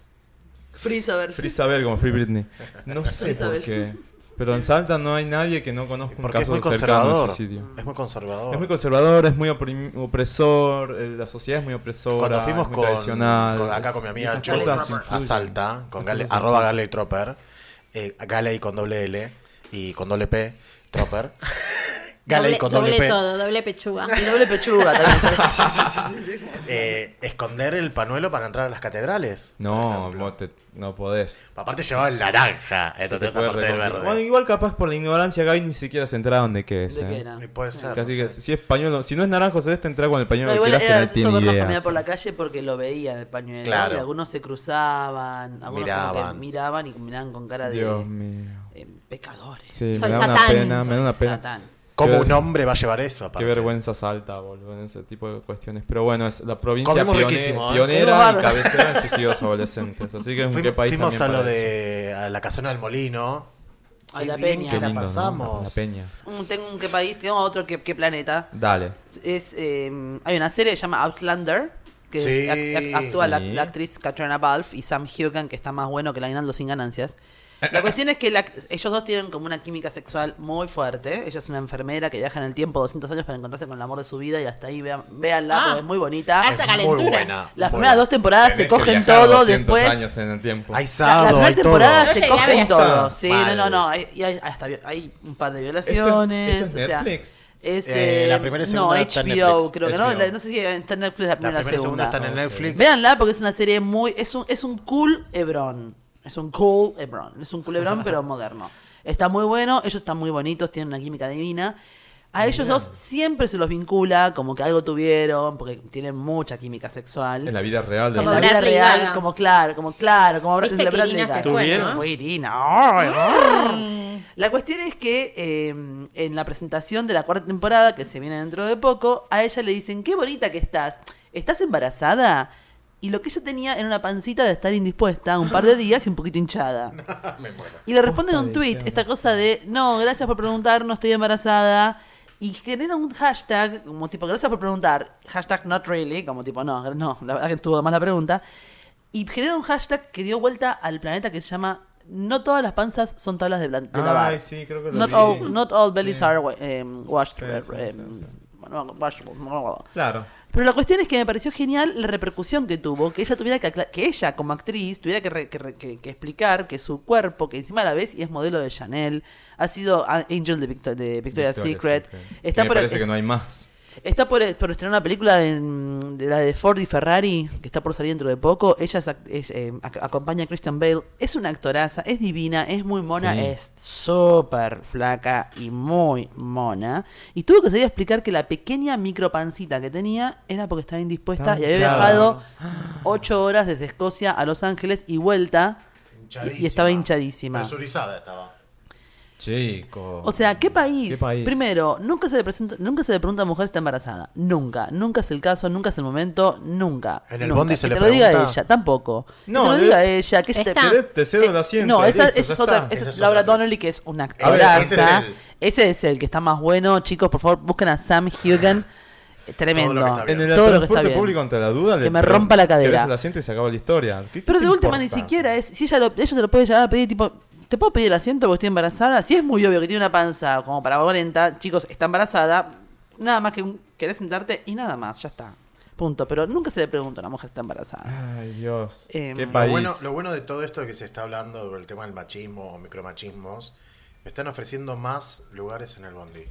Speaker 7: Free Isabel.
Speaker 4: Free Isabel, como Free Britney.
Speaker 7: [laughs]
Speaker 4: No
Speaker 7: Free
Speaker 4: sé por
Speaker 7: Isabel.
Speaker 4: qué. Pero en Salta no hay nadie que no conozca un
Speaker 5: Porque es
Speaker 4: caso
Speaker 5: muy
Speaker 4: cercano de
Speaker 5: conservador.
Speaker 4: suicidio.
Speaker 5: Es muy conservador.
Speaker 4: Es muy conservador, es muy oprim- opresor, eh, la sociedad es muy opresora.
Speaker 5: Cuando fuimos
Speaker 4: es muy
Speaker 5: con,
Speaker 4: tradicional,
Speaker 5: con- acá
Speaker 4: es-
Speaker 5: con mi
Speaker 4: y
Speaker 5: amiga
Speaker 4: esas
Speaker 5: Chu
Speaker 4: cosas
Speaker 5: a
Speaker 4: influyen.
Speaker 5: Salta, con
Speaker 4: Esas
Speaker 5: Gale,
Speaker 4: cosas
Speaker 5: arroba Gale Tropper, eh, Gale con doble L y con doble P,
Speaker 2: [laughs]
Speaker 5: Tropper. Gale
Speaker 2: doble,
Speaker 5: con doble,
Speaker 2: doble
Speaker 5: P.
Speaker 2: todo, doble
Speaker 7: [laughs]
Speaker 2: pechuga.
Speaker 7: Y doble pechuga también.
Speaker 5: Eh, esconder el panuelo para entrar a las catedrales.
Speaker 4: No, vos te- no podés.
Speaker 5: Aparte llevaba el naranja, entonces
Speaker 4: Puedes
Speaker 5: esa parte del
Speaker 4: reconocer-
Speaker 5: verde.
Speaker 4: Bueno, igual capaz por la ignorancia, Gaby, ni siquiera se enteraba donde que es.
Speaker 7: ¿De qué
Speaker 4: eh.
Speaker 7: era?
Speaker 5: Y puede ser.
Speaker 4: Casi
Speaker 5: no
Speaker 4: que
Speaker 5: sé.
Speaker 4: si es pañuelo, si no es naranjo celeste, entra con el pañuelo
Speaker 7: Ah, No,
Speaker 4: que
Speaker 7: igual
Speaker 4: quieras
Speaker 7: era
Speaker 4: que
Speaker 7: gracioso
Speaker 4: no tiene
Speaker 7: verlos
Speaker 4: idea.
Speaker 7: caminar por la calle porque lo veían el pañuelo.
Speaker 5: Claro.
Speaker 7: Y algunos se cruzaban, algunos miraban.
Speaker 5: Miraban.
Speaker 7: miraban y miraban con cara de
Speaker 4: Dios mío.
Speaker 7: eh, pecadores.
Speaker 4: Sí,
Speaker 2: Soy
Speaker 4: me da una
Speaker 2: Satán.
Speaker 4: pena, me da una pena.
Speaker 7: Satán.
Speaker 5: ¿Cómo
Speaker 4: Qué-
Speaker 5: un hombre va a llevar eso? Aparte?
Speaker 4: Qué vergüenza salta, boludo, en ese tipo de cuestiones. Pero bueno, es la provincia
Speaker 5: Comimos
Speaker 4: pione-
Speaker 5: riquísimo, ¿eh?
Speaker 7: Comimos
Speaker 4: pionera y
Speaker 7: bárbaro.
Speaker 4: cabecera en suicidios adolescentes. Así que es un qué
Speaker 5: Fuimos,
Speaker 4: país
Speaker 5: fuimos a
Speaker 4: también
Speaker 5: lo
Speaker 4: para eso.
Speaker 5: de a la casona del molino.
Speaker 7: A la
Speaker 5: bien
Speaker 7: peña.
Speaker 5: que
Speaker 4: Qué
Speaker 5: la
Speaker 4: lindo, ¿no?
Speaker 5: pasamos.
Speaker 4: La peña.
Speaker 7: Mm, Tengo un que país, tengo otro que, que planeta.
Speaker 4: Dale.
Speaker 7: Es, eh, hay una serie que se llama Outlander, que
Speaker 5: Sí.
Speaker 7: ac- ac- actúa la,
Speaker 4: Sí.
Speaker 7: la actriz Katrina Balfe y Sam Hugan, que está más bueno que la Aguinaldo sin ganancias. La cuestión es que la- ellos dos tienen como una química sexual muy fuerte. Ella es una enfermera que viaja en el tiempo 200 años para encontrarse con el amor de su vida y hasta ahí vean, véanla,
Speaker 2: Ah.
Speaker 7: porque es muy bonita.
Speaker 2: Harta
Speaker 5: Es
Speaker 2: calentura.
Speaker 5: Muy buena.
Speaker 7: Las
Speaker 5: muy
Speaker 7: primeras
Speaker 5: buena.
Speaker 7: dos temporadas se
Speaker 4: Tenés que
Speaker 7: cogen
Speaker 4: viajar
Speaker 7: todo,
Speaker 4: 200
Speaker 7: después...
Speaker 4: años en el tiempo.
Speaker 5: Hay
Speaker 7: La, la
Speaker 5: sábado,
Speaker 7: primera
Speaker 5: hay todo.
Speaker 7: temporada
Speaker 2: Yo
Speaker 7: se
Speaker 2: llegué a
Speaker 7: cogen
Speaker 2: ver.
Speaker 7: todo. Sí, no,
Speaker 5: Mal.
Speaker 7: no, no. Hay, y hay- hasta vi- hay un par de
Speaker 4: ¿Esto
Speaker 7: violaciones.
Speaker 4: es- esto es
Speaker 7: o sea,
Speaker 4: Netflix?
Speaker 7: es,
Speaker 5: Eh,
Speaker 7: eh,
Speaker 5: la primera y
Speaker 7: No,
Speaker 5: segunda
Speaker 7: HBO,
Speaker 5: está en Netflix.
Speaker 7: creo que no.
Speaker 5: HBO.
Speaker 7: la- No sé si está en Netflix la primera
Speaker 5: La primera
Speaker 7: y
Speaker 5: y segunda están en Netflix.
Speaker 7: Véanla porque es una serie muy. Es un, es un cool Hebron. Es un cool Hebron. Es un cool Hebron, pero
Speaker 5: [laughs]
Speaker 7: moderno. Está muy bueno, ellos están muy bonitos, tienen una química divina. A ellos dos siempre se los vincula, como que algo tuvieron, porque tienen mucha química sexual.
Speaker 4: En la vida real. de
Speaker 2: Como
Speaker 7: en la
Speaker 4: verdad.
Speaker 7: vida
Speaker 2: Bradley y
Speaker 7: real,
Speaker 2: Gaga.
Speaker 7: como claro, como claro, como
Speaker 2: Viste
Speaker 7: la
Speaker 2: que
Speaker 7: Bradley
Speaker 2: Irina se
Speaker 7: Gaga.
Speaker 2: fue,
Speaker 6: ¿Tuvieron?
Speaker 2: ¿no?
Speaker 7: Fue
Speaker 4: Mm.
Speaker 7: Irina. Ay, ay. La cuestión es que eh, en la presentación de la cuarta temporada, que se viene dentro de poco, a ella le dicen, qué bonita que estás, ¿estás embarazada? Y lo que ella tenía era una pancita de estar indispuesta un par de días y un poquito
Speaker 4: [laughs]
Speaker 7: hinchada. Y le responden un tweet, esta cosa de, no, gracias por preguntar, no estoy embarazada. Y genera un hashtag, como tipo, gracias por preguntar, hashtag not really, como tipo, no, no, la verdad que estuvo de más la pregunta. Y genera un hashtag que dio vuelta al planeta que se llama, no todas las panzas son tablas de, blan- de lavar.
Speaker 4: Ay, sí, creo que lo
Speaker 7: Not
Speaker 4: vi.
Speaker 7: all, not all bellies
Speaker 4: Sí.
Speaker 7: are wa- em, washed.
Speaker 4: Sí,
Speaker 7: eh,
Speaker 4: sí,
Speaker 7: em,
Speaker 4: sí, sí.
Speaker 7: bueno, washed, bueno.
Speaker 4: Claro.
Speaker 7: Pero la cuestión es que me pareció genial la repercusión que tuvo, que ella tuviera que, acla- que ella como actriz tuviera que, re- que re- que- que explicar que su cuerpo, que encima a la vez y es modelo de Chanel, ha sido a- Angel de, Victo- de Victoria's Secret, está
Speaker 4: me
Speaker 7: por
Speaker 4: parece que no hay más.
Speaker 7: Está por, por estrenar una película en- de la de Ford y Ferrari, que está por salir dentro de poco. Ella es act- es, eh, ac- acompaña a Christian Bale. Es una actoraza, es divina, es muy mona,
Speaker 4: Sí.
Speaker 7: es súper flaca y muy mona. Y tuvo que salir a explicar que la pequeña micropancita que tenía era porque estaba indispuesta
Speaker 4: Estaba
Speaker 7: y había
Speaker 4: hinchada.
Speaker 7: viajado ocho horas desde Escocia a Los Ángeles y vuelta.
Speaker 5: Hinchadísima.
Speaker 7: Y estaba hinchadísima.
Speaker 5: Presurizada estaba.
Speaker 4: Chico.
Speaker 7: O sea, ¿qué país?
Speaker 4: ¿Qué país?
Speaker 7: Primero, nunca se, le presenta, nunca se le pregunta a mujer si está embarazada. Nunca. Nunca es el caso, nunca es el momento, nunca.
Speaker 5: En el
Speaker 7: Nunca.
Speaker 5: bondi se
Speaker 7: Que
Speaker 5: le
Speaker 7: te lo diga
Speaker 5: pregunta.
Speaker 7: ella, tampoco.
Speaker 4: No,
Speaker 7: que te lo
Speaker 4: de-
Speaker 7: diga ella. Que ella te-
Speaker 2: Está.
Speaker 7: pero-
Speaker 4: ¿Querés? Te cedo el
Speaker 7: eh,
Speaker 4: asiento,
Speaker 7: No, esa,
Speaker 4: listo,
Speaker 7: esa es
Speaker 4: ya
Speaker 7: otra.
Speaker 4: está.
Speaker 7: Esa
Speaker 5: Esa
Speaker 7: es
Speaker 5: es
Speaker 7: Laura
Speaker 5: otra actriz.
Speaker 7: Donnelly, que es una
Speaker 5: A ver,
Speaker 7: actoraza.
Speaker 5: ese es él.
Speaker 7: Ese es el que está más bueno, chicos. Por favor, busquen a Sam Hugan. Eh, Tremendo.
Speaker 5: Todo lo que está bien.
Speaker 4: en el
Speaker 7: Todo lo que está
Speaker 4: transporte
Speaker 7: bien.
Speaker 4: público ante la duda
Speaker 7: Que
Speaker 4: le-
Speaker 7: me rompa la cadera.
Speaker 4: querés el asiento y se acaba la historia. ¿Qué-
Speaker 7: Pero
Speaker 4: qué
Speaker 7: de
Speaker 4: te
Speaker 7: última ni
Speaker 4: importa?
Speaker 7: siquiera es. Si ella, lo, ella te lo puede llegar a pedir, tipo, ¿te puedo pedir el asiento porque estoy embarazada? Si es muy obvio que tiene una panza como para 40, chicos, está embarazada, nada más que un- querés sentarte y nada más, ya está. Punto. Pero nunca se le pregunta a una mujer si está embarazada.
Speaker 2: Ah.
Speaker 4: Ay, Dios.
Speaker 7: Em,
Speaker 4: Qué
Speaker 7: Lo
Speaker 4: país.
Speaker 5: Lo bueno, lo bueno de todo esto que se está hablando del tema del machismo o micromachismos, me están ofreciendo más lugares en el bondi.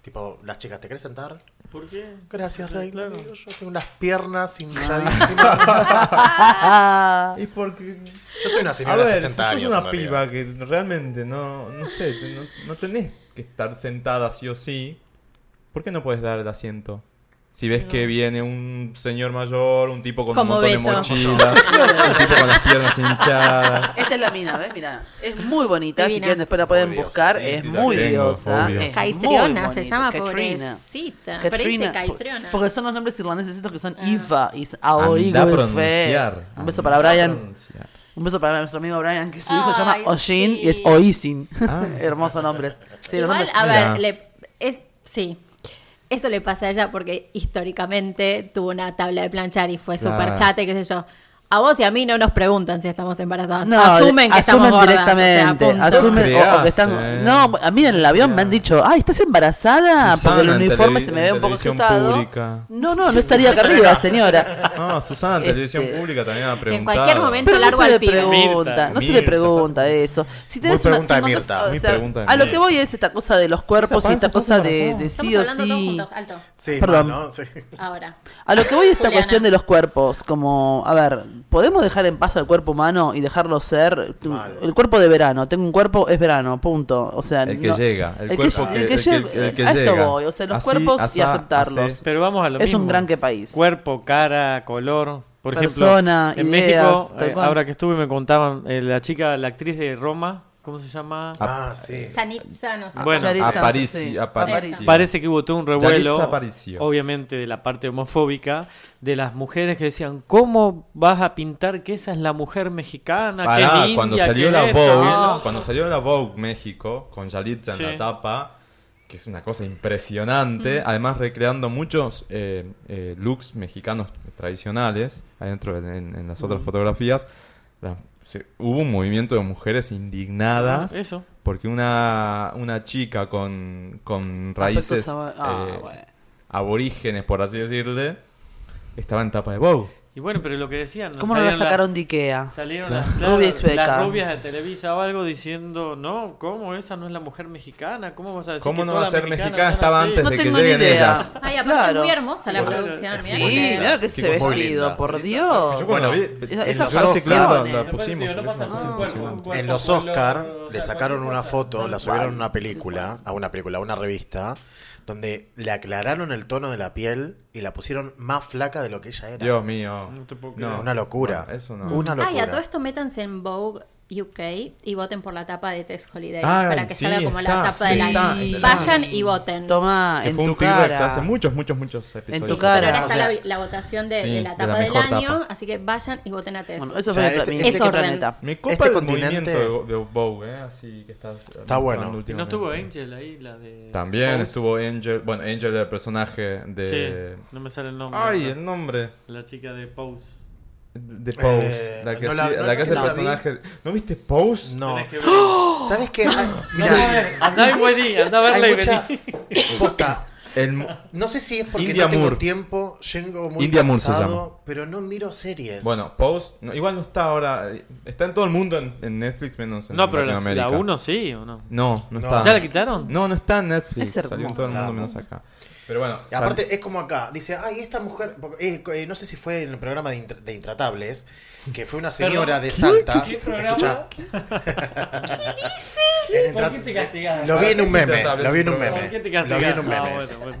Speaker 5: Tipo, las chicas, ¿te querés sentar?
Speaker 6: ¿Por qué?
Speaker 5: Gracias,
Speaker 6: Sí,
Speaker 5: Rey.
Speaker 6: claro.
Speaker 5: Digo, Yo tengo unas piernas hinchadísimas.
Speaker 7: Ah.
Speaker 4: Y porque...
Speaker 5: Yo soy una
Speaker 4: A
Speaker 5: señora de
Speaker 4: ver,
Speaker 5: 60
Speaker 4: si
Speaker 5: años.
Speaker 4: sos una
Speaker 5: en realidad.
Speaker 4: piba que realmente no, no sé, te- no, no tenés que estar sentada sí o sí, ¿por qué no puedes dar el asiento? Si ves que viene un señor mayor, un tipo con
Speaker 2: Como
Speaker 4: un montón
Speaker 2: Beto.
Speaker 4: de mochilas, un tipo con las piernas hinchadas.
Speaker 7: Esta es la mina, ¿ves? Mirá. Es muy bonita. Si
Speaker 2: Divina.
Speaker 7: quieren, después la pueden
Speaker 5: Muy diosa,
Speaker 7: buscar.
Speaker 4: sí,
Speaker 7: es
Speaker 4: sí, la
Speaker 7: muy
Speaker 4: tengo,
Speaker 7: diosa.
Speaker 4: obvio.
Speaker 7: es muy
Speaker 2: Caitriona se
Speaker 7: bonita.
Speaker 2: llama,
Speaker 7: Catrina.
Speaker 2: pobrecita. Pero dice
Speaker 7: Catrina, po-
Speaker 2: Caitriona.
Speaker 7: Porque son los nombres irlandeses estos que son
Speaker 2: Ah.
Speaker 7: Iva y
Speaker 4: Andá a
Speaker 7: Aoigurfe.
Speaker 4: pronunciar.
Speaker 7: Un beso
Speaker 4: Andá
Speaker 7: para
Speaker 4: a
Speaker 7: Brian.
Speaker 4: pronunciar.
Speaker 7: Un beso para nuestro amigo Brian, que su hijo se llama
Speaker 2: Ay,
Speaker 7: Oshin
Speaker 2: sí.
Speaker 7: y es Oisin.
Speaker 4: Ah.
Speaker 7: [laughs] Hermosos nombres. Sí, los
Speaker 2: Igual,
Speaker 7: nombres-
Speaker 2: a
Speaker 4: Mira.
Speaker 2: ver, le- es, sí. Eso le pasa a ella porque históricamente tuvo una tabla de planchar y fue
Speaker 4: Claro.
Speaker 2: súper chata y qué sé yo. A vos y a mí no nos preguntan si estamos embarazadas.
Speaker 7: No,
Speaker 2: asumen que estamos
Speaker 7: asumen
Speaker 2: gordas,
Speaker 7: directamente.
Speaker 2: o sea, punto.
Speaker 7: asumen, o- o, que
Speaker 4: Creas,
Speaker 7: están,
Speaker 4: eh.
Speaker 7: no, a mí en el avión me han dicho, ay, ¿estás embarazada?
Speaker 4: Susana,
Speaker 7: Porque el
Speaker 4: en
Speaker 7: uniforme
Speaker 4: televi-
Speaker 7: se me
Speaker 4: en
Speaker 7: ve un poco
Speaker 4: televisión
Speaker 7: ajustado.
Speaker 4: pública.
Speaker 7: No, no, no estaría acá arriba, señora.
Speaker 2: [laughs]
Speaker 4: Ah, Susana, en televisión
Speaker 7: Este,
Speaker 4: pública también ha preguntado.
Speaker 2: cualquier momento.
Speaker 7: Pero no
Speaker 2: largo
Speaker 7: se le
Speaker 2: al pibe.
Speaker 7: pregunta,
Speaker 6: Mirta.
Speaker 7: no se le
Speaker 4: Mirta.
Speaker 7: pregunta eso. Si tenés
Speaker 5: Muy
Speaker 7: una,
Speaker 5: pregunta de
Speaker 7: si
Speaker 5: Mirta.
Speaker 7: o
Speaker 4: Muy
Speaker 7: sea,
Speaker 4: pregunta de
Speaker 7: a lo
Speaker 4: Mirta.
Speaker 7: que voy es esta cosa de los cuerpos
Speaker 4: Esa
Speaker 7: y esta
Speaker 4: panza,
Speaker 7: cosa
Speaker 4: estás
Speaker 7: de,
Speaker 4: embarazada.
Speaker 7: de
Speaker 2: Estamos
Speaker 7: sí o
Speaker 2: hablando todos
Speaker 7: sí.
Speaker 2: juntos, alto.
Speaker 5: Sí,
Speaker 7: Perdón.
Speaker 5: mal, ¿no? Sí.
Speaker 2: Ahora.
Speaker 7: A lo que voy es esta
Speaker 2: Juliana.
Speaker 7: cuestión de los cuerpos, como, a ver, ¿podemos dejar en paz al cuerpo humano y dejarlo ser? Tu-
Speaker 5: Mal.
Speaker 7: El cuerpo de verano, tengo un cuerpo, es verano, punto. O sea,
Speaker 4: El que
Speaker 7: no-
Speaker 4: llega, el cuerpo que- el que-
Speaker 7: lle-
Speaker 4: el que
Speaker 7: a esto
Speaker 4: llega.
Speaker 7: voy, o sea, los
Speaker 4: Así,
Speaker 7: cuerpos y
Speaker 4: asá,
Speaker 7: aceptarlos.
Speaker 4: asé.
Speaker 6: Pero vamos a lo
Speaker 7: Es
Speaker 6: mismo.
Speaker 7: un gran que país.
Speaker 6: Cuerpo, cara, color. Por
Speaker 7: Persona,
Speaker 6: ejemplo, en
Speaker 7: ideas,
Speaker 6: México,
Speaker 7: tal
Speaker 6: eh,
Speaker 7: cual.
Speaker 6: ahora que estuve me contaban, eh, la chica, la actriz de Roma, ¿cómo se llama?
Speaker 5: Ah,
Speaker 2: eh,
Speaker 5: sí.
Speaker 2: Yanitza, no sé.
Speaker 6: Bueno,
Speaker 7: Yaritza,
Speaker 4: Aparicio,
Speaker 7: sí.
Speaker 4: Aparicio.
Speaker 2: Aparicio.
Speaker 6: Parece que hubo todo un revuelo,
Speaker 4: Yaritza Aparicio.
Speaker 6: obviamente de la parte homofóbica, de las mujeres que decían, ¿cómo vas a pintar que esa es la mujer mexicana? que
Speaker 4: Pará,
Speaker 6: es india,
Speaker 4: cuando salió
Speaker 6: que
Speaker 4: la
Speaker 6: esto,
Speaker 4: Vogue,
Speaker 6: que lo-".
Speaker 4: cuando salió la Vogue México con Yalitza
Speaker 6: Sí.
Speaker 4: en la tapa, que es una cosa impresionante, además recreando muchos eh, eh, looks mexicanos tradicionales adentro en, en- en las otras fotografías, las se- hubo un movimiento de mujeres indignadas
Speaker 6: Eso.
Speaker 4: porque una, una chica con, con raíces
Speaker 7: Aspectos abo- ah,
Speaker 4: eh,
Speaker 7: bueno.
Speaker 4: aborígenes, por así decirle, estaba en tapa de Vogue.
Speaker 6: Y bueno, pero lo que decían.
Speaker 7: ¿Cómo no la
Speaker 6: salieron
Speaker 7: sacaron de Ikea?
Speaker 6: Salieron
Speaker 4: Claro.
Speaker 6: las, claro,
Speaker 7: Rubia y sueca.
Speaker 6: las rubias de Televisa o algo diciendo, no, ¿cómo esa no es la mujer mexicana? ¿¿Cómo vas a decir
Speaker 4: ¿Cómo
Speaker 6: que
Speaker 4: no
Speaker 6: todas
Speaker 4: va a
Speaker 6: las
Speaker 4: ser
Speaker 6: mexicanas
Speaker 4: mexicana?
Speaker 6: son
Speaker 4: Estaba
Speaker 6: así?"
Speaker 4: antes
Speaker 7: No
Speaker 4: de que
Speaker 7: tengo ni
Speaker 4: lleguen
Speaker 7: idea.
Speaker 4: ellas.
Speaker 2: Ay, aparte
Speaker 7: Claro.
Speaker 2: es muy hermosa la
Speaker 6: Boludo.
Speaker 2: producción. mirá
Speaker 7: Sí,
Speaker 2: que-
Speaker 7: mira lo que
Speaker 5: Qué
Speaker 7: se
Speaker 5: cosa
Speaker 7: ve
Speaker 5: muy
Speaker 7: lindo,
Speaker 5: linda.
Speaker 7: por Dios.
Speaker 4: Yo cuando
Speaker 5: Ah, Bueno,
Speaker 4: vi
Speaker 7: esa-
Speaker 4: en
Speaker 7: esa
Speaker 4: los Oscar,
Speaker 7: posición,
Speaker 4: claro,
Speaker 7: eh.
Speaker 4: la
Speaker 6: No
Speaker 4: pusimos.
Speaker 6: pasa- no
Speaker 4: la
Speaker 6: pasa nada,
Speaker 4: pusimos.
Speaker 5: Ah,
Speaker 6: cuerpo, un cuerpo,
Speaker 5: En los
Speaker 6: culo,
Speaker 5: Oscar
Speaker 6: o sea,
Speaker 5: le sacaron
Speaker 6: cualquier
Speaker 5: una
Speaker 6: cosa.
Speaker 5: foto, la
Speaker 6: Tal
Speaker 5: subieron a
Speaker 6: cual.
Speaker 5: una película, a una película, a una revista, donde le aclararon el tono de la piel y la pusieron más flaca de lo que ella era.
Speaker 4: Dios mío.
Speaker 6: No te puedo creer.
Speaker 5: Una locura.
Speaker 4: No, eso no.
Speaker 5: Una locura.
Speaker 2: Ay, a todo esto métanse en Vogue UK y voten por la tapa de Tess Holiday
Speaker 4: Ay,
Speaker 2: para que
Speaker 4: sí,
Speaker 2: salga como la
Speaker 4: está,
Speaker 2: tapa del
Speaker 4: sí,
Speaker 2: año.
Speaker 4: está.
Speaker 2: Vayan y voten.
Speaker 7: Toma,
Speaker 4: Que
Speaker 7: en
Speaker 4: fue
Speaker 7: tu
Speaker 4: un T-Rex
Speaker 7: cara.
Speaker 4: hace muchos, muchos, muchos episodios.
Speaker 7: tu cara.
Speaker 2: Ahora
Speaker 5: O
Speaker 2: está
Speaker 5: sea,
Speaker 2: la, la votación de,
Speaker 4: sí,
Speaker 2: de la
Speaker 4: de
Speaker 2: tapa
Speaker 4: la
Speaker 2: del
Speaker 4: mejor
Speaker 2: año,
Speaker 4: tapa.
Speaker 2: así que vayan y voten a Tess.
Speaker 7: Bueno, eso
Speaker 5: O sea,
Speaker 7: fue
Speaker 5: este-
Speaker 7: mi
Speaker 5: este
Speaker 7: este
Speaker 2: orden.
Speaker 7: planeta.
Speaker 4: Me copa
Speaker 5: Este
Speaker 4: el
Speaker 5: continente-
Speaker 4: movimiento de, de Vogue, ¿eh? Así que estás.
Speaker 5: Está bueno.
Speaker 6: Y no estuvo Angel ahí, la de.
Speaker 4: También
Speaker 6: Pose.
Speaker 4: estuvo Angel. Bueno, Angel era el personaje de.
Speaker 6: Sí, no me sale el nombre.
Speaker 4: Ay,
Speaker 6: ¿verdad?
Speaker 4: el nombre.
Speaker 6: La chica
Speaker 5: [gasps]
Speaker 6: de Pose.
Speaker 4: De Pose.
Speaker 5: Eh,
Speaker 4: la que,
Speaker 5: no la-
Speaker 4: hacía-
Speaker 5: no
Speaker 4: la
Speaker 5: la-
Speaker 4: que hace
Speaker 5: no
Speaker 4: el
Speaker 5: la vi.
Speaker 4: personaje. ¿No viste Pose?
Speaker 5: No.
Speaker 6: Tenés que ver.
Speaker 5: [gasps] ¿Sabes qué? Hay-
Speaker 6: Andá
Speaker 5: Mirá,
Speaker 6: andá y vení, andá a verla
Speaker 5: hay
Speaker 6: y
Speaker 5: mucha...
Speaker 6: vení.
Speaker 5: [coughs] Posta, [laughs]
Speaker 4: El-
Speaker 5: No sé si es porque
Speaker 4: India
Speaker 5: no tengo
Speaker 4: Moore.
Speaker 5: tiempo, llego muy
Speaker 4: India Moore se
Speaker 5: cansado,
Speaker 4: llama.
Speaker 5: pero no miro series.
Speaker 4: bueno, Pose. no, igual no está ahora. Está en todo el mundo en, en Netflix menos en
Speaker 6: No, pero la-
Speaker 4: Latinoamérica.
Speaker 6: la 1 sí o no.
Speaker 4: No, no
Speaker 5: Ah. No.
Speaker 4: está.
Speaker 6: ¿Ya la quitaron?
Speaker 4: No, no está en Netflix.
Speaker 7: Es
Speaker 4: Salió en todo el mundo
Speaker 5: hermosa.
Speaker 4: menos acá. Pero bueno.
Speaker 5: Y aparte es como acá, dice, ay, esta mujer, porque, eh, co- eh, no sé si fue en el programa de, Intr- de Intratables, que fue una señora de Salta.
Speaker 6: ¿Qué programa?
Speaker 5: Escuchá. En Intra-
Speaker 6: ¿Por qué te castigás?
Speaker 5: Lo vi en un
Speaker 4: ¿Por qué
Speaker 5: meme,
Speaker 4: Intratables
Speaker 5: lo vi en un
Speaker 4: es un
Speaker 5: meme.
Speaker 4: programa?
Speaker 6: ¿Por qué te
Speaker 5: Lo vi
Speaker 6: castigás?
Speaker 5: en un
Speaker 6: Ah,
Speaker 5: meme.
Speaker 6: bueno,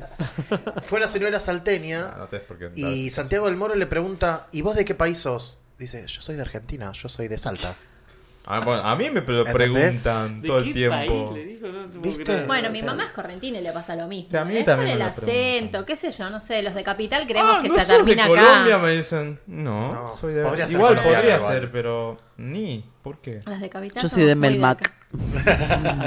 Speaker 6: bueno.
Speaker 5: Fue una señora salteña
Speaker 4: Anoté porque-
Speaker 5: eh, y Santiago del Moro le pregunta, ¿y vos de qué país sos? Dice, yo soy de Argentina, yo soy de Salta.
Speaker 4: Ah, bueno, a mí me lo
Speaker 5: ¿Entendés?
Speaker 4: preguntan todo
Speaker 6: ¿De
Speaker 4: el
Speaker 6: qué
Speaker 4: tiempo. Ah,
Speaker 6: país le dijo? No te puedo
Speaker 5: ¿Viste?
Speaker 6: creer.
Speaker 2: Bueno,
Speaker 5: O
Speaker 2: mi
Speaker 5: sea,
Speaker 2: mamá es correntina y le pasa lo mismo.
Speaker 4: que a mí
Speaker 2: ¿eh?
Speaker 4: también
Speaker 2: Por el
Speaker 4: me lo
Speaker 2: acento,
Speaker 4: preguntan.
Speaker 2: qué sé yo, no sé, los de Capital creemos
Speaker 4: Ah,
Speaker 2: que
Speaker 4: ¿no
Speaker 2: se
Speaker 4: sos
Speaker 2: termina
Speaker 4: de
Speaker 2: acá.
Speaker 4: Colombia? Me dicen, no,
Speaker 5: No,
Speaker 4: soy de...
Speaker 5: podría ser
Speaker 4: Igual
Speaker 5: colombiano,
Speaker 4: podría
Speaker 5: igual.
Speaker 4: ser, pero ni, ¿por qué?
Speaker 2: Los de Capital
Speaker 7: Yo soy de
Speaker 2: somos muy
Speaker 7: Melmac.
Speaker 2: acá.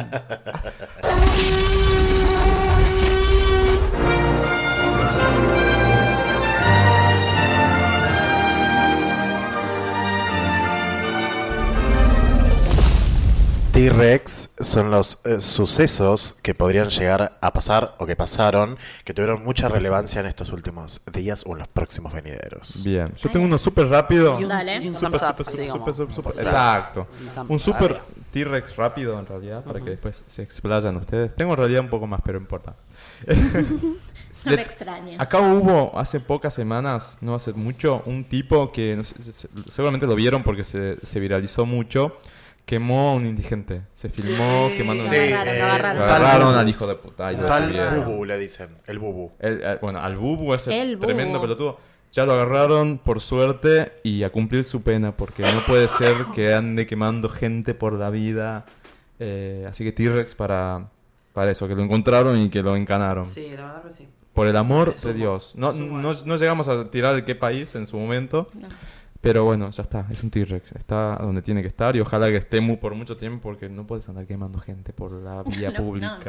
Speaker 5: T-Rex son los eh, sucesos que podrían llegar a pasar o que pasaron, que tuvieron mucha relevancia en estos últimos días o en los próximos venideros.
Speaker 4: Bien, yo tengo uno súper rápido.
Speaker 7: Y un-
Speaker 2: Dale.
Speaker 7: y un
Speaker 4: Súper,
Speaker 7: thumbs up,
Speaker 4: súper,
Speaker 7: así
Speaker 4: súper,
Speaker 7: como-
Speaker 4: súper, súper, súper.
Speaker 7: Claro.
Speaker 4: Exacto.
Speaker 7: Y zam-
Speaker 4: Un súper
Speaker 7: rápido.
Speaker 4: T-Rex rápido, en realidad, para que después se explayan ustedes. Tengo en realidad un poco más, pero no importa.
Speaker 2: No me extraña.
Speaker 4: Acá hubo hace pocas semanas, no hace mucho, un tipo que no sé, se- se- seguramente lo vieron porque se, se viralizó mucho, quemó a un indigente. Se filmó quemando a un
Speaker 5: Sí,
Speaker 4: indigente.
Speaker 2: agarraron,
Speaker 5: eh,
Speaker 2: lo agarraron.
Speaker 4: Lo
Speaker 5: tal
Speaker 4: agarraron
Speaker 5: bubu.
Speaker 4: al hijo de puta. y lo
Speaker 5: Tal
Speaker 4: detuvieron.
Speaker 5: bubu le dicen, el bubu.
Speaker 4: El- el- bueno, al bubu ese
Speaker 2: El bubu.
Speaker 4: tremendo pelotudo. Ya lo agarraron, por suerte, y a cumplir su pena, porque no puede ser que ande quemando gente por la vida. Eh, así que T-Rex para, para eso, que lo encontraron y que lo encanaron.
Speaker 7: Sí, la verdad que sí.
Speaker 4: Por el amor
Speaker 7: Es
Speaker 4: de
Speaker 7: un-
Speaker 4: Dios. No,
Speaker 7: es un
Speaker 4: no, no llegamos a tirar el qué país en su momento. Pero bueno, ya está. Es un T-Rex. Está donde tiene que estar y ojalá que esté mu- por mucho tiempo porque no puedes andar quemando gente por la
Speaker 2: [laughs]
Speaker 4: vía
Speaker 2: No,
Speaker 4: pública.
Speaker 2: no,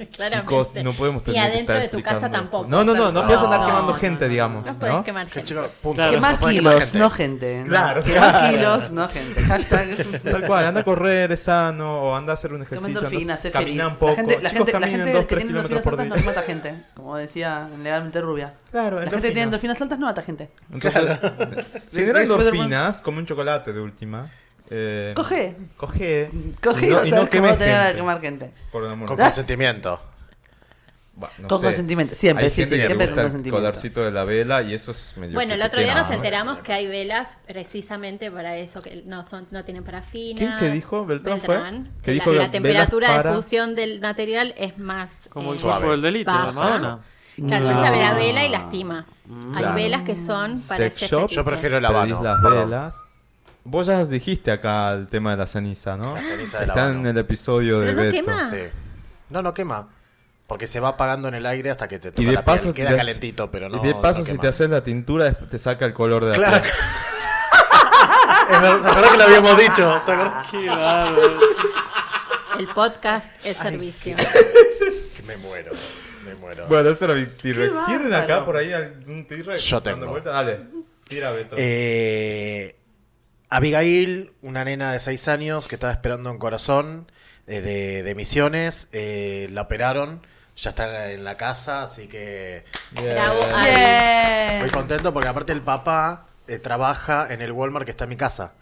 Speaker 2: [laughs] claramente.
Speaker 4: Chicos, no podemos
Speaker 2: Y
Speaker 4: tener que
Speaker 2: adentro
Speaker 4: estar
Speaker 2: de tu casa
Speaker 4: explicando
Speaker 2: tampoco.
Speaker 4: esto. No, no, no. No, puedes andar
Speaker 7: No,
Speaker 4: quemando
Speaker 7: no,
Speaker 4: gente, digamos.
Speaker 2: No
Speaker 4: No,
Speaker 2: puedes quemar
Speaker 5: Que
Speaker 2: gente.
Speaker 5: chicos, punto.
Speaker 6: Claro.
Speaker 5: no
Speaker 7: Quemar
Speaker 5: pueden quemar
Speaker 7: kilos,
Speaker 5: gente.
Speaker 7: no gente.
Speaker 4: Claro.
Speaker 7: Quemar kilos, no gente.
Speaker 4: [laughs]
Speaker 7: Hashtag. [laughs]
Speaker 4: Tal cual. Anda a correr, es sano. O anda a hacer un
Speaker 7: Toma
Speaker 4: ejercicio.
Speaker 7: endorfina,
Speaker 4: anda
Speaker 7: sé
Speaker 4: a-
Speaker 7: feliz.
Speaker 4: camina un poco.
Speaker 7: La gente, la
Speaker 4: Chicos,
Speaker 7: gente, la
Speaker 4: caminen
Speaker 7: gente
Speaker 4: dos,
Speaker 7: que
Speaker 4: tres
Speaker 7: tiene endorfinas
Speaker 4: kilómetros por
Speaker 7: altas
Speaker 4: día.
Speaker 7: no mata gente. Como decía en legalmente rubia.
Speaker 4: Claro,
Speaker 7: La gente que tiene
Speaker 4: endorfinas.
Speaker 7: endorfinas altas no mata gente.
Speaker 4: Entonces, eh, genera endorfinas, come un chocolate de última. Eh,
Speaker 7: Coge.
Speaker 4: Coge.
Speaker 7: Coge y
Speaker 4: no-
Speaker 7: vas a
Speaker 4: no
Speaker 7: ver que
Speaker 4: queme
Speaker 7: va a tener a
Speaker 4: gente.
Speaker 7: quemar gente.
Speaker 4: Por el amor
Speaker 5: Con
Speaker 7: Ah.
Speaker 4: de Dios.
Speaker 5: consentimiento.
Speaker 4: Bueno, no
Speaker 7: Con
Speaker 4: sé.
Speaker 7: consentimiento. Siempre,
Speaker 4: Hay
Speaker 7: sí,
Speaker 4: gente
Speaker 7: sí,
Speaker 4: que le
Speaker 7: siempre
Speaker 4: gusta
Speaker 7: con
Speaker 4: el
Speaker 7: consentimiento.
Speaker 4: colorcito de la vela y eso es medio.
Speaker 2: Bueno,
Speaker 4: que
Speaker 2: el
Speaker 4: te
Speaker 2: otro día
Speaker 4: quema,
Speaker 2: nos
Speaker 4: ¿no?
Speaker 2: enteramos que hay velas precisamente para eso, que no son, no tienen parafina.
Speaker 4: ¿Quién que dijo? ¿Beltrán fue?
Speaker 2: Que
Speaker 4: Que
Speaker 2: la-
Speaker 4: dijo
Speaker 2: la,
Speaker 4: que
Speaker 2: temperatura
Speaker 4: velas
Speaker 2: de
Speaker 4: para-
Speaker 2: fusión del material es más
Speaker 6: Como el
Speaker 2: eh,
Speaker 5: Suave.
Speaker 6: cuerpo del delito
Speaker 2: baja.
Speaker 6: de Madonna.
Speaker 2: Claro,
Speaker 7: No.
Speaker 2: esa vela vela y lastima.
Speaker 4: Claro.
Speaker 2: Hay velas que son para
Speaker 4: Sex
Speaker 2: ese
Speaker 4: shop.
Speaker 2: fetiche.
Speaker 5: Yo prefiero el
Speaker 4: Pedís
Speaker 5: habano.
Speaker 4: las
Speaker 5: perdón.
Speaker 4: velas. Vos ya dijiste acá el tema de la ceniza, ¿no?
Speaker 5: La ceniza del
Speaker 4: Está en
Speaker 5: habano.
Speaker 4: el episodio de
Speaker 2: Pero no
Speaker 4: Beto.
Speaker 2: quema.
Speaker 7: Ah.
Speaker 5: Sí. No, no quema. Porque se va apagando en el aire hasta que te toca
Speaker 4: Y de
Speaker 5: la
Speaker 4: paso
Speaker 5: piel. Queda
Speaker 4: te hace-
Speaker 5: calentito, pero no.
Speaker 4: Y de paso,
Speaker 5: no
Speaker 4: si
Speaker 5: quema.
Speaker 4: te haces la tintura, te saca el color de la
Speaker 5: Claro.
Speaker 4: piel.
Speaker 5: [laughs] Es verdad, ¿te acordás que lo habíamos dicho. ¿Te acordás?
Speaker 6: Qué bárbaro.
Speaker 2: El podcast es servicio.
Speaker 5: Que me muero. Me muero.
Speaker 4: Bueno, eso era mi T-Rex. ¿Tienen acá
Speaker 6: bárbaro.
Speaker 4: por ahí un T-Rex?
Speaker 5: Yo Eh,
Speaker 4: dando
Speaker 5: tengo.
Speaker 4: vuelta? Dale, tira Beto.
Speaker 5: Eh, Abigail, una nena de 6 años que estaba esperando un corazón eh, de, de misiones, eh, la operaron, ya está en la casa, así que
Speaker 4: Bien.
Speaker 2: Bravo, Abby.
Speaker 3: Bien.
Speaker 5: muy contento porque aparte el papá eh, trabaja en el Walmart que está en mi casa.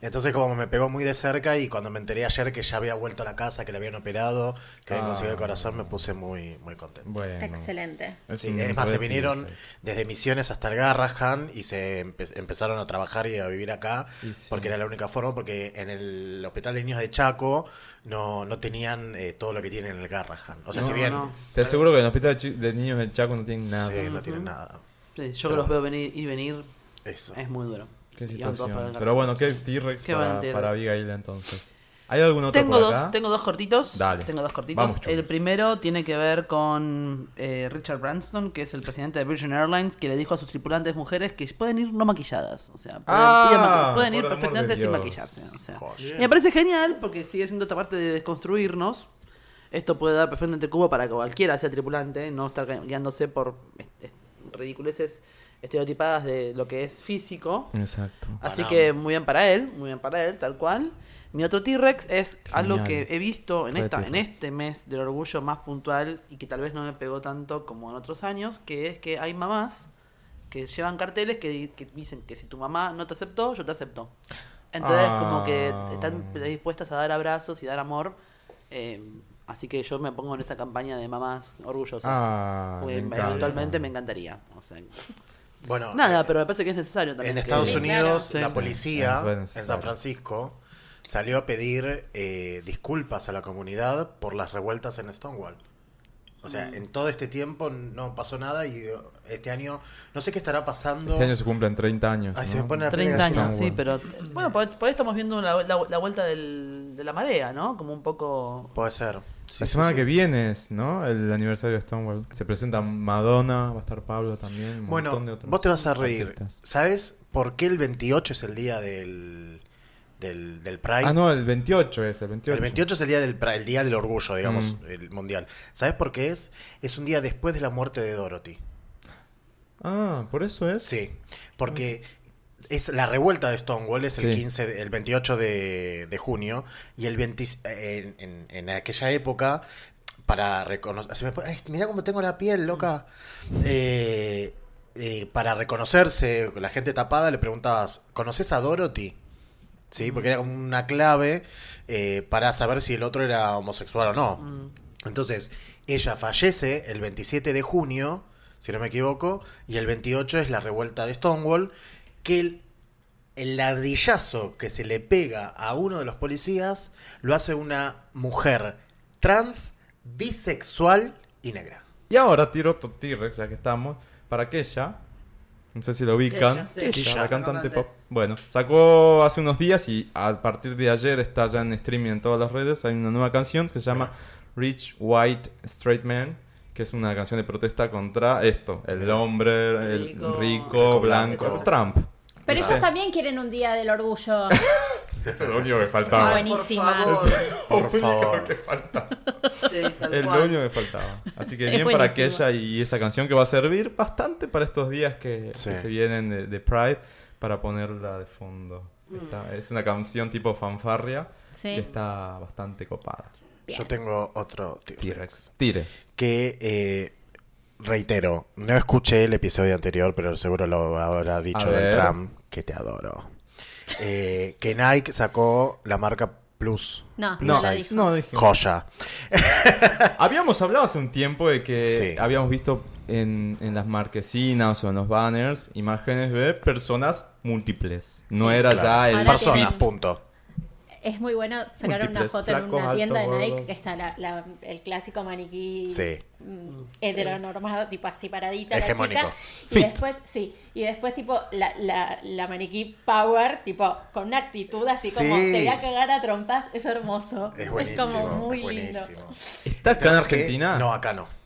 Speaker 5: Entonces como me pegó muy de cerca y cuando me enteré ayer que ya había vuelto a la casa, que le habían operado, que había
Speaker 4: Ah.
Speaker 5: conseguido el corazón, me puse muy, muy contento.
Speaker 4: Bueno.
Speaker 2: Excelente.
Speaker 4: Es
Speaker 5: Sí,
Speaker 4: un
Speaker 5: es más, se
Speaker 4: reto,
Speaker 5: vinieron
Speaker 4: perfecto.
Speaker 5: desde Misiones hasta el Garrahan y se empe- empezaron a trabajar y a vivir acá
Speaker 4: Y sí.
Speaker 5: porque era la única forma, porque en el Hospital de Niños de Chaco no, no tenían eh, todo lo que tienen en el Garrahan. O sea,
Speaker 4: No,
Speaker 5: si bien...
Speaker 7: no.
Speaker 4: Te aseguro que en el hospital de, chi- de niños del Chaco no tienen nada.
Speaker 5: Sí, no tienen nada.
Speaker 7: Sí, yo que los veo venir y venir
Speaker 5: Eso.
Speaker 7: es muy duro.
Speaker 4: Qué
Speaker 7: Y van todos para
Speaker 4: situación.
Speaker 7: la-
Speaker 4: Pero bueno, qué T-Rex
Speaker 7: Qué
Speaker 4: para,
Speaker 7: buen T-Rex.
Speaker 4: para Abigail entonces. ¿Hay algún otro
Speaker 7: Tengo
Speaker 4: por
Speaker 7: dos,
Speaker 4: acá?
Speaker 7: tengo dos cortitos.
Speaker 4: Dale.
Speaker 7: Tengo dos cortitos.
Speaker 4: Vamos, chicos.
Speaker 7: el primero tiene que ver con eh, Richard Branson, que es el presidente de Virgin Airlines, que le dijo a sus tripulantes mujeres que pueden ir no maquilladas. O sea, pueden,
Speaker 4: Ah,
Speaker 7: ir maqui- pueden
Speaker 4: por
Speaker 7: ir
Speaker 4: el amor
Speaker 7: perfectamente
Speaker 4: de
Speaker 7: sin
Speaker 4: Dios.
Speaker 7: maquillarse. o sea.
Speaker 5: Joya.
Speaker 7: Y me parece genial porque sigue siendo esta parte de desconstruirnos. Esto puede dar perfectamente cubo para que cualquiera sea tripulante, no estar guiándose por est- est- ridiculeces estereotipadas de lo que es físico.
Speaker 4: Exacto.
Speaker 7: Así
Speaker 5: Panam.
Speaker 7: que muy bien para él, muy bien para él, tal cual. Mi otro T-Rex es algo que
Speaker 4: Genial.
Speaker 7: he visto en,
Speaker 4: Re
Speaker 7: esta, en
Speaker 4: T-Rex.
Speaker 7: este mes del orgullo más puntual y que tal vez no me pegó tanto como en otros años, que es que hay mamás que llevan carteles que, di- que dicen que si tu mamá no te aceptó, yo te acepto. Entonces
Speaker 4: Ah.
Speaker 7: como que están dispuestas a dar abrazos y dar amor. eh, así que yo me pongo en esa campaña de mamás orgullosas.
Speaker 4: Ah,
Speaker 7: porque
Speaker 4: me encanta.
Speaker 7: eventualmente me encantaría. o sea,
Speaker 5: Bueno,
Speaker 7: nada,
Speaker 5: eh,
Speaker 7: pero me parece que es necesario también.
Speaker 5: en
Speaker 7: que-
Speaker 5: Estados
Speaker 2: Sí,
Speaker 5: Unidos
Speaker 7: claro.
Speaker 5: la
Speaker 7: Sí.
Speaker 5: policía
Speaker 4: Es re
Speaker 5: en
Speaker 4: necesario.
Speaker 5: San Francisco salió a pedir eh, disculpas a la comunidad por las revueltas en Stonewall. O
Speaker 7: Mm.
Speaker 5: sea, en todo este tiempo no pasó nada y eh, este año no sé qué estará pasando.
Speaker 4: Este año se cumplen 30 años.
Speaker 5: Ay, se
Speaker 4: ¿no?
Speaker 5: me pone la piel
Speaker 7: 30 años,
Speaker 4: Está
Speaker 7: sí, pero. Bueno, por, por ahí estamos viendo la, la- la vuelta del- de la marea, ¿no? Como un poco.
Speaker 5: Puede ser. Sí,
Speaker 4: La
Speaker 5: sí,
Speaker 4: semana
Speaker 5: sí.
Speaker 4: que viene es, ¿no? El aniversario de Stonewall. Se presenta Madonna, va a estar Pablo también. un montón de
Speaker 5: Bueno,
Speaker 4: otros
Speaker 5: vos te vas a reír.
Speaker 4: artistas.
Speaker 5: ¿Sabes por qué el 28 es el día del, del, del Pride?
Speaker 4: Ah, no, el 28 es, el 28.
Speaker 5: El 28 es el día del, pra- el día del orgullo, digamos,
Speaker 4: Mm.
Speaker 5: el mundial. ¿Sabes por qué es? Es un día después de la muerte de Dorothy.
Speaker 4: Ah, por eso es.
Speaker 5: Sí, porque es la revuelta de Stonewall es el
Speaker 4: Sí.
Speaker 5: 15, de- el 28 de, de junio y el 20, en, en- en aquella época para reconocer, mira cómo tengo la piel loca. Eh, eh, para reconocerse, la gente tapada le preguntabas, ¿conoces a Dorothy? Sí, porque era como una clave eh, para saber si el otro era homosexual o no. Entonces, ella fallece el 27 de junio, si no me equivoco, y el 28 es la revuelta de Stonewall, que el, el ladrillazo que se le pega a uno de los policías lo hace una mujer trans, bisexual y negra.
Speaker 4: Y ahora tiro otro T-Rex, ya que estamos, para aquella. No sé si lo ubican.
Speaker 7: Ella, sí.
Speaker 4: Ella,
Speaker 5: Ella.
Speaker 4: La cantante pop. Bueno, sacó hace unos días y a partir de ayer está ya en streaming en todas las redes. Hay una nueva canción que se llama Rich White Straight Man, que es una canción de protesta contra esto: el hombre, el
Speaker 7: Rico.
Speaker 4: rico,
Speaker 7: Rico,
Speaker 4: blanco,
Speaker 5: blanco.
Speaker 4: Trump.
Speaker 2: Pero
Speaker 4: Sí.
Speaker 2: ellos también quieren un día del orgullo.
Speaker 4: Eso es lo único que
Speaker 2: Ay,
Speaker 4: faltaba.
Speaker 2: bueno. buenísima.
Speaker 7: Por favor.
Speaker 5: Por
Speaker 4: [laughs]
Speaker 5: favor.
Speaker 7: Sí, tal
Speaker 4: Es
Speaker 7: cual.
Speaker 4: lo único que faltaba. Así que
Speaker 2: [laughs] Es
Speaker 4: bien para
Speaker 2: buenísimo.
Speaker 4: aquella y esa canción que va a servir bastante para estos días que,
Speaker 5: Sí.
Speaker 4: que se vienen de, de Pride para ponerla de fondo. Está- es una canción tipo fanfarria
Speaker 2: Mm. Sí.
Speaker 4: que está bastante copada.
Speaker 5: Yo tengo otro tío.
Speaker 4: Tire.
Speaker 5: que eh, reitero, no escuché el episodio anterior, pero seguro lo habrá dicho
Speaker 4: A ver.
Speaker 5: Beltrán, que te adoro. Eh, que Nike sacó la marca Plus.
Speaker 2: No,
Speaker 4: No,
Speaker 2: no lo dijo.
Speaker 4: no dije.
Speaker 5: Joya.
Speaker 4: Habíamos hablado hace un tiempo de que
Speaker 5: Sí.
Speaker 4: habíamos visto en, en las marquesinas o en los banners imágenes de personas múltiples. No era
Speaker 5: claro.
Speaker 4: ya el
Speaker 2: Ahora
Speaker 5: Personas,
Speaker 2: tienen-
Speaker 5: punto.
Speaker 2: Es muy bueno sacar una
Speaker 4: Múltiples,
Speaker 2: foto en
Speaker 4: flacos,
Speaker 2: una
Speaker 4: altos,
Speaker 2: tienda de
Speaker 4: gordos.
Speaker 2: Nike que está la- la- el clásico maniquí
Speaker 5: Sí.
Speaker 2: mm, heteronormado, tipo así paradita la
Speaker 5: Hegemónico.
Speaker 2: chica. Y
Speaker 4: Fit.
Speaker 2: después, sí, y después tipo la, la, la maniquí power, tipo con una actitud así como
Speaker 5: Sí.
Speaker 2: te voy a cagar a trompas, es hermoso.
Speaker 5: Es buenísimo.
Speaker 2: como muy
Speaker 5: es
Speaker 2: lindo.
Speaker 5: buenísimo.
Speaker 4: Está acá en
Speaker 5: ¿Qué?
Speaker 4: Argentina.
Speaker 5: Eh, No, acá no.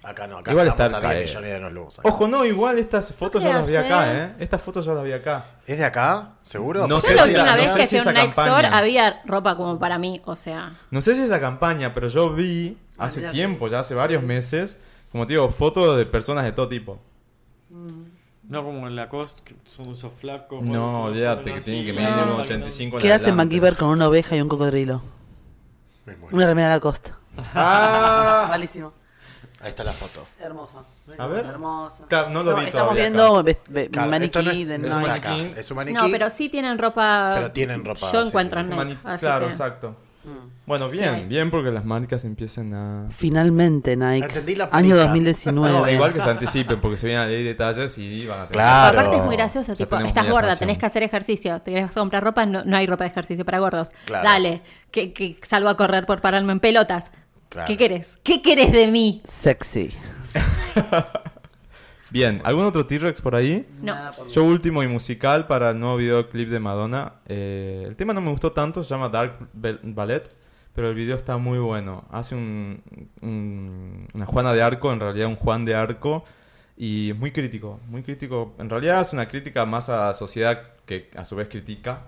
Speaker 5: Acá no. Acá
Speaker 4: Igual
Speaker 5: estamos
Speaker 4: está
Speaker 5: a 10
Speaker 4: eh,
Speaker 5: millones de años luz.
Speaker 4: Ojo, no, igual estas fotos
Speaker 2: ¿Qué
Speaker 4: ya las vi acá,
Speaker 2: hace?
Speaker 4: ¿eh? Estas fotos ya las vi acá.
Speaker 5: ¿Es de acá? ¿Seguro?
Speaker 4: No
Speaker 5: Porque
Speaker 4: sé
Speaker 2: Yo la
Speaker 4: si
Speaker 2: última
Speaker 4: no
Speaker 2: vez
Speaker 4: sé
Speaker 2: que
Speaker 4: si
Speaker 2: fui a
Speaker 4: esa
Speaker 2: un Nike Store
Speaker 4: campaña.
Speaker 2: había ropa como para mí, o sea.
Speaker 4: No sé si esa campaña, pero yo vi
Speaker 2: Ah,
Speaker 4: hace
Speaker 7: Olvídate.
Speaker 4: tiempo, ya hace varios meses, como te digo, fotos de personas de todo tipo.
Speaker 6: No como en la costa, que son esos flacos.
Speaker 4: No, olvídate, que tienen que medir
Speaker 6: No.
Speaker 4: unos 85 en
Speaker 7: ¿Qué hace
Speaker 4: adelante.
Speaker 7: MacGyver con una oveja y un cocodrilo?
Speaker 5: Me muero.
Speaker 7: Una remera a la costa.
Speaker 4: Ah,
Speaker 7: Malísimo.
Speaker 5: Ahí está la foto.
Speaker 7: Hermoso.
Speaker 4: A ver.
Speaker 7: Hermoso.
Speaker 4: Claro, no lo vi
Speaker 7: Estamos
Speaker 4: todavía
Speaker 7: viendo ve- ve-
Speaker 5: Claro, esto no
Speaker 7: maniquí
Speaker 5: es,
Speaker 7: de
Speaker 5: es un
Speaker 7: no-
Speaker 5: maniquí. Es un maniquí.
Speaker 2: No, pero sí tienen ropa.
Speaker 5: Pero tienen ropa,
Speaker 2: Yo
Speaker 5: sí,
Speaker 2: encuentro
Speaker 5: sí, sí.
Speaker 2: en
Speaker 4: Mani-
Speaker 2: Nike.
Speaker 7: Ah,
Speaker 2: así
Speaker 4: claro,
Speaker 2: que-
Speaker 4: exacto.
Speaker 7: Mm.
Speaker 4: Bueno, bien, bien porque las marcas empiezan a...
Speaker 7: Finalmente, Nike.
Speaker 5: Entendí la
Speaker 7: Año
Speaker 5: picas.
Speaker 7: 2019.
Speaker 4: No, igual que se anticipen porque se vienen a leer detalles y van a tener...
Speaker 5: Claro.
Speaker 2: Aparte es muy gracioso, tipo,
Speaker 4: ponemos
Speaker 2: estás
Speaker 4: media
Speaker 2: gorda,
Speaker 4: sanción.
Speaker 2: tenés que hacer ejercicio, te querés comprar ropa, no, no hay ropa de ejercicio para gordos.
Speaker 5: Claro.
Speaker 2: Dale, que, que salgo a correr por pararme en pelotas.
Speaker 5: Claro.
Speaker 2: ¿Qué querés? ¿Qué querés de mí?
Speaker 7: Sexy.
Speaker 4: Bien, ¿algún otro T-Rex por ahí?
Speaker 2: No.
Speaker 4: Yo último y musical para el nuevo videoclip de Madonna. Eh, el tema no me gustó tanto, se llama Dark Bel- Ballet, pero el video está muy bueno. Hace un, un- una Juana de Arco, en realidad un Juan de Arco, y es muy crítico, muy crítico. En realidad es una crítica más a la sociedad que a su vez critica.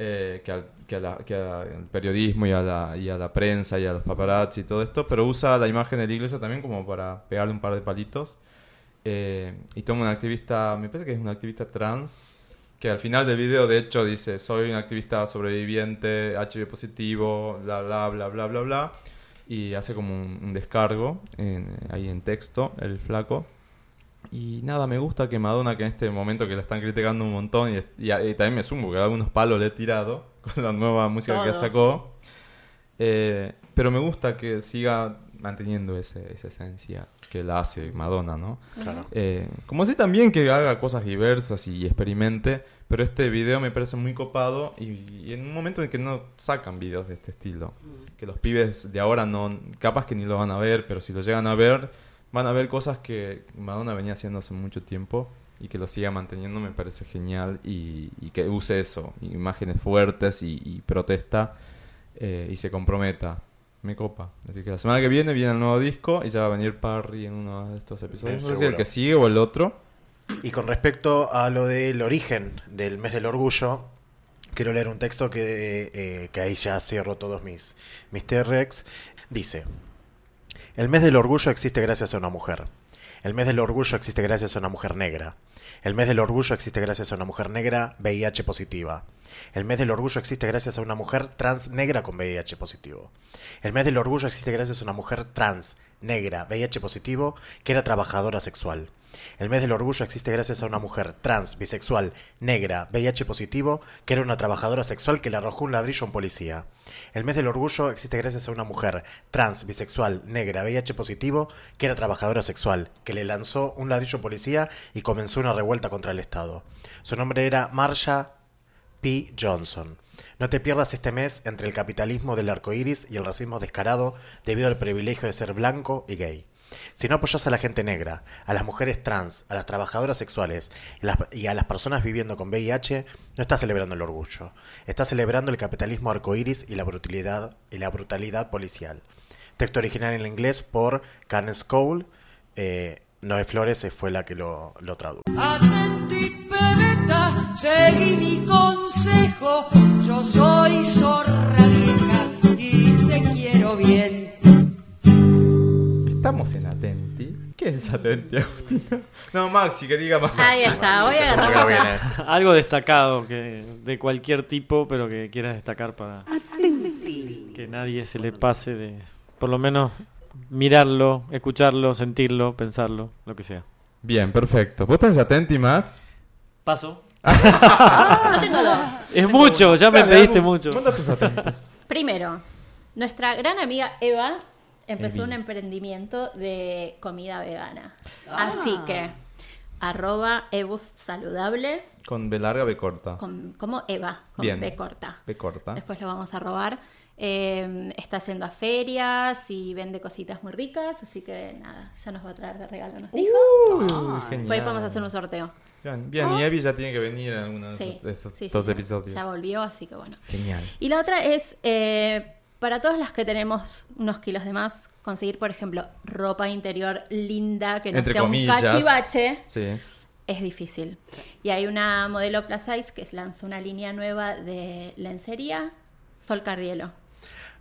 Speaker 4: eh, que, al, que a la- que al periodismo y a, la, y a la prensa y a los paparazzi y todo esto, pero usa la imagen de la iglesia también como para pegarle un par de palitos. Eh, y toma una activista, me parece que es una activista trans, que al final del video de hecho dice, soy una activista sobreviviente, HIV positivo, bla, bla, bla, bla, bla, bla. Y hace como un, un descargo en- ahí en texto, el flaco. Y nada, me gusta que Madonna, que en este momento que la están criticando un montón, y, y- y también me sumo, que algunos palos le he tirado [laughs] con la nueva música que
Speaker 7: Todos.
Speaker 4: sacó. Eh, pero me gusta que siga manteniendo ese- esa esencia que la hace Madonna, ¿no?
Speaker 5: Claro.
Speaker 4: Eh, como así también que haga cosas diversas y experimente, pero este video me parece muy copado y, y en un momento en que no sacan videos de este estilo, que los pibes de ahora no, capaz que ni lo van a ver, pero si lo llegan a ver, van a ver cosas que Madonna venía haciendo hace mucho tiempo y que lo siga manteniendo me parece genial y, y que use eso, imágenes fuertes y, y protesta eh, y se comprometa. Me copa. Así que la semana que viene viene el nuevo disco y ya va a venir Parry en uno de estos
Speaker 5: Bien,
Speaker 4: episodios. No sé si el
Speaker 5: seguro.
Speaker 4: que sigue o el otro.
Speaker 5: Y con respecto a lo del origen del mes del orgullo, quiero leer un texto que, eh, que ahí ya cierro todos mis, mis T-Rex. Dice, el mes del orgullo existe gracias a una mujer. El mes del orgullo existe gracias a una mujer negra. El mes del orgullo existe gracias a una mujer negra VIH positiva. El mes del orgullo existe gracias a una mujer trans negra con VIH positivo. El mes del orgullo existe gracias a una mujer trans negra VIH positivo que era trabajadora sexual. El mes del orgullo existe gracias a una mujer trans, bisexual, negra, VIH positivo, que era una trabajadora sexual que le arrojó un ladrillo a un policía. El mes del orgullo existe gracias a una mujer trans, bisexual, negra, VIH positivo, que era trabajadora sexual, que le lanzó un ladrillo a un policía y comenzó una revuelta contra el Estado. Su nombre era Marsha P. Johnson. No te pierdas este mes entre el capitalismo del arco iris y el racismo descarado debido al privilegio de ser blanco y gay. Si no apoyas a la gente negra, a las mujeres trans, a las trabajadoras sexuales y las- y a las personas viviendo con VIH, no estás celebrando el orgullo. Estás celebrando el capitalismo arcoíris y la brutalidad, y la brutalidad policial. Texto original en inglés por Cannes Cole. Eh, Noé Flores eh, fue la que lo, lo tradujo.
Speaker 9: Atento y pebeta, seguí mi consejo. Yo soy zorra vieja y te quiero bien.
Speaker 4: Estamos en Atenti. ¿Qué es Atenti, Agustina? No, Maxi, que diga Maxi.
Speaker 2: Ahí está, voy a
Speaker 5: Yo creo bien,
Speaker 2: agarrar.
Speaker 5: eh.
Speaker 6: Algo destacado que de cualquier tipo, pero que quieras destacar para que nadie se le pase de, por lo menos mirarlo, escucharlo, sentirlo, pensarlo, lo que sea.
Speaker 4: Bien, perfecto. ¿Vos estás Atenti, Max?
Speaker 6: Paso.
Speaker 2: Yo tengo dos.
Speaker 6: Es mucho, ya me
Speaker 4: Dale,
Speaker 6: pediste
Speaker 4: Agus,
Speaker 6: mucho.
Speaker 4: Manda tus atentos.
Speaker 2: Primero, nuestra gran amiga Eva empezó
Speaker 4: Evi.
Speaker 2: un emprendimiento de comida vegana. Así que, arroba ebus saludable,
Speaker 4: Con B larga, B corta.
Speaker 2: con, como Eva, con
Speaker 4: Bien.
Speaker 2: B corta.
Speaker 4: B corta.
Speaker 2: Después lo vamos a robar. Eh, está yendo a ferias y vende cositas muy ricas, así que nada, ya nos va a traer de regalo, nos
Speaker 4: Uh,
Speaker 2: dijo.
Speaker 4: Uy,
Speaker 2: Después vamos a hacer un sorteo.
Speaker 4: Bien, bien, y Abby ya tiene que venir en alguno de
Speaker 2: Sí,
Speaker 4: esos, de Ah, esos
Speaker 2: sí, sí,
Speaker 4: dos
Speaker 2: ya-
Speaker 4: episodios.
Speaker 2: Ya volvió, así que bueno.
Speaker 4: Genial.
Speaker 2: Y la otra es, eh, para todas las que tenemos unos kilos de más, conseguir, por ejemplo, ropa interior linda, que no
Speaker 4: Entre
Speaker 2: sea
Speaker 4: comillas.
Speaker 2: un cachivache,
Speaker 4: Sí.
Speaker 2: es difícil. Y hay una modelo plus size que lanzó una línea nueva de lencería, Sol Cardielo.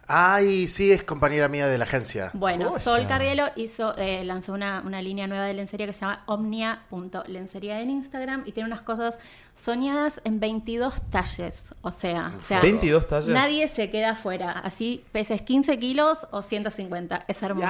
Speaker 5: Ay, sí, es compañera mía de la agencia.
Speaker 2: Bueno, Sol Carrielo hizo, eh, lanzó una, una línea nueva de lencería que se llama omnia.lencería en Instagram y tiene unas cosas soñadas en 22 talles. O sea, o sea,
Speaker 4: 22 talles.
Speaker 2: nadie se queda afuera. Así peses 15 kilos o 150. Es hermoso.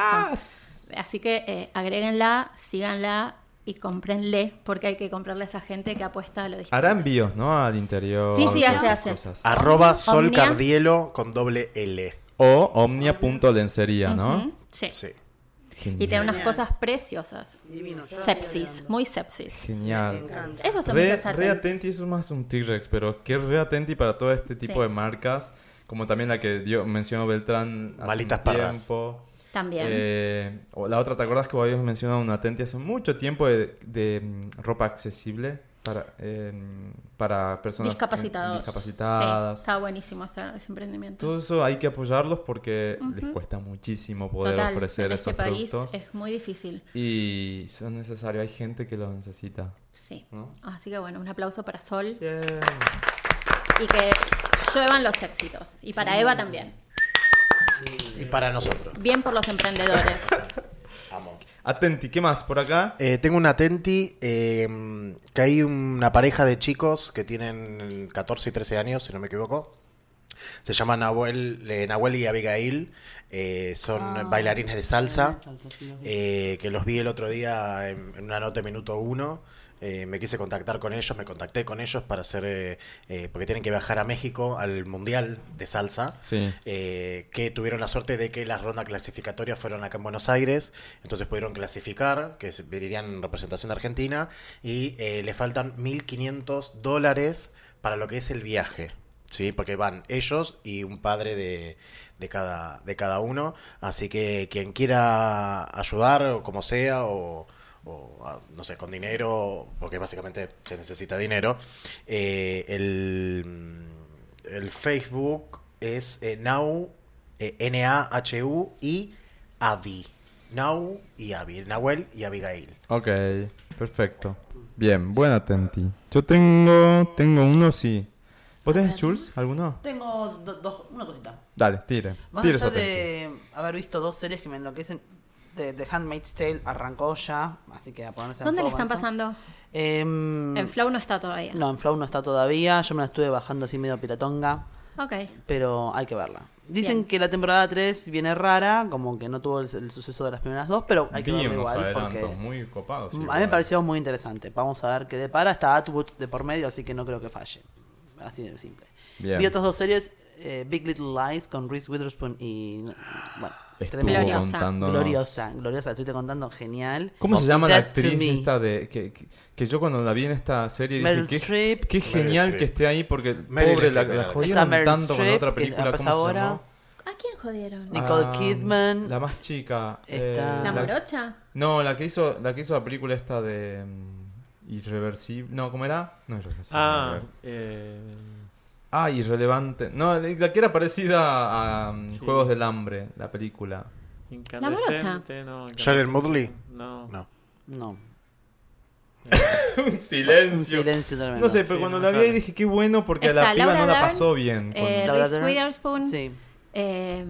Speaker 2: Así que eh, agréguenla, síganla y cómprenle porque hay que comprarle a esa gente que apuesta a lo digital.
Speaker 4: Hará envíos, ¿no? Al interior.
Speaker 2: Sí, sí, hace,
Speaker 4: esas
Speaker 2: hace.
Speaker 4: cosas.
Speaker 5: Arroba Sol
Speaker 2: Omnia.
Speaker 5: Cardielo con doble L.
Speaker 4: O omnia.lencería, ¿no?
Speaker 2: Ujú, Sí.
Speaker 5: Sí.
Speaker 4: Genial.
Speaker 2: Y tiene unas cosas preciosas.
Speaker 7: Divino. Yo
Speaker 2: Sepsis, muy sepsis.
Speaker 4: Genial.
Speaker 2: Eso se me
Speaker 4: Re, re atenti, eso es más un T-Rex, pero que re atenti para todo este tipo
Speaker 2: Sí.
Speaker 4: de marcas, como también la que dio, mencionó Beltrán hace
Speaker 5: Balitas
Speaker 4: un
Speaker 5: Parras.
Speaker 4: tiempo.
Speaker 2: También.
Speaker 4: Eh, o la otra, ¿te acuerdas que vos habías mencionado un Atenti hace mucho tiempo de, de, mm, ropa accesible para, eh, para personas em,
Speaker 2: discapacitados.
Speaker 4: discapacitadas?
Speaker 2: Sí, está buenísimo ese, ese emprendimiento.
Speaker 4: Todo eso hay que apoyarlos porque les cuesta muchísimo poder
Speaker 2: Total,
Speaker 4: ofrecer
Speaker 2: en
Speaker 4: esos
Speaker 2: este país
Speaker 4: productos
Speaker 2: es muy difícil.
Speaker 4: y son necesarios, hay gente que los necesita.
Speaker 2: Sí.
Speaker 4: ¿No?
Speaker 2: Así que bueno, un aplauso para Sol
Speaker 4: Bien.
Speaker 2: y que lluevan los éxitos. Y para Eva también.
Speaker 5: Y para nosotros.
Speaker 2: Bien por los
Speaker 4: [laughs]
Speaker 2: emprendedores.
Speaker 5: Vamos.
Speaker 4: Atenti, ¿qué más por acá?
Speaker 5: Eh, tengo una Tenti eh, que hay una pareja de chicos que tienen 14 y 13 años, si no me equivoco. Se llaman Nahuel, eh, Nahuel y Abigail. eh, son bailarines de salsa. eh, que los vi el otro día en, en una nota de minuto uno. Eh, me quise contactar con ellos, me contacté con ellos para hacer. eh, eh, porque tienen que viajar a México al Mundial de Salsa
Speaker 4: Sí.
Speaker 5: eh, que tuvieron la suerte de que las rondas clasificatorias fueron acá en Buenos Aires, entonces pudieron clasificar, que se- irían en representación de Argentina, y eh, le faltan 1.500 dólares para lo que es el viaje. Sí, porque van ellos y un padre de, de cada, de cada uno. Así que quien quiera ayudar, o como sea, o, o, ah, no sé, con dinero, porque básicamente se necesita dinero, eh, el, el Facebook es eh, Nau, eh, N-A-H-U y Avi. Nau y Avi. Nahuel y Abigail.
Speaker 4: Ok, perfecto. Bien, buen Atenti. Yo tengo, tengo uno, sí. ¿Vos tenés Jules? ¿Alguno?
Speaker 7: Tengo do- dos, una cosita.
Speaker 4: Dale, tire.
Speaker 7: Más
Speaker 4: tire
Speaker 7: allá
Speaker 4: su Atenti.
Speaker 7: de haber visto dos series que me enloquecen, de The Handmaid's Tale arrancó ya, así que a ponerse en
Speaker 2: ¿Dónde le
Speaker 7: fuego
Speaker 2: están
Speaker 7: con eso.
Speaker 2: pasando?
Speaker 7: Em,
Speaker 4: Mm.
Speaker 2: En Flow no está todavía.
Speaker 7: No, en Flow no está todavía. Yo me la estuve bajando así medio piratonga,
Speaker 2: Ok.
Speaker 7: pero hay que verla. Dicen
Speaker 2: Bien.
Speaker 7: que la temporada 3 viene rara, como que no tuvo el, el suceso de las primeras dos, pero hay que
Speaker 4: Vi
Speaker 7: verla
Speaker 4: unos
Speaker 7: igual.
Speaker 4: adelantos
Speaker 7: Porque
Speaker 4: muy copados.
Speaker 7: a mí me
Speaker 4: igual.
Speaker 7: pareció muy interesante. Vamos a ver qué depara. Está Atwood de por medio, así que no creo que falle. Así de simple.
Speaker 4: Bien.
Speaker 7: Vi otras dos series, eh, Big Little Lies con Reese Witherspoon y... Bueno,
Speaker 4: Estuvo
Speaker 7: tremenda.
Speaker 2: Gloriosa.
Speaker 4: contándonos-
Speaker 7: Gloriosa, gloriosa, estoy te contando, genial. Oh.
Speaker 4: ¿Cómo se llama la
Speaker 7: That to
Speaker 4: actriz
Speaker 7: Me.
Speaker 4: esta de que, que, que yo cuando la vi en esta serie dije,
Speaker 7: Meryl
Speaker 4: qué,
Speaker 7: Streep.
Speaker 4: qué
Speaker 5: Meryl
Speaker 4: genial
Speaker 5: Streep.
Speaker 4: que esté ahí porque
Speaker 5: Meryl
Speaker 4: pobre la,
Speaker 5: Streep
Speaker 4: la
Speaker 5: era.
Speaker 7: Está
Speaker 4: jodieron
Speaker 7: Meryl
Speaker 4: tanto con la
Speaker 7: Streep,
Speaker 4: otra
Speaker 7: que
Speaker 4: película
Speaker 7: pasa
Speaker 4: ¿cómo se
Speaker 7: ahora.
Speaker 4: llamó?
Speaker 2: ¿A quién jodieron?
Speaker 7: Nicole
Speaker 4: Ah,
Speaker 7: Kidman.
Speaker 4: La más chica. eh, Ah,
Speaker 7: Está-
Speaker 2: ¿La
Speaker 7: la-
Speaker 2: morocha?
Speaker 4: No, la que hizo la que hizo la película esta de mm, Irreversible. No, ¿cómo era? No, Irreversible.
Speaker 6: Ah,
Speaker 4: no,
Speaker 6: eh,
Speaker 4: Ah, irrelevante. No, la la que era parecida a mm,
Speaker 6: Sí.
Speaker 4: Juegos del Hambre, la película.
Speaker 6: incandescente, no.
Speaker 5: Sharon Moodley.
Speaker 6: No.
Speaker 5: No.
Speaker 7: No,
Speaker 4: Un
Speaker 7: un
Speaker 4: silencio.
Speaker 7: silencio tremendo.
Speaker 4: No sé, pero
Speaker 6: Sí,
Speaker 4: cuando
Speaker 6: no
Speaker 4: la vi ahí
Speaker 6: sale.
Speaker 4: dije qué bueno porque a
Speaker 2: Está
Speaker 4: la piba
Speaker 2: Laura
Speaker 4: no la
Speaker 2: Dern,
Speaker 4: pasó bien. con-
Speaker 2: eh,
Speaker 7: Laura
Speaker 2: Reese
Speaker 7: Dern.
Speaker 2: Witherspoon.
Speaker 7: Sí.
Speaker 2: eh,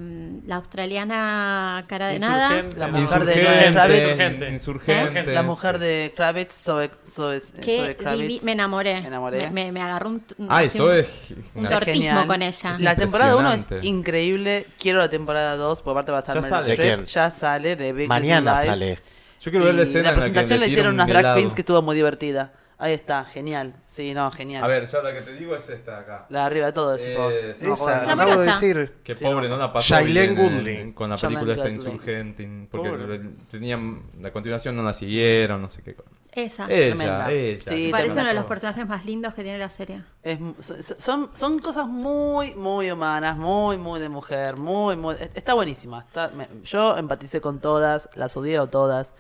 Speaker 2: la australiana cara de nada.
Speaker 7: La
Speaker 6: no.
Speaker 7: mujer de-
Speaker 4: Insurgente,
Speaker 6: Insurgente.
Speaker 4: insurgente.
Speaker 7: La mujer de Kravitz, Zoe, Zoe- eh, Zoe
Speaker 2: Que
Speaker 7: Kravitz.
Speaker 2: divi- me enamoré.
Speaker 7: Me enamoré.
Speaker 2: Me, me- me agarró un. un-
Speaker 4: Ah,
Speaker 2: así
Speaker 4: eso
Speaker 2: un-
Speaker 4: es.
Speaker 2: un
Speaker 4: una-
Speaker 2: tortismo con ella.
Speaker 7: La temporada 1 es
Speaker 4: Impresionante.
Speaker 7: increíble. Quiero la temporada 2, por parte va a estar
Speaker 4: Ya
Speaker 7: Meryl
Speaker 4: sale.
Speaker 7: Streep.
Speaker 5: ¿De quién?
Speaker 7: Ya sale de Big Little
Speaker 5: Mañana
Speaker 7: Lies.
Speaker 5: sale.
Speaker 4: Yo quiero ver la
Speaker 7: Y
Speaker 4: escena en la que
Speaker 7: presentación le
Speaker 4: le tira
Speaker 7: hicieron
Speaker 4: un
Speaker 7: unas drag
Speaker 4: helado.
Speaker 7: queens que estuvo muy divertida. Ahí está, genial. Sí, no, genial.
Speaker 4: A ver, ya la que te digo es esta de acá.
Speaker 7: La de arriba de todo, decís vos.
Speaker 4: Es-
Speaker 7: No,
Speaker 5: Esa,
Speaker 7: vos
Speaker 5: la
Speaker 7: no.
Speaker 5: acabo de
Speaker 2: morocha.
Speaker 5: decir.
Speaker 4: Que
Speaker 7: Sí,
Speaker 4: pobre, no, la pasó
Speaker 5: Shailene
Speaker 4: bien en-
Speaker 5: Woodley.
Speaker 4: con la
Speaker 7: Shailene
Speaker 4: película esta
Speaker 7: Woodley.
Speaker 4: Insurgente, in- porque
Speaker 6: Pobre.
Speaker 4: le- tenían la continuación no la siguieron, no sé qué. cosa.
Speaker 2: Esa.
Speaker 4: Ella,
Speaker 7: tremenda.
Speaker 4: ella.
Speaker 7: Sí,
Speaker 4: que
Speaker 2: Ah, Parece
Speaker 4: termina
Speaker 2: uno de los
Speaker 4: todo.
Speaker 2: personajes más lindos que tiene la serie.
Speaker 7: Es mu- so- so- son, son cosas muy, muy humanas, muy, muy de mujer, muy, muy... e- Está buenísima. está- me- yo empaticé con todas, las odié o todas.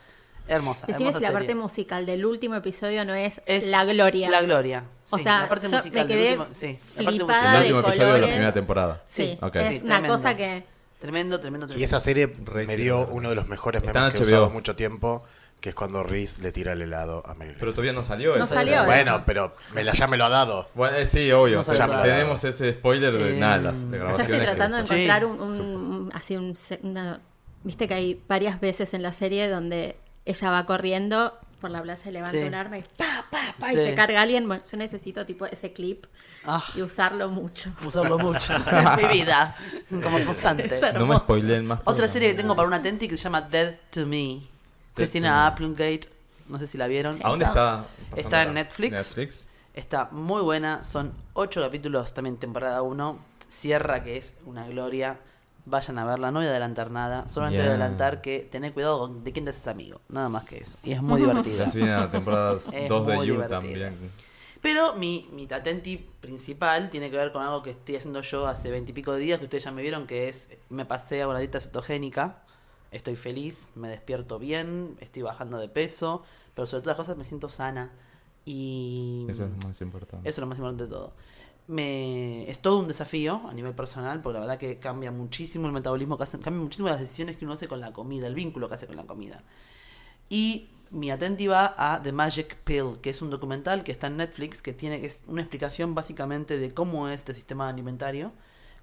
Speaker 7: Hermosa.
Speaker 2: Decime
Speaker 7: hermosa
Speaker 2: si la
Speaker 7: serie.
Speaker 2: parte musical del último episodio no es,
Speaker 7: Es
Speaker 2: La Gloria.
Speaker 7: La gloria.
Speaker 2: O
Speaker 7: sí,
Speaker 2: sea,
Speaker 7: la parte
Speaker 2: yo me
Speaker 7: musical del
Speaker 2: quedé
Speaker 7: último- sí, la
Speaker 2: flipada
Speaker 7: parte
Speaker 4: El
Speaker 7: musical.
Speaker 2: de
Speaker 4: último episodio de la
Speaker 2: colores.
Speaker 4: primera temporada.
Speaker 2: Sí,
Speaker 4: Ok.
Speaker 2: es
Speaker 7: Sí,
Speaker 2: una
Speaker 7: tremendo.
Speaker 2: cosa que.
Speaker 7: Tremendo, tremendo,
Speaker 5: Y
Speaker 7: tremendo.
Speaker 5: esa serie
Speaker 4: Re
Speaker 5: me dio
Speaker 4: excelente.
Speaker 5: uno de los mejores
Speaker 4: Está
Speaker 5: memes
Speaker 4: en
Speaker 5: que he
Speaker 4: HBO.
Speaker 5: usado mucho tiempo, que es cuando Reese le tira el helado a Meryl.
Speaker 4: Pero todavía no salió
Speaker 2: No
Speaker 4: esa.
Speaker 2: salió. ¿eh?
Speaker 5: bueno, pero me la, ya me lo ha dado.
Speaker 4: Bueno, eh, sí, obvio.
Speaker 7: No
Speaker 4: pero
Speaker 5: salió.
Speaker 4: tenemos ese spoiler de
Speaker 7: Eh,
Speaker 4: nada, las de
Speaker 2: Yo
Speaker 4: grabaciones.
Speaker 2: estoy
Speaker 4: que-
Speaker 2: tratando de
Speaker 7: Sí.
Speaker 2: encontrar un, un- un- así un se- una- viste que hay varias veces en la serie donde ella va corriendo por la playa y levanta
Speaker 7: Sí.
Speaker 2: un arma y pa pa pa y
Speaker 7: Sí.
Speaker 2: se carga a alguien. Bueno, yo necesito tipo ese clip
Speaker 7: Ah,
Speaker 2: y usarlo mucho.
Speaker 7: usarlo
Speaker 4: [laughs]
Speaker 7: mucho en mi vida, como constante.
Speaker 2: Es hermoso.
Speaker 4: No me spoileen más.
Speaker 7: Otra
Speaker 4: porque-
Speaker 7: serie que tengo para una Tenti que se llama Dead to Me. Christina Applegate, no sé si la vieron.
Speaker 4: ¿A dónde está? pasando
Speaker 7: Está en
Speaker 4: la-
Speaker 7: Netflix.
Speaker 4: Netflix.
Speaker 7: Está muy buena, son ocho capítulos, también temporada 1. Cierra, que es una gloria. Vayan a verla, no voy a adelantar nada. Solamente voy
Speaker 4: Yeah.
Speaker 7: a adelantar que tener cuidado con de quién te haces amigo. Nada más que eso. Y es muy divertida.
Speaker 4: Ya se viene la temporada 2 de
Speaker 7: [laughs] Es
Speaker 4: You
Speaker 7: muy divertida.
Speaker 4: también.
Speaker 7: Pero mi, mi atenti principal tiene que ver con algo que estoy haciendo yo hace veintipico de días, que ustedes ya me vieron, que es me pasé a una dieta cetogénica. Estoy feliz, me despierto bien, estoy bajando de peso, pero sobre todas las cosas me siento sana. Y
Speaker 4: Eso es lo más importante.
Speaker 7: eso es lo más importante de todo. Me, es todo un desafío a nivel personal, porque la verdad que cambia muchísimo el metabolismo, que hace- cambia muchísimo las decisiones que uno hace con la comida, el vínculo que hace con la comida. Y mi atenti va a The Magic Pill, que es un documental que está en Netflix, que tiene que es una explicación básicamente de cómo es este sistema alimentario,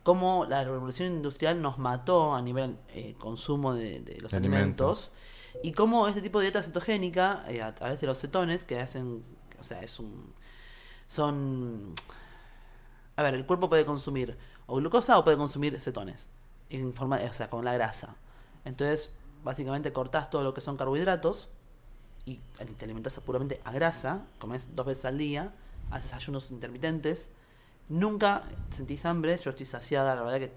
Speaker 7: cómo la revolución industrial nos mató a nivel eh, consumo de, de los
Speaker 4: De alimentos.
Speaker 7: alimentos, y cómo este tipo de dieta cetogénica, eh, a través de los cetones, que hacen, o sea, es un, son... A ver, el cuerpo puede consumir o glucosa o puede consumir cetones, en forma, o sea, con la grasa. Entonces, básicamente cortás todo lo que son carbohidratos y te alimentás puramente a grasa, comes dos veces al día, haces ayunos intermitentes, nunca sentís hambre, yo estoy saciada, la verdad que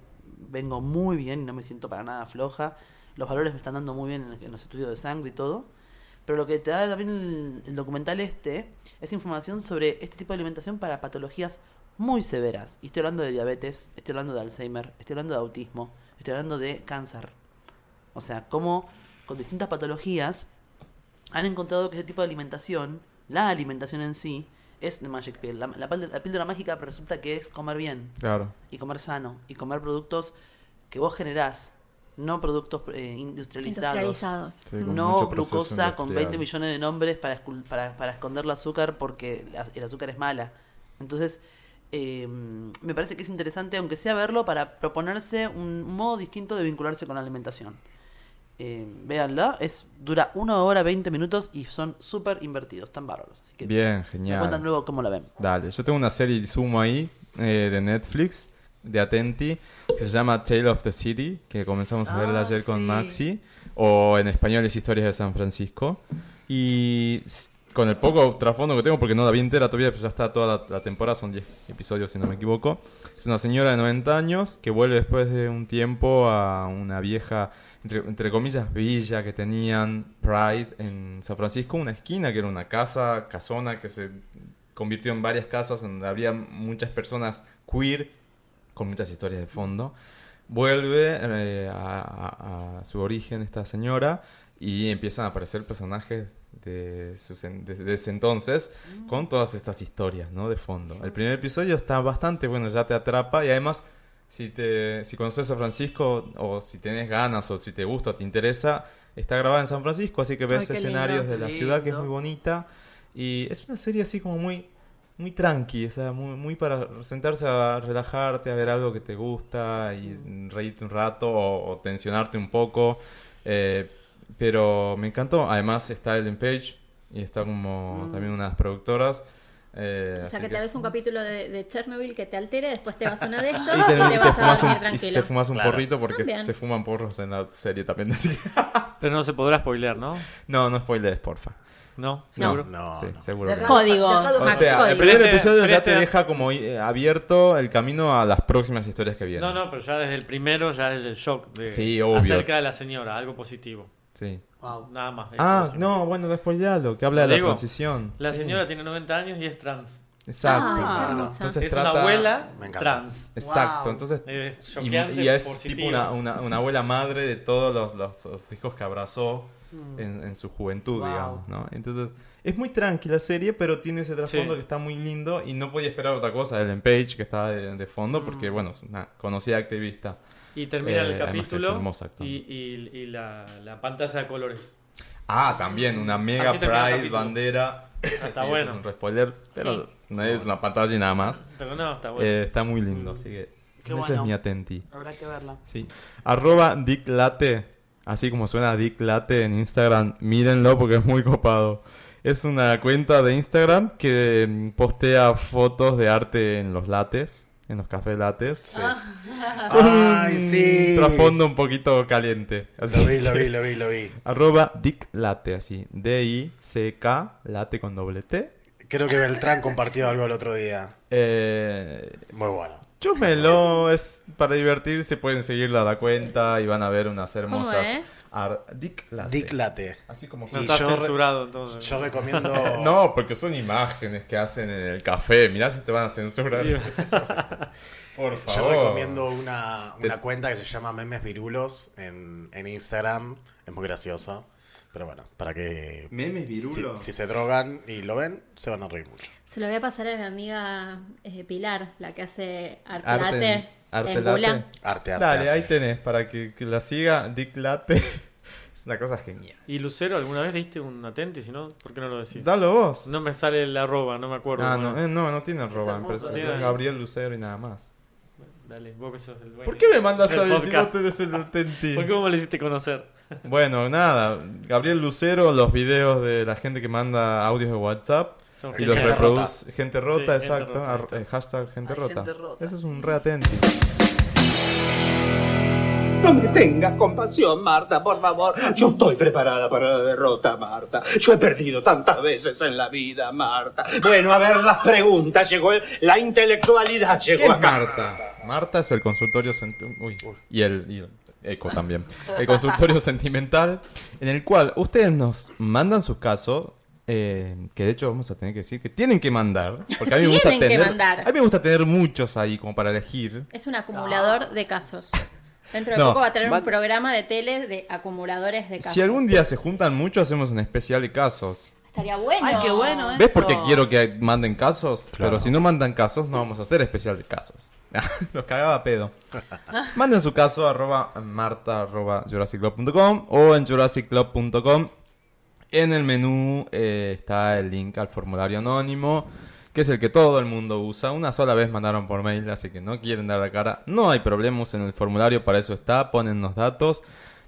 Speaker 7: vengo muy bien y no me siento para nada floja, los valores me están dando muy bien en- en los estudios de sangre y todo, pero lo que te da también el, el documental este es información sobre este tipo de alimentación para patologías muy severas. Y estoy hablando de diabetes, estoy hablando de Alzheimer, estoy hablando de autismo, estoy hablando de cáncer. O sea, cómo con distintas patologías han encontrado que este tipo de alimentación, la alimentación en sí, es de Magic Pill. La, la, pal- la píldora mágica pero resulta que es comer bien
Speaker 4: Claro.
Speaker 7: y comer sano y comer productos que vos generás, no productos eh,
Speaker 2: Industrializados.
Speaker 4: Sí, con
Speaker 7: no
Speaker 4: mucho proceso
Speaker 7: glucosa con 20
Speaker 4: industrial.
Speaker 7: millones de nombres para, escul- para, para esconder el azúcar porque la- el azúcar es mala. Entonces, eh, me parece que es interesante, aunque sea verlo, para proponerse un modo distinto de vincularse con la alimentación. Eh, véanlo, es, dura una hora 20 minutos y son súper invertidos, tan bárbaros. Así que
Speaker 4: Bien,
Speaker 7: me cuentan
Speaker 4: genial.
Speaker 7: luego cómo la ven.
Speaker 4: Dale, yo tengo una serie y sumo ahí eh, de Netflix, de Atenti, que se llama Tale of the City, que comenzamos a verla
Speaker 7: Ah,
Speaker 4: ayer con
Speaker 7: sí.
Speaker 4: Maxi, o en español es Historias de San Francisco. Y s- con el poco trasfondo que tengo, porque no la vi entera todavía, pero ya está toda la, la temporada, son 10 episodios si no me equivoco. Es una señora de 90 años que vuelve después de un tiempo a una vieja, entre, entre comillas, villa que tenían Pride en San Francisco, una esquina que era una casa, casona, que se convirtió en varias casas donde había muchas personas queer con muchas historias de fondo. Vuelve eh, a, a- a su origen esta señora y empiezan a aparecer personajes de, sus en- de- de ese entonces con todas estas historias, ¿no? De fondo. El primer episodio está bastante bueno, ya te atrapa y además si te si conoces a Francisco o si tenés ganas o si te gusta o te interesa, está grabada en San Francisco, así que ves
Speaker 2: Ay, qué
Speaker 4: escenarios
Speaker 2: lindo.
Speaker 4: de la
Speaker 7: Qué
Speaker 4: ciudad que es
Speaker 7: lindo.
Speaker 4: muy bonita y es una serie así como muy muy tranqui, o sea, muy, muy para sentarse a relajarte, a ver algo que te gusta
Speaker 2: Mm.
Speaker 4: y reírte un rato o, o tensionarte un poco. Eh, pero me encantó. Además está Ellen Page y está como
Speaker 5: Mm.
Speaker 4: también una de las productoras. Eh,
Speaker 2: O
Speaker 4: así
Speaker 2: sea, que
Speaker 4: que
Speaker 2: te
Speaker 4: es-
Speaker 2: ves un capítulo de, de Chernobyl que te altere, después te vas a uno de estos
Speaker 4: [laughs] y
Speaker 2: y te,
Speaker 4: te, y te
Speaker 2: vas a
Speaker 4: fumas
Speaker 2: dormir
Speaker 4: un, y te
Speaker 2: tranquilo.
Speaker 4: fumas un
Speaker 5: Claro.
Speaker 4: porrito porque
Speaker 2: También.
Speaker 4: se fuman porros en la serie también. [laughs] así que-
Speaker 6: Pero no se podrá spoilear, ¿no?
Speaker 4: no, no spoileres, porfa.
Speaker 6: No, seguro.
Speaker 5: No, no.
Speaker 4: Sí,
Speaker 5: no.
Speaker 4: seguro. que no.
Speaker 2: Códigos,
Speaker 4: O
Speaker 2: Max,
Speaker 4: sea, el
Speaker 2: códigos.
Speaker 4: primer
Speaker 6: Frente-
Speaker 4: episodio ya te
Speaker 6: frente a-
Speaker 4: deja como eh, abierto el camino a las próximas historias que vienen.
Speaker 6: No, no, pero ya desde el primero, ya desde el shock de
Speaker 4: Sí, obvio.
Speaker 6: acerca de la señora, algo positivo.
Speaker 4: Sí.
Speaker 6: Nada más. eso
Speaker 4: Ah,
Speaker 6: decimos.
Speaker 4: no, bueno, después ya lo que habla de la
Speaker 6: Digo,
Speaker 4: transición.
Speaker 6: La
Speaker 4: Sí.
Speaker 6: señora tiene 90 años y es trans.
Speaker 4: Exacto.
Speaker 2: Ah,
Speaker 7: Claro.
Speaker 2: hermosa.
Speaker 4: Entonces
Speaker 6: es una
Speaker 4: trata-
Speaker 6: abuela
Speaker 5: Me encanta.
Speaker 6: trans.
Speaker 4: Exacto,
Speaker 7: Wow.
Speaker 4: entonces.
Speaker 6: Es
Speaker 4: Y,
Speaker 6: choqueante,
Speaker 4: y es
Speaker 6: positivo.
Speaker 4: tipo una, una- una abuela madre de todos los, los- los hijos que abrazó
Speaker 7: Mm.
Speaker 4: en, en su juventud,
Speaker 7: Wow.
Speaker 4: digamos, ¿no? Entonces, es muy tranquila la serie, pero tiene ese trasfondo
Speaker 6: Sí.
Speaker 4: que está muy lindo y no podía esperar otra cosa de Ellen Page, que estaba de, de
Speaker 7: Mm.
Speaker 4: fondo, porque, bueno, es una conocida activista.
Speaker 6: Y
Speaker 4: Eh,
Speaker 6: termina el
Speaker 4: además que es
Speaker 6: capítulo
Speaker 4: hermosa
Speaker 6: y,
Speaker 4: actuando.
Speaker 6: y- y la, la pantalla de colores.
Speaker 4: Ah, también, una mega
Speaker 6: Así termina el
Speaker 4: Pride,
Speaker 6: capítulo. [laughs] Ah,
Speaker 4: bandera. Está
Speaker 6: bueno.
Speaker 4: Es un spoiler, pero
Speaker 2: Sí.
Speaker 4: no es una pantalla y nada más.
Speaker 6: Pero no, está bueno.
Speaker 4: Eh, está muy lindo, así que.
Speaker 7: Mm. Qué
Speaker 4: ese
Speaker 7: bueno.
Speaker 4: es mi atenti.
Speaker 7: Habrá que verla.
Speaker 4: Sí. Arroba Dick Late, así como suena Dick Late en Instagram, mírenlo porque es muy copado. Es una cuenta de Instagram que mm, postea fotos de arte en los lates, en los cafés lates. Con
Speaker 2: Ah.
Speaker 5: Ay,
Speaker 4: un
Speaker 5: sí.
Speaker 4: Trasfondo un poquito caliente. Así
Speaker 5: Lo vi, lo
Speaker 4: que-
Speaker 5: vi, lo vi, lo vi.
Speaker 4: Arroba Dick Late, así. D-I-C-K, late con doble T.
Speaker 5: Creo que Beltrán compartió algo el otro día.
Speaker 4: Eh,
Speaker 5: Muy bueno.
Speaker 4: Chúmelo, es para divertirse, pueden seguirla a la cuenta y van a ver unas hermosas.
Speaker 2: es?
Speaker 4: ar- Dick Late.
Speaker 5: Dick Late.
Speaker 4: Así como
Speaker 6: No
Speaker 5: Y
Speaker 6: está
Speaker 5: yo re-
Speaker 6: censurado entonces.
Speaker 5: Yo recomiendo.
Speaker 4: [laughs] No, porque son imágenes que hacen en el café. Mirá si te van a censurar.
Speaker 6: [laughs]
Speaker 4: eso. Por
Speaker 5: Yo
Speaker 4: favor.
Speaker 5: recomiendo una, una cuenta que se llama Memes Virulos en, en Instagram. Es muy gracioso. Pero bueno, para que.
Speaker 4: Memes
Speaker 5: Si, si se drogan y lo ven, se van a reír mucho.
Speaker 2: Se lo voy a pasar a mi amiga eh, Pilar, la que hace arte,
Speaker 4: Arte
Speaker 2: latte
Speaker 4: en- arte
Speaker 2: en
Speaker 4: latte.
Speaker 2: Bulán.
Speaker 5: Arte, arte.
Speaker 4: Dale,
Speaker 5: arte.
Speaker 4: ahí tenés, para que, que la siga Dick Late. [laughs] Es una cosa genial.
Speaker 6: ¿Y Lucero, alguna vez diste un atente? Si no, ¿por qué no lo decís?
Speaker 4: Dalo vos.
Speaker 6: No me sale el arroba, no me acuerdo.
Speaker 4: Ah,
Speaker 6: Bueno,
Speaker 4: no, eh, no, no tiene arroba. me
Speaker 7: hermoso.
Speaker 4: parece.
Speaker 6: Tiene-
Speaker 4: Gabriel Lucero y nada más.
Speaker 6: Dale, vos que sos el dueño.
Speaker 4: ¿Por qué me mandas
Speaker 6: del
Speaker 4: a decir
Speaker 6: podcast?
Speaker 4: vos tenés el atenti?
Speaker 6: ¿Por qué vos me lo hiciste conocer?
Speaker 4: Bueno, nada. Gabriel Lucero, los videos de la gente que manda audios de WhatsApp.
Speaker 6: Son
Speaker 4: Y los
Speaker 5: Gente
Speaker 6: geniales.
Speaker 5: repro-
Speaker 4: reproduce. Gente rota,
Speaker 6: Sí, gente
Speaker 4: exacto.
Speaker 6: rota,
Speaker 4: ar-
Speaker 6: ahí está.
Speaker 4: eh, hashtag gente
Speaker 7: Ay,
Speaker 4: rota.
Speaker 7: gente rota,
Speaker 4: Eso es un re atenti.
Speaker 10: No me tengas compasión, Marta, por favor. Yo estoy preparada para la derrota, Marta. Yo he perdido tantas veces en la vida, Marta. Bueno, a ver las preguntas. Llegó el- la intelectualidad,
Speaker 4: ¿Qué es
Speaker 10: llegó acá.
Speaker 4: Marta? Marta es el consultorio sent- uy, y el, y el eco también. El consultorio [laughs] sentimental, en el cual ustedes nos mandan sus casos, eh, que de hecho vamos a tener que decir que tienen que mandar, porque a mí me gusta
Speaker 2: Tienen que
Speaker 4: tener,
Speaker 2: mandar.
Speaker 4: a mí me gusta tener muchos ahí como para elegir.
Speaker 2: Es un acumulador de casos. Dentro de
Speaker 4: No,
Speaker 2: poco va a tener
Speaker 4: va-
Speaker 2: un programa de tele de acumuladores de casos.
Speaker 4: Si algún día se juntan muchos, hacemos un especial de casos.
Speaker 2: Estaría bueno.
Speaker 7: Ay, qué bueno, ¿eh?
Speaker 4: ¿Ves por qué
Speaker 7: Eso.
Speaker 4: quiero que manden casos? Pero si no mandan casos, no vamos a hacer especial de casos. [laughs] Los cagaba a pedo. Manden su caso arroba marta arroba jurassicclub.com o en jurassicclub.com. En el menú eh, está el link al formulario anónimo, que es el que todo el mundo usa. Una sola vez mandaron por mail, así que no quieren dar la cara. No hay problemas en el formulario, para eso está. Pónennos datos,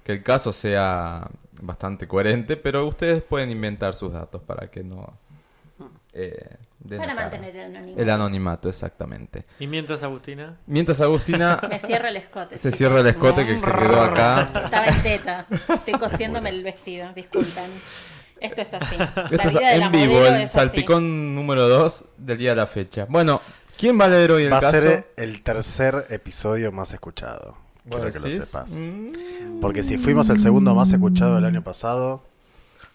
Speaker 4: que el caso sea bastante coherente, pero ustedes pueden inventar sus datos para que no... eh, den
Speaker 2: Para
Speaker 4: la cara.
Speaker 2: mantener el anonimato.
Speaker 4: El anonimato, exactamente.
Speaker 6: Y mientras, Agustina.
Speaker 2: [laughs]
Speaker 4: Mientras Agustina
Speaker 2: Me cierra el escote.
Speaker 4: se
Speaker 2: chicos.
Speaker 4: cierra el escote que se quedó acá.
Speaker 2: Estaba en tetas. Estoy cosiéndome el vestido. Disculpen. Esto es así. la
Speaker 4: Esto es
Speaker 2: vida de la
Speaker 4: en vivo,
Speaker 2: modelo
Speaker 4: el
Speaker 2: es así.
Speaker 4: salpicón número 2 del día de la fecha. Bueno, ¿quién va a leer hoy el
Speaker 5: Va a
Speaker 4: caso?
Speaker 5: ser el tercer episodio más escuchado.
Speaker 4: ¿Vos
Speaker 5: Quiero que lo
Speaker 4: decís?
Speaker 5: sepas.
Speaker 4: Mm.
Speaker 5: Porque si fuimos el segundo más escuchado del año pasado,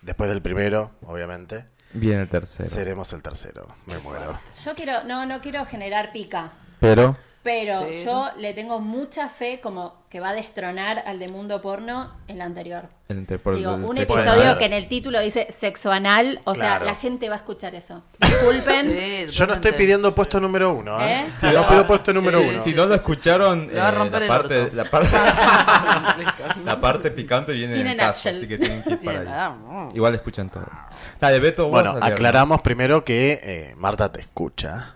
Speaker 5: después del primero, obviamente,
Speaker 4: Viene el tercero.
Speaker 5: seremos el tercero. Me muero.
Speaker 2: Yo quiero, no, no quiero generar pica.
Speaker 4: Pero
Speaker 2: Pero,
Speaker 7: Pero-
Speaker 2: yo le tengo mucha fe como que va a destronar al de mundo porno el anterior.
Speaker 4: el te- por el-
Speaker 2: Digo,
Speaker 4: el
Speaker 2: un
Speaker 4: se-
Speaker 5: puede
Speaker 2: episodio
Speaker 5: ser.
Speaker 2: que en el título dice sexo anal, o
Speaker 5: Claro.
Speaker 2: sea, la gente va a escuchar eso. Disculpen.
Speaker 7: Sí,
Speaker 5: Yo no estoy
Speaker 7: totalmente.
Speaker 5: pidiendo puesto número uno, ¿eh?
Speaker 2: ¿Eh?
Speaker 5: Si no pido puesto número
Speaker 7: Sí,
Speaker 5: uno.
Speaker 4: Si no lo escucharon,
Speaker 7: Le va a
Speaker 4: eh,
Speaker 7: romper
Speaker 4: la,
Speaker 7: el
Speaker 4: parte,
Speaker 7: orto.
Speaker 4: la
Speaker 7: [laughs]
Speaker 4: parte la parte picante viene
Speaker 2: In
Speaker 4: en
Speaker 2: a
Speaker 4: el caso,
Speaker 2: nutshell.
Speaker 4: así que tienen que ir para
Speaker 7: Bien,
Speaker 4: ahí.
Speaker 7: ah, mm.
Speaker 4: Igual escuchan todo. Dale, Beto, vos
Speaker 5: Bueno,
Speaker 4: vas a leer.
Speaker 5: aclaramos primero que eh, Marta te escucha.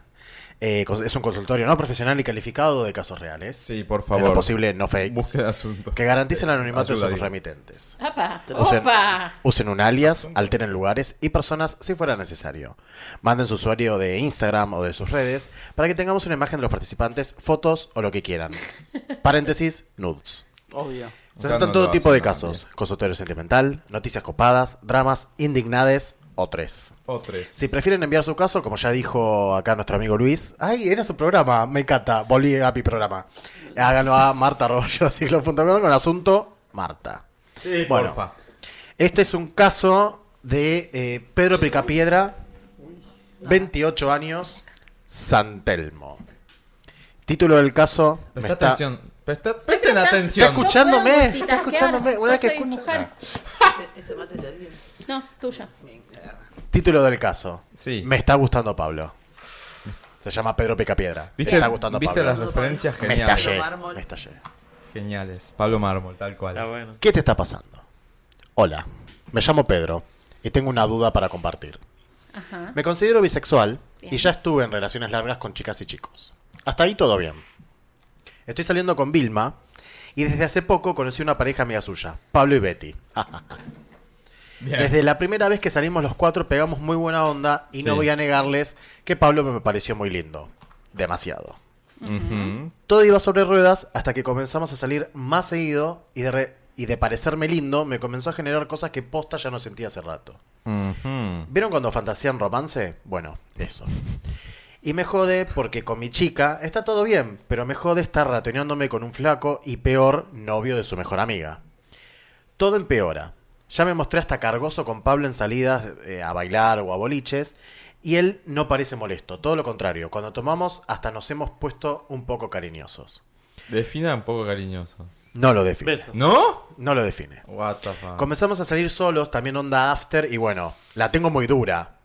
Speaker 5: Eh, cons- es un consultorio no profesional y calificado de casos reales.
Speaker 4: Sí, por
Speaker 5: De lo
Speaker 4: favor.
Speaker 5: posible, no
Speaker 4: [laughs]
Speaker 5: fakes.
Speaker 4: Búsqueda de asuntos.
Speaker 5: Que garantice el anonimato
Speaker 4: Ayuda,
Speaker 5: de sus
Speaker 4: digo.
Speaker 5: remitentes.
Speaker 2: ¡Apa!
Speaker 5: Usen,
Speaker 2: ¡Opa!
Speaker 5: usen un alias, alteren lugares y personas si fuera necesario. Manden su usuario de Instagram o de sus redes para que tengamos una imagen de los participantes, fotos o lo que
Speaker 4: [laughs]
Speaker 5: quieran. Paréntesis, nudes.
Speaker 7: Obvio.
Speaker 5: Se
Speaker 4: Acá
Speaker 5: aceptan
Speaker 4: no
Speaker 5: todo
Speaker 4: lo
Speaker 5: tipo
Speaker 4: hacen,
Speaker 5: de
Speaker 4: no,
Speaker 5: casos. Consultorio sentimental, noticias copadas, dramas, indignades o tres.
Speaker 4: O tres.
Speaker 5: Si prefieren enviar su caso, como ya dijo acá nuestro amigo Luis, ay, era su programa, me encanta, volví a mi programa. Háganlo a marta.com con asunto Marta.
Speaker 4: Sí,
Speaker 5: bueno.
Speaker 4: porfa.
Speaker 5: Este es un caso de eh, Pedro Picapiedra, 28 años, San Telmo. Título del caso. me
Speaker 4: Presta
Speaker 5: está-
Speaker 4: atención. Presta, presten atención.
Speaker 5: escucha- escuchándome,
Speaker 2: No puedo
Speaker 5: está escuchándome,
Speaker 2: multitaskear,
Speaker 5: una
Speaker 2: yo
Speaker 5: que
Speaker 2: soy
Speaker 5: escucha-
Speaker 2: mujer.
Speaker 7: Ese mate de alguien.
Speaker 2: No, tuyo.
Speaker 5: Título del caso.
Speaker 4: Sí.
Speaker 5: Me está gustando Pablo. Se llama Pedro Picapiedra.
Speaker 4: ¿Viste,
Speaker 5: me está gustando
Speaker 4: viste las
Speaker 5: Pablo.
Speaker 4: referencias
Speaker 5: Me
Speaker 4: geniales?
Speaker 5: estallé.
Speaker 7: Mármol.
Speaker 5: Me estallé.
Speaker 4: Geniales. Pablo Mármol, tal cual.
Speaker 6: Está Ah, bueno.
Speaker 5: ¿Qué te está pasando? Hola. Me llamo Pedro y tengo una duda para compartir.
Speaker 2: Ajá.
Speaker 5: Me considero bisexual
Speaker 2: Bien.
Speaker 5: y ya estuve en relaciones largas con chicas y chicos. Hasta ahí todo bien. Estoy saliendo con Vilma y desde hace poco conocí una pareja amiga suya, Pablo y Betty.
Speaker 4: [laughs] Bien.
Speaker 5: Desde la primera vez que salimos los cuatro pegamos muy buena onda y no
Speaker 4: Sí.
Speaker 5: voy a negarles que Pablo me pareció muy lindo. Demasiado.
Speaker 4: Ujú.
Speaker 5: Todo iba sobre ruedas hasta que comenzamos a salir más seguido y de, re- y de parecerme lindo me comenzó a generar cosas que posta ya no sentía hace rato.
Speaker 4: Ujú.
Speaker 5: ¿Vieron cuando fantasean romance? Bueno, eso. Y me jode porque con mi chica está todo bien, pero me jode estar ratoneándome con un flaco y peor novio de su mejor amiga. Todo empeora. Ya me mostré hasta cargoso con Pablo en salidas eh, a bailar o a boliches y él no parece molesto, todo lo contrario. Cuando tomamos hasta nos hemos puesto un poco cariñosos.
Speaker 4: Defina un poco cariñosos.
Speaker 5: No lo define.
Speaker 6: Besos.
Speaker 4: ¿No?
Speaker 5: No lo define.
Speaker 4: What the fuck.
Speaker 5: Comenzamos a salir solos, también onda after y bueno, la tengo muy dura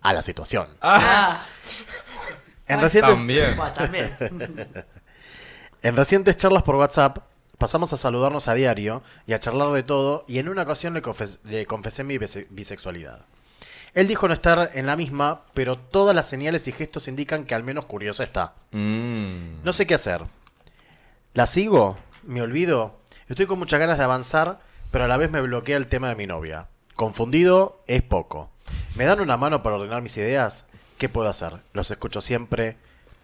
Speaker 5: a la situación.
Speaker 7: Ah,
Speaker 5: En recientes,
Speaker 4: También.
Speaker 7: bueno,
Speaker 6: [laughs]
Speaker 7: también.
Speaker 5: En recientes charlas por WhatsApp, pasamos a saludarnos a diario y a charlar de todo, y en una ocasión le, confes- le confesé mi bise- bisexualidad. Él dijo no estar en la misma, pero todas las señales y gestos indican que al menos curiosa está.
Speaker 4: Mm.
Speaker 5: No sé qué hacer. ¿La sigo? ¿Me olvido? Estoy con muchas ganas de avanzar, pero a la vez me bloquea el tema de mi novia. Confundido es poco. ¿Me dan una mano para ordenar mis ideas? ¿Qué puedo hacer? Los escucho siempre.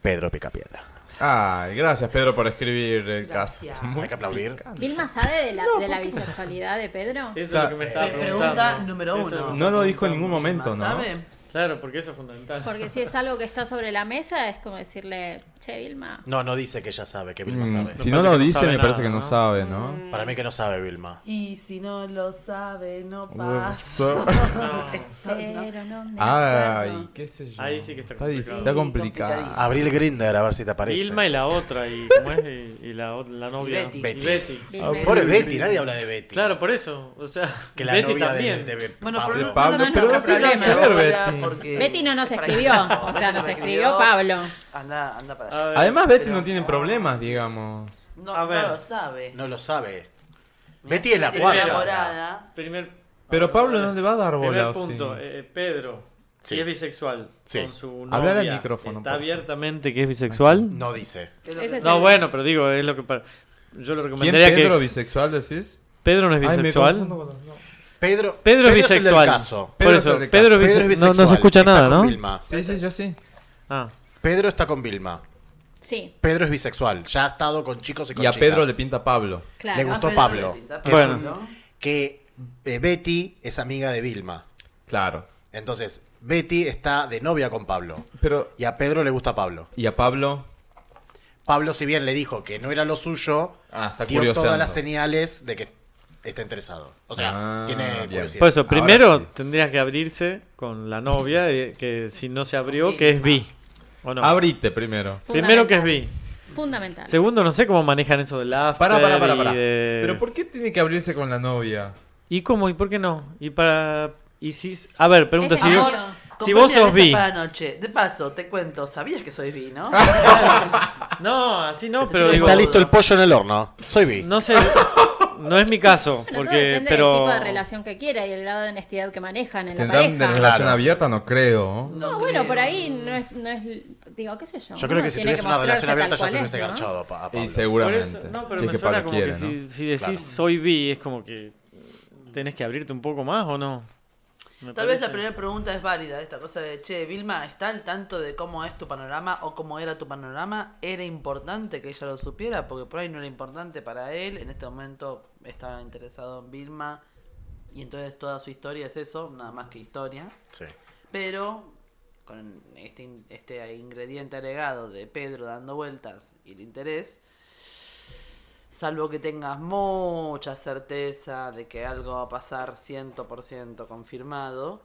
Speaker 5: Pedro Picapiedra.
Speaker 4: Ay, gracias Pedro por escribir el caso. Muy-
Speaker 5: Hay que aplaudir.
Speaker 2: ¿Vilma sabe de la, de la bisexualidad de Pedro?
Speaker 4: Claro.
Speaker 6: Eso es lo que me estaba
Speaker 7: Eh,
Speaker 6: preguntando.
Speaker 7: pregunta número
Speaker 6: Eso
Speaker 7: uno.
Speaker 6: es que me
Speaker 4: No lo
Speaker 6: estaba
Speaker 4: dijo en ningún
Speaker 6: preguntando.
Speaker 4: momento, ¿no?
Speaker 7: ¿Sabe?
Speaker 6: Claro, porque eso es fundamental.
Speaker 2: Porque si es algo que está sobre la mesa, es como decirle, che, Vilma.
Speaker 5: No, no dice que ella sabe, que Vilma
Speaker 4: Mm,
Speaker 5: sabe.
Speaker 4: Si
Speaker 6: Me
Speaker 4: no lo
Speaker 6: parece que no
Speaker 4: dice,
Speaker 6: sabe
Speaker 4: me parece
Speaker 6: nada,
Speaker 4: que no
Speaker 6: ¿no?
Speaker 4: sabe,
Speaker 7: Mm,
Speaker 4: ¿no?
Speaker 5: Para mí que no sabe Vilma.
Speaker 7: Y si no lo sabe, [laughs] no pasa.
Speaker 4: Hueso.
Speaker 2: Pero no me
Speaker 4: Ay,
Speaker 2: acuerdo".
Speaker 4: qué sé yo.
Speaker 6: Ahí sí que está
Speaker 4: Está, dif-
Speaker 6: complicado.
Speaker 4: está complicado.
Speaker 7: complicadísimo.
Speaker 5: Abril Grinder, a ver si te aparece.
Speaker 6: Vilma y la otra,
Speaker 7: [laughs]
Speaker 6: y, ¿cómo es? y, y la, otra- la novia.
Speaker 7: Betty.
Speaker 6: Y
Speaker 5: Betty.
Speaker 2: Vilma
Speaker 4: Ah,
Speaker 2: es-
Speaker 5: Pobre Betty, nadie habla de Betty.
Speaker 6: Claro, por eso. O sea,
Speaker 5: que la
Speaker 6: Betty
Speaker 5: novia de,
Speaker 6: también.
Speaker 5: de Be-
Speaker 7: Bueno,
Speaker 5: Pablo.
Speaker 7: pero no,
Speaker 4: Pablo,
Speaker 7: no, no,
Speaker 4: pero
Speaker 7: no,
Speaker 4: no tiene
Speaker 7: problema,
Speaker 4: nada que ver,
Speaker 7: Paola,
Speaker 4: Betty.
Speaker 7: porque-
Speaker 2: Betty no nos
Speaker 7: para-
Speaker 2: escribió, o sea,
Speaker 7: Betty
Speaker 2: nos
Speaker 7: no
Speaker 2: escribió Pablo.
Speaker 7: Anda, anda para
Speaker 6: A
Speaker 7: allá.
Speaker 6: ver,
Speaker 4: Además, Betty no
Speaker 7: Pero-
Speaker 4: tiene problemas, digamos.
Speaker 7: No,
Speaker 6: A ver.
Speaker 7: no lo sabe.
Speaker 5: No lo sabe. Betty es la
Speaker 7: Betty
Speaker 5: cuarta.
Speaker 7: enamorada.
Speaker 6: primer-
Speaker 4: Pero Pablo no le va a dar bola.
Speaker 6: Primer
Speaker 4: ¿o sí?
Speaker 6: punto, eh, Pedro,
Speaker 5: Sí.
Speaker 6: si es bisexual,
Speaker 5: Sí.
Speaker 6: con su novia,
Speaker 4: Hablar al micrófono, por
Speaker 6: está
Speaker 4: favor.
Speaker 6: abiertamente que es bisexual.
Speaker 5: No dice.
Speaker 7: Que lo-
Speaker 2: Ese es
Speaker 6: No,
Speaker 2: el-
Speaker 6: bueno, pero digo, es lo que... para- Yo lo
Speaker 4: ¿Quién
Speaker 6: recomendaría
Speaker 4: Pedro
Speaker 6: que...
Speaker 4: bisexual decís?
Speaker 6: Pedro no es
Speaker 4: Ay, me
Speaker 6: bisexual.
Speaker 4: confundo con- no.
Speaker 5: Pedro,
Speaker 6: Pedro, es
Speaker 5: el del
Speaker 6: bisexual.
Speaker 5: caso.
Speaker 4: Pedro
Speaker 6: Por
Speaker 4: es
Speaker 6: eso,
Speaker 4: el del
Speaker 6: Pedro,
Speaker 4: caso.
Speaker 6: es
Speaker 5: Pedro es
Speaker 6: bisexual. No, no se
Speaker 5: bisexual,
Speaker 6: escucha
Speaker 5: está
Speaker 6: nada,
Speaker 5: con
Speaker 6: ¿no?
Speaker 5: Vilma.
Speaker 4: Sí, sí, yo sí.
Speaker 6: Ah,
Speaker 5: Pedro está con Vilma.
Speaker 2: Sí,
Speaker 5: Pedro es bisexual. Ya ha estado con chicos y con
Speaker 4: Y a
Speaker 5: chicas.
Speaker 4: Pedro le pinta Pablo.
Speaker 2: claro.
Speaker 5: Le gustó
Speaker 7: Pedro
Speaker 5: Pablo.
Speaker 7: le pinta
Speaker 5: que es
Speaker 6: Pablo.
Speaker 5: un-
Speaker 7: Bueno.
Speaker 5: que eh, Betty es amiga de Vilma.
Speaker 4: Claro.
Speaker 5: Entonces, Betty está de novia con Pablo.
Speaker 4: Pero,
Speaker 5: Y a Pedro le gusta Pablo.
Speaker 4: ¿y a Pablo?
Speaker 5: Pablo, si bien le dijo que no era lo suyo,
Speaker 4: Ah, está
Speaker 5: dio
Speaker 4: curioseando.
Speaker 5: todas las señales de que está interesado. O sea,
Speaker 4: Ah,
Speaker 5: tiene
Speaker 4: bien.
Speaker 5: curiosidad.
Speaker 6: Por eso,
Speaker 4: Ahora
Speaker 6: primero
Speaker 4: sí.
Speaker 6: tendrías que abrirse con la novia, eh, que si no se abrió,
Speaker 7: Vilma.
Speaker 6: que es bi. ¿O no?
Speaker 4: Abrite primero.
Speaker 6: Primero
Speaker 2: Fundamental.
Speaker 6: que es bi.
Speaker 2: Fundamental.
Speaker 6: Segundo, no sé cómo manejan eso del after
Speaker 4: Para, para, para,
Speaker 6: y
Speaker 4: para.
Speaker 6: de-
Speaker 4: Pero ¿por qué tiene que abrirse con la novia?
Speaker 6: ¿Y cómo? ¿Y por qué no? ¿Y para...? ¿Y si...? A ver, pregunta,
Speaker 2: Es
Speaker 6: si,
Speaker 2: amor.
Speaker 6: si vos
Speaker 7: Compré
Speaker 6: sos bi...
Speaker 7: milanesa para la noche. De paso, te cuento, sabías que soy bi,
Speaker 6: [laughs]
Speaker 7: ¿no?
Speaker 6: No, así no, pero
Speaker 7: Está
Speaker 6: digo,
Speaker 5: Está listo el pollo en el horno. Soy bi.
Speaker 6: no sé, no es mi caso,
Speaker 2: Bueno, todo
Speaker 6: porque,
Speaker 2: depende
Speaker 6: pero...
Speaker 2: del tipo de relación que quiera y el grado de honestidad que manejan en la
Speaker 4: ¿Tendrán de
Speaker 2: pareja.
Speaker 4: relación abierta? No creo.
Speaker 2: No, bueno, por ahí no es, no es, digo, qué sé yo.
Speaker 5: Yo creo
Speaker 2: uno
Speaker 5: que si
Speaker 2: tiene
Speaker 5: tuviese una
Speaker 2: mostrarse
Speaker 5: relación abierta
Speaker 2: tal
Speaker 5: ya
Speaker 2: cual
Speaker 5: se
Speaker 2: es,
Speaker 5: hubiese
Speaker 2: ¿no?
Speaker 5: engarchado a Pa- a Pablo.
Speaker 4: Y
Speaker 6: Por
Speaker 4: seguramente.
Speaker 6: eso- no, pero
Speaker 4: Sí,
Speaker 6: me
Speaker 4: que
Speaker 6: suena
Speaker 4: Pablo
Speaker 6: como
Speaker 4: quiere,
Speaker 6: que
Speaker 4: ¿no?
Speaker 6: si, si decís
Speaker 5: Claro.
Speaker 6: soy bi, es como que tenés que abrirte un poco más o no. Me
Speaker 7: Tal vez la
Speaker 6: parece.
Speaker 7: primera pregunta es válida, esta cosa de, che, Vilma, ¿está al tanto de cómo es tu panorama o cómo era tu panorama? ¿Era importante que ella lo supiera? Porque por ahí no era importante para él, en este momento estaba interesado en Vilma y entonces toda su historia es eso, nada más que historia.
Speaker 5: Sí.
Speaker 7: Pero con este, in- este ingrediente agregado de Pedro dando vueltas y el interés, salvo que tengas mucha certeza de que algo va a pasar 100% confirmado,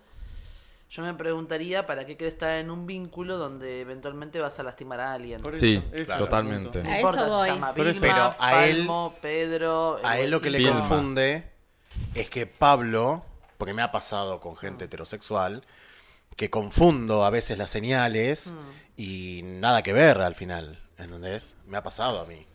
Speaker 7: yo me preguntaría para qué crees estar en un vínculo donde eventualmente vas a lastimar a alguien.
Speaker 6: Por
Speaker 4: Sí,
Speaker 6: eso, ese es el
Speaker 4: totalmente.
Speaker 6: punto.
Speaker 7: No
Speaker 2: A
Speaker 7: importa
Speaker 2: eso
Speaker 7: si
Speaker 2: voy.
Speaker 7: se llama
Speaker 6: Por eso-
Speaker 7: Vilma,
Speaker 5: Pero a él-
Speaker 7: Palmo, Pedro,
Speaker 5: A
Speaker 7: el
Speaker 5: él lo que le
Speaker 7: bolsillo.
Speaker 4: Vilma.
Speaker 5: confunde es que Pablo, porque me ha pasado con
Speaker 2: Mm.
Speaker 5: gente heterosexual, que confundo a veces las señales
Speaker 2: Mm.
Speaker 5: y nada que ver al final. ¿Entendés? Me ha pasado a mí.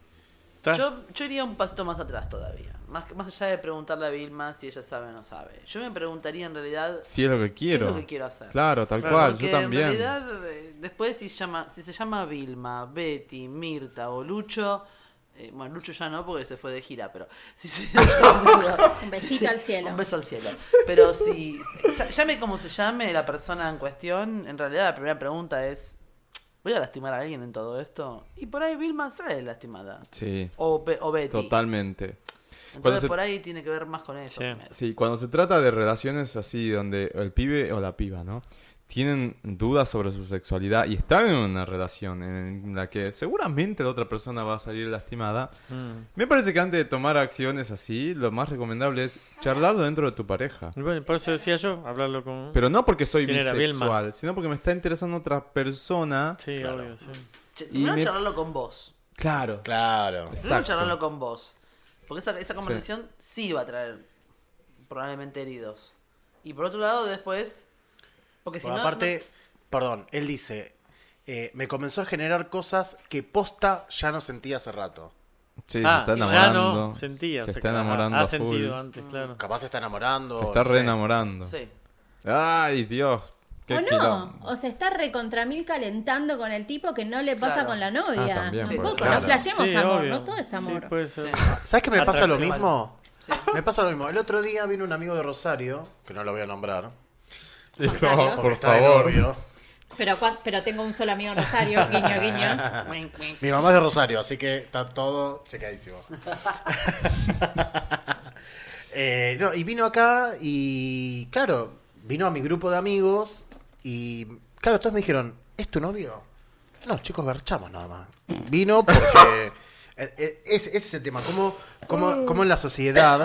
Speaker 6: Está-
Speaker 7: Yo, yo iría un pasito más atrás todavía. Más, que- más allá de preguntarle a Vilma si ella sabe o no sabe. Yo me preguntaría en realidad.
Speaker 4: Si es lo que quiero.
Speaker 7: ¿Qué es lo que quiero hacer?
Speaker 4: Claro, tal cual,
Speaker 7: Porque
Speaker 4: yo también.
Speaker 7: En realidad, eh, después si, llama, si se llama Vilma, Betty, Mirta o Lucho. eh, bueno, Lucho ya no porque se fue de gira, pero. Si
Speaker 2: [laughs]
Speaker 7: se
Speaker 2: Un [laughs] besito al cielo.
Speaker 7: Un beso al cielo. Pero si. ya- Llame como se llame la persona en cuestión, en realidad la primera pregunta es: ¿Voy a lastimar a alguien en todo esto? Y por ahí Vilma sale lastimada.
Speaker 4: Sí.
Speaker 7: O, Be- o Betty.
Speaker 4: Totalmente. Cuando
Speaker 7: Entonces
Speaker 4: se-
Speaker 7: por ahí tiene que ver más con eso.
Speaker 4: Sí, cuando se trata de relaciones así, donde el pibe o la piba, ¿no? Tienen dudas sobre su sexualidad y están en una relación en la que seguramente la otra persona va a salir lastimada.
Speaker 6: Mm.
Speaker 4: Me parece que antes de tomar acciones así, lo más recomendable es charlarlo dentro de tu pareja.
Speaker 6: Y bueno, por eso decía yo, hablarlo con.
Speaker 4: Pero no porque soy
Speaker 6: ¿Quién era, Vilma?
Speaker 4: bisexual, sino porque me está interesando otra persona.
Speaker 6: Sí, obvio, sí.
Speaker 7: Che,
Speaker 4: Y
Speaker 7: Primero
Speaker 4: me-
Speaker 7: charlarlo con vos.
Speaker 4: Claro.
Speaker 6: Mm,
Speaker 5: Claro.
Speaker 7: Primero
Speaker 4: Exacto.
Speaker 7: charlarlo con vos. Porque esa, esa conversación sí. va a traer probablemente heridos. Y por otro lado, después. Porque si
Speaker 5: Bueno,
Speaker 7: no.
Speaker 5: aparte, perdón, él dice, eh, me comenzó a generar cosas que posta ya no sentía hace rato.
Speaker 4: Sí,
Speaker 6: ah,
Speaker 4: se está
Speaker 6: ya
Speaker 4: enamorando.
Speaker 6: no sentía.
Speaker 4: se
Speaker 6: o sea,
Speaker 4: está
Speaker 6: que- ah,
Speaker 4: enamorando.
Speaker 6: Ha
Speaker 4: a full.
Speaker 6: sentido antes,
Speaker 2: Ah.
Speaker 6: claro.
Speaker 5: Capaz se está enamorando.
Speaker 4: Se está
Speaker 5: no sé.
Speaker 4: reenamorando.
Speaker 7: no-
Speaker 4: [laughs]
Speaker 7: sí.
Speaker 4: Ay, Dios. Qué
Speaker 2: o no,
Speaker 4: quilombo.
Speaker 2: o se está recontra mil calentando con el tipo que no le pasa
Speaker 7: Claro.
Speaker 2: con la novia.
Speaker 4: Ah, también puede
Speaker 2: Tampoco,
Speaker 4: ser.
Speaker 2: no
Speaker 5: pues, Claro.
Speaker 2: flasheemos
Speaker 6: Sí,
Speaker 2: amor,
Speaker 6: obvio.
Speaker 2: no todo es amor.
Speaker 6: Sí, pues. puede ser.
Speaker 7: Sí.
Speaker 5: ¿Sabes que me pasa lo
Speaker 6: Atracción.
Speaker 5: mismo?
Speaker 7: Sí.
Speaker 5: Me pasa lo mismo. El otro día vino un amigo de Rosario, que no lo voy a nombrar.
Speaker 4: No, por
Speaker 5: Está de
Speaker 4: favor.
Speaker 5: novio.
Speaker 2: Pero, cua- pero tengo un solo amigo en Rosario, guiño, guiño.
Speaker 7: Wink, wink.
Speaker 5: Mi mamá es de Rosario, así que está todo checadísimo. Eh, no, y vino acá y, claro, vino a mi grupo de amigos y, claro, todos me dijeron, ¿es tu novio? No, chicos, garchamos nada más. Vino porque... eh, eh, Ese ese es el tema, cómo, cómo- cómo en la sociedad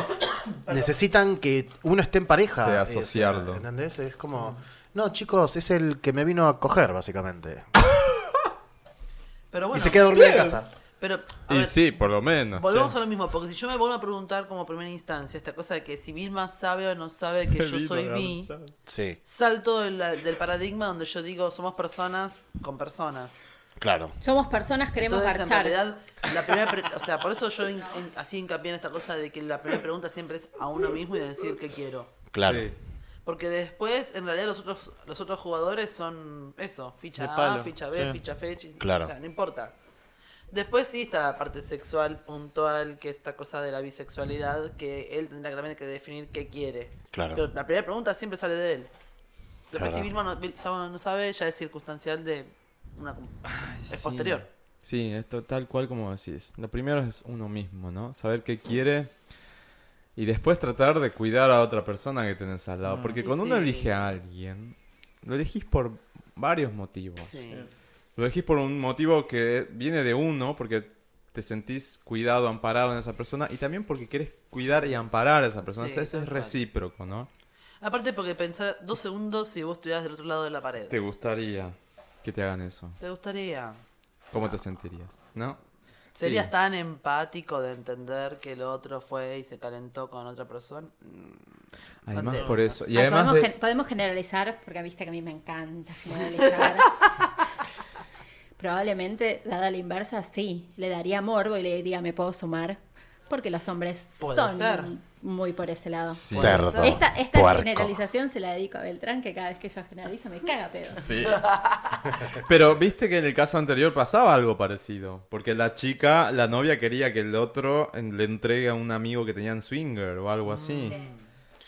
Speaker 5: necesitan que uno esté en pareja.
Speaker 4: Sí,
Speaker 5: Eh,
Speaker 4: asociarlo.
Speaker 5: ¿Entendés? Es como, no, chicos, es el que me vino a coger, básicamente.
Speaker 7: Pero bueno.
Speaker 5: y se queda dormida en casa.
Speaker 7: Pero. a
Speaker 4: Y
Speaker 7: ver,
Speaker 4: sí, por lo menos.
Speaker 7: Volvemos
Speaker 4: che.
Speaker 7: a lo mismo, porque si yo me vuelvo a preguntar como primera instancia esta cosa de que si Vilma sabe o no sabe
Speaker 4: [laughs]
Speaker 6: [laughs]
Speaker 7: que yo soy bi,
Speaker 5: Sí,
Speaker 7: salto del, del paradigma donde yo digo somos personas con personas.
Speaker 5: claro.
Speaker 2: [laughs] Somos personas, queremos
Speaker 7: Entonces,
Speaker 2: garchar.
Speaker 7: En realidad, la primera pre- o sea, por eso yo in- in- así hincapié en esta cosa de que la primera pregunta siempre es a uno mismo y de decir qué quiero.
Speaker 5: Claro.
Speaker 4: Sí.
Speaker 7: Porque después, en realidad, los otros, los otros jugadores son eso, ficha
Speaker 6: De
Speaker 7: A,
Speaker 6: palo,
Speaker 7: ficha B,
Speaker 6: sí.
Speaker 7: ficha F, chi-
Speaker 5: Claro.
Speaker 7: o sea, no importa. Después sí está la parte sexual puntual, que es esta cosa de la bisexualidad, que él tendrá que también que definir qué quiere.
Speaker 5: Claro.
Speaker 7: Pero la primera pregunta siempre sale de él. Lo que
Speaker 5: Claro.
Speaker 7: si Vilma no, Vil- sabe o no sabe, ya es circunstancial de una... es
Speaker 4: Sí.
Speaker 7: posterior.
Speaker 4: Sí, esto tal cual como decís. Lo primero es uno mismo, ¿no? Saber qué quiere y después tratar de cuidar a otra persona que tenés al lado. Porque
Speaker 7: Ah. Y
Speaker 4: cuando uno
Speaker 7: sí.
Speaker 4: elige a alguien, lo elegís por varios motivos.
Speaker 7: Sí.
Speaker 4: Lo elegís por un motivo que viene de uno, porque te sentís cuidado, amparado en esa persona, y también porque querés cuidar y amparar a esa persona.
Speaker 7: Sí,
Speaker 4: O sea, eso
Speaker 7: tal
Speaker 4: es
Speaker 7: cual.
Speaker 4: recíproco, ¿no?
Speaker 7: Aparte porque pensar dos segundos si vos estuvieras del otro lado de la pared.
Speaker 4: ¿Te gustaría que te hagan eso?
Speaker 7: ¿Te gustaría?
Speaker 4: ¿Cómo te sentirías? ¿No?
Speaker 7: ¿Serías
Speaker 4: Sí.
Speaker 7: tan empático de entender que el otro fue y se calentó con otra persona?
Speaker 4: Además
Speaker 7: Ante-
Speaker 4: por eso. Y
Speaker 2: Ay,
Speaker 4: además
Speaker 2: Ah, podemos,
Speaker 4: de...
Speaker 2: gen- podemos generalizar, porque viste que a mí me encanta
Speaker 7: [laughs]
Speaker 2: generalizar. Probablemente, dada la inversa, sí, le daría morbo y le diría, me puedo sumar, porque los hombres
Speaker 7: Puede
Speaker 2: son
Speaker 7: ser.
Speaker 2: muy por ese lado.
Speaker 5: Cerdo.
Speaker 2: Esta, esta
Speaker 5: puerco.
Speaker 2: generalización se la dedico a Beltrán, que cada vez que yo generalizo me caga pedo.
Speaker 4: [laughs] Pero viste que en el caso anterior pasaba algo parecido. Porque la chica, la novia quería que el otro en- le entregue a un amigo que tenían swinger o algo
Speaker 2: Mm,
Speaker 4: así.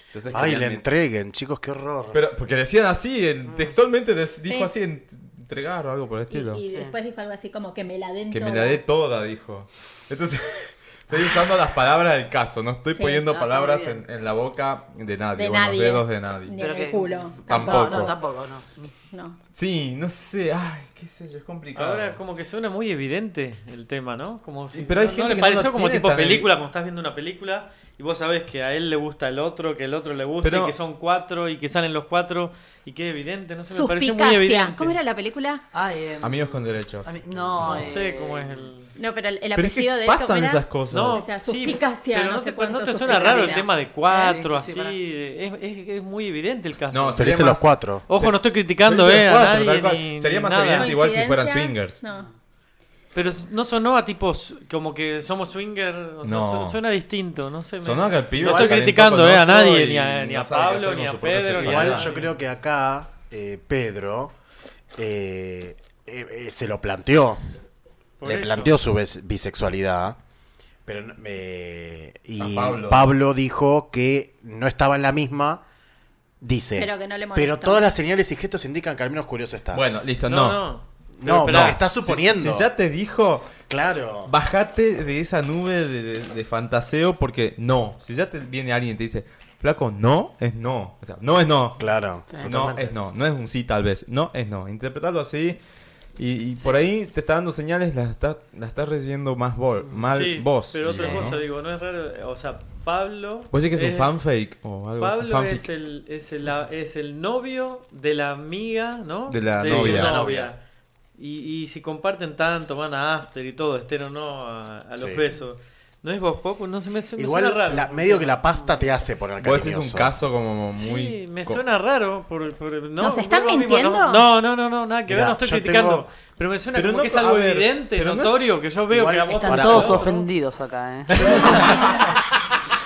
Speaker 4: Entonces
Speaker 5: Ay,
Speaker 4: querían
Speaker 5: le
Speaker 4: met-
Speaker 5: entreguen, chicos, qué horror.
Speaker 4: Pero porque decían así, en- textualmente des- dijo
Speaker 2: Ah. Sí.
Speaker 4: así, en- entregar o algo por el
Speaker 2: Y,
Speaker 4: estilo.
Speaker 2: y
Speaker 7: Sí.
Speaker 2: después dijo algo así como que me la den
Speaker 4: Que me
Speaker 2: toda".
Speaker 4: la dé toda, dijo. Entonces, [laughs] estoy usando las palabras del caso, no estoy
Speaker 2: Sí,
Speaker 4: poniendo
Speaker 7: no, está
Speaker 4: palabras
Speaker 7: muy bien.
Speaker 4: en, en la boca de nadie,
Speaker 2: de
Speaker 4: o en
Speaker 2: nadie.
Speaker 4: los dedos de nadie.
Speaker 2: Ni
Speaker 7: Pero
Speaker 2: en el
Speaker 7: que-
Speaker 2: culo.
Speaker 4: Tampoco.
Speaker 7: No, no, tampoco, no.
Speaker 2: No.
Speaker 4: Sí, no sé, ay, qué sé yo, es complicado.
Speaker 6: Ahora como que suena muy evidente el tema, ¿no? Como si
Speaker 4: Y pero hay
Speaker 6: no,
Speaker 4: gente
Speaker 6: no le
Speaker 4: que no
Speaker 6: pareció
Speaker 4: lo
Speaker 6: como
Speaker 4: tiene
Speaker 6: tipo
Speaker 4: tan
Speaker 6: película, como estás viendo una película y vos sabés que a él le gusta el otro, que el otro le gusta,
Speaker 4: Pero-
Speaker 6: y que son cuatro y que salen los cuatro y que es evidente, no sé, me pareció muy
Speaker 2: Suspicacia.
Speaker 6: evidente.
Speaker 2: ¿Cómo era la película?
Speaker 7: Ay, eh,
Speaker 4: Amigos con derechos.
Speaker 7: a mí- no,
Speaker 6: No
Speaker 7: eh,
Speaker 6: sé cómo es el
Speaker 2: No, pero el, el
Speaker 4: Pero es
Speaker 2: apellido
Speaker 4: que
Speaker 2: de esto
Speaker 4: pasan
Speaker 2: era-
Speaker 4: esas cosas.
Speaker 6: No,
Speaker 2: O sea,
Speaker 6: sí,
Speaker 2: suspicacia,
Speaker 6: pero
Speaker 2: no
Speaker 6: no,
Speaker 2: sé
Speaker 6: te, pero no
Speaker 2: cuánto
Speaker 6: te suena raro el
Speaker 2: suspicacia.
Speaker 6: tema de cuatro,
Speaker 7: Sí, sí,
Speaker 6: así.
Speaker 7: para-
Speaker 6: de- es, es- es muy evidente el caso.
Speaker 4: No,
Speaker 5: Se le
Speaker 4: sería
Speaker 5: dicen
Speaker 4: más-
Speaker 5: los cuatro.
Speaker 6: Ojo,
Speaker 4: se-
Speaker 6: no estoy criticando
Speaker 4: se
Speaker 6: eh,
Speaker 4: dicen
Speaker 6: a
Speaker 4: cuatro, tal
Speaker 6: nadie.
Speaker 4: cual.
Speaker 6: ni-
Speaker 4: Sería
Speaker 6: ni
Speaker 4: más
Speaker 6: nada.
Speaker 4: evidente. Igual si fueran
Speaker 2: ¿Coincidencia?
Speaker 4: swingers.
Speaker 2: No.
Speaker 6: Pero no sonó a tipos como que somos swinger. o sea,
Speaker 4: No.
Speaker 6: su- suena distinto, no sé. me-
Speaker 4: Sonó que el pibe
Speaker 6: No estoy
Speaker 4: calentó
Speaker 6: criticando
Speaker 4: con
Speaker 6: eh, a
Speaker 4: otro
Speaker 6: nadie,
Speaker 4: y
Speaker 6: ni a, ni a
Speaker 4: no sabe qué
Speaker 6: Pablo,
Speaker 4: hacer
Speaker 6: ni
Speaker 4: con
Speaker 6: a
Speaker 4: su puta
Speaker 6: Pedro, ni a
Speaker 4: sexualidad.
Speaker 5: Igual
Speaker 6: nadie.
Speaker 5: yo creo que acá eh, Pedro eh, eh, eh, se lo planteó.
Speaker 6: Por
Speaker 5: le
Speaker 6: eso.
Speaker 5: planteó su bes- bisexualidad. Pero no- eh, y
Speaker 4: A Pablo.
Speaker 5: Pablo. dijo que no estaba en la misma. Dice.
Speaker 2: Pero que no le molestó.
Speaker 5: "Pero todas las señales y gestos indican que al menos curioso está.
Speaker 4: Bueno, listo,
Speaker 6: No,
Speaker 4: no.
Speaker 6: no.
Speaker 5: no,
Speaker 6: pero
Speaker 5: no,
Speaker 6: pará.
Speaker 5: está suponiendo.
Speaker 4: Si, si ya te dijo,
Speaker 5: Claro.
Speaker 4: bajate de esa nube de, de fantaseo porque no. Si ya te viene alguien y te dice, flaco, no es no. O sea, no es no.
Speaker 5: Claro.
Speaker 6: Eh,
Speaker 4: No es no, no es un sí tal vez, no es no. Interpretarlo así y, y por ahí te está dando señales, las estás la estás recibiendo más vol- mal
Speaker 6: Sí,
Speaker 4: vos.
Speaker 6: Pero otra
Speaker 4: digamos,
Speaker 6: cosa,
Speaker 4: ¿no?
Speaker 6: digo, no es raro. O sea, Pablo.
Speaker 4: ¿Vos decís que es,
Speaker 6: es-
Speaker 4: un fanfake o algo así?
Speaker 6: Pablo
Speaker 4: Fanfic.
Speaker 6: es el, es, el, la- es el novio de la amiga, ¿no?
Speaker 4: De la
Speaker 6: su
Speaker 4: novia.
Speaker 6: novia. Y, y si comparten tanto, van a after y todo, estén o no a, a los
Speaker 5: Sí.
Speaker 6: besos. ¿No es vos, Popo? No se me, me
Speaker 5: Igual
Speaker 6: suena raro.
Speaker 5: la- medio que la pasta te hace poner
Speaker 4: Vos decís
Speaker 5: cariñoso.
Speaker 4: un caso como muy...
Speaker 6: Sí, me
Speaker 4: co-
Speaker 6: suena raro. Por, por- no,
Speaker 2: ¿Nos están
Speaker 6: vos mismo,
Speaker 2: mintiendo?
Speaker 6: No, no, no, no, no, nada que ver,
Speaker 5: Mirá,
Speaker 6: no estoy
Speaker 5: yo
Speaker 6: criticando.
Speaker 5: tengo-
Speaker 6: Pero me suena
Speaker 4: Pero
Speaker 6: como
Speaker 4: no-
Speaker 6: que es algo
Speaker 4: a ver,
Speaker 6: evidente,
Speaker 4: pero no es-
Speaker 6: notorio, que yo veo
Speaker 5: Igual
Speaker 6: que a vos
Speaker 7: Están
Speaker 5: Para-
Speaker 7: todos
Speaker 5: para-
Speaker 7: ofendidos [laughs] acá, ¿eh?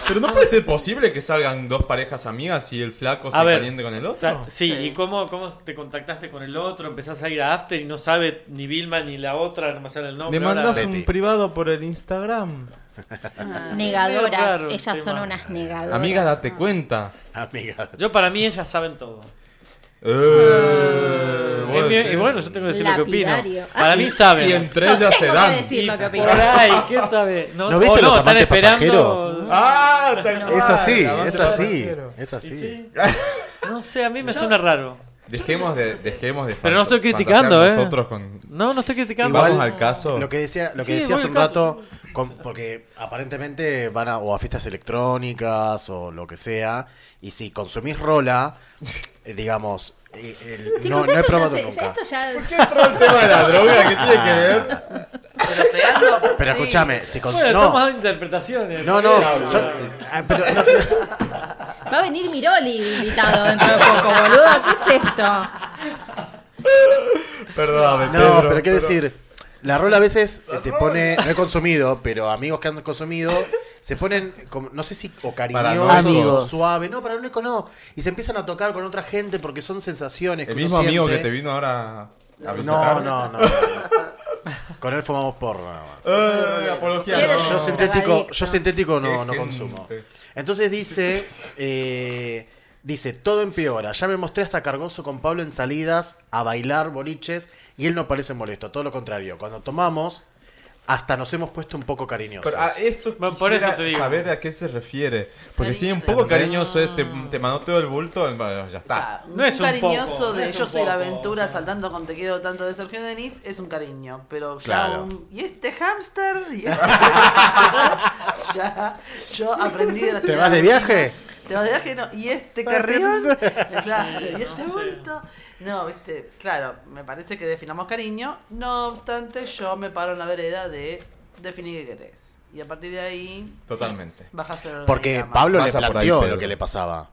Speaker 4: Pero no puede ser posible que salgan dos parejas amigas y el flaco se
Speaker 6: A ver,
Speaker 4: caliente con el otro.
Speaker 6: sa- sí,
Speaker 7: Sí.
Speaker 6: ¿y cómo, cómo te contactaste con el otro? Empezás a ir a After y no sabe ni Vilma ni la otra, no me sale el nombre.
Speaker 4: Le mandas
Speaker 6: ahora.
Speaker 4: un
Speaker 5: Betty.
Speaker 4: privado por el Instagram.
Speaker 6: Es
Speaker 2: Negadoras,
Speaker 6: raro el
Speaker 2: ellas son
Speaker 6: tema.
Speaker 2: unas negadoras.
Speaker 4: Amiga, date cuenta.
Speaker 5: Amiga.
Speaker 6: Yo para mí ellas saben todo.
Speaker 4: Eh,
Speaker 6: Es
Speaker 4: vos
Speaker 6: mi-
Speaker 4: decís.
Speaker 6: y bueno, yo tengo que decir lo que
Speaker 2: Lapidario.
Speaker 6: opino.
Speaker 4: Ah,
Speaker 6: Para mí saben.
Speaker 4: Y entre ellas se
Speaker 2: tengo
Speaker 4: dan.
Speaker 2: que decir lo que
Speaker 6: Y
Speaker 2: opino.
Speaker 6: Por ahí, ¿qué
Speaker 4: [laughs]
Speaker 6: sabe?
Speaker 5: ¿No viste los
Speaker 6: o están
Speaker 5: amantes
Speaker 6: esperando-
Speaker 5: pasajeros?
Speaker 4: Ah, tal cual.
Speaker 5: Es así,
Speaker 4: La
Speaker 5: es
Speaker 4: otra
Speaker 5: así.
Speaker 4: quiero.
Speaker 5: Es
Speaker 6: Y
Speaker 5: así.
Speaker 6: sí. [laughs] No sé, a mí me suena raro.
Speaker 4: Dejemos de, dejemos de
Speaker 6: Pero no estoy
Speaker 4: fantasear
Speaker 6: criticando, ¿eh?
Speaker 4: Nosotros con...
Speaker 6: No, no estoy criticando.
Speaker 5: Igual-
Speaker 4: Vamos al caso.
Speaker 5: Lo que decía, lo que
Speaker 6: Sí,
Speaker 5: decía hace un
Speaker 6: voy al caso.
Speaker 5: rato, con- porque aparentemente van a, o a fiestas electrónicas o lo que sea, y si consumís rola, eh, digamos, eh, el- no,
Speaker 2: Chicos,
Speaker 5: no he
Speaker 2: esto ya
Speaker 5: probado
Speaker 2: se-
Speaker 5: nunca.
Speaker 2: Esto ya...
Speaker 4: ¿Por qué entró el tema de la droga? ¿Qué tiene que ver?
Speaker 7: Pero pegando.
Speaker 5: Pero
Speaker 7: sí.
Speaker 5: escúchame, si
Speaker 6: Bueno,
Speaker 5: consumís...
Speaker 6: estamos
Speaker 5: No,
Speaker 6: dando interpretaciones.
Speaker 5: no,
Speaker 6: ¿Por qué
Speaker 5: no,
Speaker 6: hablo?
Speaker 5: son- ah, pero- no,
Speaker 2: Va a venir Miroli invitado dentro de poco, boludo. ¿Qué es esto?
Speaker 4: Perdóname,
Speaker 5: no,
Speaker 4: Pedro,
Speaker 5: pero qué decir, la rola a veces eh, te pone, no he consumido, pero amigos que han consumido... Se ponen, como- no sé si o cariñosos o
Speaker 4: Paranoicos.
Speaker 5: suave, no, para no, y se empiezan a tocar con otra gente porque son sensaciones. que
Speaker 4: El
Speaker 5: uno
Speaker 4: mismo amigo que
Speaker 5: siente.
Speaker 4: te vino ahora a
Speaker 5: No,
Speaker 4: visitar.
Speaker 5: no, no. Con él fumamos porro nada más.
Speaker 4: Eh, apología,
Speaker 2: Quiero
Speaker 4: no.
Speaker 5: Yo sintético,
Speaker 2: Drogadicto.
Speaker 5: yo sintético no,
Speaker 4: Qué
Speaker 5: no
Speaker 4: gente.
Speaker 5: consumo. Entonces dice, eh, dice, todo empeora. Ya me mostré hasta cargoso con Pablo en salidas a bailar boliches y él no parece molesto. Todo lo contrario. Cuando tomamos, hasta nos hemos puesto un poco cariñosos.
Speaker 4: Pero ah, a eso
Speaker 6: Bueno, por
Speaker 4: quisiera
Speaker 6: eso te digo.
Speaker 4: saber a qué se refiere. Porque si un poco cariñoso es, te, te manoteo el bulto, eh, bueno, ya está.
Speaker 7: Ah,
Speaker 6: No es un
Speaker 7: cariñoso
Speaker 6: poco, no
Speaker 7: de
Speaker 6: es
Speaker 7: Yo
Speaker 6: un
Speaker 7: soy la
Speaker 6: poco,
Speaker 7: aventura
Speaker 6: o sea.
Speaker 7: saltando con Te quiero tanto de Sergio Denis es un cariño, pero ya
Speaker 5: Claro.
Speaker 7: un- y este hámster y este- [laughs] ya yo aprendí de la
Speaker 5: ¿Te
Speaker 7: señora
Speaker 5: vas de viaje?
Speaker 7: Te vas de viaje, no, y este carrión, [laughs] claro, y este bulto. No, viste, claro, me parece que definamos cariño. No obstante, yo me paro en la vereda de definir qué querés. Y a partir de ahí.
Speaker 4: Totalmente.
Speaker 7: sí, bajas el
Speaker 5: Porque
Speaker 7: organigrama.
Speaker 5: Pablo le
Speaker 4: Vaya por ahí,
Speaker 5: planteó
Speaker 4: Pedro.
Speaker 5: lo que le pasaba.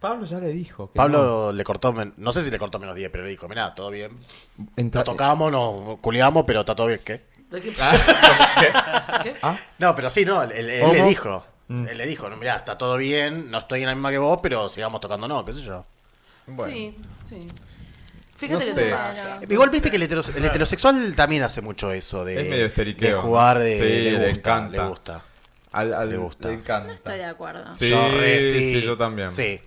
Speaker 4: Pablo ya le dijo. que
Speaker 5: Pablo le cortó, men- no sé si le cortó menos 10, pero le dijo, mirá, todo bien.
Speaker 4: no. Entra-
Speaker 5: Nos tocamos, nos culiamos, pero está todo bien, ¿qué?
Speaker 7: ¿De qué- [laughs]
Speaker 5: Ah, No, pero sí, no, él, él- él le
Speaker 4: ¿Cómo? Mm.
Speaker 5: dijo. Él le dijo, no, mirá, está todo bien, no estoy en la misma que vos, pero sigamos tocando, no, qué sé yo.
Speaker 4: eh, Bueno.
Speaker 7: Sí, sí.
Speaker 4: No
Speaker 7: Fíjate que
Speaker 4: sé.
Speaker 7: pasa.
Speaker 5: Igual viste que el, heteros- el heterosexual también hace mucho eso de,
Speaker 4: Es medio esteriqueo,
Speaker 5: de jugar, de,
Speaker 4: ¿no? Sí,
Speaker 5: le,
Speaker 4: le
Speaker 5: gusta,
Speaker 4: encanta.
Speaker 5: le gusta.
Speaker 4: Al, al-
Speaker 5: Le gusta.
Speaker 4: Le encanta.
Speaker 2: No estoy de acuerdo.
Speaker 4: Sí,
Speaker 5: Yo re-
Speaker 4: sí, yo también.
Speaker 5: Sí.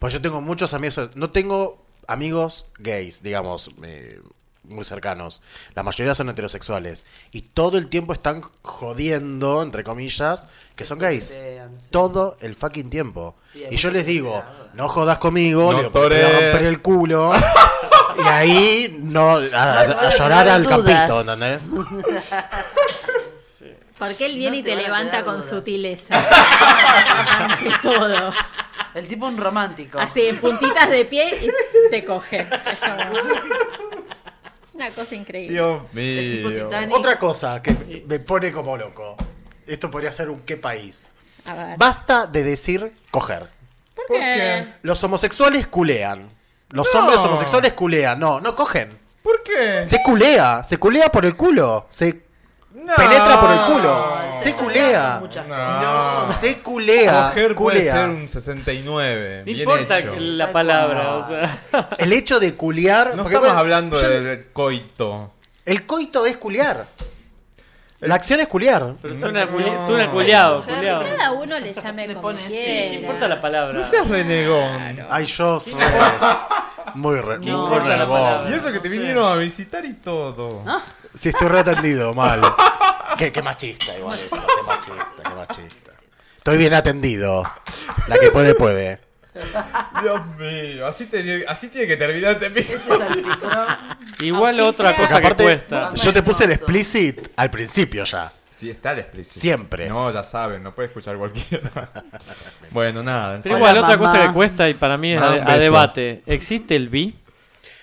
Speaker 5: Pues yo tengo muchos amigos, no tengo amigos gays, digamos, eh, muy cercanos. La mayoría son heterosexuales. Y todo el tiempo están jodiendo, entre comillas, que son gays.
Speaker 7: putean, sí.
Speaker 5: Todo el fucking tiempo.
Speaker 7: Sí, hay
Speaker 5: Y yo
Speaker 7: mucha
Speaker 5: les digo,
Speaker 7: puteada.
Speaker 5: no jodas conmigo,
Speaker 4: No
Speaker 5: le digo, porque te voy a
Speaker 4: tores.
Speaker 5: romper el culo.
Speaker 7: [laughs]
Speaker 5: y ahí no, a, a llorar al
Speaker 7: Dudas.
Speaker 5: campito, ¿entendés?
Speaker 2: Porque él viene
Speaker 7: No
Speaker 2: y
Speaker 7: te
Speaker 2: te
Speaker 7: van a
Speaker 2: levanta
Speaker 7: quedar
Speaker 2: con
Speaker 7: dudas.
Speaker 2: sutileza. Ante todo.
Speaker 7: El tipo un romántico.
Speaker 6: Ah,
Speaker 2: Así, en puntitas de pie y te coge. Es como- Una cosa increíble.
Speaker 4: Dios
Speaker 7: tipo
Speaker 4: mío.
Speaker 7: Titanic.
Speaker 5: Otra cosa que me pone como loco. Esto podría ser un qué país.
Speaker 2: A ver.
Speaker 5: Basta de decir coger.
Speaker 2: ¿Por qué?
Speaker 5: Los homosexuales culean. Los hombres homosexuales culean. No, no cogen.
Speaker 4: ¿Por qué?
Speaker 5: Se culea. Se culea por el culo. Se Penetra por el culo. Se
Speaker 7: sexualidad
Speaker 5: culea.
Speaker 7: son muchas
Speaker 5: Se culea.
Speaker 4: Mujer puede
Speaker 5: culea.
Speaker 4: ser un 69.
Speaker 6: No
Speaker 4: bien
Speaker 6: importa
Speaker 4: hecho.
Speaker 6: que- la palabra, o sea. [laughs]
Speaker 5: El hecho de culiar.
Speaker 4: No
Speaker 5: porque,
Speaker 4: estamos
Speaker 5: bueno,
Speaker 4: hablando
Speaker 5: yo-
Speaker 4: de coito.
Speaker 5: El coito es culiar. La acción es culiar.
Speaker 6: Pero suena, culi- suena culiado, culiado.
Speaker 2: Que cada uno le llame como
Speaker 7: pone, sí,
Speaker 2: quiera.
Speaker 6: ¿Qué importa la palabra?
Speaker 4: No seas renegón.
Speaker 5: Ay, yo soy. Muy re. muy
Speaker 6: ¿Qué importa la
Speaker 5: renegón.
Speaker 6: palabra?
Speaker 4: Y eso que te
Speaker 6: No sé.
Speaker 4: vinieron a visitar y todo.
Speaker 5: Si estoy reatendido, mal. [laughs] qué, qué machista, igual eso. Qué machista, qué machista. Estoy bien atendido. La que puede, puede.
Speaker 4: Dios mío, así, te- así tiene que terminar este episodio.
Speaker 7: Este es artículo.
Speaker 6: Igual
Speaker 2: Aunque
Speaker 6: otra
Speaker 2: sea-
Speaker 6: cosa que cuesta.
Speaker 5: yo te puse el explicit al principio ya.
Speaker 4: Sí, está el explícito.
Speaker 5: Siempre.
Speaker 4: No, ya saben, no puede escuchar cualquiera. bueno, nada. en
Speaker 6: Pero
Speaker 4: serio.
Speaker 6: igual
Speaker 7: Hola,
Speaker 6: otra
Speaker 7: mamá.
Speaker 6: cosa que cuesta y para mí es
Speaker 5: Ah,
Speaker 6: a,
Speaker 5: un
Speaker 6: a
Speaker 5: beso.
Speaker 6: debate. ¿Existe el bi?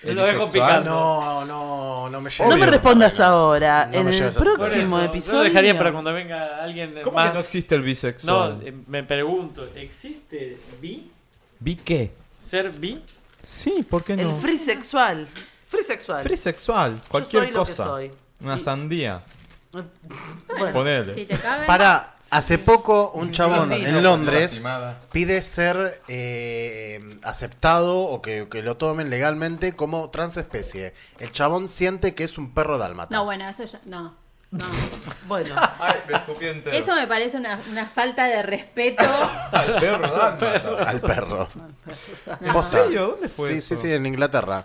Speaker 4: ¿El
Speaker 6: Lo dejo
Speaker 4: bisexual?
Speaker 6: picando.
Speaker 5: No, no, no me lleves.
Speaker 7: No me respondas
Speaker 5: Bueno,
Speaker 7: ahora.
Speaker 5: No
Speaker 7: en
Speaker 5: me
Speaker 7: el
Speaker 5: lleves a esa
Speaker 7: próximo
Speaker 6: Por eso,
Speaker 7: episodio.
Speaker 6: Yo lo dejaría para cuando venga alguien
Speaker 4: ¿Cómo
Speaker 6: más.
Speaker 4: que no existe el bisexual?
Speaker 6: No, eh, me pregunto, ¿existe bi?
Speaker 4: ¿Vi qué?
Speaker 6: ¿Ser bi?
Speaker 4: Sí, ¿por qué
Speaker 7: El
Speaker 4: no?
Speaker 7: free sexual. Free sexual.
Speaker 4: Free sexual,
Speaker 7: soy
Speaker 4: cualquier
Speaker 7: lo que
Speaker 4: cosa.
Speaker 7: soy.
Speaker 4: Una sandía.
Speaker 2: Bueno,
Speaker 4: Ponele.
Speaker 2: Si te cagan,
Speaker 5: Pará, hace poco un chabón
Speaker 4: Sí, sí, no,
Speaker 5: en Londres
Speaker 4: lastimada.
Speaker 5: pide ser eh, aceptado o que, que lo tomen legalmente como transespecie. El chabón siente que es un perro dálmata.
Speaker 2: No, bueno, eso ya. No. No.
Speaker 7: Bueno,
Speaker 4: Ay, me escupí entero.
Speaker 2: Eso me parece una, una falta de
Speaker 6: [laughs]
Speaker 2: respeto.
Speaker 4: Al perro, dálmata.
Speaker 5: Al perro.
Speaker 2: [laughs] No.
Speaker 5: Posta.
Speaker 4: serio? ¿Dónde fue
Speaker 5: Sí,
Speaker 4: eso?
Speaker 5: sí, sí, en Inglaterra.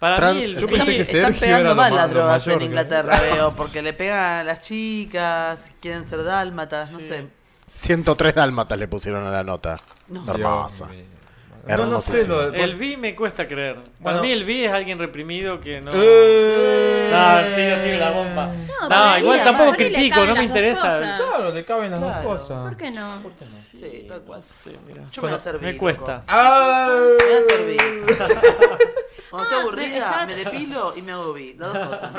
Speaker 6: Para
Speaker 5: Trans-
Speaker 6: mí el
Speaker 4: Yo
Speaker 6: bi...
Speaker 4: pensé que
Speaker 7: están
Speaker 4: Sergio era
Speaker 7: pegando
Speaker 4: lo
Speaker 7: mal
Speaker 4: ma-
Speaker 7: las
Speaker 4: lo
Speaker 7: drogas
Speaker 4: mayor
Speaker 7: en
Speaker 4: que-
Speaker 7: Inglaterra, veo, porque le pegan a las chicas, quieren ser dálmatas, no sé.
Speaker 5: 103 dálmatas le pusieron a la nota.
Speaker 7: No.
Speaker 4: Dios
Speaker 5: Hermosa.
Speaker 4: mío. No, no sé.
Speaker 5: Hermosísima.
Speaker 4: Lo,
Speaker 6: El bi me cuesta creer. Para
Speaker 4: Bueno.
Speaker 6: mí el bi es alguien reprimido que no...
Speaker 4: Eh.
Speaker 6: No, el pibe tiene la bomba. No,
Speaker 2: ponele,
Speaker 6: igual tampoco
Speaker 2: ponele,
Speaker 6: critico,
Speaker 2: caben
Speaker 6: no me
Speaker 2: las dos
Speaker 6: interesa.
Speaker 2: cosas.
Speaker 4: Claro, te caben las
Speaker 7: Claro.
Speaker 4: dos cosas.
Speaker 2: ¿Por qué no?
Speaker 7: Sí, tal cual.
Speaker 6: Sí, mira.
Speaker 7: Yo me voy a servir.
Speaker 6: Me cuesta.
Speaker 4: ¡Ay!
Speaker 7: Me voy a servir. Cuando estoy
Speaker 2: Ah, me
Speaker 7: aburrida,
Speaker 2: está-
Speaker 7: me depilo y me hago bi. Las dos cosas.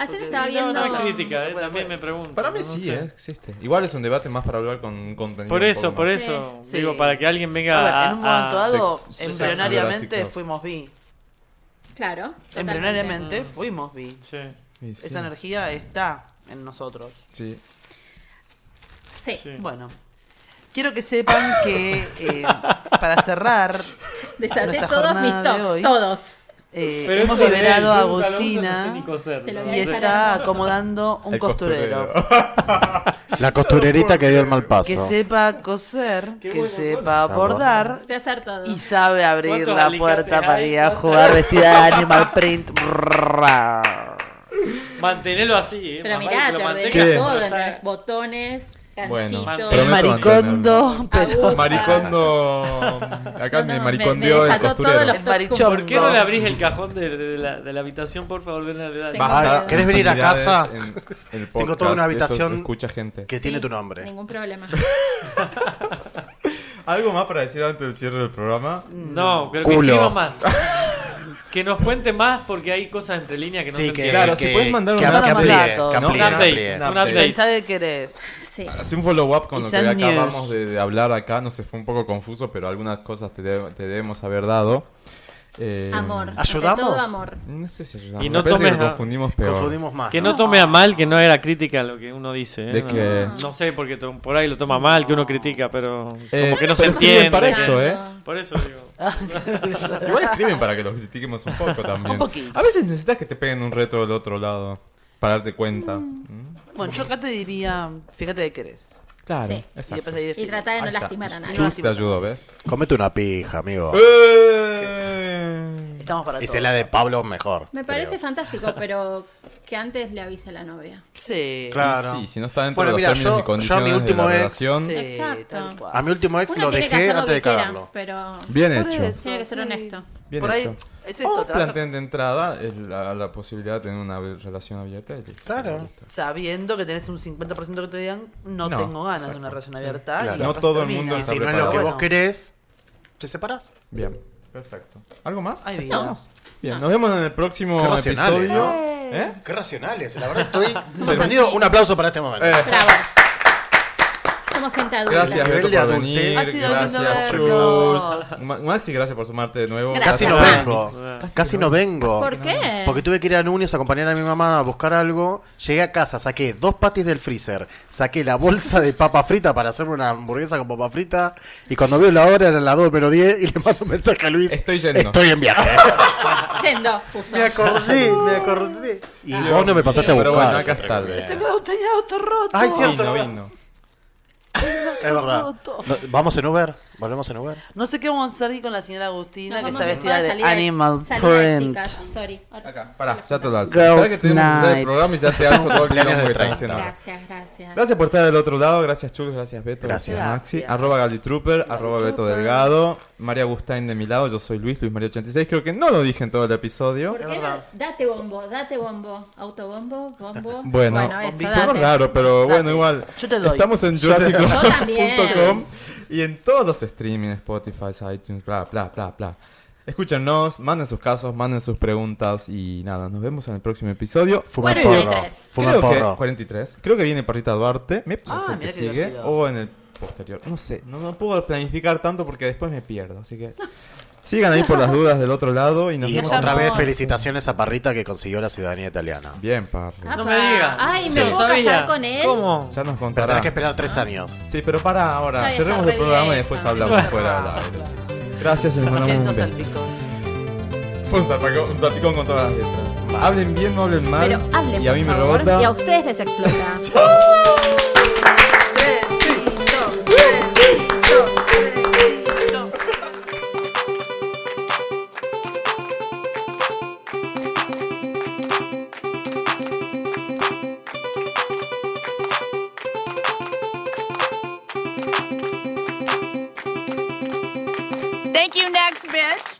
Speaker 2: Ayer estaba
Speaker 6: No,
Speaker 2: viendo.
Speaker 6: no es crítica, eh,
Speaker 7: Bueno,
Speaker 6: también
Speaker 7: bueno.
Speaker 6: me pregunto.
Speaker 4: Para mí
Speaker 6: no
Speaker 4: sí,
Speaker 6: sé.
Speaker 4: eh, existe. Igual es un debate más para hablar con contenido.
Speaker 6: Por
Speaker 4: un
Speaker 6: eso,
Speaker 4: poco
Speaker 6: por
Speaker 4: más.
Speaker 6: eso.
Speaker 7: Sí.
Speaker 6: Digo, para que alguien venga
Speaker 7: A ver, en un
Speaker 6: a-
Speaker 7: momento
Speaker 6: a-
Speaker 7: dado,
Speaker 4: sex- sexo
Speaker 7: embrionariamente
Speaker 4: jurásico.
Speaker 7: fuimos bi.
Speaker 2: Claro. totalmente.
Speaker 7: Embrionariamente fuimos bi.
Speaker 6: Sí.
Speaker 4: Y sí,
Speaker 7: Esa energía está en nosotros.
Speaker 4: sí.
Speaker 2: Sí.
Speaker 6: Sí.
Speaker 7: Bueno. Quiero que sepan que eh, para cerrar
Speaker 2: Desaté
Speaker 7: Nuestra
Speaker 2: todos mis
Speaker 7: jornada de
Speaker 2: tops,
Speaker 7: hoy.
Speaker 2: todos.
Speaker 7: Eh,
Speaker 6: Pero
Speaker 7: hemos
Speaker 6: eso de
Speaker 7: liberado a
Speaker 6: Jun Alonso no sé
Speaker 7: Agustina
Speaker 6: ni coser,
Speaker 2: Te lo
Speaker 6: ¿no?
Speaker 2: voy a
Speaker 7: y
Speaker 2: dejar
Speaker 7: está
Speaker 2: ahora.
Speaker 7: acomodando un
Speaker 4: El
Speaker 7: costurero.
Speaker 5: La costurerita que dio el mal
Speaker 7: Que
Speaker 5: paso.
Speaker 7: sepa coser, que
Speaker 6: bueno,
Speaker 7: sepa bordar
Speaker 2: Sé hacer todo.
Speaker 7: y sabe abrir
Speaker 6: ¿Cuántos
Speaker 7: la
Speaker 6: alicates
Speaker 7: puerta para
Speaker 6: hay?
Speaker 7: ir a jugar vestida de Animal Print.
Speaker 2: [laughs]
Speaker 6: Mantenelo así. eh,
Speaker 2: Pero
Speaker 6: más vale
Speaker 2: mirá,
Speaker 6: que lo
Speaker 2: te
Speaker 6: mantenga
Speaker 2: ordené todo:
Speaker 6: como
Speaker 2: en
Speaker 6: está.
Speaker 2: los botones,
Speaker 4: Bueno,
Speaker 2: ganchitos.
Speaker 6: Pero
Speaker 7: Es
Speaker 4: Prometo
Speaker 7: maricondo, pero
Speaker 2: agujas.
Speaker 4: Maricondo.
Speaker 2: [laughs]
Speaker 4: Acá
Speaker 2: No, no,
Speaker 4: me
Speaker 2: me-
Speaker 4: maricondeó
Speaker 2: me
Speaker 4: el
Speaker 2: desató
Speaker 4: costurero.
Speaker 2: todos los
Speaker 7: Es
Speaker 2: tops
Speaker 7: marichondo.
Speaker 2: juntos.
Speaker 6: ¿Por qué no le abrís el cajón de, de la, de la habitación, por favor? Ven a le
Speaker 2: Tengo-
Speaker 5: Basta. ¿Querés venir a casa?
Speaker 4: En el
Speaker 5: Tengo
Speaker 4: podcast,
Speaker 5: toda una
Speaker 4: esto se
Speaker 5: habitación
Speaker 4: Escucha gente.
Speaker 5: Que tiene tu nombre.
Speaker 2: Ningún
Speaker 6: [laughs]
Speaker 2: problema.
Speaker 4: ¿Algo más para decir antes del cierre del programa?
Speaker 6: No, pero que
Speaker 5: Culo.
Speaker 4: [laughs]
Speaker 6: escriba más. que nos cuente más porque hay cosas entre líneas que no se
Speaker 5: Sí, Eh, que,
Speaker 6: entienden.
Speaker 4: Claro, si puedes mandar
Speaker 5: que,
Speaker 4: un-
Speaker 5: que
Speaker 7: Mandar
Speaker 5: amplíe,
Speaker 7: datos.
Speaker 5: que
Speaker 7: Un
Speaker 5: amplíe,
Speaker 6: Un
Speaker 5: que
Speaker 6: update.
Speaker 5: amplíe.
Speaker 4: amplíe.
Speaker 6: Un update.
Speaker 7: pensá que querés.
Speaker 2: [laughs] Sí.
Speaker 6: Ah,
Speaker 4: Hace un follow-up con lo que
Speaker 7: Quizás news.
Speaker 4: acabamos de, de hablar acá. No sé, fue un poco confuso, pero algunas cosas te, deb- te debemos haber dado. Eh,
Speaker 2: Amor. ante
Speaker 5: ¿ayudamos?
Speaker 2: Todo amor.
Speaker 4: No sé si ayudamos.
Speaker 6: Y
Speaker 4: Me
Speaker 6: no
Speaker 4: parece que
Speaker 6: tomes
Speaker 4: lo
Speaker 6: a-
Speaker 4: confundimos peor.
Speaker 5: Confundimos más.
Speaker 6: Que
Speaker 5: ¿no?
Speaker 6: no tome a mal, que no era crítica lo que uno dice. ¿eh?
Speaker 4: De
Speaker 6: no,
Speaker 4: que-
Speaker 6: no sé, porque to- por ahí lo toma mal, que uno critica, pero
Speaker 4: Eh,
Speaker 6: como que
Speaker 4: pero
Speaker 6: no se
Speaker 4: escriben
Speaker 6: entiende.
Speaker 4: para eso, ¿eh?
Speaker 6: Por eso digo.
Speaker 4: Igual escriben para que los critiquemos un [laughs] poco también.
Speaker 7: Un poquito.
Speaker 4: A veces necesitas que te peguen un reto del otro lado para darte cuenta. ¿Mm?
Speaker 7: Bueno, yo acá te diría, fíjate que querés.
Speaker 4: Claro,
Speaker 2: Sí.
Speaker 7: Y, después
Speaker 4: exacto.
Speaker 7: ahí
Speaker 2: Y
Speaker 7: definís.
Speaker 2: trata de no
Speaker 4: Ahí está.
Speaker 2: lastimar a nadie.
Speaker 4: Chus te ayudó, ¿ves?
Speaker 5: Comete una pija, amigo.
Speaker 4: ¡Eh!
Speaker 7: Estamos para
Speaker 5: Y
Speaker 7: todo.
Speaker 5: se la de Pablo mejor.
Speaker 2: Me
Speaker 5: creo.
Speaker 2: parece fantástico, pero que antes le avise a la novia.
Speaker 7: Sí.
Speaker 5: Claro.
Speaker 4: Sí, si no está dentro
Speaker 5: Bueno,
Speaker 4: de los
Speaker 5: mira,
Speaker 4: términos
Speaker 5: yo-
Speaker 4: y
Speaker 5: yo a mi
Speaker 4: condiciones
Speaker 5: último
Speaker 4: de la
Speaker 5: ex-
Speaker 4: relación.
Speaker 7: Sí,
Speaker 2: Exacto.
Speaker 7: tal cual.
Speaker 5: A mi último ex
Speaker 2: Uno
Speaker 5: lo
Speaker 2: tiene que
Speaker 5: dejé
Speaker 2: hacer lo
Speaker 5: antes
Speaker 2: que
Speaker 5: de
Speaker 2: quiera,
Speaker 5: cagarlo.
Speaker 2: pero
Speaker 4: Bien
Speaker 7: Por
Speaker 4: hecho.
Speaker 7: eso,
Speaker 2: Tiene que ser
Speaker 7: sí.
Speaker 2: honesto.
Speaker 4: Bien
Speaker 7: Por ahí
Speaker 4: hecho.
Speaker 7: es esto,
Speaker 4: O
Speaker 7: te vas a-
Speaker 4: planteen de entrada el- la, la posibilidad de tener una relación abierta. y listo.
Speaker 5: Claro.
Speaker 7: sabiendo que tenés un 50% que te digan no,
Speaker 4: No,
Speaker 7: tengo ganas de una relación abierta.
Speaker 5: Claro.
Speaker 7: y
Speaker 5: No
Speaker 7: capaz
Speaker 4: todo el
Speaker 7: termina.
Speaker 4: mundo
Speaker 5: Y
Speaker 4: está
Speaker 5: si no es
Speaker 4: preparado.
Speaker 5: lo que vos
Speaker 7: Bueno.
Speaker 5: querés, te separás.
Speaker 4: Bien, perfecto. ¿Algo más?
Speaker 7: Ay,
Speaker 4: ¿Ya
Speaker 7: vida.
Speaker 4: estamos? Bien, nos vemos en el próximo
Speaker 5: Qué racional,
Speaker 4: episodio. ¿Eh?
Speaker 5: [laughs] Qué racionales, la verdad estoy sorprendido. Un aplauso para este momento.
Speaker 4: Eh.
Speaker 2: Bravo. somos gente adulta.
Speaker 4: Gracias, Beto,
Speaker 5: Nivel de
Speaker 4: por
Speaker 5: adultez.
Speaker 4: venir.
Speaker 7: Ha sido
Speaker 4: Gracias,
Speaker 7: lindo
Speaker 4: Jules. Ma- Maxi, gracias por sumarte de nuevo.
Speaker 2: Gracias.
Speaker 5: Casi no
Speaker 2: Gracias.
Speaker 5: vengo.
Speaker 4: Casi
Speaker 5: Casi
Speaker 4: no
Speaker 5: no vengo.
Speaker 2: ¿Por qué?
Speaker 5: Porque tuve que ir a Núñez a acompañar a mi mamá a buscar algo. Llegué a casa, saqué dos patis del freezer, saqué la bolsa de papa frita para hacerme una hamburguesa con papa frita. Y cuando veo la hora eran las 2 menos 10 y le mando un mensaje a Luis.
Speaker 4: Estoy yendo.
Speaker 5: Estoy en
Speaker 4: [laughs]
Speaker 5: viaje.
Speaker 2: Yendo, puso.
Speaker 5: me acordé, me acordé. Y vos no me pasaste a
Speaker 4: Pero bueno,
Speaker 5: buscar.
Speaker 4: acá está. Vino,
Speaker 7: Tengo- Tenía auto roto.
Speaker 5: Ay, cierto.
Speaker 4: vino.
Speaker 5: Es verdad. No, vamos en Uber. Volvemos en Uber.
Speaker 7: No sé qué vamos a hacer aquí con la señora Agustina,
Speaker 2: Nos
Speaker 7: que
Speaker 2: vamos
Speaker 7: está
Speaker 2: a
Speaker 7: vestida de
Speaker 2: salida
Speaker 7: Animal
Speaker 2: salida de
Speaker 7: Print.
Speaker 2: chicas, sorry. Ahora sí.
Speaker 4: Acá, pará, ya te lo alzo.
Speaker 7: Girls'
Speaker 4: Espera que tenemos que empezar el
Speaker 7: night.
Speaker 4: programa y ya te alzo todo el
Speaker 5: Planes
Speaker 4: quilombo
Speaker 5: de
Speaker 4: que están
Speaker 5: 30.
Speaker 4: haciendo.
Speaker 2: Gracias, gracias.
Speaker 4: Gracias por estar del otro lado, gracias Chul, gracias Beto, gracias,
Speaker 5: Gracias.
Speaker 4: Maxi,
Speaker 7: Gracias.
Speaker 4: arroba Galditrooper, arroba Beto Delgado, María Gustain de mi lado, yo soy Luis, Luis María 86, creo que no lo dije en todo el episodio.
Speaker 2: ¿Por qué no? Date bombo, date bombo. Autobombo, bombo.
Speaker 4: [laughs] Bueno,
Speaker 2: eso,
Speaker 4: somos
Speaker 2: date.
Speaker 4: raros, pero bueno, igual.
Speaker 7: Yo te doy.
Speaker 4: Estamos en
Speaker 2: Yo también.
Speaker 4: jurassicworld.com y en todos los streaming, Spotify, iTunes, bla, bla, bla, bla. Escúchenos, manden sus casos, manden sus preguntas y nada, nos vemos en el próximo episodio.
Speaker 5: Fuma
Speaker 2: 43.
Speaker 5: porro. Fuma
Speaker 4: Creo que-
Speaker 5: porro.
Speaker 4: 43. Creo que viene Parrita Duarte. Me parece
Speaker 7: Ah,
Speaker 4: que
Speaker 7: mirá qué
Speaker 4: sigue.
Speaker 7: divertido.
Speaker 4: O en el posterior. No sé. No, no puedo planificar tanto porque después me pierdo. Así que sigan ahí por las dudas del otro lado y nos
Speaker 5: Y
Speaker 4: vemos
Speaker 5: otra
Speaker 4: en-
Speaker 5: vez felicitaciones a Parrita que consiguió la ciudadanía italiana.
Speaker 4: Bien, Parrita.
Speaker 6: No me digas.
Speaker 2: Ay, me
Speaker 5: Sí.
Speaker 2: puedo casar con él.
Speaker 6: Ah. ¿Cómo?
Speaker 4: Ya nos
Speaker 5: Pero
Speaker 4: contará.
Speaker 5: tenés que esperar tres años.
Speaker 4: Sí, pero para ahora.
Speaker 2: Ya
Speaker 4: Cerremos
Speaker 2: está
Speaker 4: el programa y
Speaker 2: re
Speaker 4: después
Speaker 2: vieja.
Speaker 4: hablamos fuera del aire. Gracias, les mandamos un
Speaker 7: Atentos al
Speaker 4: beso.
Speaker 7: pico.
Speaker 4: Fue un salpicón, un salpicón con todas las letras. Hablen bien, no hablen mal.
Speaker 2: Pero hablen,
Speaker 4: y a mí
Speaker 2: por
Speaker 4: me
Speaker 2: favor,
Speaker 4: rebota.
Speaker 2: Y a ustedes les
Speaker 4: [laughs]
Speaker 2: explota.
Speaker 9: Thank you, next bitch.